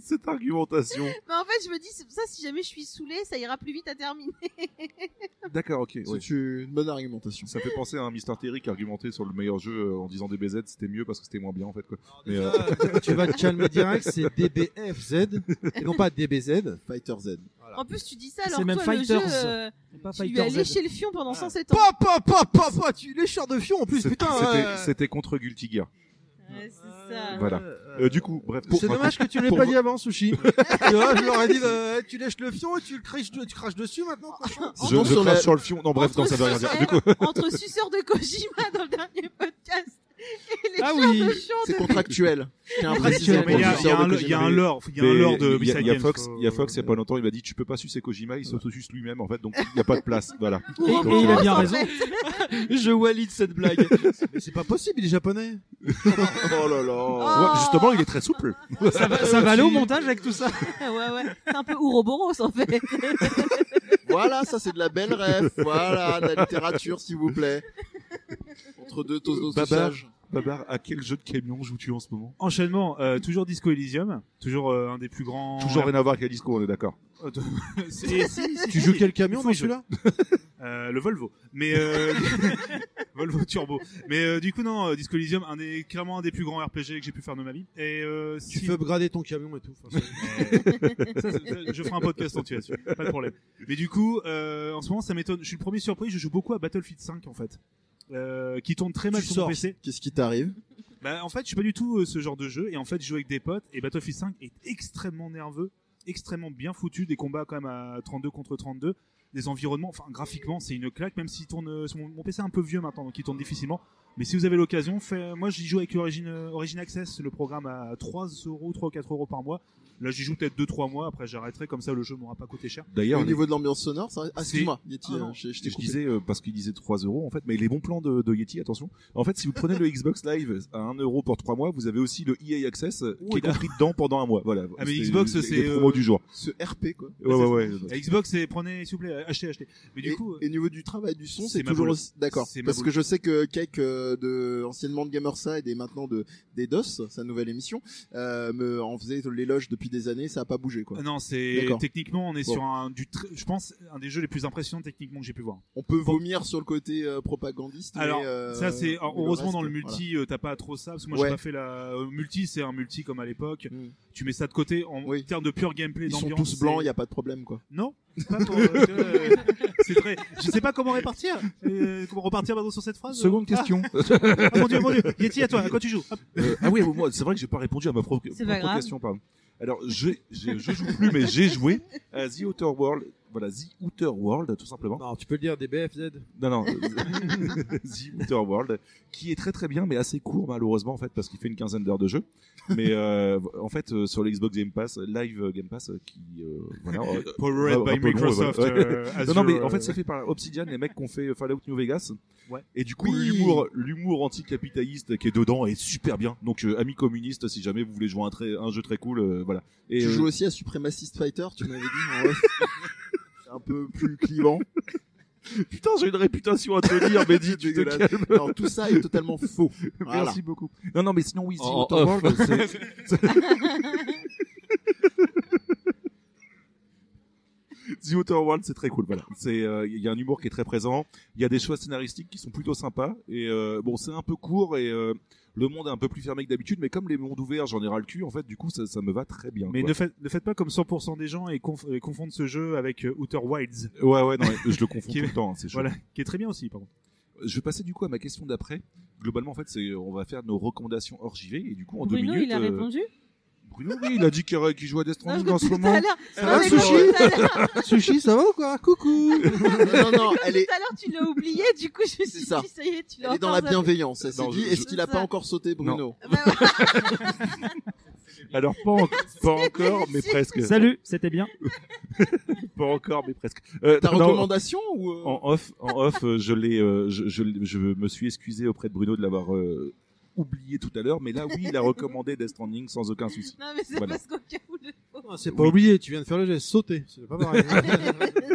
[SPEAKER 2] Cette argumentation.
[SPEAKER 4] Mais en fait, je me dis, c'est pour ça, si jamais je suis saoulée, ça ira plus vite à terminer.
[SPEAKER 2] D'accord, ok.
[SPEAKER 3] C'est
[SPEAKER 2] ouais.
[SPEAKER 3] une bonne argumentation.
[SPEAKER 2] Ça fait penser à un Mister Terry qui argumentait sur le meilleur jeu euh, en disant DBZ, c'était mieux parce que c'était moins bien en fait. Quoi. Mais, euh,
[SPEAKER 5] tu vas te calmer direct, c'est DBFZ, et non pas DBZ.
[SPEAKER 3] Fighter Z.
[SPEAKER 4] En plus, tu dis ça
[SPEAKER 8] C'est
[SPEAKER 4] alors que
[SPEAKER 8] même
[SPEAKER 4] toi, le
[SPEAKER 8] Fighters.
[SPEAKER 4] jeu, euh,
[SPEAKER 8] Pas
[SPEAKER 4] tu lui as
[SPEAKER 8] Fighter Z.
[SPEAKER 4] léché le fion pendant
[SPEAKER 6] Ah.
[SPEAKER 4] 107 ans.
[SPEAKER 5] Pa, pa, pa, pa, pa, tu lécheur de fion en plus,
[SPEAKER 2] c'est-
[SPEAKER 5] putain.
[SPEAKER 2] c'était-
[SPEAKER 5] euh.
[SPEAKER 2] C'était contre Guilty Gear.
[SPEAKER 4] Ouais, c'est
[SPEAKER 6] Ah,
[SPEAKER 4] ça.
[SPEAKER 2] Voilà. Euh, du coup, bref, pour-
[SPEAKER 5] C'est dommage que tu l'aies
[SPEAKER 2] pour
[SPEAKER 5] pas
[SPEAKER 2] vous-
[SPEAKER 5] dit
[SPEAKER 2] [laughs]
[SPEAKER 5] avant, Sushi. tu vois, je leur ai dit, bah, tu lèches le fion et tu le craches, tu craches dessus maintenant. cochon.
[SPEAKER 2] je, je
[SPEAKER 3] Entre sur
[SPEAKER 2] crache
[SPEAKER 3] la-
[SPEAKER 2] sur le fion. Non, bref, non, ça veut rien dire. Du coup,
[SPEAKER 4] Entre suceur de Kojima dans le dernier podcast et les
[SPEAKER 8] Ah
[SPEAKER 4] chiens
[SPEAKER 8] oui.
[SPEAKER 4] de [laughs] chiens
[SPEAKER 3] C'est
[SPEAKER 4] de-
[SPEAKER 3] contractuel. Je tiens à préciser
[SPEAKER 8] Non, mais Il y a-
[SPEAKER 3] pour
[SPEAKER 8] il y a
[SPEAKER 3] le
[SPEAKER 8] un lo-
[SPEAKER 3] suceur de
[SPEAKER 8] il y a un
[SPEAKER 3] Kojima.
[SPEAKER 8] lore, il y a un lore de
[SPEAKER 2] il y a-
[SPEAKER 8] Missile
[SPEAKER 2] il y a
[SPEAKER 8] Games,
[SPEAKER 2] Fox,
[SPEAKER 8] faut-
[SPEAKER 2] il y a Fox, il y a pas longtemps, il m'a dit tu peux pas sucer Kojima, il se suce lui-même en fait, donc il n'y a pas de place.
[SPEAKER 5] [laughs]
[SPEAKER 2] Voilà.
[SPEAKER 8] Et,
[SPEAKER 4] Ou
[SPEAKER 8] et il a bien
[SPEAKER 4] en
[SPEAKER 8] raison.
[SPEAKER 4] fait.
[SPEAKER 8] Je valide
[SPEAKER 2] [laughs]
[SPEAKER 8] cette blague.
[SPEAKER 5] Mais c'est pas possible, il est japonais.
[SPEAKER 2] Oh là là.
[SPEAKER 4] Oh.
[SPEAKER 2] Ouais, justement, il est très souple.
[SPEAKER 8] ça va, ça va aller au montage avec tout ça.
[SPEAKER 4] Ah, ouais, ouais. C'est un peu Ouroboros,
[SPEAKER 2] [laughs]
[SPEAKER 4] en fait.
[SPEAKER 3] [laughs] Voilà, ça c'est de la belle ref. Voilà, de la littérature, s'il vous plaît. Entre deux
[SPEAKER 5] Euh,
[SPEAKER 3] taux de
[SPEAKER 2] Babar.
[SPEAKER 3] sausage.
[SPEAKER 2] Babar, à quel jeu de camion joues-tu en ce moment
[SPEAKER 8] Enchaînement, euh, toujours Disco Elysium, toujours euh, un des plus grands. Euh,
[SPEAKER 2] Toujours rien à voir avec la disco, on est d'accord.
[SPEAKER 8] [laughs] C'est-
[SPEAKER 5] Tu joues quel camion dans
[SPEAKER 8] Oui, je-
[SPEAKER 5] celui-là
[SPEAKER 8] Euh, le Volvo, mais euh, [laughs] Volvo Turbo. Mais euh, du coup non, euh, Disco Elysium, un des clairement un des plus grands RPG que j'ai pu faire de ma vie. Et euh,
[SPEAKER 5] Tu
[SPEAKER 8] si-
[SPEAKER 5] peux upgrader ton camion et tout. enfin, c'est-
[SPEAKER 8] Ça, ça, ça, euh, je ferai un podcast entier là-dessus, pas de problème. Mais du coup, euh, en ce moment, ça m'étonne. Je suis le premier surpris. Je joue beaucoup à Battlefield 5 en fait, euh, qui tourne très mal
[SPEAKER 5] Tu
[SPEAKER 8] sur
[SPEAKER 5] sors.
[SPEAKER 8] mon PC.
[SPEAKER 3] Qu'est-ce qui t'arrive
[SPEAKER 8] Bah, en fait, je suis pas du tout euh, ce genre de jeu. Et en fait, je joue avec des potes. Et Battlefield 5 est extrêmement nerveux, extrêmement bien foutu. Des combats quand même à 32 contre 32. Des environnements, enfin graphiquement, c'est une claque. Même s'il tourne, euh, sur mon, mon PC est un peu vieux maintenant, donc il tourne difficilement. Mais si vous avez l'occasion, fait, moi j'y joue avec Origin, euh, Origin Access, le programme à 3 euros, 3 ou 4 euros par mois. Là, j'y joue peut-être 2-3 mois. Après, j'arrêterai. Comme ça, le jeu m'aura pas coûté cher.
[SPEAKER 2] D'ailleurs,
[SPEAKER 3] Au
[SPEAKER 2] les-
[SPEAKER 3] niveau de l'ambiance sonore, ça... Ah, excuse-moi, Yeti,
[SPEAKER 8] Ah
[SPEAKER 3] euh,
[SPEAKER 8] non.
[SPEAKER 3] je, je t'ai
[SPEAKER 2] je
[SPEAKER 3] coupé.
[SPEAKER 2] disais euh, parce qu'il disait 3 euros en fait, mais les bons plans de, de Yeti, attention. En fait, si vous prenez le Xbox Live à 1 euro pour 3 mois, vous avez aussi le EA Access euh, qui
[SPEAKER 8] Oui,
[SPEAKER 2] est compris dedans pendant un mois. Voilà.
[SPEAKER 8] Ah, mais
[SPEAKER 2] C'était
[SPEAKER 8] Xbox,
[SPEAKER 2] les-
[SPEAKER 8] c'est,
[SPEAKER 2] les promos
[SPEAKER 8] euh,
[SPEAKER 2] du jour.
[SPEAKER 3] Ce RP, quoi.
[SPEAKER 2] Ouais, ouais, ouais.
[SPEAKER 8] La Xbox, c'est prenez, s'il vous plaît, achetez, achetez. Mais du
[SPEAKER 3] et,
[SPEAKER 8] coup, euh,
[SPEAKER 3] et niveau du travail du son,
[SPEAKER 8] c'est
[SPEAKER 3] c'est
[SPEAKER 8] ma
[SPEAKER 3] toujours
[SPEAKER 8] boule.
[SPEAKER 3] aussi- d'accord.
[SPEAKER 8] C'est ma
[SPEAKER 3] Parce
[SPEAKER 8] boule.
[SPEAKER 3] que je sais que Cake euh, de anciennement de Gamerside et maintenant de des DOS, sa nouvelle émission, euh, me en faisait l'éloge depuis depuis des années, ça a pas bougé quoi.
[SPEAKER 8] euh, Non, c'est
[SPEAKER 3] D'accord.
[SPEAKER 8] techniquement, on est
[SPEAKER 3] Bon.
[SPEAKER 8] sur un du, tr- je pense, un des jeux les plus impressionnants techniquement que j'ai pu voir.
[SPEAKER 3] On peut vomir sur le côté euh, propagandiste.
[SPEAKER 8] Alors,
[SPEAKER 3] mais, euh,
[SPEAKER 8] ça c'est alors,
[SPEAKER 3] mais le
[SPEAKER 8] heureusement
[SPEAKER 3] reste,
[SPEAKER 8] dans le
[SPEAKER 3] voilà.
[SPEAKER 8] multi, euh, t'as pas trop ça parce que moi
[SPEAKER 3] Ouais.
[SPEAKER 8] j'ai pas fait la euh, multi, c'est un multi comme à l'époque.
[SPEAKER 3] Mm.
[SPEAKER 8] Tu mets ça de côté en
[SPEAKER 3] Oui.
[SPEAKER 8] termes de pur gameplay,
[SPEAKER 3] Ils sont
[SPEAKER 8] d'ambiance,
[SPEAKER 3] tous blancs,
[SPEAKER 8] c'est-
[SPEAKER 3] il y a pas de problème quoi.
[SPEAKER 8] Non, pas pour, euh, tu vois, euh, c'est très. [laughs] Je sais pas comment répartir. euh, comment repartir pardon, sur cette phrase.
[SPEAKER 2] Seconde question.
[SPEAKER 8] Ah, mon dieu, mon dieu. Yeti à toi. À quoi tu joues Hop.
[SPEAKER 2] Euh, ah oui, moi, c'est vrai que j'ai pas répondu à ma pro-
[SPEAKER 4] C'est pas
[SPEAKER 2] propre
[SPEAKER 4] grave.
[SPEAKER 2] question, pardon. Alors, [laughs] je, je, je joue plus, mais j'ai joué à euh, The Outer World. Voilà, The Outer World, tout simplement.
[SPEAKER 5] Non, tu peux le dire, des BFZ.
[SPEAKER 2] Non,
[SPEAKER 3] [laughs]
[SPEAKER 2] non, euh, The Outer World, qui est très très bien, mais assez court malheureusement en fait, parce qu'il fait une quinzaine d'heures de jeu. Mais euh, en fait, euh, sur l'Xbox Game Pass, Live Game Pass, euh, qui euh,
[SPEAKER 3] [laughs]
[SPEAKER 2] voilà, euh,
[SPEAKER 8] [laughs] Powered
[SPEAKER 2] un
[SPEAKER 8] by
[SPEAKER 2] peu long,
[SPEAKER 8] Microsoft.
[SPEAKER 2] ouais.
[SPEAKER 8] euh, Azure,
[SPEAKER 2] non, non, mais en fait,
[SPEAKER 8] euh,
[SPEAKER 2] c'est fait par Obsidian, les mecs qui ont fait euh, Fallout New Vegas.
[SPEAKER 8] Ouais.
[SPEAKER 2] Et du coup,
[SPEAKER 3] Oui.
[SPEAKER 2] l'humour, l'humour anticapitaliste qui est dedans est super bien. Donc, euh, amis communistes, si jamais vous voulez jouer un, très, un jeu très cool, euh, voilà. Et,
[SPEAKER 3] tu
[SPEAKER 2] euh,
[SPEAKER 3] joues aussi à Supremacist Fighter, tu m'avais dit.
[SPEAKER 8] [laughs]
[SPEAKER 3] en off. C'est un peu plus clivant.
[SPEAKER 2] [laughs] putain, j'ai une réputation à te
[SPEAKER 3] [laughs]
[SPEAKER 2] dire, mais dis, tu te
[SPEAKER 3] Dégueulasse.
[SPEAKER 2] calmes.
[SPEAKER 3] Non, tout ça est totalement
[SPEAKER 8] [laughs]
[SPEAKER 3] faux. Voilà.
[SPEAKER 2] Merci beaucoup. Non, non, mais sinon, oui, The
[SPEAKER 8] Oh,
[SPEAKER 7] En
[SPEAKER 2] Outer
[SPEAKER 7] off.
[SPEAKER 2] World, c'est-
[SPEAKER 8] [laughs]
[SPEAKER 2] c'est- The Outer World, c'est très cool. Voilà, c'est euh, il y a un humour qui est très présent. Il y a des choix scénaristiques qui sont plutôt sympas. Et euh, bon, c'est un peu court et euh, le monde est un peu plus fermé que d'habitude. Mais comme les mondes ouverts, j'en ai ras le cul. En fait, du coup, ça, ça me va très bien.
[SPEAKER 8] Mais
[SPEAKER 2] quoi.
[SPEAKER 8] ne faites, ne faites pas comme 100% des gens et, conf- et confondre ce jeu avec euh, Outer Wilds,
[SPEAKER 2] ouais, ouais, non, mais je
[SPEAKER 8] [laughs]
[SPEAKER 2] le confonds
[SPEAKER 8] Qui-
[SPEAKER 2] tout le temps. hein, c'est chaud.
[SPEAKER 8] voilà, qui est très bien aussi, par contre.
[SPEAKER 2] Je vais passer du coup à ma question d'après. Globalement, en fait, c'est on va faire nos recommandations hors JV et du coup, en deux
[SPEAKER 13] Bruno,
[SPEAKER 2] minutes,
[SPEAKER 13] il a
[SPEAKER 2] euh,
[SPEAKER 13] répondu
[SPEAKER 2] Bruno, oui, il a dit qu'il qu'il jouait à Death
[SPEAKER 4] Non,
[SPEAKER 2] Stranding en ce moment.
[SPEAKER 4] Tout à l'heure,
[SPEAKER 5] Ça
[SPEAKER 4] non,
[SPEAKER 5] va,
[SPEAKER 4] mais
[SPEAKER 5] Sushi
[SPEAKER 4] comme tout à l'heure-
[SPEAKER 5] Sushi, ça va ou quoi Coucou
[SPEAKER 3] [laughs] Non, non,
[SPEAKER 4] comme
[SPEAKER 3] elle est,
[SPEAKER 4] Tout à l'heure, tu l'as oublié, du coup, je me suis dit,
[SPEAKER 3] ça.
[SPEAKER 4] ça y est, tu l'as
[SPEAKER 3] elle est dans la
[SPEAKER 4] encore zappé.
[SPEAKER 3] bienveillance. Elle s'est
[SPEAKER 2] Non,
[SPEAKER 3] dit,
[SPEAKER 2] je-
[SPEAKER 3] est-ce qu'il a
[SPEAKER 4] je-
[SPEAKER 3] pas encore sauté, Bruno
[SPEAKER 4] Bah, ouais.
[SPEAKER 2] Alors pas, en- pas encore, mais presque.
[SPEAKER 6] Salut, c'était
[SPEAKER 2] [laughs]
[SPEAKER 6] bien.
[SPEAKER 2] Pas encore, mais presque. Euh,
[SPEAKER 3] Ta
[SPEAKER 2] non,
[SPEAKER 3] recommandation ou euh,
[SPEAKER 2] En off, en off, euh, je l'ai, euh, je, je, je me suis excusé auprès de Bruno de l'avoir euh, oublié tout à l'heure, mais là oui, [laughs] il a recommandé Death Stranding sans aucun souci.
[SPEAKER 4] Non, mais c'est
[SPEAKER 2] Voilà.
[SPEAKER 4] parce qu'au cas où le
[SPEAKER 5] Non, C'est pas oublié, tu viens de faire le geste, sauter. C'est pas [laughs] pareil.
[SPEAKER 3] Oh.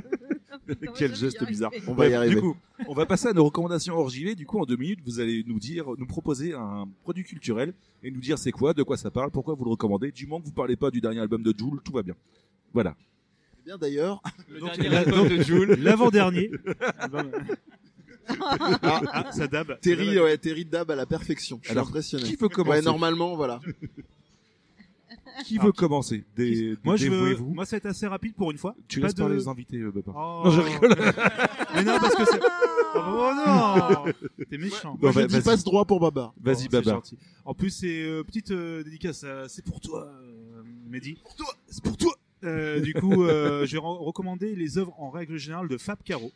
[SPEAKER 4] [laughs]
[SPEAKER 3] [laughs]
[SPEAKER 2] Quel geste bizarre.
[SPEAKER 3] On va y
[SPEAKER 2] Bref,
[SPEAKER 3] arriver.
[SPEAKER 2] Du coup, on va passer à nos recommandations hors JV. Du coup, en deux minutes, vous allez nous dire, nous proposer un produit culturel et nous dire c'est quoi, de quoi ça parle, pourquoi vous le recommandez. Du moment que vous parlez pas du dernier album de Joule, tout va bien. Voilà.
[SPEAKER 3] Eh Bien d'ailleurs.
[SPEAKER 7] Le
[SPEAKER 8] Donc,
[SPEAKER 7] dernier
[SPEAKER 8] la-
[SPEAKER 7] album de Jules.
[SPEAKER 8] L'avant-dernier. ah, ça dab.
[SPEAKER 3] Terry, ouais, Terry dab à la perfection. Je suis
[SPEAKER 2] Alors,
[SPEAKER 3] impressionné.
[SPEAKER 2] Qui veut commencer
[SPEAKER 3] Ouais, normalement, voilà.
[SPEAKER 2] Qui veut commencer Des,
[SPEAKER 8] Moi, je veux,
[SPEAKER 2] dévouez-vous.
[SPEAKER 8] moi, ça va être assez rapide pour une fois.
[SPEAKER 2] Tu
[SPEAKER 8] Pas
[SPEAKER 2] laisses parler
[SPEAKER 8] de-
[SPEAKER 2] les invités, euh, Beppa.
[SPEAKER 8] Oh.
[SPEAKER 2] Non, je rigole.
[SPEAKER 8] Mais non, parce que c'est. Oh non T'es méchant.
[SPEAKER 2] Bon,
[SPEAKER 3] Je
[SPEAKER 2] bah,
[SPEAKER 3] dis
[SPEAKER 2] vas-y,
[SPEAKER 3] passe droit pour Babar.
[SPEAKER 2] vas-y,
[SPEAKER 8] Oh, c'est
[SPEAKER 2] Baba.
[SPEAKER 8] gentil. En plus, c'est euh, petite euh, dédicace, euh, c'est pour toi, euh, Mehdi. Pour toi, c'est pour toi. du coup, euh, j'ai re- recommandé les œuvres en règle générale de Fab Caro,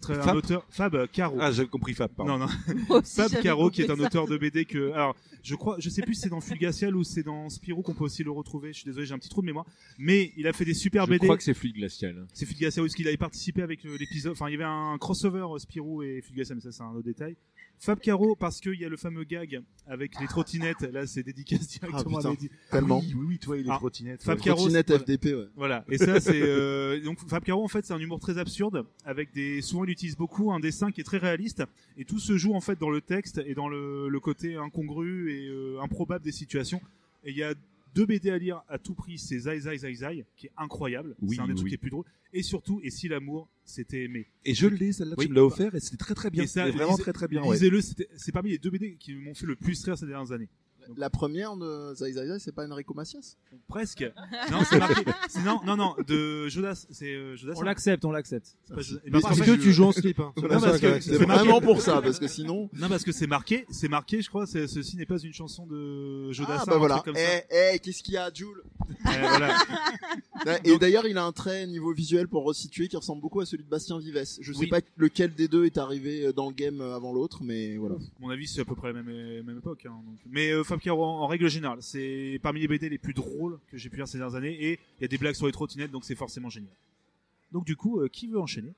[SPEAKER 8] Très- un
[SPEAKER 2] Fab
[SPEAKER 8] auteur Fab Caro.
[SPEAKER 2] Ah, j'avais compris Fab, pardon.
[SPEAKER 8] non, non, Fab Caro qui est un auteur de BD que alors je crois je sais plus si c'est dans Fulgatial ou c'est dans Spirou qu'on peut aussi le retrouver je suis désolé j'ai un petit trou de mémoire mais il a fait des super
[SPEAKER 7] Je
[SPEAKER 8] BD
[SPEAKER 7] crois que c'est fluide glacial. hein.
[SPEAKER 8] c'est Fulgacia parce qu'il avait participé avec euh, l'épisode. Enfin, il y avait un crossover euh, Spirou et Fulgacia, mais ça, c'est un autre détail. Fab Caro, parce qu'il y a le fameux gag avec les trottinettes. Là, c'est dédicace
[SPEAKER 7] Ah,
[SPEAKER 8] directement
[SPEAKER 3] putain.
[SPEAKER 8] à Mehdi.
[SPEAKER 3] Tellement.
[SPEAKER 2] Oui, oui, toi, il est
[SPEAKER 8] Ah,
[SPEAKER 2] trottinette.
[SPEAKER 8] Fab
[SPEAKER 2] ouais.
[SPEAKER 8] Caro,
[SPEAKER 3] Trottinette
[SPEAKER 8] c'est-
[SPEAKER 3] FDP, ouais.
[SPEAKER 8] Voilà. Et ça, c'est euh, donc Fab Caro. En fait, c'est un humour très absurde avec des. Souvent, il utilise beaucoup un dessin qui est très réaliste et tout se joue en fait dans le texte et dans le, le côté incongru et euh, improbable des situations. Et il y a deux BD à lire à tout prix. C'est Zai Zai Zai Zai qui est incroyable.
[SPEAKER 2] Oui,
[SPEAKER 8] c'est un des
[SPEAKER 2] oui,
[SPEAKER 8] trucs
[SPEAKER 2] oui.
[SPEAKER 8] qui est plus drôle. Et surtout, et si l'amour, c'était aimé.
[SPEAKER 2] Et je l'ai, celle-là,
[SPEAKER 8] Oui.
[SPEAKER 2] tu me l'as offert et c'était très très bien.
[SPEAKER 8] Et ça,
[SPEAKER 2] C'était vraiment
[SPEAKER 8] lisez-
[SPEAKER 2] très très bien, ouais.
[SPEAKER 8] Lisez-le, c'était- c'est parmi les deux BD qui m'ont fait le plus rire ces dernières
[SPEAKER 2] [laughs]
[SPEAKER 8] années.
[SPEAKER 3] La première de Zai Zai Zai, c'est pas Enrico Macias
[SPEAKER 8] Presque. Non, c'est marqué. c'est- Non, non, non, de Jodas. C'est euh, Jodas.
[SPEAKER 6] On l'accepte, on l'accepte.
[SPEAKER 8] c'est pas Jodas.
[SPEAKER 3] Mais
[SPEAKER 8] Et par
[SPEAKER 5] Parce
[SPEAKER 8] contre,
[SPEAKER 5] que
[SPEAKER 8] je-
[SPEAKER 5] tu joues en slip. [laughs] Hein.
[SPEAKER 8] Non,
[SPEAKER 5] pour ça
[SPEAKER 8] parce que-
[SPEAKER 5] l'acceptes.
[SPEAKER 3] C'est
[SPEAKER 8] C'est marqué.
[SPEAKER 3] vraiment pour ça, parce que sinon.
[SPEAKER 8] Non, parce que c'est marqué, c'est marqué, je crois, c'est- ceci n'est pas une chanson de Jodas.
[SPEAKER 3] Ah bah voilà.
[SPEAKER 8] Comme ça.
[SPEAKER 3] Eh, eh, qu'est-ce qu'il y a, Jules
[SPEAKER 8] Euh, voilà.
[SPEAKER 3] Et d'ailleurs, il a un trait niveau visuel pour resituer qui ressemble beaucoup à celui de Bastien Vives. Je sais
[SPEAKER 8] Oui.
[SPEAKER 3] pas lequel des deux est arrivé euh, dans le game avant l'autre, mais voilà.
[SPEAKER 8] mon avis, c'est à peu près la même, même époque. hein, donc. Mais euh, Fab Caro, en, en règle générale, c'est parmi les BD les plus drôles que j'ai pu lire ces dernières années. Et il y a des blagues sur les trottinettes, donc c'est forcément génial. Donc du coup, euh, qui veut enchaîner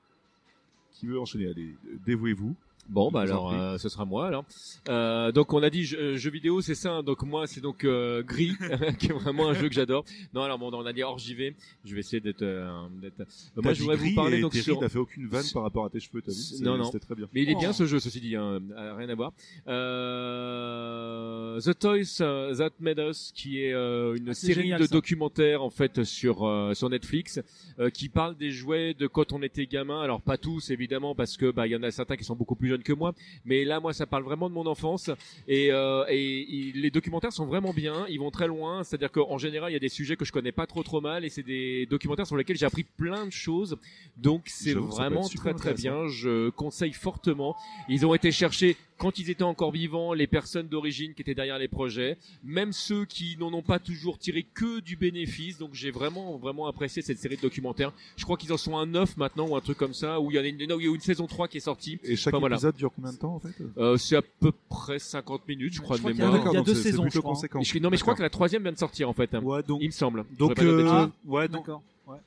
[SPEAKER 2] Qui veut enchaîner Allez, euh, dévouez-vous.
[SPEAKER 7] Bon, bah
[SPEAKER 10] Je vous en
[SPEAKER 7] alors,
[SPEAKER 10] prie.
[SPEAKER 7] euh, ce sera moi alors. Euh, donc on a dit jeux jeu vidéo, c'est ça. hein. Donc moi, c'est donc euh, Gris, [laughs] qui est vraiment un jeu que j'adore. Non, alors bon, on a dit hors JV. Je vais essayer d'être. euh, d'être- Euh, moi, je voudrais vous parler donc sur.
[SPEAKER 10] T'as fait Oh. aucune vanne par rapport à tes cheveux, t'as vu
[SPEAKER 7] C'est-
[SPEAKER 10] C'est-
[SPEAKER 7] non, non.
[SPEAKER 10] C'était très bien.
[SPEAKER 7] Mais il est bien ce jeu, ceci dit, hein, euh, rien à voir. Euh, The Toys euh, That Made Us, qui est euh, une
[SPEAKER 8] Ah, c'est
[SPEAKER 7] série
[SPEAKER 8] génial,
[SPEAKER 7] de
[SPEAKER 8] ça.
[SPEAKER 7] documentaires en fait sur euh, sur Netflix, euh, qui parle des jouets de quand on était gamin. Alors pas tous évidemment, parce que bah il y en a certains qui sont beaucoup plus jeunes que moi. Mais là, moi, ça parle vraiment de mon enfance. Et, euh, et il- les documentaires sont vraiment bien. Ils vont très loin. C'est-à-dire qu'en général, il y a des sujets que je connais pas trop trop mal, et c'est des documentaires sur lesquels j'ai appris plein de choses. Donc c'est
[SPEAKER 10] J'avoue, ça peut être
[SPEAKER 7] vraiment
[SPEAKER 10] super
[SPEAKER 7] très très
[SPEAKER 10] intéressant.
[SPEAKER 7] bien. Je conseille fortement. Ils ont été chercher quand ils étaient encore vivants les personnes d'origine qui étaient derrière les projets, même ceux qui n'en ont pas toujours tiré que du bénéfice. Donc j'ai vraiment vraiment apprécié cette série de documentaires. Je crois qu'ils en sont un 9 maintenant ou un truc comme ça. Où il y en a une, non, il y a une saison 3 qui est sortie.
[SPEAKER 10] Et chaque
[SPEAKER 7] Enfin, voilà.
[SPEAKER 10] épisode dure combien de temps en fait
[SPEAKER 7] Euh, c'est à peu près 50 minutes, je crois, de
[SPEAKER 8] qu'il y a-
[SPEAKER 7] mémoire.
[SPEAKER 8] il y a
[SPEAKER 10] donc
[SPEAKER 8] deux
[SPEAKER 10] c'est- c'est
[SPEAKER 8] saisons,
[SPEAKER 10] plutôt
[SPEAKER 8] je crois.
[SPEAKER 10] conséquent.
[SPEAKER 7] Je- non mais je crois que la troisième vient de sortir en fait. hein,
[SPEAKER 14] Ouais, donc.
[SPEAKER 7] Il me semble. Je
[SPEAKER 14] Donc,
[SPEAKER 7] voudrais pas dire de
[SPEAKER 14] euh,
[SPEAKER 7] bêtises.
[SPEAKER 14] ouais, donc.
[SPEAKER 8] D'accord. ah, Ouais.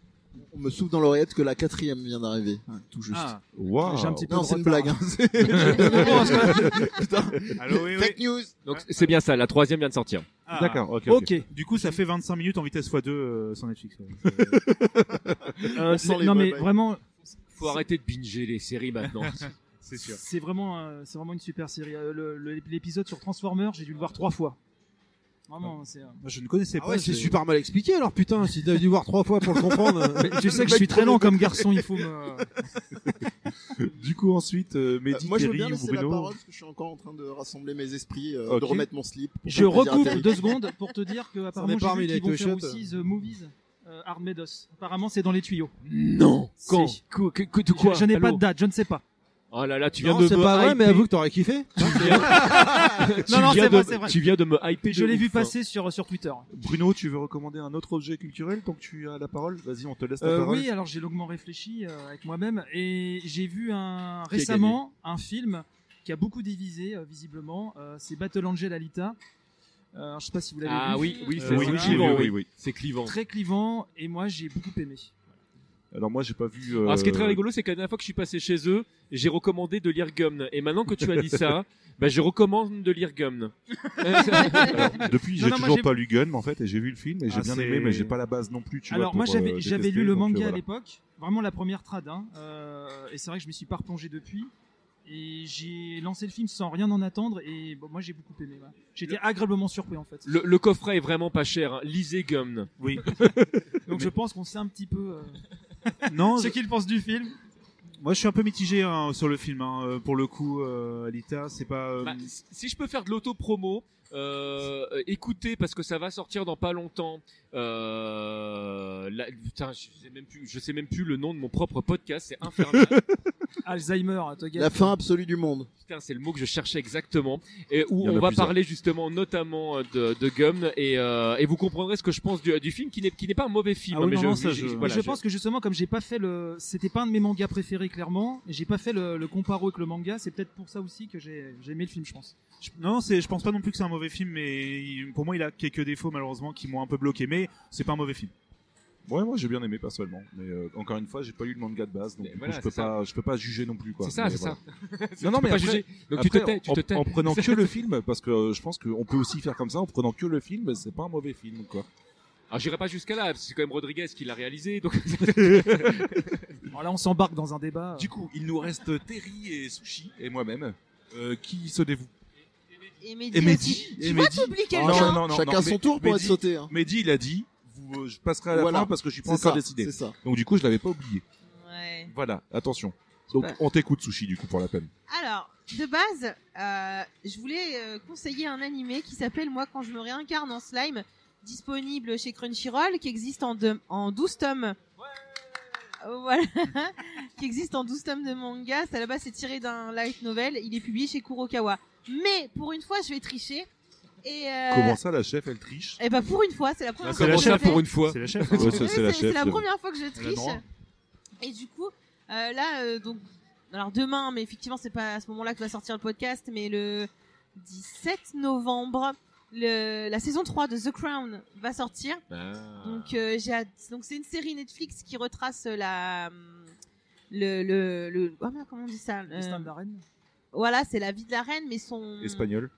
[SPEAKER 3] On me souffle dans l'oreillette que la quatrième vient d'arriver. Ouais, tout juste.
[SPEAKER 8] Ah,
[SPEAKER 10] Waouh
[SPEAKER 8] j'ai un petit peu
[SPEAKER 3] non,
[SPEAKER 8] de
[SPEAKER 3] c'est une
[SPEAKER 8] retard.
[SPEAKER 3] blague. Hein.
[SPEAKER 4] [laughs]
[SPEAKER 3] [laughs]
[SPEAKER 14] Allô, oui, oui.
[SPEAKER 3] Fake news.
[SPEAKER 7] Donc c'est bien ça, la troisième vient de sortir.
[SPEAKER 14] Ah.
[SPEAKER 10] D'accord, ok. ok.
[SPEAKER 8] Ok.
[SPEAKER 14] Du coup, ça fait 25 minutes en vitesse x2 euh, sur Netflix.
[SPEAKER 10] [laughs]
[SPEAKER 14] ouais.
[SPEAKER 8] Euh,
[SPEAKER 3] On sent
[SPEAKER 8] c'est-
[SPEAKER 3] les
[SPEAKER 8] non mais
[SPEAKER 3] boys.
[SPEAKER 8] vraiment,
[SPEAKER 7] Faut arrêter de binger les
[SPEAKER 10] [laughs]
[SPEAKER 7] séries maintenant.
[SPEAKER 14] C'est sûr.
[SPEAKER 8] c'est vraiment, euh, c'est vraiment une super série. Euh, le- le- L'épisode sur Transformers, j'ai dû le voir trois fois. Vraiment, c'est. euh,
[SPEAKER 14] Moi, je ne connaissais
[SPEAKER 5] Ah
[SPEAKER 14] pas.
[SPEAKER 5] ouais, c'est
[SPEAKER 14] j'ai-
[SPEAKER 5] super mal expliqué alors putain, si t'as dû voir trois fois pour le [laughs] comprendre.
[SPEAKER 8] Mais tu sais que je suis très lent comme garçon, il faut me.
[SPEAKER 10] [laughs] Du coup, ensuite, euh,
[SPEAKER 3] Euh,
[SPEAKER 10] Mehdi,
[SPEAKER 3] moi, je veux
[SPEAKER 10] Terry
[SPEAKER 3] bien
[SPEAKER 10] ou
[SPEAKER 3] laisser
[SPEAKER 10] Bruno
[SPEAKER 3] la parole parce que je suis encore en train de rassembler mes esprits, euh,
[SPEAKER 10] Ok.
[SPEAKER 3] de remettre mon slip. pour
[SPEAKER 8] Je
[SPEAKER 3] faire plaisir à
[SPEAKER 8] recoupe
[SPEAKER 3] Terry.
[SPEAKER 8] deux secondes pour te dire que apparemment
[SPEAKER 5] est parmi
[SPEAKER 8] j'ai vu
[SPEAKER 5] les
[SPEAKER 8] qu'ils vont faire
[SPEAKER 5] touchettes.
[SPEAKER 8] aussi The Movies euh, Armados. Apparemment c'est dans les tuyaux.
[SPEAKER 7] non. Quand
[SPEAKER 8] Si.
[SPEAKER 7] Quoi, que- que- de quoi
[SPEAKER 8] je je n'ai pas
[SPEAKER 7] Allô
[SPEAKER 8] de date, je ne sais pas.
[SPEAKER 7] Oh là là, tu viens
[SPEAKER 5] Non,
[SPEAKER 7] de
[SPEAKER 5] c'est
[SPEAKER 7] me
[SPEAKER 5] pas vrai, mais
[SPEAKER 7] hyper.
[SPEAKER 5] avoue que t'aurais kiffé.
[SPEAKER 7] Tu
[SPEAKER 8] non, non,
[SPEAKER 7] viens de-
[SPEAKER 8] c'est vrai, c'est vrai.
[SPEAKER 7] Tu viens de me hyper.
[SPEAKER 8] Je
[SPEAKER 7] de
[SPEAKER 8] l'ai vu
[SPEAKER 7] ouf,
[SPEAKER 8] passer sur sur Twitter.
[SPEAKER 10] Bruno, tu veux recommander un autre objet culturel tant que tu as la parole Vas-y, on te laisse la
[SPEAKER 8] Euh,
[SPEAKER 10] parole.
[SPEAKER 8] oui, alors j'ai longuement réfléchi euh, avec moi-même et j'ai vu un,
[SPEAKER 7] Qui a
[SPEAKER 8] récemment un film qui a beaucoup divisé euh, visiblement. euh, c'est Battle Angel Alita. Euh, je sais pas si vous
[SPEAKER 7] hein.
[SPEAKER 8] l'avez
[SPEAKER 7] Ah
[SPEAKER 8] vu.
[SPEAKER 7] oui, oui,
[SPEAKER 8] Euh,
[SPEAKER 7] c'est
[SPEAKER 8] oui,
[SPEAKER 7] c'est
[SPEAKER 8] oui,
[SPEAKER 7] clivant,
[SPEAKER 10] oui,
[SPEAKER 7] oui,
[SPEAKER 10] oui.
[SPEAKER 7] hein. C'est clivant.
[SPEAKER 8] Très clivant et moi j'ai beaucoup aimé.
[SPEAKER 10] Alors moi, j'ai pas vu. euh,
[SPEAKER 7] Alors, Ah, ce qui est très rigolo, c'est que la dernière fois que je suis passé chez eux, j'ai recommandé de lire Gumn. Et maintenant que tu as dit [laughs] ça, bah, je recommande de lire [laughs] Gumn.
[SPEAKER 10] Alors, depuis,
[SPEAKER 8] Non,
[SPEAKER 10] j'ai
[SPEAKER 8] non, moi,
[SPEAKER 10] toujours
[SPEAKER 8] j'ai-
[SPEAKER 10] pas lu Gun, en fait, et j'ai vu le film et j'ai
[SPEAKER 14] Ah,
[SPEAKER 10] bien
[SPEAKER 14] c'est-
[SPEAKER 10] aimé, mais j'ai pas la base non plus. Tu
[SPEAKER 8] Alors
[SPEAKER 10] vois,
[SPEAKER 8] moi
[SPEAKER 10] pour, euh,
[SPEAKER 8] j'avais j'avais
[SPEAKER 10] détester,
[SPEAKER 8] lu le
[SPEAKER 10] donc, euh,
[SPEAKER 8] manga à
[SPEAKER 10] voilà.
[SPEAKER 8] l'époque, vraiment la première trad, hein, euh, et c'est vrai que je me suis pas replongé depuis. Et j'ai lancé le film sans rien en attendre, et bon, moi j'ai beaucoup aimé. ouais. J'étais agréablement surpris en fait.
[SPEAKER 7] Le, le coffret est vraiment pas cher. hein. Lisez Gumn.
[SPEAKER 14] Oui.
[SPEAKER 8] Donc je pense qu'on sait un petit peu euh,
[SPEAKER 14] non,
[SPEAKER 8] [laughs] ce qu'il pense du film.
[SPEAKER 14] moi, je suis un peu mitigé hein, sur le film. hein, euh, Pour le coup, euh, Alita, c'est pas. euh,
[SPEAKER 7] Bah, si- si je peux faire de l'auto-promo, euh, euh, écoutez, parce que ça va sortir dans pas longtemps. Euh, la- putain, je sais, même plus, je sais même plus le nom de mon propre podcast, c'est infernal.
[SPEAKER 8] Alzheimer, hein, Toga.
[SPEAKER 3] La fin absolue du monde.
[SPEAKER 7] Putain, c'est le mot que je cherchais exactement. Et
[SPEAKER 10] Il
[SPEAKER 7] où
[SPEAKER 10] y en
[SPEAKER 7] on
[SPEAKER 10] a
[SPEAKER 7] va
[SPEAKER 10] plusieurs.
[SPEAKER 7] parler justement notamment euh, de, de Gum et, euh, et vous comprendrez ce que je pense du, du film qui n'est qui n'est pas un mauvais film.
[SPEAKER 14] Ah oui,
[SPEAKER 7] mais
[SPEAKER 14] non,
[SPEAKER 7] je,
[SPEAKER 14] non, ça, je-
[SPEAKER 7] voilà,
[SPEAKER 8] je
[SPEAKER 7] je-
[SPEAKER 8] pense que justement, comme j'ai pas fait le, c'était pas un de mes mangas préférés clairement, et j'ai pas fait le, le comparo avec le manga, c'est peut-être pour ça aussi que j'ai j'ai aimé le film, je pense.
[SPEAKER 14] Je- Non, c'est, je pense pas non plus que c'est un mauvais film, mais il- pour moi, il a quelques défauts malheureusement qui m'ont un peu bloqué. Mais c'est pas un mauvais film.
[SPEAKER 10] Ouais, moi j'ai bien aimé personnellement, mais euh, encore une fois, j'ai pas lu le manga de base, donc
[SPEAKER 7] Mais
[SPEAKER 10] du coup,
[SPEAKER 7] voilà,
[SPEAKER 10] je peux
[SPEAKER 7] c'est ça.
[SPEAKER 10] pas, je peux pas juger non plus quoi.
[SPEAKER 7] c'est ça,
[SPEAKER 10] Mais
[SPEAKER 7] c'est
[SPEAKER 10] voilà. [laughs]
[SPEAKER 7] ça.
[SPEAKER 10] Non, non,
[SPEAKER 7] Tu peux
[SPEAKER 10] mais
[SPEAKER 7] pas
[SPEAKER 10] après,
[SPEAKER 7] juger. Donc tu
[SPEAKER 10] après,
[SPEAKER 7] te tais, tu
[SPEAKER 10] en,
[SPEAKER 7] te tais.
[SPEAKER 10] en prenant
[SPEAKER 7] [laughs]
[SPEAKER 10] que le film, parce que euh, je pense qu'on peut aussi faire comme ça, en prenant que le film, c'est pas un mauvais film quoi.
[SPEAKER 7] Alors Ah, j'irai pas jusqu'à là, parce que c'est quand même Rodriguez qui l'a réalisé. Donc
[SPEAKER 8] Bon, là, on s'embarque dans un débat.
[SPEAKER 10] Du coup, il nous reste Terry et Sushi et moi-même. Euh, qui se dévoue
[SPEAKER 4] Et
[SPEAKER 10] Et
[SPEAKER 4] Mehdi.
[SPEAKER 10] Mehdi
[SPEAKER 4] Tu
[SPEAKER 10] et
[SPEAKER 4] vas
[SPEAKER 10] Mehdi
[SPEAKER 4] t'oublier
[SPEAKER 10] Ah, non,
[SPEAKER 4] quelqu'un.
[SPEAKER 10] non, non,
[SPEAKER 3] Chacun
[SPEAKER 10] non,
[SPEAKER 3] son
[SPEAKER 10] mais-
[SPEAKER 3] tour pour
[SPEAKER 10] mais
[SPEAKER 3] être
[SPEAKER 10] dis-
[SPEAKER 3] sauté. Hein.
[SPEAKER 10] Mehdi il a dit, vous, euh, je passerai à la
[SPEAKER 3] Voilà.
[SPEAKER 10] fin parce que je suis pas
[SPEAKER 3] C'est
[SPEAKER 10] encore
[SPEAKER 3] ça.
[SPEAKER 10] décidé.
[SPEAKER 3] C'est ça.
[SPEAKER 10] Donc du coup, je l'avais pas oublié.
[SPEAKER 4] Ouais.
[SPEAKER 10] Voilà, attention. Donc
[SPEAKER 4] Super.
[SPEAKER 10] on t'écoute Sushi du coup pour la peine.
[SPEAKER 4] Alors, de base, euh, je voulais euh, conseiller un animé qui s'appelle Moi quand je me réincarne en slime, disponible chez Crunchyroll, qui existe en, deux- en 12 tomes. Euh, Voilà, [laughs] qui existe en 12 tomes de manga. Ça là-bas, c'est tiré d'un light novel. Il est publié chez Kurokawa. Mais pour une fois, je vais tricher. Et, euh,
[SPEAKER 10] Comment ça la chef elle triche
[SPEAKER 4] et ben pour une fois, c'est la première fois
[SPEAKER 14] la
[SPEAKER 4] que
[SPEAKER 7] Comment ça
[SPEAKER 4] je le fais.
[SPEAKER 7] pour une fois
[SPEAKER 14] C'est la chef.
[SPEAKER 10] Ouais,
[SPEAKER 14] hein.
[SPEAKER 10] ça,
[SPEAKER 4] Oui,
[SPEAKER 10] c'est la chef, j'avoue.
[SPEAKER 4] première fois que je
[SPEAKER 14] Elle a le droit.
[SPEAKER 4] triche. Et du coup, euh, là, euh, donc, alors demain, mais effectivement, c'est pas à ce moment-là que va sortir le podcast, mais le 17 novembre, le, la saison 3 de The Crown va sortir.
[SPEAKER 7] Ah.
[SPEAKER 4] Donc, euh, j'ai hâte. Donc, c'est une série Netflix qui retrace la. Le. le, le- oh, merde, comment on dit ça
[SPEAKER 8] Destin de la reine.
[SPEAKER 4] voilà, c'est la vie de la reine, mais son.
[SPEAKER 6] Espagnol.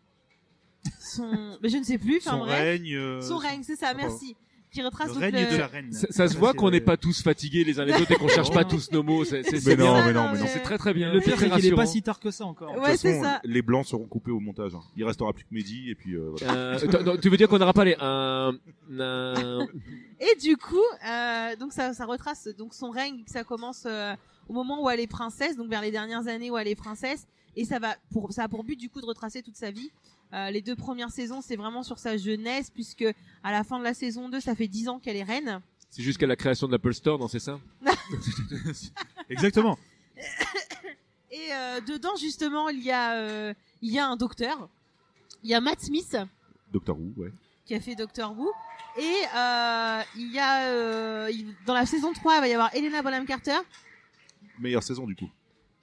[SPEAKER 4] son- mais je ne sais plus. enfin,
[SPEAKER 15] Son
[SPEAKER 4] bref.
[SPEAKER 15] règne. euh,
[SPEAKER 4] Son règne, c'est ça,
[SPEAKER 15] Ah, pardon.
[SPEAKER 4] merci. Qui retrace
[SPEAKER 15] Le
[SPEAKER 4] donc euh,
[SPEAKER 15] règne
[SPEAKER 4] le-
[SPEAKER 15] de
[SPEAKER 4] [laughs]
[SPEAKER 15] la reine.
[SPEAKER 7] Ça, ça se voit qu'on n'est pas tous fatigués les uns les autres et qu'on cherche pas tous nos mots. C'est c'est-
[SPEAKER 6] Mais
[SPEAKER 7] c'est
[SPEAKER 6] non,
[SPEAKER 7] bien.
[SPEAKER 6] mais non, mais non.
[SPEAKER 7] C'est très très bien.
[SPEAKER 8] euh, Le pire,
[SPEAKER 7] très
[SPEAKER 8] c'est qu'il est pas
[SPEAKER 7] rassurant.
[SPEAKER 8] si tard que ça encore.
[SPEAKER 6] De
[SPEAKER 4] Ouais,
[SPEAKER 6] toute
[SPEAKER 4] c'est
[SPEAKER 6] façon,
[SPEAKER 4] ça.
[SPEAKER 6] Les blancs seront coupés au montage. hein. Il restera plus que Mehdi et puis euh,
[SPEAKER 7] [laughs]
[SPEAKER 6] voilà.
[SPEAKER 7] Euh, t- non, tu veux dire qu'on n'aura pas les un, un-
[SPEAKER 4] Et du coup, euh, donc ça, ça retrace donc son règne, ça commence euh, au moment où elle est princesse, donc vers les dernières années où elle est princesse, et ça va pour ça a pour but du coup de retracer toute sa vie. Euh, les deux premières saisons, c'est vraiment sur sa jeunesse, puisque à la fin de la saison 2, ça fait 10 ans qu'elle est reine.
[SPEAKER 7] c'est jusqu'à la création de l'Apple Store, non c'est ça
[SPEAKER 15] Exactement.
[SPEAKER 4] Et euh, dedans, justement, il y a euh, il y a un docteur, il y a Matt Smith
[SPEAKER 6] Doctor Who, ouais.
[SPEAKER 4] qui a fait Doctor Who, et euh, il y a euh, il- dans la saison 3, il va y avoir Elena Bonham Carter,
[SPEAKER 6] Meilleure saison du coup.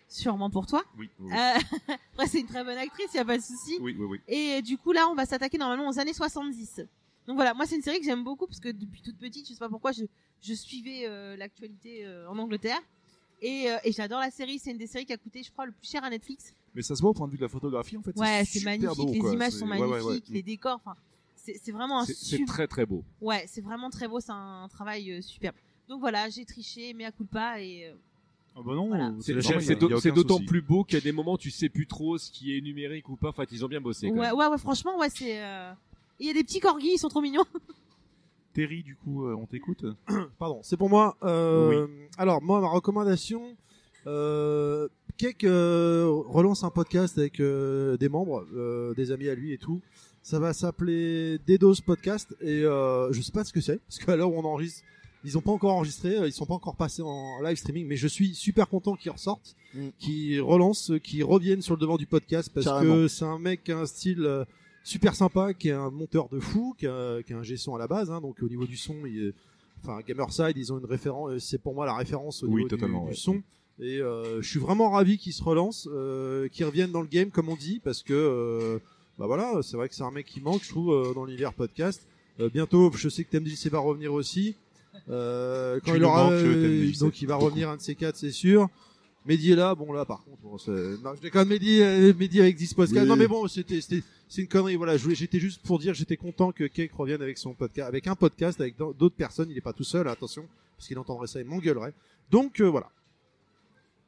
[SPEAKER 4] sûrement pour toi.
[SPEAKER 6] Oui. Oui,
[SPEAKER 4] Euh, [laughs] Après, c'est une très bonne actrice, il a pas de souci.
[SPEAKER 6] oui, oui. oui.
[SPEAKER 4] Et euh, du coup, là, on va s'attaquer normalement aux années 70. Donc voilà, moi, c'est une série que j'aime beaucoup parce que depuis toute petite, je sais pas pourquoi, je, je suivais euh, l'actualité euh, en Angleterre. Et, euh, et j'adore la série. C'est une des séries qui a coûté, je crois, le plus cher à Netflix.
[SPEAKER 6] Mais ça se voit au point de vue de la photographie en fait.
[SPEAKER 4] Ouais, c'est
[SPEAKER 6] super
[SPEAKER 4] magnifique.
[SPEAKER 6] beau,
[SPEAKER 4] les
[SPEAKER 6] quoi.
[SPEAKER 4] images
[SPEAKER 6] C'est-
[SPEAKER 4] sont
[SPEAKER 6] ouais,
[SPEAKER 4] magnifiques,
[SPEAKER 6] ouais, ouais.
[SPEAKER 4] les décors. Enfin, c'est c'est vraiment un
[SPEAKER 7] C'est- C'est
[SPEAKER 4] super.
[SPEAKER 7] très très beau.
[SPEAKER 4] Ouais, c'est vraiment très beau. C'est un travail euh, superbe. Donc voilà, j'ai triché, mais à coup de pas. Et euh,
[SPEAKER 6] Mm.
[SPEAKER 15] Ah bah non,
[SPEAKER 4] Voilà.
[SPEAKER 15] c'est
[SPEAKER 7] C'est-
[SPEAKER 15] la
[SPEAKER 7] C'est
[SPEAKER 15] chaîne.
[SPEAKER 7] c'est
[SPEAKER 6] y a
[SPEAKER 7] d'aut-
[SPEAKER 6] aucun
[SPEAKER 7] c'est d'autant
[SPEAKER 6] souci.
[SPEAKER 7] plus beau qu'à des moments tu sais plus trop ce qui est numérique ou pas. Enfin, ils ont bien bossé. Quand
[SPEAKER 4] ouais,
[SPEAKER 7] même.
[SPEAKER 4] ouais, ouais, franchement, ouais, c'est. euh, Il y a des petits corgis, ils sont trop mignons.
[SPEAKER 6] Terry, du coup, euh, on t'écoute
[SPEAKER 5] [laughs] Pardon, c'est pour moi. Euh, Alors, moi, ma recommandation, euh, Cake euh, relance un podcast avec euh, des membres, euh, des amis à lui et tout. Ça va s'appeler Dédose Podcast et euh, je sais pas ce que c'est parce qu'à l'heure où on enregistre, ils ont pas encore enregistré, euh, ils sont pas encore passés en live streaming, mais je suis super content qu'ils ressortent,
[SPEAKER 3] Mm.
[SPEAKER 5] qu'ils relancent, euh, qu'ils reviennent sur le devant du podcast parce
[SPEAKER 3] Carrément.
[SPEAKER 5] que c'est un mec qui a un style euh, super sympa, qui est un monteur de fou, qui a, qui a un G-son à la base, hein, donc au niveau du son, il est- enfin Gamerside, ils ont une référence, euh, c'est pour moi la référence au
[SPEAKER 6] Oui,
[SPEAKER 5] niveau du-
[SPEAKER 6] totalement,
[SPEAKER 5] du,
[SPEAKER 6] ouais.
[SPEAKER 5] son. Et euh, je suis vraiment ravi qu'ils se relancent, euh, qu'ils reviennent dans le game comme on dit, parce que euh, bah voilà, c'est vrai que c'est un mec qui manque, je trouve, euh, dans l'univers podcast. Euh, bientôt, je sais que TMDJC va revenir aussi. Euh, quand
[SPEAKER 6] Tu
[SPEAKER 5] il
[SPEAKER 6] nous
[SPEAKER 5] aura,
[SPEAKER 6] manques,
[SPEAKER 5] euh,
[SPEAKER 6] TMDJC,
[SPEAKER 5] donc il va
[SPEAKER 6] beaucoup.
[SPEAKER 5] revenir un de ces quatre, c'est sûr. Mehdi est là, bon là par contre, bon, c'est- non, je déconne, Mehdi, euh, Mehdi avec 10 podcasts.
[SPEAKER 3] Oui.
[SPEAKER 5] Non mais bon, c'était, c'était, c'est une connerie. Voilà, je voulais- j'étais juste pour dire, j'étais content que Cake revienne avec son podcast, avec un podcast, avec d'au- d'autres personnes. Il est pas tout seul, attention, parce qu'il entendrait ça, il m'engueulerait. Donc euh, voilà.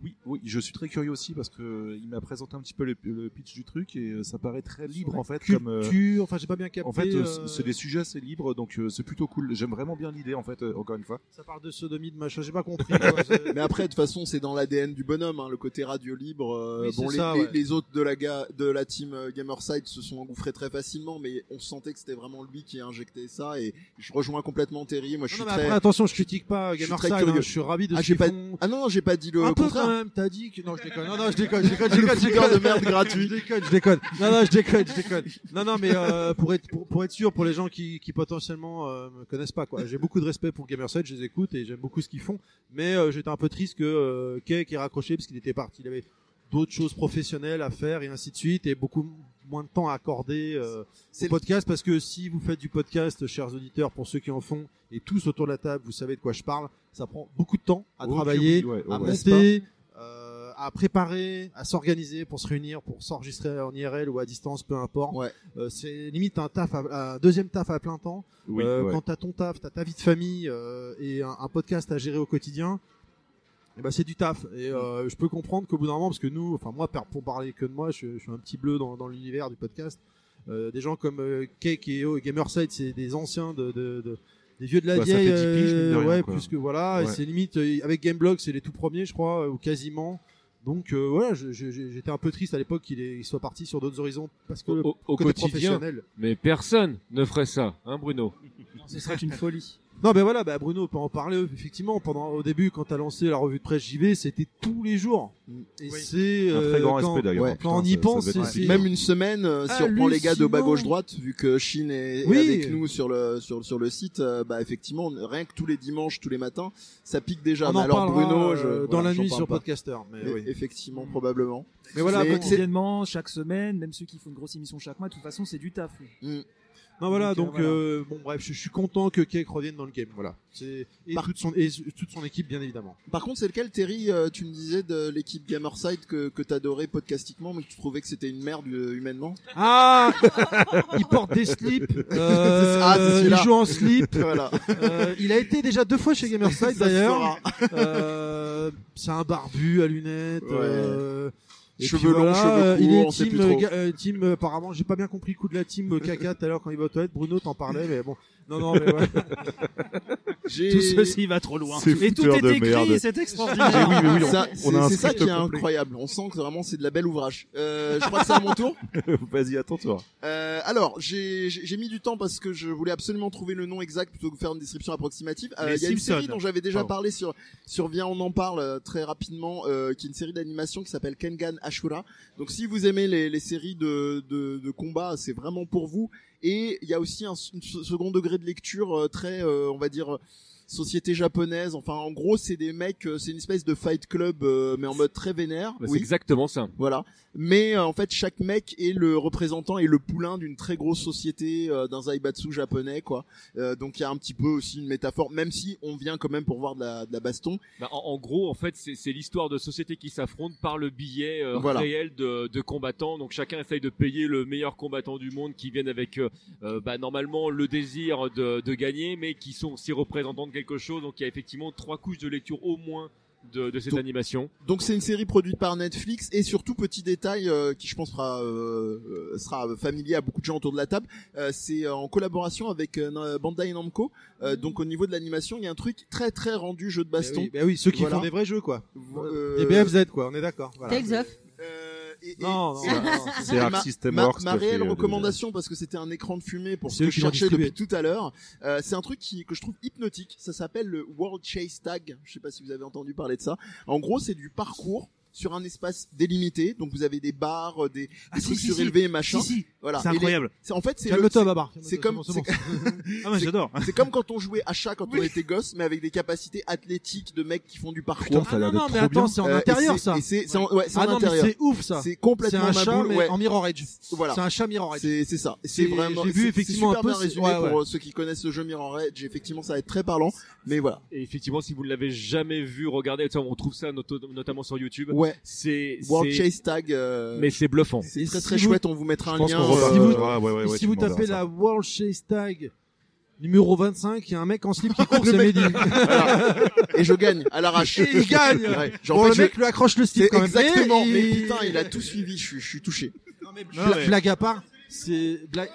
[SPEAKER 6] Oui, oui, je suis très curieux aussi parce que euh, il m'a présenté un petit peu le, le pitch du truc et euh, ça paraît très libre en fait.
[SPEAKER 5] Culture,
[SPEAKER 6] Comme, euh,
[SPEAKER 5] enfin j'ai pas bien capté.
[SPEAKER 6] en fait, euh, c'est-
[SPEAKER 5] euh,
[SPEAKER 6] c'est des sujets assez libres, donc euh, c'est plutôt cool. J'aime vraiment bien l'idée en fait, euh, encore une fois.
[SPEAKER 5] Ça parle de sodomie, de machin. J'ai pas compris. quoi, c'est-
[SPEAKER 3] [laughs] Mais après, de toute façon, c'est dans l'ADN du bonhomme, hein, le côté radio libre. euh,
[SPEAKER 5] Oui, c'est
[SPEAKER 3] bon, les,
[SPEAKER 5] ça,
[SPEAKER 3] les-
[SPEAKER 5] ouais.
[SPEAKER 3] les autres de la, ga- de la team euh, Gamerside se sont engouffrés très facilement, mais on sentait que c'était vraiment lui qui a injecté ça. Et je rejoins complètement Terry. Moi, je
[SPEAKER 5] Non,
[SPEAKER 3] suis
[SPEAKER 5] mais
[SPEAKER 3] très.
[SPEAKER 5] après, attention, je critique pas
[SPEAKER 3] je suis
[SPEAKER 5] Gamerside.
[SPEAKER 3] très
[SPEAKER 5] hein, Je
[SPEAKER 3] curieux.
[SPEAKER 5] suis ravi de
[SPEAKER 3] Ah,
[SPEAKER 5] ce
[SPEAKER 3] j'ai
[SPEAKER 5] qu'ils
[SPEAKER 3] pas-
[SPEAKER 5] font.
[SPEAKER 3] Ah non, non, j'ai pas dit le
[SPEAKER 5] un peu
[SPEAKER 3] contraire.
[SPEAKER 5] quand même, t'as dit que non, je déconne. Non, non, je déconne, je déconne, je
[SPEAKER 3] [laughs] Le
[SPEAKER 5] déconne, je
[SPEAKER 3] fouteur
[SPEAKER 5] déconne. [laughs]
[SPEAKER 3] de merde gratuit.
[SPEAKER 5] Je déconne, je déconne. Non, non, je déconne, je déconne. Non, non, mais euh, pour être pour, pour être sûr, pour les gens qui, qui potentiellement euh, me connaissent pas, quoi. J'ai beaucoup de respect pour Gamerset, je les écoute et j'aime beaucoup ce qu'ils font. Mais euh, j'étais un peu triste que euh, Cake ait raccroché parce qu'il était parti. Il avait d'autres choses professionnelles à faire et ainsi de suite et beaucoup moins de temps à accorder euh, au
[SPEAKER 3] C'est-
[SPEAKER 5] podcast parce que si vous faites du podcast, chers auditeurs, pour ceux qui en font et tous autour de la table, vous savez de quoi je parle. Ça prend beaucoup de temps à
[SPEAKER 6] Oh,
[SPEAKER 5] travailler,
[SPEAKER 6] que oui, ouais,
[SPEAKER 5] à
[SPEAKER 6] ouais.
[SPEAKER 5] monter, euh, à préparer, à s'organiser pour se réunir, pour s'enregistrer en IRL ou à distance, peu importe.
[SPEAKER 3] Ouais.
[SPEAKER 5] Euh, c'est limite un taf, à- un deuxième taf à plein temps.
[SPEAKER 6] Oui,
[SPEAKER 5] Euh,
[SPEAKER 6] ouais.
[SPEAKER 5] Quand t'as ton taf, t'as ta vie de famille euh, et un, un podcast à gérer au quotidien, eh ben c'est du taf. Et euh, je peux comprendre qu'au bout d'un moment, parce que nous, enfin moi, par- pour parler que de moi, je, je suis un petit bleu dans, dans l'univers du podcast. Euh, des gens comme euh, Cake et oh, Gamerside, c'est des anciens de, de- de- des vieux de la
[SPEAKER 6] Bah, ça fait
[SPEAKER 5] vieille. euh,
[SPEAKER 6] 10 piges, mine de rien,
[SPEAKER 5] ouais,
[SPEAKER 6] quoi.
[SPEAKER 5] plus que voilà. Et
[SPEAKER 6] Ouais.
[SPEAKER 5] c'est limite euh, avec Gameblog, c'est les tout premiers, je crois, euh, ou quasiment. Donc euh, voilà, je- je- je- j'étais un peu triste à l'époque qu'il est- il soit parti sur d'autres horizons parce que
[SPEAKER 7] Au,
[SPEAKER 5] le
[SPEAKER 7] au- au
[SPEAKER 5] côté
[SPEAKER 7] quotidien,
[SPEAKER 5] professionnel.
[SPEAKER 7] mais personne ne ferait ça, hein Bruno.
[SPEAKER 8] Non, ce serait une folie.
[SPEAKER 5] Non, ben voilà, ben Bruno peut en parler. Effectivement, pendant au début, quand t'as lancé la revue de presse JV, c'était tous les jours. Et
[SPEAKER 8] Oui.
[SPEAKER 5] c'est
[SPEAKER 6] Un
[SPEAKER 5] euh,
[SPEAKER 6] très grand
[SPEAKER 5] quand-
[SPEAKER 6] respect d'ailleurs.
[SPEAKER 3] ouais.
[SPEAKER 6] Putain,
[SPEAKER 5] quand on y
[SPEAKER 6] ça- ça
[SPEAKER 5] pense,
[SPEAKER 6] devait être
[SPEAKER 5] c'est-
[SPEAKER 6] magnifique.
[SPEAKER 3] Même une semaine, euh, si on prend les gars de bas gauche droite, vu que Chine est est
[SPEAKER 5] Ah, Oui.
[SPEAKER 3] avec nous sur le sur, sur le site, euh, bah effectivement, rien que tous les dimanches, tous les matins, ça pique déjà.
[SPEAKER 5] on
[SPEAKER 3] Mais
[SPEAKER 5] en
[SPEAKER 3] alors
[SPEAKER 5] parlera,
[SPEAKER 3] Bruno,
[SPEAKER 5] euh,
[SPEAKER 3] je,
[SPEAKER 5] dans
[SPEAKER 3] voilà,
[SPEAKER 5] la
[SPEAKER 3] j'en
[SPEAKER 5] nuit
[SPEAKER 3] parle
[SPEAKER 5] sur
[SPEAKER 3] pas.
[SPEAKER 5] Podcaster. Mais
[SPEAKER 3] E-
[SPEAKER 5] oui.
[SPEAKER 3] Effectivement, probablement.
[SPEAKER 5] Ah, Mais voilà,
[SPEAKER 3] Mais
[SPEAKER 5] quand-
[SPEAKER 3] c'est-
[SPEAKER 8] Quotidiennement, chaque semaine, même ceux qui font une grosse émission chaque mois, de toute façon, c'est du taf. oui.
[SPEAKER 5] Non voilà,
[SPEAKER 3] Donc,
[SPEAKER 5] donc,
[SPEAKER 3] euh,
[SPEAKER 5] euh, bon bref, je, je suis content que Cake revienne dans le game. Voilà, c'est et
[SPEAKER 3] Par-
[SPEAKER 5] toute son et toute son équipe bien évidemment.
[SPEAKER 3] [laughs] Par contre, c'est lequel, Terry euh, Tu me disais de l'équipe Gamerside que, que t'adorais podcastiquement, mais que tu trouvais que c'était une merde euh,
[SPEAKER 5] [laughs]
[SPEAKER 3] humainement
[SPEAKER 8] [laughs]
[SPEAKER 5] Ah Il porte des slips, euh,
[SPEAKER 3] Ah, c'est
[SPEAKER 5] il
[SPEAKER 3] celui-là.
[SPEAKER 5] joue en slip.
[SPEAKER 3] Voilà.
[SPEAKER 5] Euh, il a été déjà deux fois chez [laughs] Gamerside
[SPEAKER 3] Ça se
[SPEAKER 5] d'ailleurs.
[SPEAKER 3] fera.
[SPEAKER 5] Euh, c'est un barbu à lunettes.
[SPEAKER 3] Ouais.
[SPEAKER 5] euh, et
[SPEAKER 3] Cheveux
[SPEAKER 5] puis
[SPEAKER 3] longs, cheveux
[SPEAKER 5] euh, Il
[SPEAKER 3] courts,
[SPEAKER 5] est
[SPEAKER 3] on sait
[SPEAKER 5] team,
[SPEAKER 3] plus trop.
[SPEAKER 5] euh, ga- euh, team euh, apparemment, j'ai pas bien compris le coup de la team euh, caca tout à l'heure quand il va aux toilettes. Bruno t'en parlait, mais bon. Non, non, mais [laughs] ouais.
[SPEAKER 3] J'ai-
[SPEAKER 8] Tout ceci va trop loin.
[SPEAKER 6] Ces
[SPEAKER 8] Et tout
[SPEAKER 6] fouteurs
[SPEAKER 8] est
[SPEAKER 6] de
[SPEAKER 8] écrit,
[SPEAKER 6] merde.
[SPEAKER 8] et c'est extraordinaire.
[SPEAKER 6] Mais oui, mais oui, on-
[SPEAKER 3] Ça,
[SPEAKER 6] on a
[SPEAKER 3] c'est
[SPEAKER 6] un
[SPEAKER 3] c'est ça
[SPEAKER 6] script
[SPEAKER 3] qui est
[SPEAKER 6] complet.
[SPEAKER 3] incroyable. On sent que vraiment c'est de la belle ouvrage. Euh, je crois que c'est à mon tour.
[SPEAKER 6] [laughs] Vas-y, attends toi.
[SPEAKER 3] Euh, alors, j'ai j'ai- j'ai mis du temps parce que je voulais absolument trouver le nom exact plutôt que faire une description approximative. Euh, Il
[SPEAKER 16] Les
[SPEAKER 3] y a une
[SPEAKER 16] Simpsons.
[SPEAKER 3] série dont j'avais déjà
[SPEAKER 16] Pardon.
[SPEAKER 3] parlé sur sur Viens on en parle euh, très rapidement, euh, qui est une série d'animation qui s'appelle Kengan Ashura. Donc, si vous aimez les, les séries de de, de combat, c'est vraiment pour vous. Et il y a aussi un s- une s- second degré de lecture euh, très, euh, on va dire. euh, Société japonaise, enfin en gros c'est des mecs, euh, c'est une espèce de fight club euh, mais en mode très vénère.
[SPEAKER 7] Bah, C'est
[SPEAKER 3] Oui.
[SPEAKER 7] exactement ça.
[SPEAKER 3] Voilà. Mais euh, en fait, chaque mec est le représentant et le poulain d'une très grosse société euh, d'un zaibatsu japonais, quoi. Euh, donc il y a un petit peu aussi une métaphore, même si on vient quand même pour voir de la, de la baston.
[SPEAKER 7] Bah, en, en gros, en fait, c'est c'est l'histoire de sociétés qui s'affrontent par le billet euh,
[SPEAKER 3] Voilà.
[SPEAKER 7] réel de, de combattants. Donc chacun essaye de payer le meilleur combattant du monde qui viennent avec euh, euh, bah, normalement le désir de, de gagner, mais qui sont aussi représentants de quelque chose. Donc il y a effectivement trois couches de lecture au moins de, de cette
[SPEAKER 3] Donc-
[SPEAKER 7] animation.
[SPEAKER 3] Donc c'est une série produite par Netflix et surtout petit détail euh, qui je pense sera euh, euh, sera familier à beaucoup de gens autour de la table, euh, c'est euh, en collaboration avec euh, Bandai Namco. Euh, donc au niveau de l'animation, il y a un truc très très rendu jeu de
[SPEAKER 5] Bah
[SPEAKER 3] baston.
[SPEAKER 5] Mmh. oui, Eh bah oui, ceux qui
[SPEAKER 3] Voilà.
[SPEAKER 5] font des vrais jeux quoi.
[SPEAKER 3] Euh,
[SPEAKER 5] Des BFZ quoi, on est d'accord. Voilà.
[SPEAKER 4] [laughs] Tales of.
[SPEAKER 3] euh, et- et-
[SPEAKER 5] Non, non,
[SPEAKER 3] c'est-
[SPEAKER 5] non, non.
[SPEAKER 6] C'est Arc
[SPEAKER 3] Ma-
[SPEAKER 6] System
[SPEAKER 3] ma,
[SPEAKER 6] Works
[SPEAKER 3] ma
[SPEAKER 6] qui a fait,
[SPEAKER 3] réelle
[SPEAKER 6] euh,
[SPEAKER 3] recommandation parce que c'était un écran de fumée pour
[SPEAKER 5] C'est
[SPEAKER 3] ce
[SPEAKER 5] eux
[SPEAKER 3] que je
[SPEAKER 5] qui l'ont
[SPEAKER 3] cherchais
[SPEAKER 5] distribué.
[SPEAKER 3] depuis tout à l'heure. Euh, c'est un truc qui, que je trouve hypnotique. Ça s'appelle le World Chase Tag. Je sais pas si vous avez entendu parler de ça. En gros, c'est du parcours sur un espace délimité. Donc vous avez des barres, euh, des, des
[SPEAKER 17] Ah, si,
[SPEAKER 3] trucs
[SPEAKER 17] si,
[SPEAKER 3] surélevés et machin.
[SPEAKER 5] hein.
[SPEAKER 17] Si, si,
[SPEAKER 3] Voilà.
[SPEAKER 17] c'est
[SPEAKER 3] Et les-
[SPEAKER 17] incroyable.
[SPEAKER 3] c'est- en fait, c'est le-
[SPEAKER 5] Calme-toi, Babar.
[SPEAKER 3] c'est comme-
[SPEAKER 5] C'est bon, c'est bon.
[SPEAKER 17] Ah, mais j'adore.
[SPEAKER 3] c'est comme quand on jouait à chat quand on était gosse, mais avec des capacités athlétiques de mecs qui font du parcours.
[SPEAKER 6] Putain, ça a l'air
[SPEAKER 5] Ah, non,
[SPEAKER 6] d'être
[SPEAKER 5] mais
[SPEAKER 6] trop bien.
[SPEAKER 5] attends, c'est en
[SPEAKER 3] Euh, et
[SPEAKER 5] intérieur
[SPEAKER 3] c'est-
[SPEAKER 5] ça.
[SPEAKER 3] et C'est c'est en- ouais, c'est en
[SPEAKER 5] Ah non, mais
[SPEAKER 3] intérieur.
[SPEAKER 5] c'est ouf ça.
[SPEAKER 3] C'est
[SPEAKER 5] C'est
[SPEAKER 3] complètement
[SPEAKER 5] un
[SPEAKER 3] ma
[SPEAKER 5] chat
[SPEAKER 3] boule.
[SPEAKER 5] mais
[SPEAKER 3] ouais.
[SPEAKER 5] en Mirror Edge.
[SPEAKER 3] Voilà.
[SPEAKER 5] C'est un chat Mirror Edge.
[SPEAKER 3] C'est c'est ça.
[SPEAKER 5] C'est-
[SPEAKER 3] C'est vraiment.
[SPEAKER 5] j'ai vu
[SPEAKER 3] c'est- c'est
[SPEAKER 5] effectivement
[SPEAKER 3] super
[SPEAKER 5] un peu
[SPEAKER 3] bien
[SPEAKER 5] ce-
[SPEAKER 3] résumé
[SPEAKER 5] ouais,
[SPEAKER 3] pour euh, ceux qui connaissent le jeu Mirror Edge. Effectivement, ça va être très parlant. Mais voilà.
[SPEAKER 7] Et effectivement, si vous ne l'avez jamais vu, regardez. On trouve ça not- notamment sur YouTube.
[SPEAKER 3] Ouais.
[SPEAKER 7] C'est
[SPEAKER 3] World
[SPEAKER 7] c'est-
[SPEAKER 3] Chase Tag. euh,
[SPEAKER 7] mais c'est bluffant.
[SPEAKER 3] c'est très
[SPEAKER 5] si
[SPEAKER 3] très
[SPEAKER 5] vous-
[SPEAKER 3] chouette. On vous mettra un
[SPEAKER 6] Je pense
[SPEAKER 3] lien.
[SPEAKER 6] qu'on
[SPEAKER 5] euh,
[SPEAKER 6] repartira. Ouais, ouais,
[SPEAKER 5] Et
[SPEAKER 6] ouais,
[SPEAKER 5] si
[SPEAKER 6] tu
[SPEAKER 5] vous
[SPEAKER 6] m'enverras
[SPEAKER 5] tapez
[SPEAKER 6] ça.
[SPEAKER 5] la World Chase Tag numéro 25, il y a un mec en slip
[SPEAKER 6] [laughs]
[SPEAKER 5] qui court,
[SPEAKER 3] Le
[SPEAKER 5] c'est
[SPEAKER 3] mec-
[SPEAKER 5] Mehdi.
[SPEAKER 3] Et je gagne à l'arrache.
[SPEAKER 5] Et il gagne.
[SPEAKER 3] [laughs] Ouais, genre,
[SPEAKER 5] Bon,
[SPEAKER 3] en fait,
[SPEAKER 5] le
[SPEAKER 3] je-
[SPEAKER 5] mec lui accroche le slip
[SPEAKER 3] C'est
[SPEAKER 5] quand même.
[SPEAKER 3] exactement.
[SPEAKER 5] Et-
[SPEAKER 3] Mais putain, il a tout suivi. Je suis, je suis touché.
[SPEAKER 5] Bla- Blague à part, c'est blague.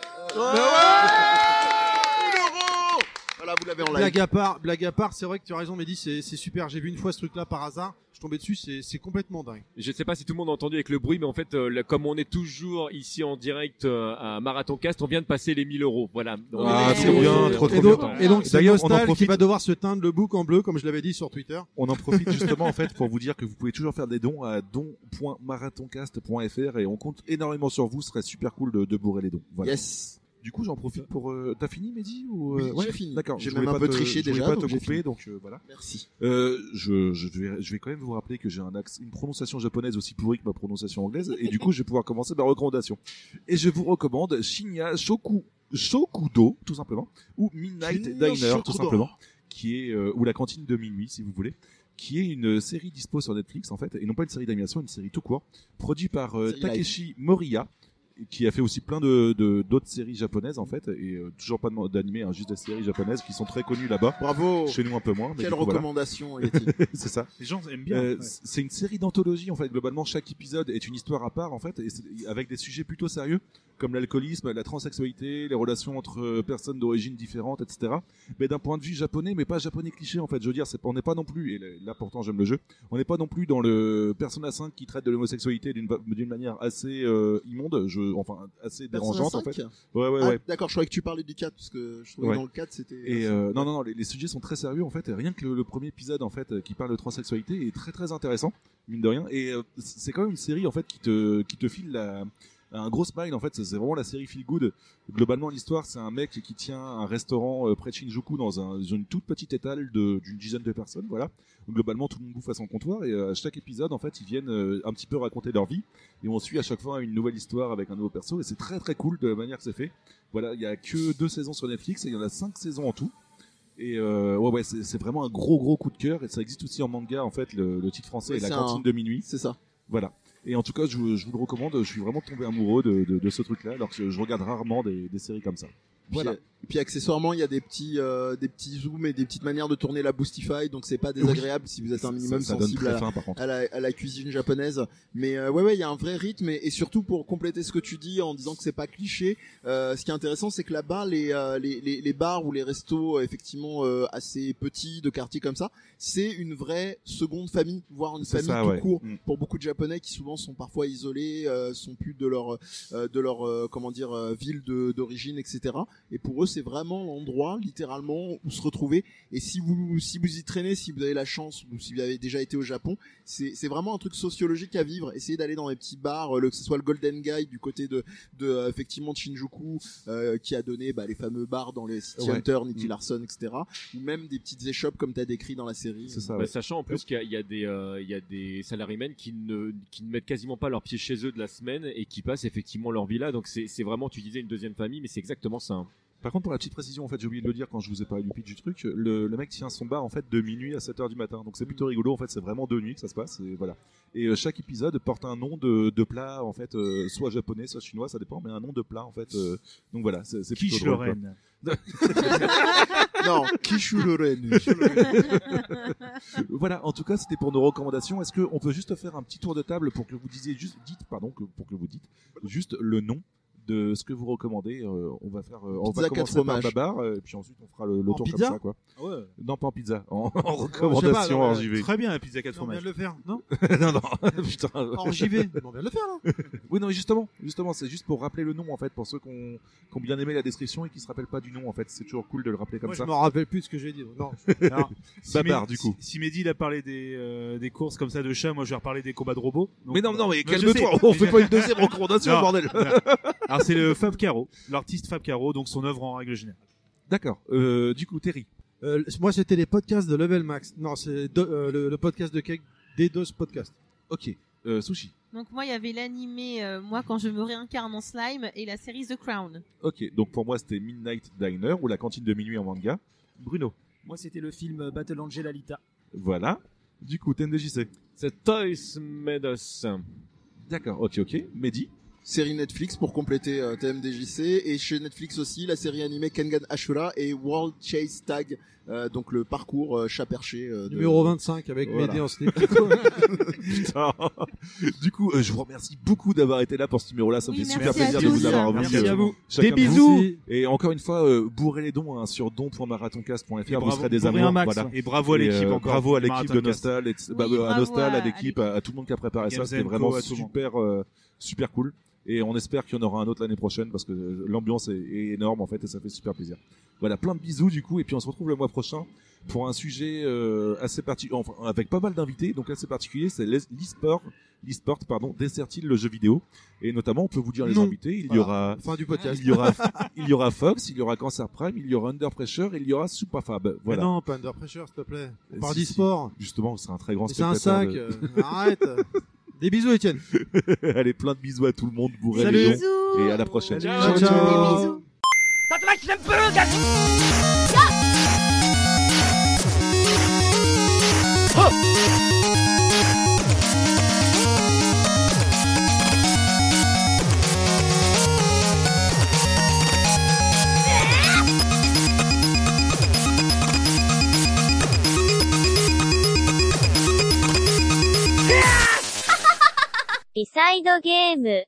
[SPEAKER 3] Voilà, vous l'avez en live.
[SPEAKER 5] Blague à part, blague à part, c'est vrai que tu as raison, Mehdi, c'est c'est super. J'ai vu une fois ce truc-là par hasard, je suis tombé dessus, c'est c'est complètement dingue.
[SPEAKER 7] Je ne sais pas si tout le monde a entendu avec le bruit, mais en fait, euh, là, comme on est toujours ici en direct euh, à Marathon Cast, on vient de passer les 1000 euros. Voilà. Donc,
[SPEAKER 6] Ah,
[SPEAKER 7] euh,
[SPEAKER 6] trop
[SPEAKER 7] c'est-
[SPEAKER 6] bien,
[SPEAKER 7] c'est-
[SPEAKER 6] trop,
[SPEAKER 7] c'est
[SPEAKER 5] et
[SPEAKER 6] trop
[SPEAKER 5] donc,
[SPEAKER 6] bien.
[SPEAKER 5] et donc, c'est
[SPEAKER 6] D'ailleurs, on en
[SPEAKER 5] Nostal qui
[SPEAKER 6] profite.
[SPEAKER 5] va devoir se teindre le bouc en bleu, comme je l'avais dit sur Twitter.
[SPEAKER 6] On en profite justement en fait pour vous dire que vous pouvez toujours faire des dons à don.marathoncast.fr et on compte énormément sur vous. Ce serait super cool de, de bourrer les dons. Voilà.
[SPEAKER 3] Yes.
[SPEAKER 6] Du coup, j'en profite pour. euh, T'as fini, Mehdi ou, euh,
[SPEAKER 3] Oui, j'ai fini.
[SPEAKER 6] D'accord.
[SPEAKER 3] J'ai
[SPEAKER 6] je voulais
[SPEAKER 3] même un
[SPEAKER 6] pas
[SPEAKER 3] peu
[SPEAKER 6] te-
[SPEAKER 3] triché
[SPEAKER 6] je voulais
[SPEAKER 3] déjà,
[SPEAKER 6] Pas
[SPEAKER 3] donc
[SPEAKER 6] te
[SPEAKER 3] j'ai
[SPEAKER 6] couper,
[SPEAKER 3] fini.
[SPEAKER 6] donc euh, voilà.
[SPEAKER 3] Merci.
[SPEAKER 6] Euh, je, je, vais, je vais quand même vous rappeler que j'ai un axe, une prononciation japonaise aussi pourrie que ma prononciation anglaise, et du coup, je vais pouvoir commencer ma recommandation. Et je vous recommande Shinya Shoku, Shokudo, tout simplement, ou Midnight
[SPEAKER 3] Shinya
[SPEAKER 6] Diner, tout
[SPEAKER 3] Shokudo.
[SPEAKER 6] simplement, qui est, euh, ou la cantine de minuit, si vous voulez, qui est une série dispo sur Netflix, en fait, et non pas une série d'animation, une série tout court, produit par euh,
[SPEAKER 3] Série live.
[SPEAKER 6] Takeshi Moriya, qui a fait aussi plein de de- d'autres séries japonaises, en fait, et euh, toujours pas de- d'animé, hein, juste des séries japonaises qui sont très connues là-bas.
[SPEAKER 3] Bravo.
[SPEAKER 6] Chez nous un peu moins, mais
[SPEAKER 3] Oh. Quelle
[SPEAKER 6] du coup, voilà.
[SPEAKER 3] recommandation, Yeti.
[SPEAKER 6] c'est ça.
[SPEAKER 17] Les gens aiment bien.
[SPEAKER 6] Euh,
[SPEAKER 17] ouais.
[SPEAKER 6] c- C'est une série d'anthologie en fait. Globalement, chaque épisode est une histoire à part en fait, et c'est- avec des sujets plutôt sérieux comme l'alcoolisme, la transsexualité, les relations entre euh, personnes d'origine différentes, etc. Mais d'un point de vue japonais, mais pas japonais cliché en fait. Je veux dire, c'est pas- on n'est pas non plus. Et là- là pourtant, j'aime le jeu. On n'est pas non plus dans le Persona 5 qui traite de l'homosexualité d'une va- d'une manière assez euh, immonde, je, enfin assez [laughs] dérangeante en fait. Ouais, ouais,
[SPEAKER 3] Ah,
[SPEAKER 6] ouais.
[SPEAKER 3] D'accord, je croyais que tu parlais du 4 parce que je trouvais
[SPEAKER 6] Ouais.
[SPEAKER 3] que dans le 4 c'était.
[SPEAKER 6] Et euh, non, non, non, les, les sujets sont très sérieux en fait. Et Rien que le, le premier épisode en fait euh, qui parle de transsexualité est très très intéressant, mine de rien. Et euh, c'est quand même une série en fait qui te qui te file la un gros smile en fait. C'est c'est vraiment la série Feel Good. Globalement, l'histoire, c'est un mec qui tient un restaurant euh, près de Shinjuku dans un- une toute petite étale de- d'une dizaine de personnes. Voilà. Globalement, tout le monde bouffe à son comptoir et euh, à chaque épisode, en fait, ils viennent euh, un petit peu raconter leur vie et on suit à chaque fois une nouvelle histoire avec un nouveau perso et c'est très très cool de la manière que c'est fait. Voilà, il y a que deux saisons sur Netflix et il y en a cinq saisons en tout. Et euh, ouais, ouais, c'est c'est vraiment un gros gros coup de cœur et ça existe aussi en manga en fait. Le, le titre français
[SPEAKER 3] Oui,
[SPEAKER 6] est La
[SPEAKER 3] c'est
[SPEAKER 6] cantine
[SPEAKER 3] un-
[SPEAKER 6] de minuit.
[SPEAKER 3] C'est ça.
[SPEAKER 6] Voilà. Et en tout cas, je, vous- je vous le recommande. Je suis vraiment tombé amoureux de, de- de ce truc-là, alors que je regarde rarement des, des séries comme ça.
[SPEAKER 3] Puis,
[SPEAKER 6] Voilà.
[SPEAKER 3] et puis accessoirement, il y a des petits, euh, des petits zooms et des petites manières de tourner la Boostify, donc c'est pas désagréable si vous êtes un minimum
[SPEAKER 6] Ça- ça donne
[SPEAKER 3] sensible
[SPEAKER 6] très
[SPEAKER 3] à, la-
[SPEAKER 6] faim, par contre.
[SPEAKER 3] à la, à la cuisine japonaise. Mais euh, ouais, ouais, il y a un vrai rythme et, et surtout pour compléter ce que tu dis en disant que c'est pas cliché, euh, ce qui est intéressant, c'est que là-bas, les, euh, les, les, les bars ou les restos euh, effectivement euh, assez petits de quartier comme ça, c'est une vraie seconde famille, voire une
[SPEAKER 6] C'est
[SPEAKER 3] famille
[SPEAKER 6] ça,
[SPEAKER 3] tout
[SPEAKER 6] ouais.
[SPEAKER 3] court
[SPEAKER 6] Mm.
[SPEAKER 3] pour beaucoup de japonais qui souvent sont parfois isolés euh, sont plus de leur euh, de leur euh, comment dire euh, ville de- d'origine etc et pour eux c'est vraiment l'endroit littéralement où se retrouver et si vous si vous y traînez si vous avez la chance ou si vous avez déjà été au Japon c'est c'est vraiment un truc sociologique à vivre essayez d'aller dans les petits bars euh, le, que ce soit le Golden Guy du côté de de euh, effectivement de Shinjuku euh, qui a donné bah, les fameux bars dans les City
[SPEAKER 7] Ouais.
[SPEAKER 3] Hunter Nicky Larson etc ou même des petites échoppes comme t'as décrit dans la série c'est
[SPEAKER 7] Bah, Sachant en plus qu'il y a- il y, a des, euh, il y a des salariés qui ne, qui ne mettent quasiment pas leurs pieds chez eux de la semaine et qui passent effectivement leur vie là. Donc c'est c'est vraiment, tu disais, une deuxième famille, mais c'est exactement ça. hein.
[SPEAKER 6] Par contre, pour la petite précision, en fait, j'ai oublié de le dire quand je vous ai parlé du pitch du truc. Le, le mec tient son bar en fait de minuit à 7h du matin, donc c'est
[SPEAKER 5] Mm.
[SPEAKER 6] plutôt rigolo. En fait, c'est vraiment de nuit que ça se passe. Et voilà. Et euh, chaque épisode porte un nom de, de plat, en fait, euh, soit japonais, soit chinois, ça dépend, mais un nom de plat, en fait. euh, donc voilà, c'est c'est plutôt
[SPEAKER 2] Quiche
[SPEAKER 6] drôle, quoi.
[SPEAKER 2] Lorraine.
[SPEAKER 3] non, quiche Lorraine.
[SPEAKER 6] Euh, voilà, en tout cas, c'était pour nos recommandations. Est-ce qu'on peut juste faire un petit tour de table pour que vous disiez juste, dites, pardon, que- pour que vous dites juste le nom de ce que vous recommandez Euh, On va faire, euh, on
[SPEAKER 3] Pizza
[SPEAKER 6] va
[SPEAKER 3] à
[SPEAKER 6] commencer par
[SPEAKER 3] quatre fromages.
[SPEAKER 6] Babar, euh, et puis ensuite on fera le, le
[SPEAKER 5] En
[SPEAKER 6] tour
[SPEAKER 5] pizza
[SPEAKER 6] comme ça, quoi.
[SPEAKER 5] Ah ouais.
[SPEAKER 6] Non, pas en pizza, en,
[SPEAKER 5] Je
[SPEAKER 6] en
[SPEAKER 5] sais pas,
[SPEAKER 6] recommandation
[SPEAKER 5] non,
[SPEAKER 6] en
[SPEAKER 5] mais-
[SPEAKER 6] JV.
[SPEAKER 5] Non, On vient de le faire, non
[SPEAKER 6] [laughs] non, non, putain.
[SPEAKER 5] En JV. Mais on vient de le faire, là.
[SPEAKER 6] oui, non, mais justement, [laughs] justement, c'est juste pour rappeler le nom en fait, pour ceux qui ont, qui ont bien aimé la description et qui se rappellent pas du nom en fait. C'est toujours cool de le rappeler comme
[SPEAKER 5] Moi,
[SPEAKER 6] ça.
[SPEAKER 5] je m'en rappelle plus de ce que j'ai dit. Non.
[SPEAKER 2] Alors, si
[SPEAKER 6] Babar,
[SPEAKER 2] Mehdi-
[SPEAKER 6] du coup.
[SPEAKER 2] Si, si Mehdi il a parlé des, euh, des courses comme ça de chats, moi je vais reparler des combats de robots. Donc,
[SPEAKER 6] Mais non, non, mais
[SPEAKER 2] je
[SPEAKER 6] calme-toi,
[SPEAKER 2] sais.
[SPEAKER 6] on fait pas une deuxième recommandation,
[SPEAKER 2] Non,
[SPEAKER 6] bordel.
[SPEAKER 2] non. Alors c'est le Fab Caro, l'artiste Fab Caro, donc son œuvre en règle générale.
[SPEAKER 6] D'accord. Euh, du coup, Terry.
[SPEAKER 5] Euh, moi, c'était les podcasts de Level Max. Non, c'est do- euh, le, le podcast de Cake des deux podcasts.
[SPEAKER 6] Ok. Euh, sushi.
[SPEAKER 4] Donc moi, il y avait l'animé euh, Moi quand je me réincarne en slime et la série The Crown.
[SPEAKER 6] Ok, donc pour moi c'était Midnight Diner ou la cantine de minuit en manga. Bruno.
[SPEAKER 8] Moi, c'était le film euh, Battle Angel Alita.
[SPEAKER 6] Voilà. Du coup, TMDJC.
[SPEAKER 7] C'est Toys Made Us.
[SPEAKER 6] D'accord, ok, ok. Mehdi.
[SPEAKER 3] Série Netflix pour compléter euh, TMDJC et chez Netflix aussi la série animée Kengan Ashura et World Chase Tag euh, donc le parcours euh, chat perché euh, de-
[SPEAKER 5] Numéro 25 avec
[SPEAKER 3] Voilà.
[SPEAKER 5] Médé en
[SPEAKER 6] [laughs]
[SPEAKER 5] slip.
[SPEAKER 6] Putain. Du coup, euh, je vous remercie beaucoup d'avoir été là pour ce numéro-là. Ça me
[SPEAKER 4] Oui,
[SPEAKER 6] fait super
[SPEAKER 4] merci à
[SPEAKER 6] plaisir de vous
[SPEAKER 4] tous.
[SPEAKER 6] avoir revu.
[SPEAKER 2] Merci
[SPEAKER 6] euh,
[SPEAKER 2] à vous.
[SPEAKER 6] chacun
[SPEAKER 8] Des
[SPEAKER 6] de vous.
[SPEAKER 8] bisous.
[SPEAKER 5] Merci.
[SPEAKER 6] Et encore une fois, euh, bourrez les dons hein, sur don.marathoncast.fr. Vous
[SPEAKER 2] bravo-
[SPEAKER 6] serez des
[SPEAKER 2] bourrez
[SPEAKER 6] amours.
[SPEAKER 2] un max.
[SPEAKER 6] voilà.
[SPEAKER 2] Et bravo à
[SPEAKER 6] Et,
[SPEAKER 2] l'équipe
[SPEAKER 6] euh,
[SPEAKER 2] encore.
[SPEAKER 6] Bravo à l'équipe de
[SPEAKER 2] Marathoncast.
[SPEAKER 6] Nostal, et- bah,
[SPEAKER 4] Oui,
[SPEAKER 6] euh, à
[SPEAKER 4] bravo
[SPEAKER 6] Nostal,
[SPEAKER 4] à-
[SPEAKER 6] à l'équipe, à, à tout le monde qui a préparé
[SPEAKER 2] Games
[SPEAKER 6] ça. C'était
[SPEAKER 2] Co,
[SPEAKER 6] vraiment
[SPEAKER 2] à tout le monde.
[SPEAKER 6] super, euh, super cool. Et on espère qu'il y en aura un autre l'année prochaine parce que euh, l'ambiance est, est énorme en fait et ça fait super plaisir. Voilà, plein de bisous du coup et puis on se retrouve le mois prochain pour un sujet euh, assez particulier, enfin avec pas mal d'invités donc assez particulier, c'est l'es- l'e-sport, l'e-sport pardon, dessert-il le jeu vidéo et notamment on peut vous dire les
[SPEAKER 5] Non.
[SPEAKER 6] invités, il y
[SPEAKER 5] Voilà.
[SPEAKER 6] aura
[SPEAKER 5] Fin du podcast.
[SPEAKER 6] il y aura [laughs] il y aura Fox, il y aura Cancer Prime, il y aura Under Pressure, et il y aura Supafab.
[SPEAKER 5] Mais
[SPEAKER 6] Voilà.
[SPEAKER 5] Non, pas Under Pressure, s'il te plaît. On
[SPEAKER 6] Euh,
[SPEAKER 5] parle
[SPEAKER 6] si, si.
[SPEAKER 5] d'e-sport.
[SPEAKER 6] Justement, c'est un très grand
[SPEAKER 5] Mais C'est un
[SPEAKER 6] spectateur
[SPEAKER 5] sac.
[SPEAKER 6] de-
[SPEAKER 5] euh,
[SPEAKER 6] [laughs]
[SPEAKER 5] Arrête. Des bisous, Étienne.
[SPEAKER 6] Allez, plein de bisous à tout le monde, bourrez
[SPEAKER 5] Salut.
[SPEAKER 6] les dons
[SPEAKER 4] Bisous.
[SPEAKER 6] et à la prochaine.
[SPEAKER 5] Ciao, ciao.
[SPEAKER 4] Des bisous.
[SPEAKER 1] リサイドゲーム